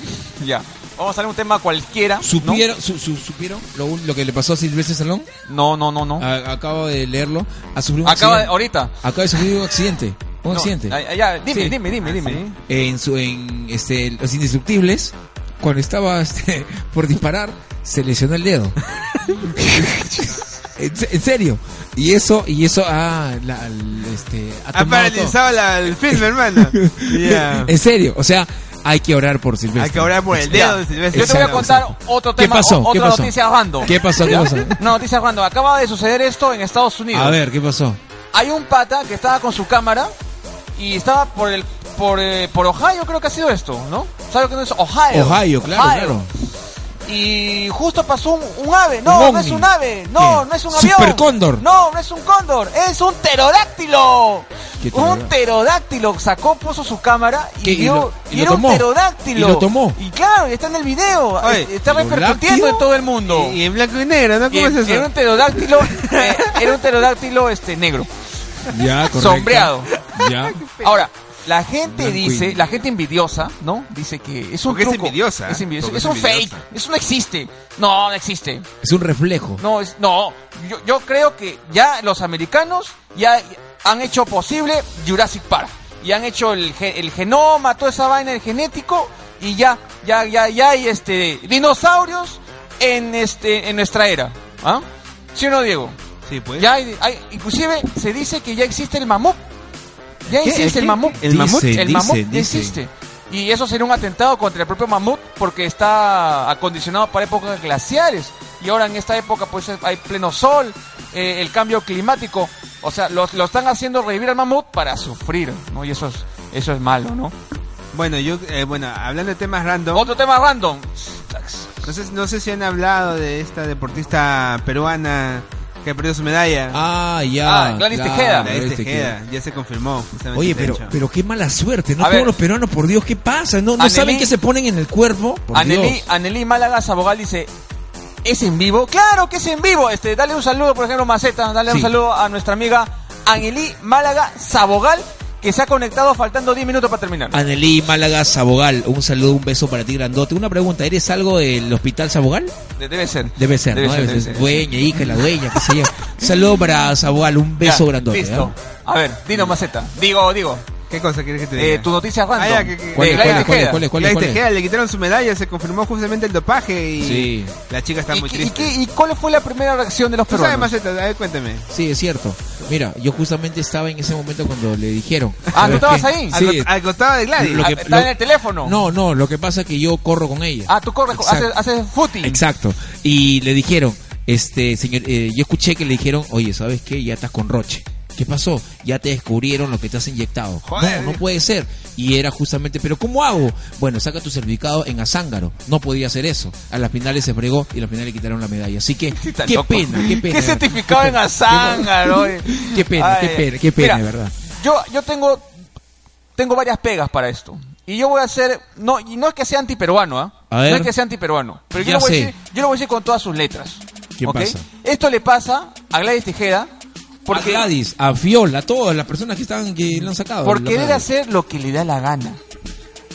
[SPEAKER 1] Ya. Vamos a hablar un tema cualquiera.
[SPEAKER 2] ¿Supieron, su- su- ¿supieron lo, un- lo que le pasó a Silvestre Salón?
[SPEAKER 1] No, no, no, no. no.
[SPEAKER 2] A- acabo de leerlo. Ha sufrido un
[SPEAKER 1] Acaba de,
[SPEAKER 2] accidente.
[SPEAKER 1] ahorita.
[SPEAKER 2] Acaba de sufrir un accidente. Un
[SPEAKER 1] No,
[SPEAKER 2] accidente.
[SPEAKER 1] ah, ya, dime,
[SPEAKER 2] Sí.
[SPEAKER 1] dime, dime, dime.
[SPEAKER 2] en su en este los indestructibles cuando estaba este, por disparar se lesionó el dedo en, se- en serio y eso y eso ah, la- al- este,
[SPEAKER 1] Ah,
[SPEAKER 2] ha
[SPEAKER 4] Ha
[SPEAKER 2] tomado
[SPEAKER 4] paralizado la- el film, hermano.
[SPEAKER 2] todo.
[SPEAKER 4] Ya.
[SPEAKER 2] en serio o sea hay que orar por Silvestre
[SPEAKER 4] Hay que orar por el
[SPEAKER 1] Ya.
[SPEAKER 4] dedo de Silvestre.
[SPEAKER 1] Yo te voy a
[SPEAKER 2] Exacto,
[SPEAKER 1] contar otro tema,
[SPEAKER 2] ¿Qué pasó?
[SPEAKER 1] o-
[SPEAKER 2] ¿Qué
[SPEAKER 1] otra
[SPEAKER 2] pasó?
[SPEAKER 1] noticia random.
[SPEAKER 2] qué pasó qué pasó
[SPEAKER 1] Una noticia random. Acaba de suceder esto en Estados Unidos.
[SPEAKER 2] a ver qué pasó
[SPEAKER 1] Hay un pata que estaba con su cámara y estaba por el por, eh, por Ohio, creo que ha sido esto, ¿no? ¿Sabes lo que es Ohio?
[SPEAKER 2] Ohio claro
[SPEAKER 1] Ohio.
[SPEAKER 2] claro
[SPEAKER 1] Y justo pasó un, un ave. No,
[SPEAKER 2] Un
[SPEAKER 1] no es
[SPEAKER 2] ovni.
[SPEAKER 1] un ave. No,
[SPEAKER 2] ¿Qué?
[SPEAKER 1] no es un avión.
[SPEAKER 2] Super cóndor.
[SPEAKER 1] No, no es un cóndor. Es un pterodáctilo.
[SPEAKER 2] ¿Qué pterodáctilo?
[SPEAKER 1] Un pterodáctilo. Sacó, puso su cámara y,
[SPEAKER 2] ¿Qué? ¿Y
[SPEAKER 1] vio-
[SPEAKER 2] lo- y lo
[SPEAKER 1] era
[SPEAKER 2] tomó?
[SPEAKER 1] un pterodáctilo.
[SPEAKER 2] ¿Y lo tomó?
[SPEAKER 1] Y claro, y está en el video.
[SPEAKER 4] Oye,
[SPEAKER 1] está repercutiendo
[SPEAKER 2] ¿pterodáctilo?
[SPEAKER 1] en todo el mundo.
[SPEAKER 4] Y en blanco y negro, ¿no?
[SPEAKER 1] Y
[SPEAKER 4] ¿Cómo es
[SPEAKER 1] Era
[SPEAKER 4] eso?
[SPEAKER 1] un pterodáctilo, eh, era un pterodáctilo este, negro.
[SPEAKER 2] ya correcto
[SPEAKER 1] Sombreado.
[SPEAKER 2] ya
[SPEAKER 1] Ahora, La gente
[SPEAKER 2] Blanco y-
[SPEAKER 1] dice, la gente envidiosa, ¿no? Dice que es un
[SPEAKER 4] Porque es
[SPEAKER 1] truco.
[SPEAKER 4] envidiosa, ¿eh?
[SPEAKER 1] Es envidiosa.
[SPEAKER 4] Porque
[SPEAKER 1] Es
[SPEAKER 4] es
[SPEAKER 1] un fake.
[SPEAKER 4] envidiosa.
[SPEAKER 1] Eso no existe. No, no existe.
[SPEAKER 2] Es un reflejo.
[SPEAKER 1] No, es, no. Yo, yo creo que ya los americanos ya han hecho posible Jurassic Park. Y han hecho el, ge- el genoma, toda esa vaina, el genético. Y ya, ya, ya, ya hay este, dinosaurios en, este, en nuestra era. ¿Ah? ¿Sí o no, Diego?
[SPEAKER 4] Sí, pues.
[SPEAKER 1] Ya hay, hay- inclusive se dice que ya existe el mamut. Ya
[SPEAKER 4] ¿Qué?
[SPEAKER 1] existe
[SPEAKER 4] ¿Qué?
[SPEAKER 1] el mamut.
[SPEAKER 4] ¿El mamut?
[SPEAKER 1] El
[SPEAKER 4] Dice,
[SPEAKER 1] mamut ya
[SPEAKER 4] dice.
[SPEAKER 1] existe. Y eso sería un atentado contra el propio mamut porque está acondicionado para épocas glaciares. Y ahora en esta época pues hay pleno sol, eh, el cambio climático. O sea, lo, lo están haciendo revivir al mamut para sufrir, ¿no? Y eso es, eso es malo, ¿no?
[SPEAKER 4] Bueno, yo, eh, bueno, hablando de temas random,
[SPEAKER 1] Otro tema random.
[SPEAKER 4] no sé, no sé si han hablado de esta deportista peruana que perdió su medalla.
[SPEAKER 2] Ah, ya.
[SPEAKER 1] Ah, Gladys
[SPEAKER 2] claro,
[SPEAKER 1] Tejeda.
[SPEAKER 4] La de
[SPEAKER 2] Gladys
[SPEAKER 4] Tejeda, ya se confirmó. justamente
[SPEAKER 2] Oye,
[SPEAKER 4] este
[SPEAKER 2] pero,
[SPEAKER 4] hecho.
[SPEAKER 2] pero qué mala suerte, ¿no?
[SPEAKER 1] A
[SPEAKER 2] Todos
[SPEAKER 1] ver.
[SPEAKER 2] los peruanos, por Dios, ¿qué pasa? ¿No, no
[SPEAKER 1] Anelí-
[SPEAKER 2] saben qué se ponen en el cuerpo? Por
[SPEAKER 1] Anelí,
[SPEAKER 2] Dios.
[SPEAKER 1] Anelí Málaga Sabogal dice, ¿es en vivo? Claro que es en vivo. Este, dale un saludo, por ejemplo, Maceta, dale un
[SPEAKER 2] Sí.
[SPEAKER 1] saludo a nuestra amiga Anelí Málaga Sabogal, que se ha conectado faltando 10 minutos para terminar.
[SPEAKER 2] Anelí Málaga Sabogal, un saludo, un beso para ti, grandote. Una pregunta, ¿eres algo del Hospital Sabogal?
[SPEAKER 1] De- Debe ser.
[SPEAKER 2] Debe ser, ¿no? Debe ser, dueña, hija, la dueña, qué sé yo. Un saludo para Sabogal, un beso
[SPEAKER 1] Ya,
[SPEAKER 2] grandote. ¿eh?
[SPEAKER 1] Listo.
[SPEAKER 2] ¿ya?
[SPEAKER 1] A ver, dinos Maceta. Digo, digo.
[SPEAKER 4] ¿Qué cosa quieres que te diga?
[SPEAKER 1] Eh, tu noticia random.
[SPEAKER 4] Ah, ya, que- que-
[SPEAKER 1] de
[SPEAKER 2] ¿Cuál es,
[SPEAKER 1] Eh, Gladys
[SPEAKER 2] cuál es, cuál es,
[SPEAKER 1] Tejeda.
[SPEAKER 2] cuál es, cuál es,
[SPEAKER 4] Gladys
[SPEAKER 2] cuál es?
[SPEAKER 4] Tejeda, le quitaron su medalla, se confirmó justamente el dopaje y
[SPEAKER 2] Sí.
[SPEAKER 4] la chica está
[SPEAKER 1] ¿Y
[SPEAKER 4] muy
[SPEAKER 1] qué-
[SPEAKER 4] triste.
[SPEAKER 1] ¿Y, qué- y cuál fue la primera reacción de los
[SPEAKER 4] ¿Tú sabes,
[SPEAKER 1] peruanos?
[SPEAKER 4] Maceta? A ver, cuéntame.
[SPEAKER 2] Sí, es cierto. Mira, yo justamente estaba en ese momento cuando le dijeron.
[SPEAKER 1] Ah, ¿tú
[SPEAKER 2] ¿Sabes
[SPEAKER 1] estabas
[SPEAKER 2] qué?
[SPEAKER 1] ahí?
[SPEAKER 4] Al,
[SPEAKER 2] Sí.
[SPEAKER 4] co- al costado de Gladys.
[SPEAKER 2] Lo
[SPEAKER 1] Ah,
[SPEAKER 2] que-
[SPEAKER 1] ¿Está
[SPEAKER 2] lo-
[SPEAKER 1] en el teléfono?
[SPEAKER 2] No, no, lo que pasa es que yo corro con ella.
[SPEAKER 1] Ah, tú corres, haces,
[SPEAKER 2] Exacto.
[SPEAKER 1] haces footing.
[SPEAKER 2] Exacto. Y le dijeron, este, señor, eh, yo escuché que le dijeron, oye, ¿sabes qué? Ya estás con Roche. ¿Qué pasó? Ya te descubrieron lo que te has inyectado.
[SPEAKER 4] Joder.
[SPEAKER 2] No, no puede ser. Y era justamente, pero ¿cómo hago? Bueno, saca tu certificado en Azángaro. No podía hacer eso. A las finales se fregó y a las finales le quitaron la medalla. Así que,
[SPEAKER 1] Está
[SPEAKER 2] qué
[SPEAKER 1] loco.
[SPEAKER 2] pena, qué pena.
[SPEAKER 1] Qué certificado en Azángaro. oye.
[SPEAKER 2] Qué pena,
[SPEAKER 1] Ay,
[SPEAKER 2] qué pena, qué pena,
[SPEAKER 1] mira,
[SPEAKER 2] de verdad.
[SPEAKER 1] Yo, yo tengo, tengo varias pegas para esto. Y yo voy a hacer, no, y no es que sea antiperuano, ¿ah?
[SPEAKER 2] A ver.
[SPEAKER 1] No es que sea antiperuano. Pero yo
[SPEAKER 2] Ya
[SPEAKER 1] lo, voy a
[SPEAKER 2] sé.
[SPEAKER 1] decir, yo lo voy a decir con todas sus letras.
[SPEAKER 2] ¿Qué
[SPEAKER 1] ¿ok?
[SPEAKER 2] pasa?
[SPEAKER 1] Esto le pasa a Gladys Tejeda porque,
[SPEAKER 2] Porque... A Gladys, Ah, a Fiola, a todas las personas que están, que lo han sacado.
[SPEAKER 1] por
[SPEAKER 2] La
[SPEAKER 1] querer
[SPEAKER 2] medalla.
[SPEAKER 1] hacer lo que le da la gana.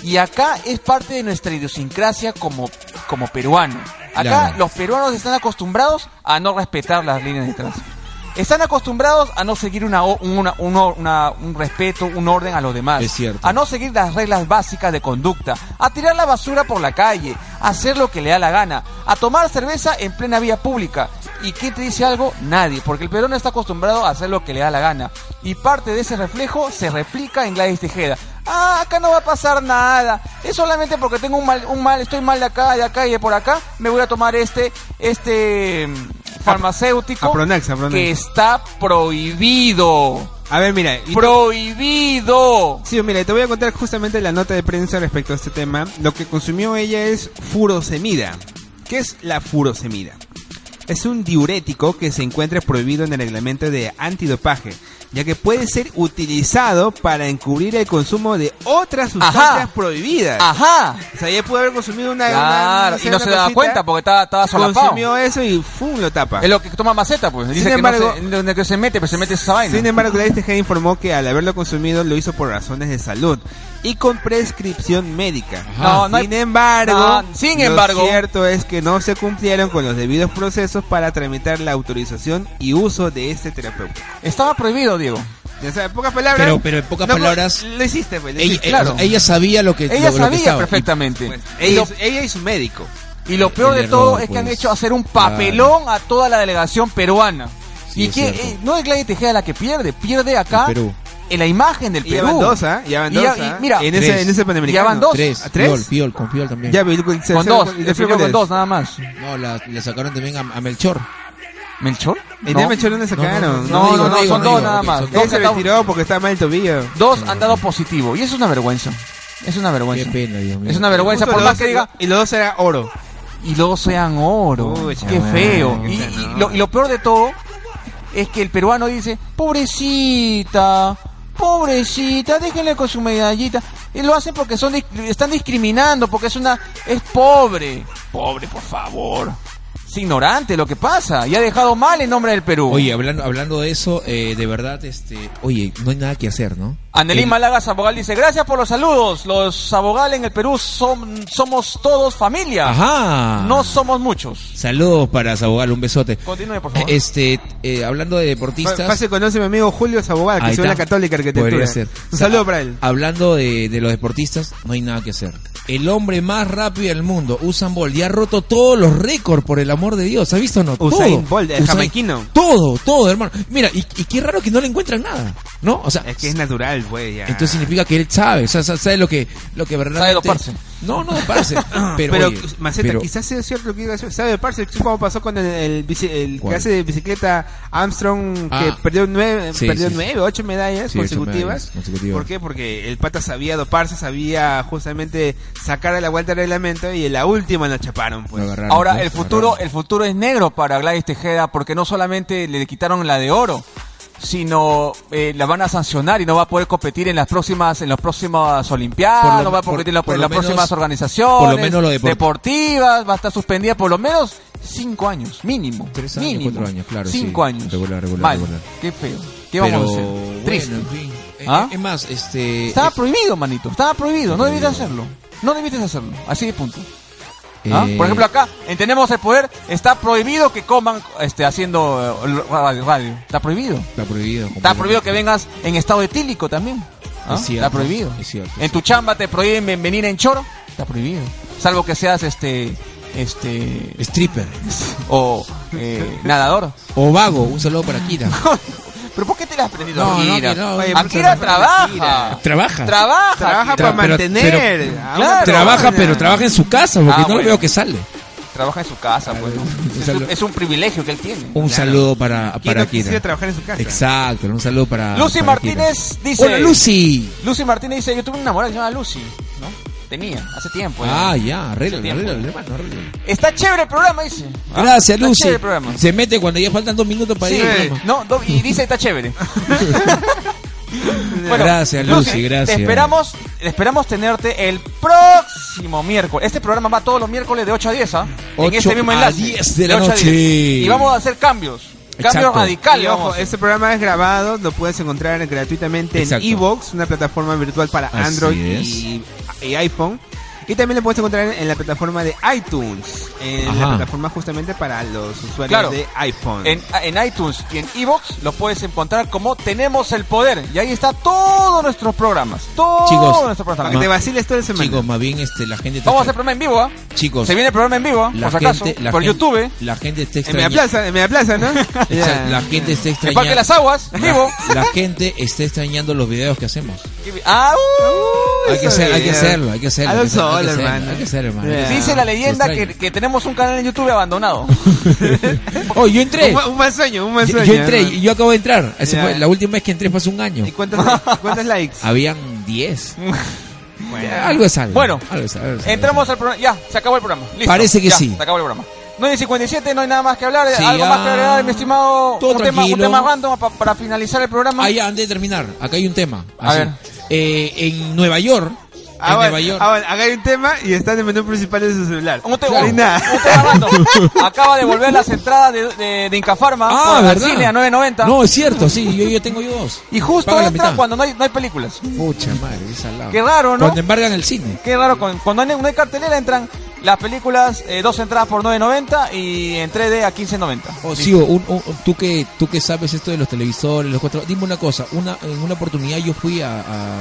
[SPEAKER 1] Y acá es parte de nuestra idiosincrasia como, como peruano. Acá
[SPEAKER 2] Claro.
[SPEAKER 1] los peruanos están acostumbrados a no respetar las líneas de tránsito. Están acostumbrados a no seguir una, o- una- un, or- una- un respeto, un orden a los demás.
[SPEAKER 2] Es cierto.
[SPEAKER 1] A no seguir las reglas básicas de conducta. A tirar la basura por la calle. A hacer lo que le da la gana. A tomar cerveza en plena vía pública. ¿Y quién te dice algo? Nadie. Porque el peruano está acostumbrado a hacer lo que le da la gana. Y parte de ese reflejo se replica en Gladys Tejeda. Ah, acá no va a pasar nada. Es solamente porque tengo un mal, un mal, estoy mal de acá, de acá y de por acá. Me voy a tomar este, este mm, farmacéutico
[SPEAKER 4] Apronex, Apronex.
[SPEAKER 1] que está prohibido.
[SPEAKER 4] A ver, mira. y-
[SPEAKER 1] Prohibido.
[SPEAKER 4] Sí, mira, te voy a contar justamente la nota de prensa respecto a este tema. Lo que consumió ella es furosemida. ¿Qué es la furosemida? Es un diurético que se encuentra prohibido en el reglamento de antidopaje, ya que puede ser utilizado para encubrir el consumo de otras sustancias
[SPEAKER 1] Ajá.
[SPEAKER 4] prohibidas.
[SPEAKER 1] Ajá.
[SPEAKER 4] O sea, ella pudo haber consumido una... una-
[SPEAKER 1] Claro,
[SPEAKER 4] no sé,
[SPEAKER 1] y no
[SPEAKER 4] una
[SPEAKER 1] se daba
[SPEAKER 4] cosita,
[SPEAKER 1] cuenta porque estaba, estaba solapado.
[SPEAKER 4] Consumió eso y ¡fum! lo tapa.
[SPEAKER 1] Es lo que toma maceta, pues. Dice
[SPEAKER 4] Sin
[SPEAKER 1] que,
[SPEAKER 4] embargo-
[SPEAKER 1] no se, no- que se mete, pero se mete esa vaina.
[SPEAKER 4] Sin em- embargo, Gladys Tejeda informó que al haberlo consumido lo hizo por razones de salud y con prescripción médica.
[SPEAKER 1] No, no hay-
[SPEAKER 4] sin embargo,
[SPEAKER 1] No, sin
[SPEAKER 4] lo
[SPEAKER 1] embargo.
[SPEAKER 4] cierto es que no se cumplieron con los debidos procesos para tramitar la autorización y uso de este terapeuta.
[SPEAKER 1] Estaba prohibido, Diego.
[SPEAKER 4] O sea, en pocas palabras.
[SPEAKER 2] Pero- pero en pocas
[SPEAKER 4] no,
[SPEAKER 2] palabras-
[SPEAKER 4] Lo hiciste, pues, lo
[SPEAKER 2] Ella, eh,
[SPEAKER 4] hiciste.
[SPEAKER 1] claro.
[SPEAKER 2] ella sabía lo que
[SPEAKER 1] Ella
[SPEAKER 2] lo- lo que
[SPEAKER 1] sabía
[SPEAKER 2] estaba. Y
[SPEAKER 1] perfectamente.
[SPEAKER 4] Pues,
[SPEAKER 1] y,
[SPEAKER 4] ella,
[SPEAKER 1] lo,
[SPEAKER 4] y su- ella y su médico.
[SPEAKER 1] y lo peor
[SPEAKER 2] El
[SPEAKER 1] de todo
[SPEAKER 2] error,
[SPEAKER 1] es que han
[SPEAKER 2] pues.
[SPEAKER 1] hecho hacer un papelón a toda la delegación peruana.
[SPEAKER 2] Sí,
[SPEAKER 1] y
[SPEAKER 2] es
[SPEAKER 1] que
[SPEAKER 2] cierto.
[SPEAKER 1] eh, no es Gladys Tejeda la que pierde, pierde acá
[SPEAKER 2] El Perú.
[SPEAKER 1] en la imagen del
[SPEAKER 4] Y
[SPEAKER 1] Perú.
[SPEAKER 4] Abandosa. Y Abandosa.
[SPEAKER 1] Y ya- y mira,
[SPEAKER 4] ¿ah? en ese,
[SPEAKER 2] tres.
[SPEAKER 4] en ese panamericano.
[SPEAKER 1] Y Abandosa.
[SPEAKER 2] Tres.
[SPEAKER 4] ¿A tres?
[SPEAKER 2] Fiol, Fiol, con Fiol también.
[SPEAKER 4] Ya, pero- se-
[SPEAKER 1] Con
[SPEAKER 4] se-
[SPEAKER 1] dos,
[SPEAKER 4] se-
[SPEAKER 1] le
[SPEAKER 4] se-
[SPEAKER 1] perdió con
[SPEAKER 4] se-
[SPEAKER 1] dos nada más.
[SPEAKER 2] No, la, la sacaron también a, a Melchor.
[SPEAKER 1] ¿Melchor?
[SPEAKER 4] El
[SPEAKER 1] No.
[SPEAKER 4] día me echaron a sacaron.
[SPEAKER 1] No,
[SPEAKER 2] digo,
[SPEAKER 1] no, no,
[SPEAKER 2] digo,
[SPEAKER 1] son dos
[SPEAKER 2] digo.
[SPEAKER 1] nada
[SPEAKER 2] Ok,
[SPEAKER 1] más.
[SPEAKER 2] son
[SPEAKER 1] Dos
[SPEAKER 4] Él se
[SPEAKER 1] que están-
[SPEAKER 4] retiró porque estaba mal el tobillo.
[SPEAKER 1] Dos han dado positivo. Y eso es una vergüenza. Es una vergüenza.
[SPEAKER 2] Qué pena, Dios mío.
[SPEAKER 1] Es una vergüenza,
[SPEAKER 4] Justo
[SPEAKER 1] por
[SPEAKER 4] los
[SPEAKER 1] más que
[SPEAKER 4] dos-
[SPEAKER 1] diga,
[SPEAKER 4] Y los dos era oro.
[SPEAKER 1] y luego sean oro.
[SPEAKER 4] Uy,
[SPEAKER 1] qué
[SPEAKER 4] chaval,
[SPEAKER 1] feo.
[SPEAKER 4] qué
[SPEAKER 1] Y,
[SPEAKER 4] pena.
[SPEAKER 1] y lo, y lo peor de todo es que el peruano dice, pobrecita, pobrecita, déjenle con su medallita. Y lo hacen porque son dis- están discriminando, porque es una es pobre. Pobre, por favor. Es ignorante lo que pasa. Y ha dejado mal el nombre del Perú.
[SPEAKER 2] Oye, hablando, hablando de eso, eh, de verdad, este, oye, no hay nada que hacer, ¿no?
[SPEAKER 1] Anelín
[SPEAKER 2] El-
[SPEAKER 1] Málaga Sabogal dice, gracias por los saludos. Los Sabogal en el Perú son, somos todos familia.
[SPEAKER 2] Ajá.
[SPEAKER 1] No somos muchos.
[SPEAKER 2] Saludos para Sabogal, un besote.
[SPEAKER 1] Continúe, por favor.
[SPEAKER 2] Este, eh, hablando de deportistas.
[SPEAKER 4] Pase conoce a mi amigo Julio Sabogal, que
[SPEAKER 2] Ahí
[SPEAKER 4] es una
[SPEAKER 2] está.
[SPEAKER 4] católica arquitectura.
[SPEAKER 2] Podría ser.
[SPEAKER 4] Un saludo para él.
[SPEAKER 2] Hablando de, de los deportistas, no hay nada que hacer. El hombre más rápido del mundo, Usain Bolt, ya ha roto todos los récords, por el amor de Dios. ¿Has visto o no?
[SPEAKER 4] Usain
[SPEAKER 2] todo.
[SPEAKER 4] Bolt, el jamaiquino.
[SPEAKER 2] Todo, todo, hermano. Mira, y, y qué raro que no le encuentran nada, ¿no? O sea,
[SPEAKER 4] Es que es natural, pues, ya.
[SPEAKER 2] entonces significa que él sabe, o sea, sa- sabe lo que, lo que verdaderamente...
[SPEAKER 1] doparse.
[SPEAKER 2] No, no doparse. pero,
[SPEAKER 4] Ah, pero,
[SPEAKER 2] oye,
[SPEAKER 4] Maceta,
[SPEAKER 2] pero-
[SPEAKER 4] quizás sea cierto lo que iba a decir. ¿Sabe, parce? ¿Cómo pasó con el, el bici- el que
[SPEAKER 2] ¿Cuál?
[SPEAKER 4] hace de bicicleta Armstrong,
[SPEAKER 2] Ah.
[SPEAKER 4] que perdió nueve,
[SPEAKER 2] Sí,
[SPEAKER 4] perdió
[SPEAKER 2] sí, sí.
[SPEAKER 4] nueve ocho medallas
[SPEAKER 2] Sí, ocho
[SPEAKER 4] consecutivas?
[SPEAKER 2] medallas consecutivas.
[SPEAKER 4] ¿Por qué? Porque el pata sabía doparse, sabía justamente sacar a la vuelta el reglamento y en la última lo chaparon, pues.
[SPEAKER 2] Lo agarraron,
[SPEAKER 1] Ahora,
[SPEAKER 2] pues,
[SPEAKER 1] el futuro,
[SPEAKER 2] agarraron.
[SPEAKER 1] el futuro es negro para Gladys Tejeda porque no solamente le quitaron la de oro, sino eh, la van a sancionar y no va a poder competir en las próximas, en las próximas
[SPEAKER 2] Por
[SPEAKER 1] Olimpiadas,
[SPEAKER 2] lo-
[SPEAKER 1] no va a
[SPEAKER 2] por-
[SPEAKER 1] competir en las-
[SPEAKER 2] por
[SPEAKER 1] en
[SPEAKER 2] lo
[SPEAKER 1] las próximas
[SPEAKER 2] menos-
[SPEAKER 1] organizaciones
[SPEAKER 2] por lo menos lo deport-
[SPEAKER 1] deportivas, va a estar suspendida por lo menos cinco años, mínimo.
[SPEAKER 2] Tres años,
[SPEAKER 1] mínimo.
[SPEAKER 2] cuatro años, claro,
[SPEAKER 1] Cinco
[SPEAKER 2] sí.
[SPEAKER 1] años.
[SPEAKER 2] Regular, regular,
[SPEAKER 1] Mal.
[SPEAKER 2] regular.
[SPEAKER 1] Qué feo. ¿Qué
[SPEAKER 2] pero,
[SPEAKER 1] vamos a hacer?
[SPEAKER 2] bueno,
[SPEAKER 1] Triste.
[SPEAKER 2] en fin. Eh,
[SPEAKER 1] ¿Ah?
[SPEAKER 2] Es más, este...
[SPEAKER 1] Estaba
[SPEAKER 2] eh,
[SPEAKER 1] prohibido, manito. Estaba prohibido. No debiste hacerlo. No debiste hacerlo. Así de punto. ¿Ah?
[SPEAKER 2] eh,
[SPEAKER 1] Por ejemplo, acá, en Tenemos el Poder, está prohibido que coman este, haciendo eh, radio, radio. Está prohibido.
[SPEAKER 2] Está prohibido.
[SPEAKER 1] Está prohibido que vengas en estado etílico también. ¿Ah?
[SPEAKER 2] Es cierto,
[SPEAKER 1] está prohibido.
[SPEAKER 2] es cierto, es
[SPEAKER 1] en tu chamba te prohíben ven- venir en choro. Está prohibido. Salvo que seas este. Este.
[SPEAKER 2] Stripper.
[SPEAKER 1] O. eh, nadador.
[SPEAKER 2] O vago, un saludo para Kira.
[SPEAKER 1] ¿Pero por qué te la has prendido
[SPEAKER 2] No,
[SPEAKER 1] a
[SPEAKER 2] no,
[SPEAKER 1] Akira?
[SPEAKER 2] que no.
[SPEAKER 4] Oye,
[SPEAKER 1] Akira
[SPEAKER 4] muchas gracias,
[SPEAKER 1] eh, trabaja.
[SPEAKER 2] Trabaja.
[SPEAKER 1] Trabaja.
[SPEAKER 4] Trabaja
[SPEAKER 1] Akira.
[SPEAKER 2] Tra-
[SPEAKER 4] para
[SPEAKER 2] pero-
[SPEAKER 4] mantener.
[SPEAKER 2] pero-
[SPEAKER 4] a una
[SPEAKER 1] Claro.
[SPEAKER 2] Trabaja,
[SPEAKER 4] persona.
[SPEAKER 2] pero trabaja en su casa, porque
[SPEAKER 1] Ah,
[SPEAKER 2] no lo
[SPEAKER 1] bueno.
[SPEAKER 2] veo que sale.
[SPEAKER 1] Trabaja en su casa, pues. ¿no? Es un- Es un privilegio que él tiene.
[SPEAKER 2] Un saludo para,
[SPEAKER 4] ¿Quién
[SPEAKER 2] para
[SPEAKER 4] no quisiera
[SPEAKER 2] Kira.
[SPEAKER 4] trabajar en su casa?
[SPEAKER 2] Exacto, un saludo para.
[SPEAKER 1] Lucy
[SPEAKER 2] para
[SPEAKER 1] Martínez
[SPEAKER 2] Kira.
[SPEAKER 1] dice-
[SPEAKER 2] Hola, Lucy.
[SPEAKER 1] Lucy Martínez dice, yo tuve una enamorada que se llama Lucy, ¿no? Tenía, hace tiempo. ¿eh?
[SPEAKER 2] Ah, ya,
[SPEAKER 1] Hace
[SPEAKER 2] arréglalo,
[SPEAKER 1] tiempo.
[SPEAKER 2] arréglalo, hermano, arréglalo.
[SPEAKER 1] Está chévere el programa, dice. Ah,
[SPEAKER 2] Gracias,
[SPEAKER 1] está
[SPEAKER 2] Lucy.
[SPEAKER 1] chévere el programa.
[SPEAKER 2] Se mete cuando ya faltan dos minutos para
[SPEAKER 1] Sí,
[SPEAKER 2] ir. al programa.
[SPEAKER 1] no, do- y dice está chévere. Bueno,
[SPEAKER 2] Gracias, Lucy, gracias.
[SPEAKER 1] Te esperamos, te esperamos tenerte el próximo miércoles. Este programa va todos los miércoles de 8 a 10, ¿ah? En
[SPEAKER 2] 8
[SPEAKER 1] este mismo
[SPEAKER 2] a
[SPEAKER 1] enlace.
[SPEAKER 2] 10 de la
[SPEAKER 1] 8 a
[SPEAKER 2] noche.
[SPEAKER 1] Y vamos a hacer cambios. Cambios
[SPEAKER 2] Exacto.
[SPEAKER 1] radicales.
[SPEAKER 4] Y
[SPEAKER 1] vamos a
[SPEAKER 4] ojo,
[SPEAKER 1] hacer.
[SPEAKER 4] este programa es grabado, lo puedes encontrar gratuitamente
[SPEAKER 2] Exacto.
[SPEAKER 4] en Evox, una plataforma virtual para
[SPEAKER 2] Así
[SPEAKER 4] Android
[SPEAKER 2] es.
[SPEAKER 4] y, y iPhone. Y también lo puedes encontrar en la plataforma de iTunes, en la
[SPEAKER 2] Ajá.
[SPEAKER 4] plataforma justamente para los usuarios
[SPEAKER 1] Claro.
[SPEAKER 4] de iPhone.
[SPEAKER 1] En, en iTunes y en Evox lo puedes encontrar como Tenemos el Poder. Y ahí está todos nuestros programas. Todos
[SPEAKER 2] Chicos,
[SPEAKER 1] nuestros
[SPEAKER 4] para
[SPEAKER 1] programas.
[SPEAKER 4] que te vaciles todo el semana.
[SPEAKER 2] Chicos, más bien este, la gente. está-
[SPEAKER 1] Vamos a hacer programa en vivo, ¿ah?
[SPEAKER 2] Chicos,
[SPEAKER 1] Se viene el programa en vivo, ¿ah?
[SPEAKER 2] Pues, la
[SPEAKER 1] por si acaso.
[SPEAKER 2] gente- la
[SPEAKER 1] por
[SPEAKER 2] gente-
[SPEAKER 1] YouTube. ¿eh?
[SPEAKER 2] La gente está
[SPEAKER 4] en Media
[SPEAKER 2] extrañando.
[SPEAKER 4] Plaza, en Media Plaza, ¿no?
[SPEAKER 2] Exacto, La
[SPEAKER 4] Ya.
[SPEAKER 2] gente está
[SPEAKER 1] En Parque de
[SPEAKER 2] extrañando.
[SPEAKER 1] las Aguas, en vivo.
[SPEAKER 2] La gente está extrañando los videos que hacemos.
[SPEAKER 1] Ah, uh.
[SPEAKER 2] Hay que,
[SPEAKER 4] Eso
[SPEAKER 2] hacer- hay que
[SPEAKER 4] bien.
[SPEAKER 2] hacerlo, hay que hacerlo. hay que hacerlo, hay que
[SPEAKER 4] Hazlo solo,
[SPEAKER 2] hacerlo,
[SPEAKER 4] hermano.
[SPEAKER 2] Hay que hacerlo, hermano.
[SPEAKER 4] Ya.
[SPEAKER 2] Se
[SPEAKER 1] Dice la leyenda
[SPEAKER 2] extraña.
[SPEAKER 1] que, que tenemos un canal en YouTube abandonado.
[SPEAKER 2] Oh, yo entré.
[SPEAKER 4] Un, bu- un buen sueño, un buen
[SPEAKER 2] Yo,
[SPEAKER 4] sueño.
[SPEAKER 2] yo entré,
[SPEAKER 4] ¿no?
[SPEAKER 2] y yo acabo de entrar. Ese
[SPEAKER 4] Ya.
[SPEAKER 2] fue la última vez que entré fue hace un año.
[SPEAKER 4] ¿Y cuántos, cuántos likes?
[SPEAKER 2] Ah, Habían 10.
[SPEAKER 4] Bueno.
[SPEAKER 2] Algo es algo.
[SPEAKER 1] Bueno,
[SPEAKER 2] Algo es algo, algo es algo.
[SPEAKER 1] Entramos al programa. Ya, se acabó el programa. Listo.
[SPEAKER 2] Parece que
[SPEAKER 1] Ya,
[SPEAKER 2] sí.
[SPEAKER 1] Se acabó el programa. 9 y 57, no hay nada más que hablar.
[SPEAKER 2] Sí,
[SPEAKER 1] Algo
[SPEAKER 2] ya.
[SPEAKER 1] más que agregar, mi estimado.
[SPEAKER 2] Todo
[SPEAKER 1] un, tema, un
[SPEAKER 2] tranquilo.
[SPEAKER 1] tema random pa- para finalizar el programa.
[SPEAKER 2] Ah, ya, antes de terminar, acá hay un tema.
[SPEAKER 1] A
[SPEAKER 2] Así.
[SPEAKER 1] ver.
[SPEAKER 2] Eh, en Nueva York.
[SPEAKER 4] Ah,
[SPEAKER 2] en
[SPEAKER 4] bueno,
[SPEAKER 2] Nueva York.
[SPEAKER 4] ah, bueno, acá hay un tema y está en el menú principal de su celular.
[SPEAKER 1] Un te-
[SPEAKER 4] No hay
[SPEAKER 1] un-
[SPEAKER 4] nada.
[SPEAKER 1] un tema random. Acaba de volver las entradas de, de, de Incafarma
[SPEAKER 2] Ah,
[SPEAKER 1] por el
[SPEAKER 2] ¿verdad?
[SPEAKER 1] cine a 9.90.
[SPEAKER 2] No, es cierto, sí, yo, yo tengo yo dos.
[SPEAKER 1] Y justo
[SPEAKER 2] Paga la
[SPEAKER 1] entra
[SPEAKER 2] mitad.
[SPEAKER 1] cuando no hay, no hay películas.
[SPEAKER 2] Pucha madre, es al lado.
[SPEAKER 1] Qué raro, ¿no?
[SPEAKER 2] Cuando embargan el cine.
[SPEAKER 1] Qué raro, con- cuando no hay, no hay cartelera entran las películas, eh, dos entradas por 9.90 y en 3D a 15.90.
[SPEAKER 2] Oh, sí, un- un- tú que tú que sabes esto de los televisores, los cuatro. Dime una cosa, una en una oportunidad yo fui a, a,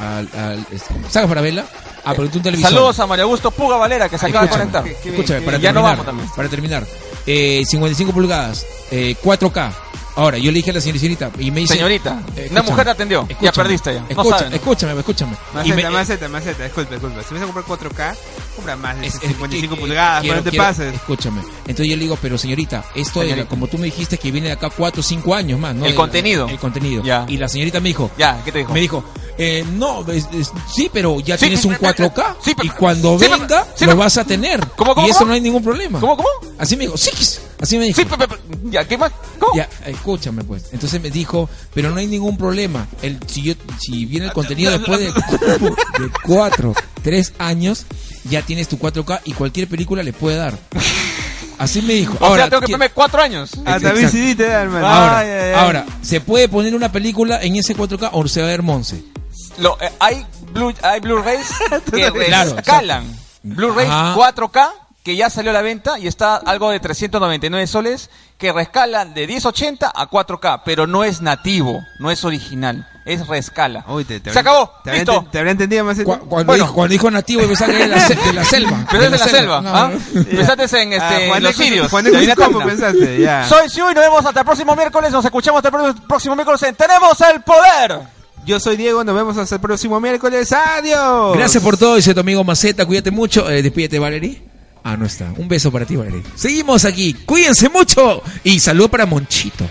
[SPEAKER 2] a, a- este, Saga Parabela a preguntar un televisor.
[SPEAKER 1] Saludos a María Augusto Puga Valera que se acaba de
[SPEAKER 2] Escúchame,
[SPEAKER 1] conectar.
[SPEAKER 2] escúchame, para
[SPEAKER 1] Ya no
[SPEAKER 2] terminar,
[SPEAKER 1] vamos también.
[SPEAKER 2] para terminar, eh, 55 pulgadas, eh, 4K. Ahora, yo le dije a la señorita y me dice...
[SPEAKER 1] Señorita,
[SPEAKER 2] eh,
[SPEAKER 1] una
[SPEAKER 2] escúchame,
[SPEAKER 1] mujer te atendió. Ya
[SPEAKER 2] escúchame,
[SPEAKER 1] perdiste ya. No
[SPEAKER 2] escúchame,
[SPEAKER 1] saben.
[SPEAKER 2] escúchame, escúchame. Y
[SPEAKER 4] Maceta,
[SPEAKER 2] me-
[SPEAKER 4] maceta, maceta, disculpa, disculpa. Si vas a comprar 4K, compra más de
[SPEAKER 2] es- es-
[SPEAKER 4] 55
[SPEAKER 2] que-
[SPEAKER 4] pulgadas,
[SPEAKER 2] quiero-
[SPEAKER 4] pero no te
[SPEAKER 2] quiero-
[SPEAKER 4] pases.
[SPEAKER 2] Escúchame. Entonces yo le digo, pero señorita, esto era,
[SPEAKER 1] Señorita.
[SPEAKER 2] como tú me dijiste que viene de acá 4 o 5 años más, ¿no?
[SPEAKER 1] El
[SPEAKER 2] De-
[SPEAKER 1] contenido.
[SPEAKER 2] El contenido.
[SPEAKER 1] Ya.
[SPEAKER 2] Y la señorita me dijo,
[SPEAKER 1] Ya, ¿qué te dijo?
[SPEAKER 2] me dijo, eh, no, es- es- sí, pero ya
[SPEAKER 1] Sí,
[SPEAKER 2] tienes
[SPEAKER 1] pe-
[SPEAKER 2] un
[SPEAKER 1] pe- pe-
[SPEAKER 2] 4K
[SPEAKER 1] sí, pe-
[SPEAKER 2] y cuando
[SPEAKER 1] sí, pe-
[SPEAKER 2] venga
[SPEAKER 1] sí,
[SPEAKER 2] lo
[SPEAKER 1] pe-
[SPEAKER 2] vas a tener.
[SPEAKER 1] ¿Cómo, cómo,
[SPEAKER 2] y eso
[SPEAKER 1] cómo?
[SPEAKER 2] no hay ningún problema.
[SPEAKER 1] ¿Cómo, cómo?
[SPEAKER 2] Así me dijo, sí, así me dijo.
[SPEAKER 1] Sí, pe- pe- pe- ya, ¿qué más? ¿Cómo?
[SPEAKER 2] Ya, escúchame pues. Entonces me dijo, pero no hay ningún problema. El, si, yo, si viene el contenido después de, de cuatro, tres años, ya tienes tu 4K y cualquier película le puede dar. Así me dijo.
[SPEAKER 1] O sea, tengo que
[SPEAKER 2] ti-
[SPEAKER 1] ponerme cuatro años.
[SPEAKER 2] Ah,
[SPEAKER 4] Hasta
[SPEAKER 2] Exacto.
[SPEAKER 4] VCD te dan, mano.
[SPEAKER 2] ahora,
[SPEAKER 1] Ay, ay, ay.
[SPEAKER 2] ahora, ¿se puede poner una película en ese 4K o se va a ver Monse?
[SPEAKER 1] Lo- eh, hay Blu- hay Blu-rays que
[SPEAKER 2] Claro,
[SPEAKER 1] rescalan. Blu-rays
[SPEAKER 2] Ajá.
[SPEAKER 1] 4K que ya salió a la venta y está algo de 399 soles que rescalan de 1080 a 4K, pero no es nativo, no es original, es rescala.
[SPEAKER 4] Uy, te- te
[SPEAKER 1] Se
[SPEAKER 4] habrán-
[SPEAKER 1] acabó,
[SPEAKER 4] te habrán
[SPEAKER 1] listo.
[SPEAKER 4] enten- Te habrá entendido más.
[SPEAKER 2] Cu- cuando,
[SPEAKER 1] Bueno.
[SPEAKER 2] dijo, cuando dijo nativo, yo pensaba que era de la, se- de la selva.
[SPEAKER 1] Pensaste en la selva,
[SPEAKER 2] No,
[SPEAKER 1] ¿ah?
[SPEAKER 2] no.
[SPEAKER 1] Pensaste en
[SPEAKER 4] Ah,
[SPEAKER 1] este,
[SPEAKER 4] Juan
[SPEAKER 1] los
[SPEAKER 4] de Cus-
[SPEAKER 1] sirios.
[SPEAKER 4] Juan
[SPEAKER 1] de
[SPEAKER 4] de
[SPEAKER 1] Avina
[SPEAKER 4] Cusco
[SPEAKER 1] Tacna.
[SPEAKER 4] pensaste, ya.
[SPEAKER 1] Soy Siu y nos vemos hasta el próximo miércoles, nos escuchamos hasta el pro- próximo miércoles en Tenemos el Poder.
[SPEAKER 4] Yo soy Diego, nos vemos hasta el próximo miércoles. ¡Adiós!
[SPEAKER 2] Gracias por todo, dice tu amigo Maceta. Cuídate mucho. Eh, despídete, Valerie. Ah, no está. Un beso para ti, Valerie. Seguimos aquí. Cuídense mucho. Y saludo para Monchito.